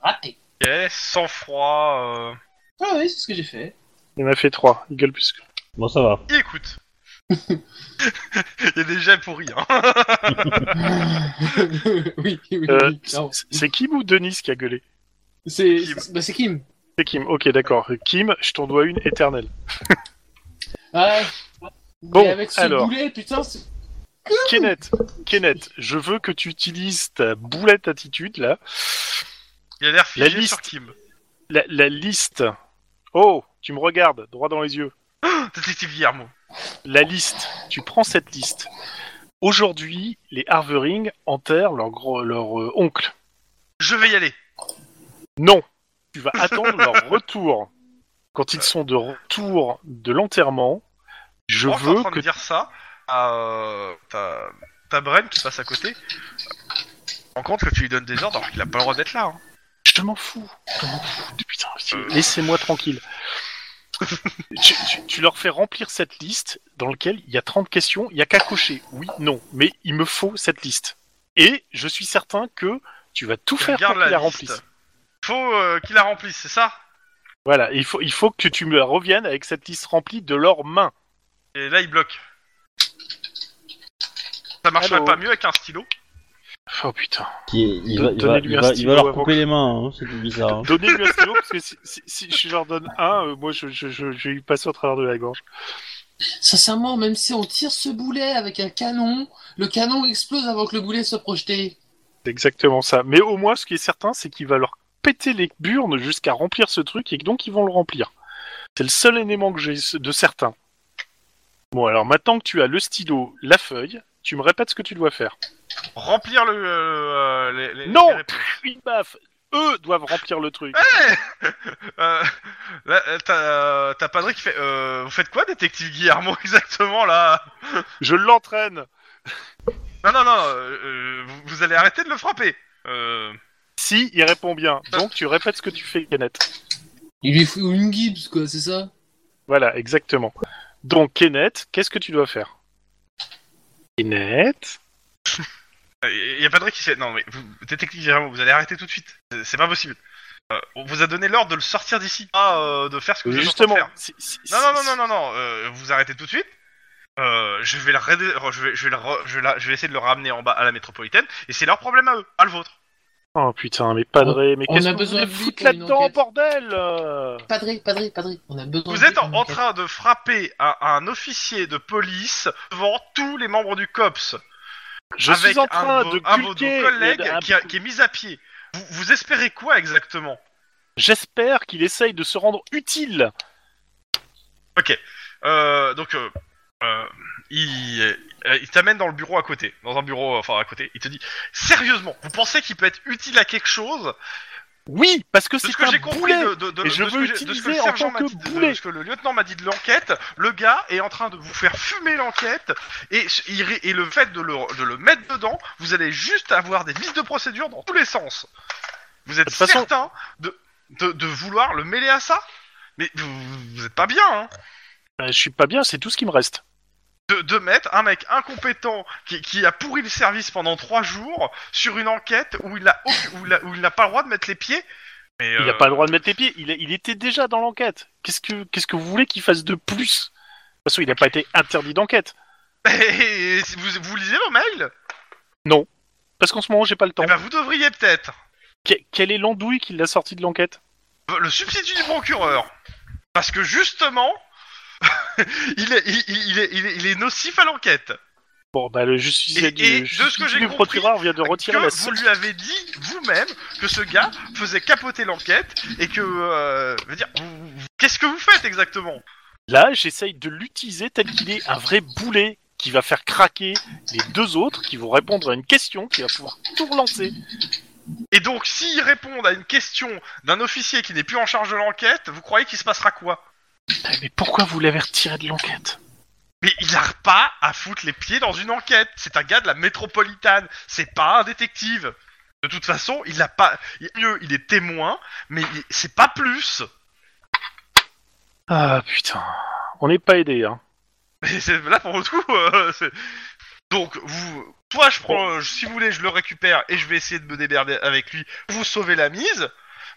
[SPEAKER 3] Raté.
[SPEAKER 1] Ok, sans froid. euh,
[SPEAKER 3] Ah oui, c'est ce que j'ai fait.
[SPEAKER 4] Il en a fait trois, il gueule plus que.
[SPEAKER 2] Bon, ça va.
[SPEAKER 1] Il écoute. Il y a des jets pourris, hein.
[SPEAKER 3] oui, oui,
[SPEAKER 4] Euh,
[SPEAKER 3] oui, clairement.
[SPEAKER 4] C'est Kim ou Denis qui a gueulé
[SPEAKER 3] C'est
[SPEAKER 1] Kim.
[SPEAKER 3] c'est- bah, c'est Kim.
[SPEAKER 4] C'est Kim, ok, d'accord. Kim, je t'en dois une éternelle.
[SPEAKER 3] Ah,
[SPEAKER 4] Bon,
[SPEAKER 3] mais avec ce
[SPEAKER 4] alors.
[SPEAKER 3] boulet, putain, c'est-
[SPEAKER 4] Kenneth, Kenneth, je veux que tu utilises ta boulette attitude, là.
[SPEAKER 1] Il a l'air
[SPEAKER 4] La
[SPEAKER 1] figé
[SPEAKER 4] liste.
[SPEAKER 1] sur Kim.
[SPEAKER 4] La, la liste. Oh, tu me regardes, droit dans les yeux.
[SPEAKER 1] Détective Guillermo.
[SPEAKER 4] La liste. Tu prends cette liste. Aujourd'hui, les Harvering enterrent leur, gros- leur euh, oncle.
[SPEAKER 1] Je vais y aller.
[SPEAKER 4] Non, tu vas attendre leur retour. Quand ils sont de retour de l'enterrement, je
[SPEAKER 1] Oh, Je suis en
[SPEAKER 4] veux
[SPEAKER 1] train
[SPEAKER 4] que
[SPEAKER 1] de dire ça à euh, ta, ta Bren qui passe à côté. En compte que tu lui donnes des ordres alors qu'il a pas le droit d'être là. hein.
[SPEAKER 4] Je m'en fous. Je m'en fous. Putain, si-
[SPEAKER 1] Euh.
[SPEAKER 4] laissez-moi tranquille. tu, tu- tu leur fais remplir cette liste dans laquelle il y a 30 questions, il n'y a qu'à cocher. Oui, non, mais il me faut cette liste. Et je suis certain que tu vas tout faire pour
[SPEAKER 1] Regarde
[SPEAKER 4] qu'ils la,
[SPEAKER 1] la liste.
[SPEAKER 4] remplissent.
[SPEAKER 1] Faut euh, qu'il la remplisse, c'est ça
[SPEAKER 4] Voilà, il faut, il faut que tu me reviennes avec cette liste remplie de leurs mains.
[SPEAKER 1] Et là, il bloque. Ça marcherait
[SPEAKER 4] Allô
[SPEAKER 1] pas mieux avec un stylo
[SPEAKER 4] Oh putain.
[SPEAKER 2] Qui- il, va, il, va,
[SPEAKER 4] Donnez-lui
[SPEAKER 2] il,
[SPEAKER 4] un
[SPEAKER 2] va, il
[SPEAKER 4] stylo
[SPEAKER 2] va leur
[SPEAKER 4] avant
[SPEAKER 2] couper
[SPEAKER 4] que-
[SPEAKER 2] les mains, hein, c'est tout bizarre. hein.
[SPEAKER 4] Donnez-lui un stylo, parce que si, si- si je leur donne un, euh, moi je, je, je, je vais lui passer au travers de la gorge.
[SPEAKER 3] sincèrement, même si on tire ce boulet avec un canon, le canon explose avant que le boulet soit projeté.
[SPEAKER 4] C'est exactement ça. Mais au moins, ce qui est certain, c'est qu'il va leur péter les burnes jusqu'à remplir ce truc et que donc ils vont le remplir. C'est le seul élément que j'ai de certain. Bon, alors maintenant que tu as le stylo, la feuille, tu me répètes ce que tu dois faire.
[SPEAKER 1] Remplir le. euh, les, les-
[SPEAKER 4] Non
[SPEAKER 1] les réponses.
[SPEAKER 4] Une baffe Eux doivent remplir le truc.
[SPEAKER 1] Euh, là, euh, T'as euh, t'as Padre qui fait. euh, vous faites quoi, détective Guillermo, exactement là
[SPEAKER 4] Je l'entraîne
[SPEAKER 1] Non, non, non, euh, euh, vous, vous allez arrêter de le frapper euh,
[SPEAKER 4] Si il répond bien. Donc tu répètes ce que tu fais, Kenneth.
[SPEAKER 3] Il lui fout une Gibbs, quoi, c'est ça
[SPEAKER 4] Voilà, exactement. Donc Kenneth, qu'est-ce que tu dois faire Kenneth
[SPEAKER 1] Il y a Padre qui fait. Non, mais vous- détective Guillermo, vous allez arrêter tout de suite. C'est- C'est pas possible. Euh, on vous a donné l'ordre de le sortir d'ici, pas euh, de faire ce que vous êtes en train de
[SPEAKER 4] Justement.
[SPEAKER 1] faire.
[SPEAKER 4] si- si-
[SPEAKER 1] Non, non, non, non, non, non, euh, vous arrêtez tout de suite. Euh, je vais le redé- je vais, je vais le re- je vais la- je vais essayer de le ramener en bas à la métropolitaine, et c'est leur problème à eux, pas le vôtre.
[SPEAKER 4] Oh putain, mais padré, mais
[SPEAKER 3] on
[SPEAKER 4] qu'est-ce
[SPEAKER 3] a
[SPEAKER 4] que vous
[SPEAKER 3] besoin
[SPEAKER 4] voulez
[SPEAKER 3] de lui
[SPEAKER 4] foutre
[SPEAKER 3] pour une
[SPEAKER 4] là-dedans,
[SPEAKER 3] enquête.
[SPEAKER 4] bordel euh
[SPEAKER 3] Padré, padré, padré, on a besoin
[SPEAKER 1] Vous
[SPEAKER 3] de-
[SPEAKER 1] êtes en, en train de frapper à un officier de police devant tous les membres du COPS,
[SPEAKER 4] Je
[SPEAKER 1] avec
[SPEAKER 4] suis en
[SPEAKER 1] un,
[SPEAKER 4] train
[SPEAKER 1] vos-
[SPEAKER 4] de
[SPEAKER 1] un vos deux
[SPEAKER 4] culquer
[SPEAKER 1] collègues
[SPEAKER 4] et d'un-
[SPEAKER 1] qui, a- qui est mis à pied. Vous, vous espérez quoi exactement
[SPEAKER 4] J'espère qu'il essaye de se rendre utile.
[SPEAKER 1] Euh, Donc, euh, euh, il, euh, il t'amène dans le bureau à côté, dans un bureau, euh, enfin à côté, il te dit, sérieusement, vous pensez qu'il peut être utile à quelque chose
[SPEAKER 4] Oui, parce que
[SPEAKER 1] De
[SPEAKER 4] c'est
[SPEAKER 1] ce que
[SPEAKER 4] un
[SPEAKER 1] j'ai compris
[SPEAKER 4] boulet.
[SPEAKER 1] de, de- de-
[SPEAKER 4] Et je
[SPEAKER 1] de ce
[SPEAKER 4] veux
[SPEAKER 1] que j'ai- de ce que
[SPEAKER 4] utiliser
[SPEAKER 1] le
[SPEAKER 4] en
[SPEAKER 1] sergent
[SPEAKER 4] tant
[SPEAKER 1] m'a
[SPEAKER 4] que
[SPEAKER 1] dit- de- de
[SPEAKER 4] boulet.
[SPEAKER 1] ce que le lieutenant m'a dit de l'enquête, le gars est en train de vous faire fumer l'enquête et, s- il ré- et le fait de le, de le mettre dedans, vous allez juste avoir des vices de procédure dans tous les sens. Vous êtes
[SPEAKER 4] De toute façon-
[SPEAKER 1] certain de, de, de vouloir le mêler à ça Mais vous, vous êtes pas bien, hein
[SPEAKER 4] Euh, Je suis pas bien, c'est tout ce qui me reste.
[SPEAKER 1] de, de mettre un mec incompétent qui, qui a pourri le service pendant trois jours sur une enquête où il a aucun- où il a- où il n'a pas le droit de mettre les pieds. Mais,
[SPEAKER 4] Il n'a
[SPEAKER 1] euh,
[SPEAKER 4] pas le droit de mettre les pieds. Il, il était déjà dans l'enquête. Qu'est-ce que, qu'est-ce que vous voulez qu'il fasse de plus De toute façon, il n'a pas été interdit d'enquête.
[SPEAKER 1] Et vous, vous lisez vos mails
[SPEAKER 4] Parce qu'en ce moment, j'ai pas le temps.
[SPEAKER 1] Eh ben, vous devriez peut-être.
[SPEAKER 4] Que- quelle est l'andouille qu'il a sorti de l'enquête
[SPEAKER 1] Le substitut du procureur. Parce que justement, il, est, il, il est, il, est, il est nocif à l'enquête.
[SPEAKER 4] Bon, bah, le justice
[SPEAKER 1] Et-
[SPEAKER 4] du,
[SPEAKER 1] et de
[SPEAKER 4] le
[SPEAKER 1] ce
[SPEAKER 4] justicier
[SPEAKER 1] que j'ai
[SPEAKER 4] du
[SPEAKER 1] compris,
[SPEAKER 4] procureur vient de retirer
[SPEAKER 1] que
[SPEAKER 4] la
[SPEAKER 1] vous
[SPEAKER 4] seule
[SPEAKER 1] lui avez dit vous-même que ce gars faisait capoter l'enquête et que... euh, je veux dire, vous- vous- qu'est-ce que vous faites exactement
[SPEAKER 4] Là, j'essaye de l'utiliser tel qu'il est un vrai boulet qui va faire craquer les deux autres qui vont répondre à une question qui va pouvoir tout relancer.
[SPEAKER 1] Et donc, s'ils répondent à une question d'un officier qui n'est plus en charge de l'enquête, vous croyez qu'il se passera quoi
[SPEAKER 4] Eh, Mais pourquoi vous l'avez retiré de l'enquête
[SPEAKER 1] Mais il a pas à foutre les pieds dans une enquête. C'est un gars de la métropolitaine. C'est pas un détective. De toute façon, il a pas. il- Mieux, il est témoin, mais il- c'est pas plus.
[SPEAKER 4] Ah putain, on n'est pas aidé. Hein.
[SPEAKER 1] Et c'est là pour le coup. euh, c'est- Donc vous, toi, je prends. euh, si vous voulez, je le récupère et je vais essayer de me démerder avec lui. Vous sauvez la mise.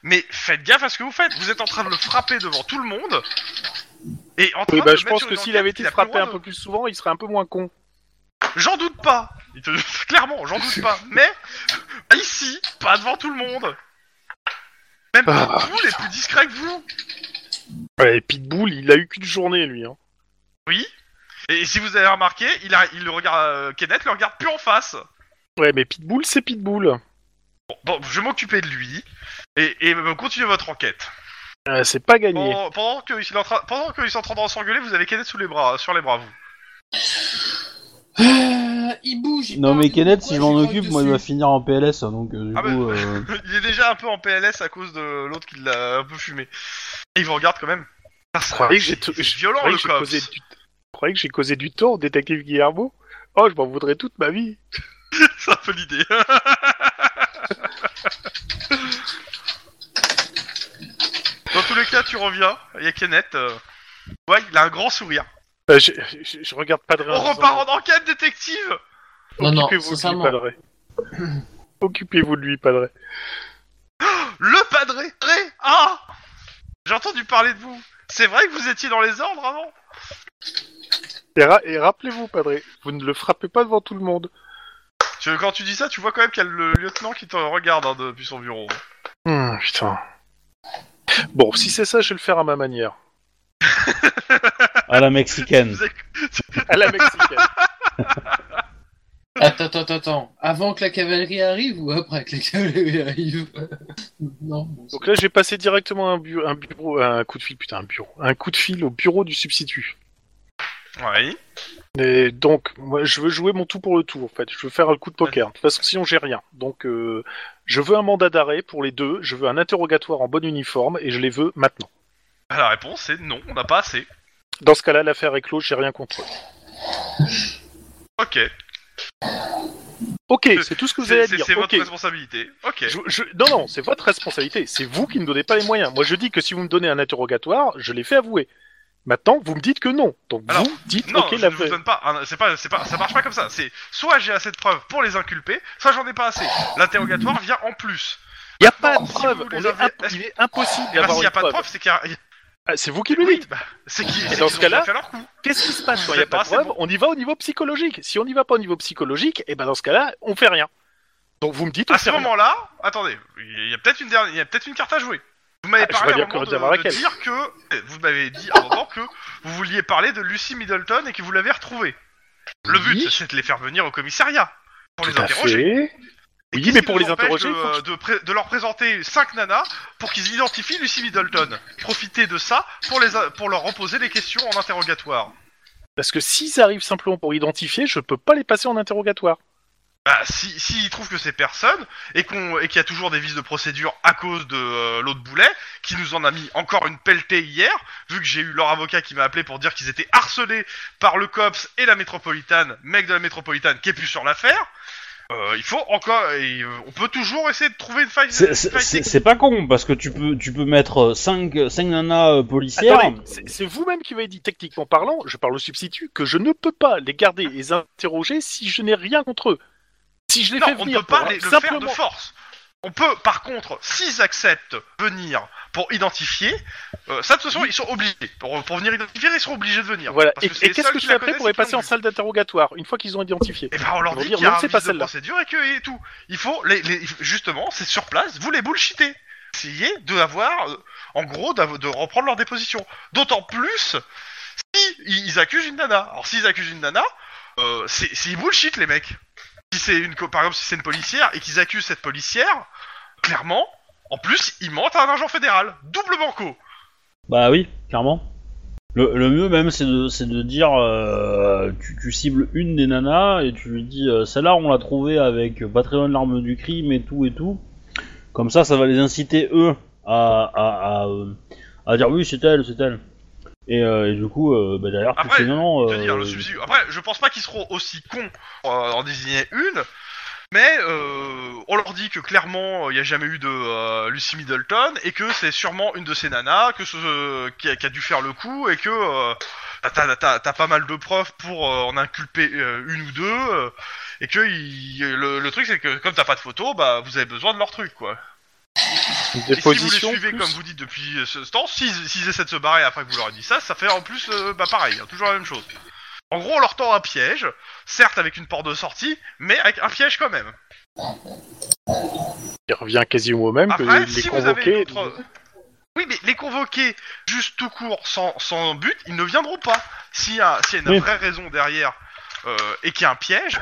[SPEAKER 1] Mais faites gaffe à ce que vous faites. Vous êtes en train de le frapper devant tout le monde. Et en train
[SPEAKER 4] Oui, bah,
[SPEAKER 1] de
[SPEAKER 4] je
[SPEAKER 1] mettre
[SPEAKER 4] pense
[SPEAKER 1] sur
[SPEAKER 4] que
[SPEAKER 1] une
[SPEAKER 4] s'il
[SPEAKER 1] enquête
[SPEAKER 4] avait été
[SPEAKER 1] qu'il a pris
[SPEAKER 4] frappé
[SPEAKER 1] loin
[SPEAKER 4] un
[SPEAKER 1] de-
[SPEAKER 4] peu plus souvent, il serait un peu moins con.
[SPEAKER 1] J'en doute pas. Il te- Clairement, j'en doute pas. Mais pas ici, pas devant tout le monde. Même
[SPEAKER 4] Ah,
[SPEAKER 1] vous, les plus discrets que vous.
[SPEAKER 4] Ouais, et Pitbull, il a eu qu'une journée, lui. Hein.
[SPEAKER 1] Oui. Et si vous avez remarqué, il a, il le regarde, euh, Kenneth le regarde plus en face.
[SPEAKER 4] Ouais, mais Pitbull, c'est Pitbull.
[SPEAKER 1] Bon, bon, je vais m'occuper de lui et, et euh, continuez votre enquête.
[SPEAKER 4] Euh, c'est pas gagné.
[SPEAKER 1] Pendant, pendant que il est en train- pendant qu'ils sont en train de s'engueuler, vous avez Kenneth sous les bras, sur les bras vous.
[SPEAKER 3] Euh, il bouge. il
[SPEAKER 2] Non,
[SPEAKER 3] parle,
[SPEAKER 2] mais
[SPEAKER 3] il dit
[SPEAKER 2] Kenneth,
[SPEAKER 3] pourquoi
[SPEAKER 2] si je
[SPEAKER 3] je
[SPEAKER 2] m'en
[SPEAKER 3] lui
[SPEAKER 2] occupe,
[SPEAKER 3] croque
[SPEAKER 2] moi, il
[SPEAKER 3] dessus
[SPEAKER 2] va finir en PLS, donc euh, du
[SPEAKER 1] Ah bah.
[SPEAKER 2] coup. euh,
[SPEAKER 1] Il est déjà un peu en PLS à cause de l'autre qui l'a un peu fumé. Et il vous regarde quand même. Ah,
[SPEAKER 4] Je
[SPEAKER 1] ça-
[SPEAKER 4] croyais que j'ai
[SPEAKER 1] c'est
[SPEAKER 4] t- je
[SPEAKER 1] violent
[SPEAKER 4] croyais
[SPEAKER 1] le
[SPEAKER 4] que j'ai
[SPEAKER 1] cops.
[SPEAKER 4] causé du- je croyais que j'ai causé du tort, au détective Guillermo. Oh, je m'en voudrais toute ma vie.
[SPEAKER 1] C'est un peu l'idée. Dans tous les cas, tu reviens. Il y a Kenneth. euh, Ouais, il a un grand sourire.
[SPEAKER 4] Euh, je, je- je regarde pas de
[SPEAKER 1] On repart en enquête, détective
[SPEAKER 3] Non, non,
[SPEAKER 4] Occupez-vous de lui,
[SPEAKER 3] sincèrement.
[SPEAKER 4] Padré. Occupez-vous de lui, Padré.
[SPEAKER 1] Le padré Ré Ah J'ai entendu parler de vous. C'est vrai que vous étiez dans les ordres avant
[SPEAKER 4] Et, ra- et rappelez-vous, Padré, vous ne le frappez pas devant tout le monde.
[SPEAKER 1] Tu- Quand tu dis ça, tu vois quand même qu'il y a le lieutenant qui te regarde hein, depuis son bureau. Hmm,
[SPEAKER 4] Hum, putain. Bon, si c'est ça, je vais le faire à ma manière.
[SPEAKER 2] à la mexicaine.
[SPEAKER 1] Vous êtes-
[SPEAKER 4] À la mexicaine.
[SPEAKER 3] Attends, attends, attends, attends. Avant que la cavalerie arrive ou après que la cavalerie arrive Non. bon, c'est-
[SPEAKER 4] Donc là, j'ai passé directement un, bu- un bureau, un coup de fil, putain, un bureau, un coup de fil au bureau du substitut.
[SPEAKER 1] Ouais.
[SPEAKER 4] Et donc, moi, je veux jouer mon tout pour le tout, en fait. Je veux faire un coup de poker. De toute façon, sinon, j'ai rien. Donc, euh, je veux un mandat d'arrêt pour les deux. Je veux un interrogatoire en bon uniforme et je les veux maintenant.
[SPEAKER 1] Bah, La réponse c'est non, on n'a pas assez.
[SPEAKER 4] Dans ce cas-là, l'affaire est close. J'ai rien contre eux.
[SPEAKER 1] Ok,
[SPEAKER 4] Ok, c'est tout ce que vous avez
[SPEAKER 1] c'est c'est-
[SPEAKER 4] à dire.
[SPEAKER 1] c'est
[SPEAKER 4] Ok.
[SPEAKER 1] votre responsabilité. Ok.
[SPEAKER 4] Je- je- non, non, c'est votre responsabilité. C'est vous qui ne donnez pas les moyens. Moi, je dis que si vous me donnez un interrogatoire, je les fais avouer. Maintenant, vous me dites que non. Donc,
[SPEAKER 1] Alors,
[SPEAKER 4] vous dites,
[SPEAKER 1] Non,
[SPEAKER 4] ok,
[SPEAKER 1] je
[SPEAKER 4] la
[SPEAKER 1] ne vous donne pas. un- C'est pas, c'est pas, ça marche pas comme ça. C'est soit j'ai assez de preuves pour les inculper, soit j'en ai pas assez. L'interrogatoire vient en plus.
[SPEAKER 4] Il n'y a pas de
[SPEAKER 1] si
[SPEAKER 4] preuve.
[SPEAKER 1] vous les
[SPEAKER 4] On est
[SPEAKER 1] avez-
[SPEAKER 4] imp-
[SPEAKER 1] est-ce-
[SPEAKER 4] Il est impossible
[SPEAKER 1] Et là,
[SPEAKER 4] d'avoir
[SPEAKER 1] Ah, bah, s'il y a
[SPEAKER 4] une
[SPEAKER 1] pas de
[SPEAKER 4] preuve.
[SPEAKER 1] preuve, c'est qu'il y a.
[SPEAKER 4] Ah, c'est vous qui le
[SPEAKER 1] Oui,
[SPEAKER 4] dites.
[SPEAKER 1] bah, c'est qui
[SPEAKER 4] dans ce cas-là-
[SPEAKER 1] fait leur coup.
[SPEAKER 4] Qu'est-ce qui se passe quand il
[SPEAKER 1] Vous
[SPEAKER 4] n'y a
[SPEAKER 1] êtes
[SPEAKER 4] pas
[SPEAKER 1] pas
[SPEAKER 4] de
[SPEAKER 1] assez
[SPEAKER 4] preuve
[SPEAKER 1] bon.
[SPEAKER 4] On y va au niveau psychologique. Si on n'y va pas au niveau psychologique, et ben dans ce cas-là, on fait rien. Donc vous me dites, on
[SPEAKER 1] À ce
[SPEAKER 4] fait rien.
[SPEAKER 1] moment-là, attendez, il y a peut-être une dernière, il y a peut-être une carte à jouer. Vous m'avez
[SPEAKER 4] Ah, je
[SPEAKER 1] parlé
[SPEAKER 4] vois bien
[SPEAKER 1] à un moment
[SPEAKER 4] qu'on va savoir
[SPEAKER 1] de, de
[SPEAKER 4] laquelle.
[SPEAKER 1] dire que eh, vous m'avez dit à un moment que vous vouliez parler de Lucy Middleton et que vous l'avez retrouvée. Le
[SPEAKER 4] Oui.
[SPEAKER 1] but, c'est de les faire venir au commissariat pour les
[SPEAKER 4] Tout à
[SPEAKER 1] interroger.
[SPEAKER 4] fait.
[SPEAKER 1] Et
[SPEAKER 4] Oui,
[SPEAKER 1] qu'est-ce
[SPEAKER 4] mais
[SPEAKER 1] qui
[SPEAKER 4] pour
[SPEAKER 1] nous
[SPEAKER 4] les
[SPEAKER 1] empêche
[SPEAKER 4] interroger,
[SPEAKER 1] de,
[SPEAKER 4] il faut
[SPEAKER 1] euh, de, pré- de leur présenter 5 nanas pour qu'ils identifient Lucy Middleton. Profitez de ça pour, les a- pour leur reposer des questions en interrogatoire.
[SPEAKER 4] Parce que s'ils arrivent simplement pour identifier, je peux pas les passer en interrogatoire.
[SPEAKER 1] Bah, si, s'ils trouvent que c'est personne, et qu'on, et qu'il y a toujours des vices de procédure à cause de euh, l'autre boulet, qui nous en a mis encore une pelletée hier, vu que j'ai eu leur avocat qui m'a appelé pour dire qu'ils étaient harcelés par le COPS et la métropolitaine, mec de la métropolitaine qui est plus sur l'affaire, euh, il faut encore, et, euh, on peut toujours essayer de trouver une faille,
[SPEAKER 2] C'est-
[SPEAKER 1] une
[SPEAKER 2] C'est
[SPEAKER 1] faille
[SPEAKER 2] c'est- c'est pas con, parce que tu peux, tu peux mettre 5, cinq nanas euh, policières.
[SPEAKER 4] Attendez, c'est c'est vous-même qui m'avez dit, techniquement parlant, je parle au substitut, que je ne peux pas les garder et les interroger si je n'ai rien contre eux. Si je les fais
[SPEAKER 1] Non, on ne
[SPEAKER 4] venir
[SPEAKER 1] peut pas
[SPEAKER 4] pour un-
[SPEAKER 1] les- le faire de
[SPEAKER 4] simplement
[SPEAKER 1] force. On peut, par contre, s'ils acceptent venir pour identifier, euh, ça de toute façon, ils sont obligés. Pour, pour venir identifier, ils seront obligés de venir.
[SPEAKER 4] Voilà.
[SPEAKER 1] Parce
[SPEAKER 4] Et,
[SPEAKER 1] que c'est
[SPEAKER 4] et
[SPEAKER 1] les
[SPEAKER 4] qu'est-ce
[SPEAKER 1] seuls
[SPEAKER 4] que je
[SPEAKER 1] qui
[SPEAKER 4] fais
[SPEAKER 1] la
[SPEAKER 4] après pour
[SPEAKER 1] connaissent
[SPEAKER 4] les
[SPEAKER 1] et
[SPEAKER 4] passer
[SPEAKER 1] qui
[SPEAKER 4] en
[SPEAKER 1] l'ont
[SPEAKER 4] salle d'interrogatoire une fois qu'ils ont identifié
[SPEAKER 1] vu. Eh ben, on leur
[SPEAKER 4] Ils vont
[SPEAKER 1] dit
[SPEAKER 4] dire,
[SPEAKER 1] qu'il y a
[SPEAKER 4] non,
[SPEAKER 1] un
[SPEAKER 4] c'est
[SPEAKER 1] vice
[SPEAKER 4] pas
[SPEAKER 1] de
[SPEAKER 4] celle-là.
[SPEAKER 1] procédure et que et tout. Il faut, les, les- justement, c'est sur place, vous les bullshitez. Essayez de avoir, euh, en gros, d'avo- de reprendre leur déposition. D'autant plus si ils accusent une nana. Alors, s'ils accusent une nana, euh, c'est c'est- ils bullshit les mecs. Si c'est une, co- par exemple, si c'est une policière et qu'ils accusent cette policière, clairement, en plus, ils mentent à un agent fédéral. Double banco.
[SPEAKER 2] Bah oui, clairement. Le, le mieux même, c'est de, c'est de dire, euh, tu, tu cibles une des nanas et tu lui dis, euh, celle-là, on l'a trouvée avec euh, Patreon, l'arme du crime et tout et tout. Comme ça, ça va les inciter eux à, à, à, euh, à dire oui, c'est elle, c'est elle. Et, euh, et du coup, euh, bah, derrière, tu
[SPEAKER 1] Après,
[SPEAKER 2] fais non, non.
[SPEAKER 1] Je veux dire,
[SPEAKER 2] euh,
[SPEAKER 1] hein, le substitut. Après, je pense pas qu'ils seront aussi cons pour, euh, en désigner une, mais euh, on leur dit que clairement, il n'y a jamais eu de euh, Lucy Middleton et que c'est sûrement une de ces nanas que ce, euh, qui, a, qui a dû faire le coup et que euh, t'as- t'as t'as pas mal de preuves pour euh, en inculper euh, une ou deux. euh, et que il- le, le truc, c'est que comme t'as pas de photo, bah vous avez besoin de leur truc, quoi.
[SPEAKER 4] Des
[SPEAKER 1] Et si
[SPEAKER 4] positions.
[SPEAKER 1] vous les suivez
[SPEAKER 4] plus
[SPEAKER 1] comme vous dites depuis euh, ce ce temps, s'ils s'ils essaient de se barrer après que vous leur avez dit ça, ça fait en plus euh, bah pareil, hein, toujours la même chose. En gros, on leur tend un piège, certes avec une porte de sortie, mais avec un piège quand même.
[SPEAKER 4] Il revient quasiment au même que
[SPEAKER 1] Après,
[SPEAKER 4] les
[SPEAKER 1] si vous avez
[SPEAKER 4] convoqués.
[SPEAKER 1] une autre- Oui, mais les convoquer juste tout court, sans, sans but, ils ne viendront pas. S'il y, a s'il y a une
[SPEAKER 2] Oui.
[SPEAKER 1] vraie raison derrière euh, et qu'il y a un piège,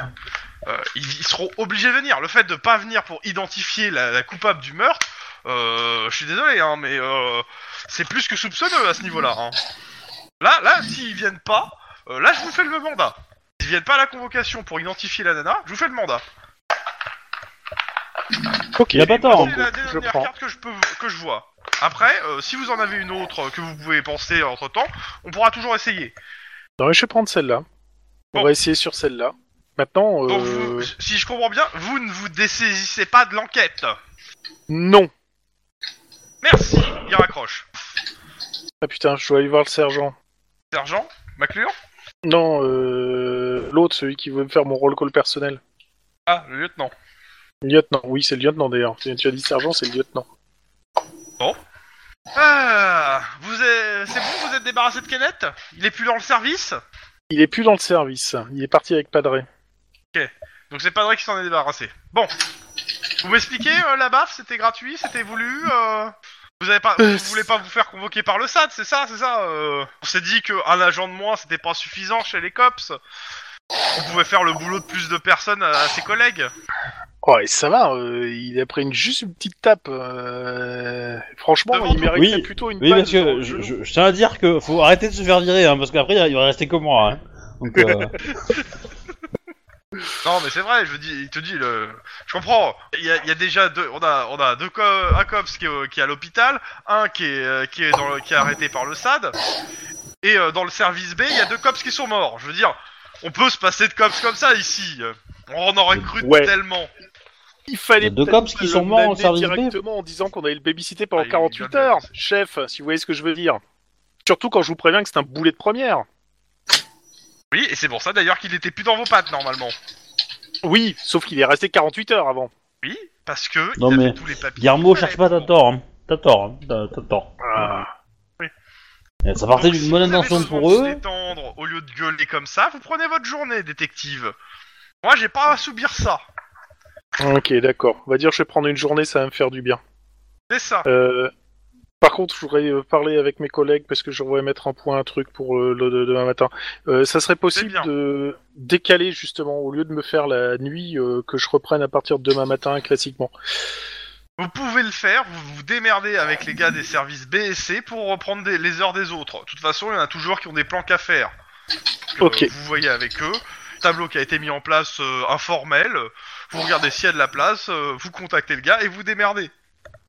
[SPEAKER 1] euh, ils, ils seront obligés de venir. Le fait de pas venir pour identifier la, la coupable du meurtre, euh, je suis désolé, hein, mais euh, c'est plus que soupçonneux à ce niveau-là. hein. Là, là, s'ils viennent pas, euh, là, je vous fais le mandat. S'ils viennent pas à la convocation pour identifier la nana, je vous fais le mandat.
[SPEAKER 4] Ok.
[SPEAKER 2] Il a pas tort. hein.
[SPEAKER 1] C'est la
[SPEAKER 4] je
[SPEAKER 1] dernière
[SPEAKER 4] prends.
[SPEAKER 1] carte que je, peux, que je vois. Après, euh, si vous en avez une autre euh, que vous pouvez penser entre temps, on pourra toujours essayer.
[SPEAKER 4] Non, mais je vais prendre celle-là. On
[SPEAKER 1] Bon.
[SPEAKER 4] va essayer sur celle-là. Maintenant,
[SPEAKER 1] Donc,
[SPEAKER 4] euh,
[SPEAKER 1] vous- si je comprends bien, vous ne vous dessaisissez pas de l'enquête.
[SPEAKER 4] non.
[SPEAKER 1] Merci, il raccroche.
[SPEAKER 4] Ah putain, je dois aller voir le sergent.
[SPEAKER 1] Sergent, McClure
[SPEAKER 4] Non, euh, l'autre, celui qui veut me faire mon roll call personnel.
[SPEAKER 1] Ah, le lieutenant.
[SPEAKER 4] Lieutenant, oui, c'est le lieutenant d'ailleurs. Tu tu as dit sergent, c'est le lieutenant.
[SPEAKER 1] Ah, vous êtes- c'est bon, vous êtes débarrassé de Kenneth Il est plus dans le service
[SPEAKER 4] Il est plus dans le service. Il est parti avec Padré.
[SPEAKER 1] Donc c'est pas vrai qu'il s'en est débarrassé. Bon. Vous m'expliquez, euh, la baffe, c'était gratuit, c'était voulu euh, Vous avez pas, vous voulez pas vous faire convoquer par le SAD, c'est ça, c'est ça euh, On s'est dit qu'un agent de moins, c'était pas suffisant chez les cops. On pouvait faire le boulot de plus de personnes à, à ses collègues.
[SPEAKER 4] Ouais, ça va. euh, il a pris une, juste une petite tape. euh, Franchement,
[SPEAKER 1] Devant
[SPEAKER 4] il
[SPEAKER 1] tout-
[SPEAKER 4] mériterait
[SPEAKER 2] Oui.
[SPEAKER 4] plutôt une
[SPEAKER 2] Oui,
[SPEAKER 4] balle
[SPEAKER 2] parce
[SPEAKER 4] dans
[SPEAKER 2] que
[SPEAKER 4] le
[SPEAKER 2] je,
[SPEAKER 4] genou.
[SPEAKER 2] je- je tiens à dire que faut arrêter de se faire virer, hein, parce qu'après il va rester que moi. Hein. Donc, euh,
[SPEAKER 1] Non, mais c'est vrai, je veux dire, il te dit, le... je comprends. Il y a, il y a déjà deux, on a, on a deux co- un cops qui est, au- qui est à l'hôpital, un qui est, euh, qui est dans le- qui est arrêté par le SAD, et euh, dans le service B, il y a deux cops qui sont morts. Je veux dire, on peut se passer de cops comme ça ici. On en aurait cru
[SPEAKER 4] Ouais.
[SPEAKER 1] tellement.
[SPEAKER 4] Il
[SPEAKER 2] Il y
[SPEAKER 4] fallait
[SPEAKER 2] a deux
[SPEAKER 4] peut-être
[SPEAKER 2] cops qui
[SPEAKER 4] le
[SPEAKER 2] sont morts en
[SPEAKER 4] l'amener
[SPEAKER 2] service B.
[SPEAKER 4] directement en disant qu'on allait le babysitter pendant
[SPEAKER 1] Ah, il-
[SPEAKER 4] 48
[SPEAKER 1] il a-
[SPEAKER 4] heures. Chef, si vous voyez ce que je veux dire. Surtout quand je vous préviens que c'est un boulet de première.
[SPEAKER 1] Oui, et c'est pour ça d'ailleurs qu'il était plus dans vos pattes normalement.
[SPEAKER 4] Oui, sauf qu'il est resté 48 heures avant.
[SPEAKER 1] Oui, parce que
[SPEAKER 2] Non,
[SPEAKER 1] il avait
[SPEAKER 2] mais
[SPEAKER 1] tous les papiers.
[SPEAKER 2] Guillermo,
[SPEAKER 1] qu'il
[SPEAKER 2] cherche pas
[SPEAKER 1] fallait.
[SPEAKER 2] ta tort. Hein. T'as tort, hein. T'as- t'as tort. Et Eh, Ça partait
[SPEAKER 1] Donc,
[SPEAKER 2] d'une
[SPEAKER 1] Ah. si
[SPEAKER 2] bonne
[SPEAKER 1] vous avez
[SPEAKER 2] intention
[SPEAKER 1] besoin
[SPEAKER 2] pour
[SPEAKER 1] de se
[SPEAKER 2] eux.
[SPEAKER 1] détendre, au lieu de gueuler comme ça, vous prenez votre journée, détective. Moi, j'ai pas à subir ça.
[SPEAKER 4] Ok, d'accord. On va dire que je vais prendre une journée, ça va me faire du bien.
[SPEAKER 1] C'est ça.
[SPEAKER 4] Euh, par contre, je voudrais euh, parler avec mes collègues parce que je voudrais mettre en point un truc pour euh, le, de- demain matin. Euh, ça serait possible
[SPEAKER 1] bien.
[SPEAKER 4] de décaler justement, au lieu de me faire la nuit, euh, que je reprenne à partir de demain matin classiquement.
[SPEAKER 1] Vous pouvez le faire, vous vous démerdez avec les gars des services B et C pour reprendre des- les heures des autres. De toute façon, il y en a toujours qui ont des planques à faire. Donc, euh,
[SPEAKER 4] Ok.
[SPEAKER 1] vous voyez avec eux, tableau qui a été mis en place euh, informel, vous regardez s'il y a de la place, euh, vous contactez le gars et vous démerdez.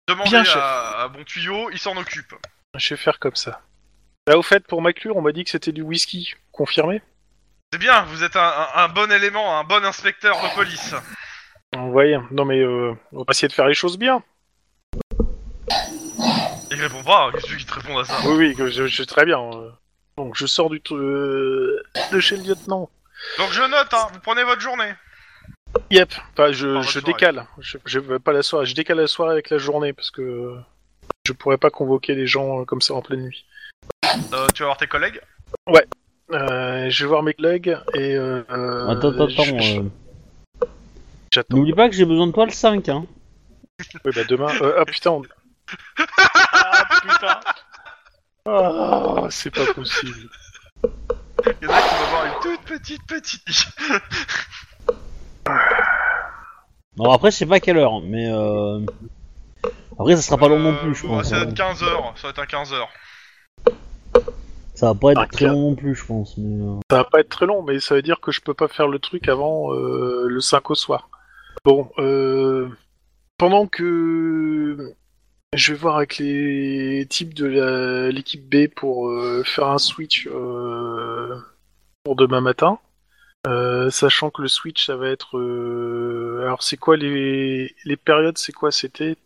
[SPEAKER 1] Demandez
[SPEAKER 4] Bien, chef.
[SPEAKER 1] à, à Bon Tuyau, il s'en occupe.
[SPEAKER 4] Je vais faire comme ça. Là, au fait, pour Maclure, on m'a dit que c'était du whisky. Confirmé
[SPEAKER 1] C'est bien, vous êtes un, un- un bon élément, un bon inspecteur de police.
[SPEAKER 4] Vous voyez, non mais euh, on va essayer de faire les choses bien.
[SPEAKER 1] Il répond pas, qu'est-ce que tu veux qu'il te réponde à ça
[SPEAKER 4] Oui, oui, que je, je- très bien. euh. Donc, je sors du tru- euh, de chez le lieutenant.
[SPEAKER 1] Donc je note, hein, vous prenez votre journée.
[SPEAKER 4] Yep, enfin,
[SPEAKER 1] Par
[SPEAKER 4] je,
[SPEAKER 1] votre
[SPEAKER 4] je
[SPEAKER 1] soirée.
[SPEAKER 4] décale. Je, je veux pas la soirée, je décale la soirée avec la journée parce que euh, je pourrais pas convoquer les gens euh, comme ça en pleine nuit.
[SPEAKER 1] Euh, tu vas voir tes collègues
[SPEAKER 4] Euh, je vais voir mes collègues et euh, euh,
[SPEAKER 2] Attends, attends,
[SPEAKER 4] je-
[SPEAKER 2] attends.
[SPEAKER 4] je-
[SPEAKER 2] euh,
[SPEAKER 4] j'attends.
[SPEAKER 2] N'oublie pas que j'ai besoin de toi le 5. Hein.
[SPEAKER 4] Oui, bah, demain. euh, ah putain. on- ah putain. Ah, c'est pas possible.
[SPEAKER 1] Il y en a qui vont avoir une toute petite petite.
[SPEAKER 2] Alors après, je sais pas quelle heure, mais euh... après, ça sera Ah, pas long non
[SPEAKER 1] Euh,
[SPEAKER 2] plus, je
[SPEAKER 1] bon,
[SPEAKER 2] pense.
[SPEAKER 1] Ça va
[SPEAKER 2] hein.
[SPEAKER 1] être 15h, ça va être un 15h.
[SPEAKER 2] Ça va pas
[SPEAKER 4] Ah,
[SPEAKER 2] être très long non plus, je pense. Mais euh,
[SPEAKER 4] Ça va pas être très long, mais ça veut dire que je peux pas faire le truc avant euh, le 5 au soir. Bon, euh, pendant que je vais voir avec les types de la- l'équipe B pour euh, faire un switch euh, pour demain matin, euh, sachant que le switch ça va être. euh, Alors c'est quoi les, les périodes C'est quoi C'était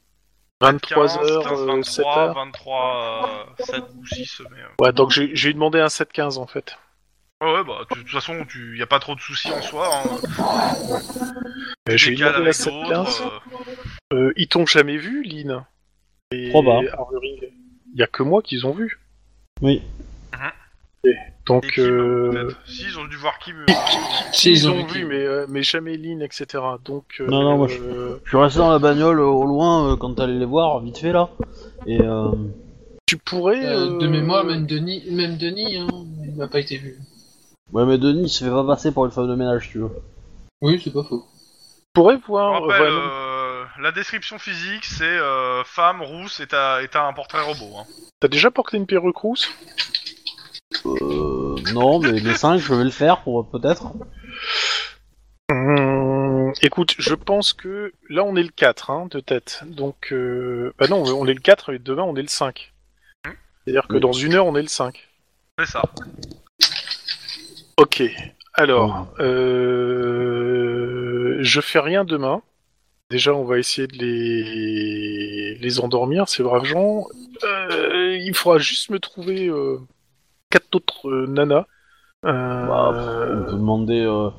[SPEAKER 4] 23
[SPEAKER 1] 15,
[SPEAKER 4] heures,
[SPEAKER 1] 15,
[SPEAKER 4] euh, 7
[SPEAKER 1] 23,
[SPEAKER 4] heures.
[SPEAKER 1] 23, euh, 7 ou 6, mais... euh,
[SPEAKER 4] Ouais, donc j'ai j'ai demandé un 7-15 en fait.
[SPEAKER 1] Ouais, ouais, bah, tu- de toute façon, il n'y a pas trop de soucis en soi. Hein.
[SPEAKER 4] J'ai
[SPEAKER 1] Décale
[SPEAKER 4] demandé un
[SPEAKER 1] avec
[SPEAKER 4] 7-15.
[SPEAKER 1] d'autres, euh,
[SPEAKER 4] Euh, ils t'ont jamais vu, Lynn Et
[SPEAKER 2] Probas.
[SPEAKER 4] Armory, Il y a que moi qu'ils ont vu.
[SPEAKER 2] Oui.
[SPEAKER 4] Et
[SPEAKER 1] Et
[SPEAKER 4] donc,
[SPEAKER 1] Kim,
[SPEAKER 4] euh,
[SPEAKER 1] peut-être. Si, ils ont dû voir Kim. euh,
[SPEAKER 3] Si,
[SPEAKER 4] ils ont vu, mais, euh, mais jamais Lynn, etc. Donc, euh,
[SPEAKER 2] Non, non, moi, je-
[SPEAKER 4] euh,
[SPEAKER 2] Je suis resté dans la bagnole euh, au loin euh, quand t'allais les voir, vite fait là. Et euh,
[SPEAKER 4] tu pourrais.
[SPEAKER 3] Euh, de
[SPEAKER 4] euh,
[SPEAKER 3] mémoire, même Denis, même Denis hein, il n'a pas été vu.
[SPEAKER 2] ouais, mais Denis il se fait pas passer pour une femme de ménage, tu veux.
[SPEAKER 3] Oui, c'est pas faux.
[SPEAKER 4] Tu pourrais
[SPEAKER 1] je
[SPEAKER 3] Ah,
[SPEAKER 4] voir.
[SPEAKER 3] bah,
[SPEAKER 1] rappelle,
[SPEAKER 4] ouais, non,
[SPEAKER 1] euh, la description physique, c'est euh, femme, rousse, et t'as et t'as un portrait robot. hein.
[SPEAKER 4] T'as déjà porté une perruque rousse
[SPEAKER 2] Euh, non, mais les 5, je vais le faire pour peut-être.
[SPEAKER 4] Hum, Écoute, je pense que là on est le 4 hein, de tête. Donc, euh, bah non, on est le 4 et demain on est le 5.
[SPEAKER 3] Hein
[SPEAKER 4] C'est-à-dire que
[SPEAKER 2] Oui.
[SPEAKER 4] dans une heure on est le 5.
[SPEAKER 1] C'est ça.
[SPEAKER 4] Ok, alors, euh, je fais rien demain. Déjà, on va essayer de les, les endormir, ces braves gens. Euh, il faudra juste me trouver euh, quatre autres euh, nanas. Euh,
[SPEAKER 2] Bah, pff, on peut demander. euh,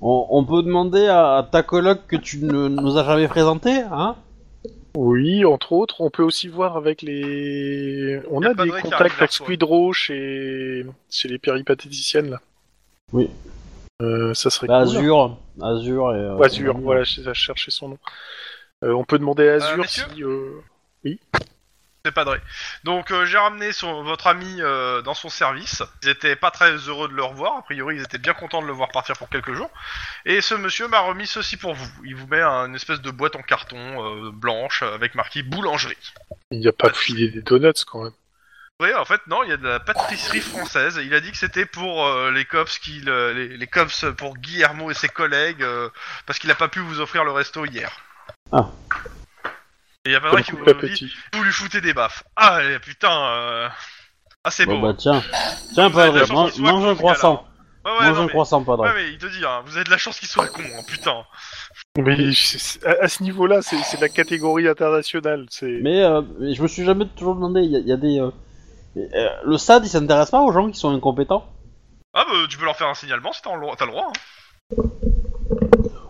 [SPEAKER 2] On, on peut demander à, à ta coloc que tu ne nous as jamais présenté, hein
[SPEAKER 4] Oui, entre autres. On peut aussi voir avec les. On
[SPEAKER 1] Y a
[SPEAKER 4] a
[SPEAKER 1] pas
[SPEAKER 4] des
[SPEAKER 1] de hein. récap,
[SPEAKER 4] contacts avec
[SPEAKER 1] Merceau.
[SPEAKER 4] Squidrow chez... chez les péripatéticiennes, là.
[SPEAKER 2] Oui.
[SPEAKER 4] Euh, ça serait
[SPEAKER 2] Bah,
[SPEAKER 4] cool.
[SPEAKER 2] Azur, Azur et. euh,
[SPEAKER 4] Ou Azur, voilà, je je cherchais son nom. Euh, on peut demander à Azur
[SPEAKER 1] messieurs
[SPEAKER 4] si. euh,
[SPEAKER 1] C'est pas vrai. Donc euh, j'ai ramené son, votre ami euh, dans son service. Ils étaient pas très heureux de le revoir. A priori, ils étaient bien contents de le voir partir pour quelques jours. Et ce monsieur m'a remis ceci pour vous. Il vous met un- une espèce de boîte en carton euh, blanche avec marqué boulangerie.
[SPEAKER 4] Il n'y a pas filé des donuts, quand même.
[SPEAKER 1] Oui, en fait, non, il y a de la pâtisserie française. Il a dit que c'était pour euh, les cops, qu'il, euh, les, les cops pour Guillermo et ses collègues, euh, parce qu'il a pas pu vous offrir le resto hier.
[SPEAKER 2] Ah.
[SPEAKER 1] Et il y a pas
[SPEAKER 4] Comme
[SPEAKER 1] vrai qui vous,
[SPEAKER 4] coupe à
[SPEAKER 1] vous dit,
[SPEAKER 4] petit.
[SPEAKER 1] vous lui foutez des baffes. Ah, et putain, euh... ah c'est
[SPEAKER 2] Bon,
[SPEAKER 1] beau.
[SPEAKER 2] bah, tiens. Tiens,
[SPEAKER 1] Vous avez de la
[SPEAKER 2] Padre,
[SPEAKER 1] chance
[SPEAKER 2] mange,
[SPEAKER 1] qu'il soit
[SPEAKER 2] mange
[SPEAKER 1] con,
[SPEAKER 2] un
[SPEAKER 1] ce gars-là.
[SPEAKER 2] croissant.
[SPEAKER 1] Ouais, ouais,
[SPEAKER 2] mange
[SPEAKER 1] non,
[SPEAKER 2] un
[SPEAKER 1] mais...
[SPEAKER 2] croissant, Padre.
[SPEAKER 1] ouais, mais il te dit, hein, vous avez de la chance qu'il soit con, hein, putain.
[SPEAKER 4] Mais c'est- c'est- à, à ce niveau-là, c'est c'est de la catégorie internationale. C'est.
[SPEAKER 2] Mais, euh, mais je me suis jamais toujours demandé, il y, a- il y a des... euh, euh, le SAD, il s'intéresse pas aux gens qui sont incompétents
[SPEAKER 1] Ah bah, tu peux leur faire un signalement si t'as le droit. t'as le droit, hein.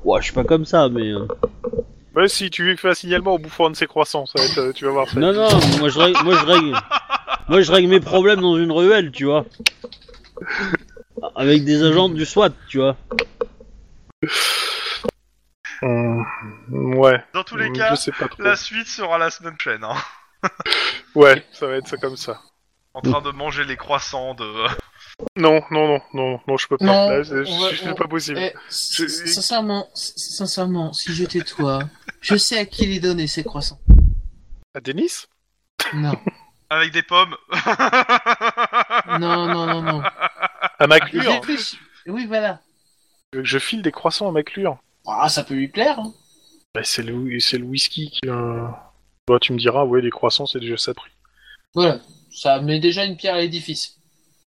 [SPEAKER 2] Ouais, je suis pas comme ça, mais... euh,
[SPEAKER 4] Ouais, si tu veux faire un signalement au bouffant de ses croissants, ça va être, euh, tu vas voir. ça.
[SPEAKER 2] Non, non, moi je règle... Moi je règle, moi, je règle mes problèmes dans une ruelle, tu vois. Avec des agents du SWAT, tu vois.
[SPEAKER 4] Hum, ouais.
[SPEAKER 1] Dans tous les
[SPEAKER 4] Hum,
[SPEAKER 1] cas,
[SPEAKER 4] je sais pas trop.
[SPEAKER 1] la suite sera la semaine prochaine, hein.
[SPEAKER 4] Ouais, ça va être ça comme ça.
[SPEAKER 1] En train de manger les croissants de... euh,
[SPEAKER 4] Non, non, non, non, non, je peux pas.
[SPEAKER 3] Non,
[SPEAKER 4] Là, c'est-
[SPEAKER 3] on va-
[SPEAKER 4] je- je-
[SPEAKER 3] on-
[SPEAKER 4] c'est pas possible.
[SPEAKER 3] Eh,
[SPEAKER 4] Je-
[SPEAKER 3] s- sincèrement, s- sincèrement, si j'étais toi, je sais à qui les donner ces croissants.
[SPEAKER 4] À Denis
[SPEAKER 3] Non,
[SPEAKER 1] Avec des pommes.
[SPEAKER 3] non, non, non, non.
[SPEAKER 1] Ah,
[SPEAKER 4] À Maclure
[SPEAKER 3] Réfléchis. Oui, voilà.
[SPEAKER 4] Tu veux que Ah, Je file des croissants à Maclure.
[SPEAKER 3] Ah, ça peut lui plaire. hein.
[SPEAKER 4] Bah, c'est le, c'est le whisky qui. euh, Bah, tu me diras, ouais, les croissants, c'est déjà ça de prix.
[SPEAKER 3] Voilà, ça met déjà une pierre à l'édifice.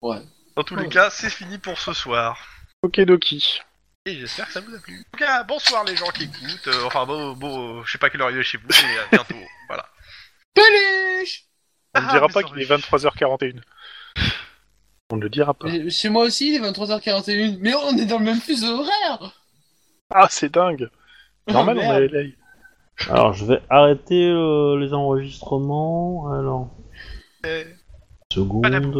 [SPEAKER 3] Ouais.
[SPEAKER 1] Dans tous les cas, c'est fini pour ce soir.
[SPEAKER 4] Ok, Doki.
[SPEAKER 1] Et j'espère que ça vous a plu. En tout cas, bonsoir les gens qui écoutent. Euh, enfin, bon, bon, euh, je sais pas quelle heure il est chez vous, mais à bientôt. voilà.
[SPEAKER 3] Peluche
[SPEAKER 4] On ne
[SPEAKER 1] Ah,
[SPEAKER 4] dira
[SPEAKER 1] mais
[SPEAKER 4] pas
[SPEAKER 1] ça
[SPEAKER 4] qu'il est
[SPEAKER 1] aurait-
[SPEAKER 4] 23h41. On ne le dira pas.
[SPEAKER 3] Mais Chez moi aussi, il est 23h41, mais on est dans le même fuseau horaire
[SPEAKER 4] Ah, c'est dingue Normal,
[SPEAKER 3] Oh,
[SPEAKER 4] on
[SPEAKER 3] merde.
[SPEAKER 4] est à LA.
[SPEAKER 2] Alors, je vais arrêter euh, les enregistrements. Alors,
[SPEAKER 1] Euh,
[SPEAKER 2] seconde...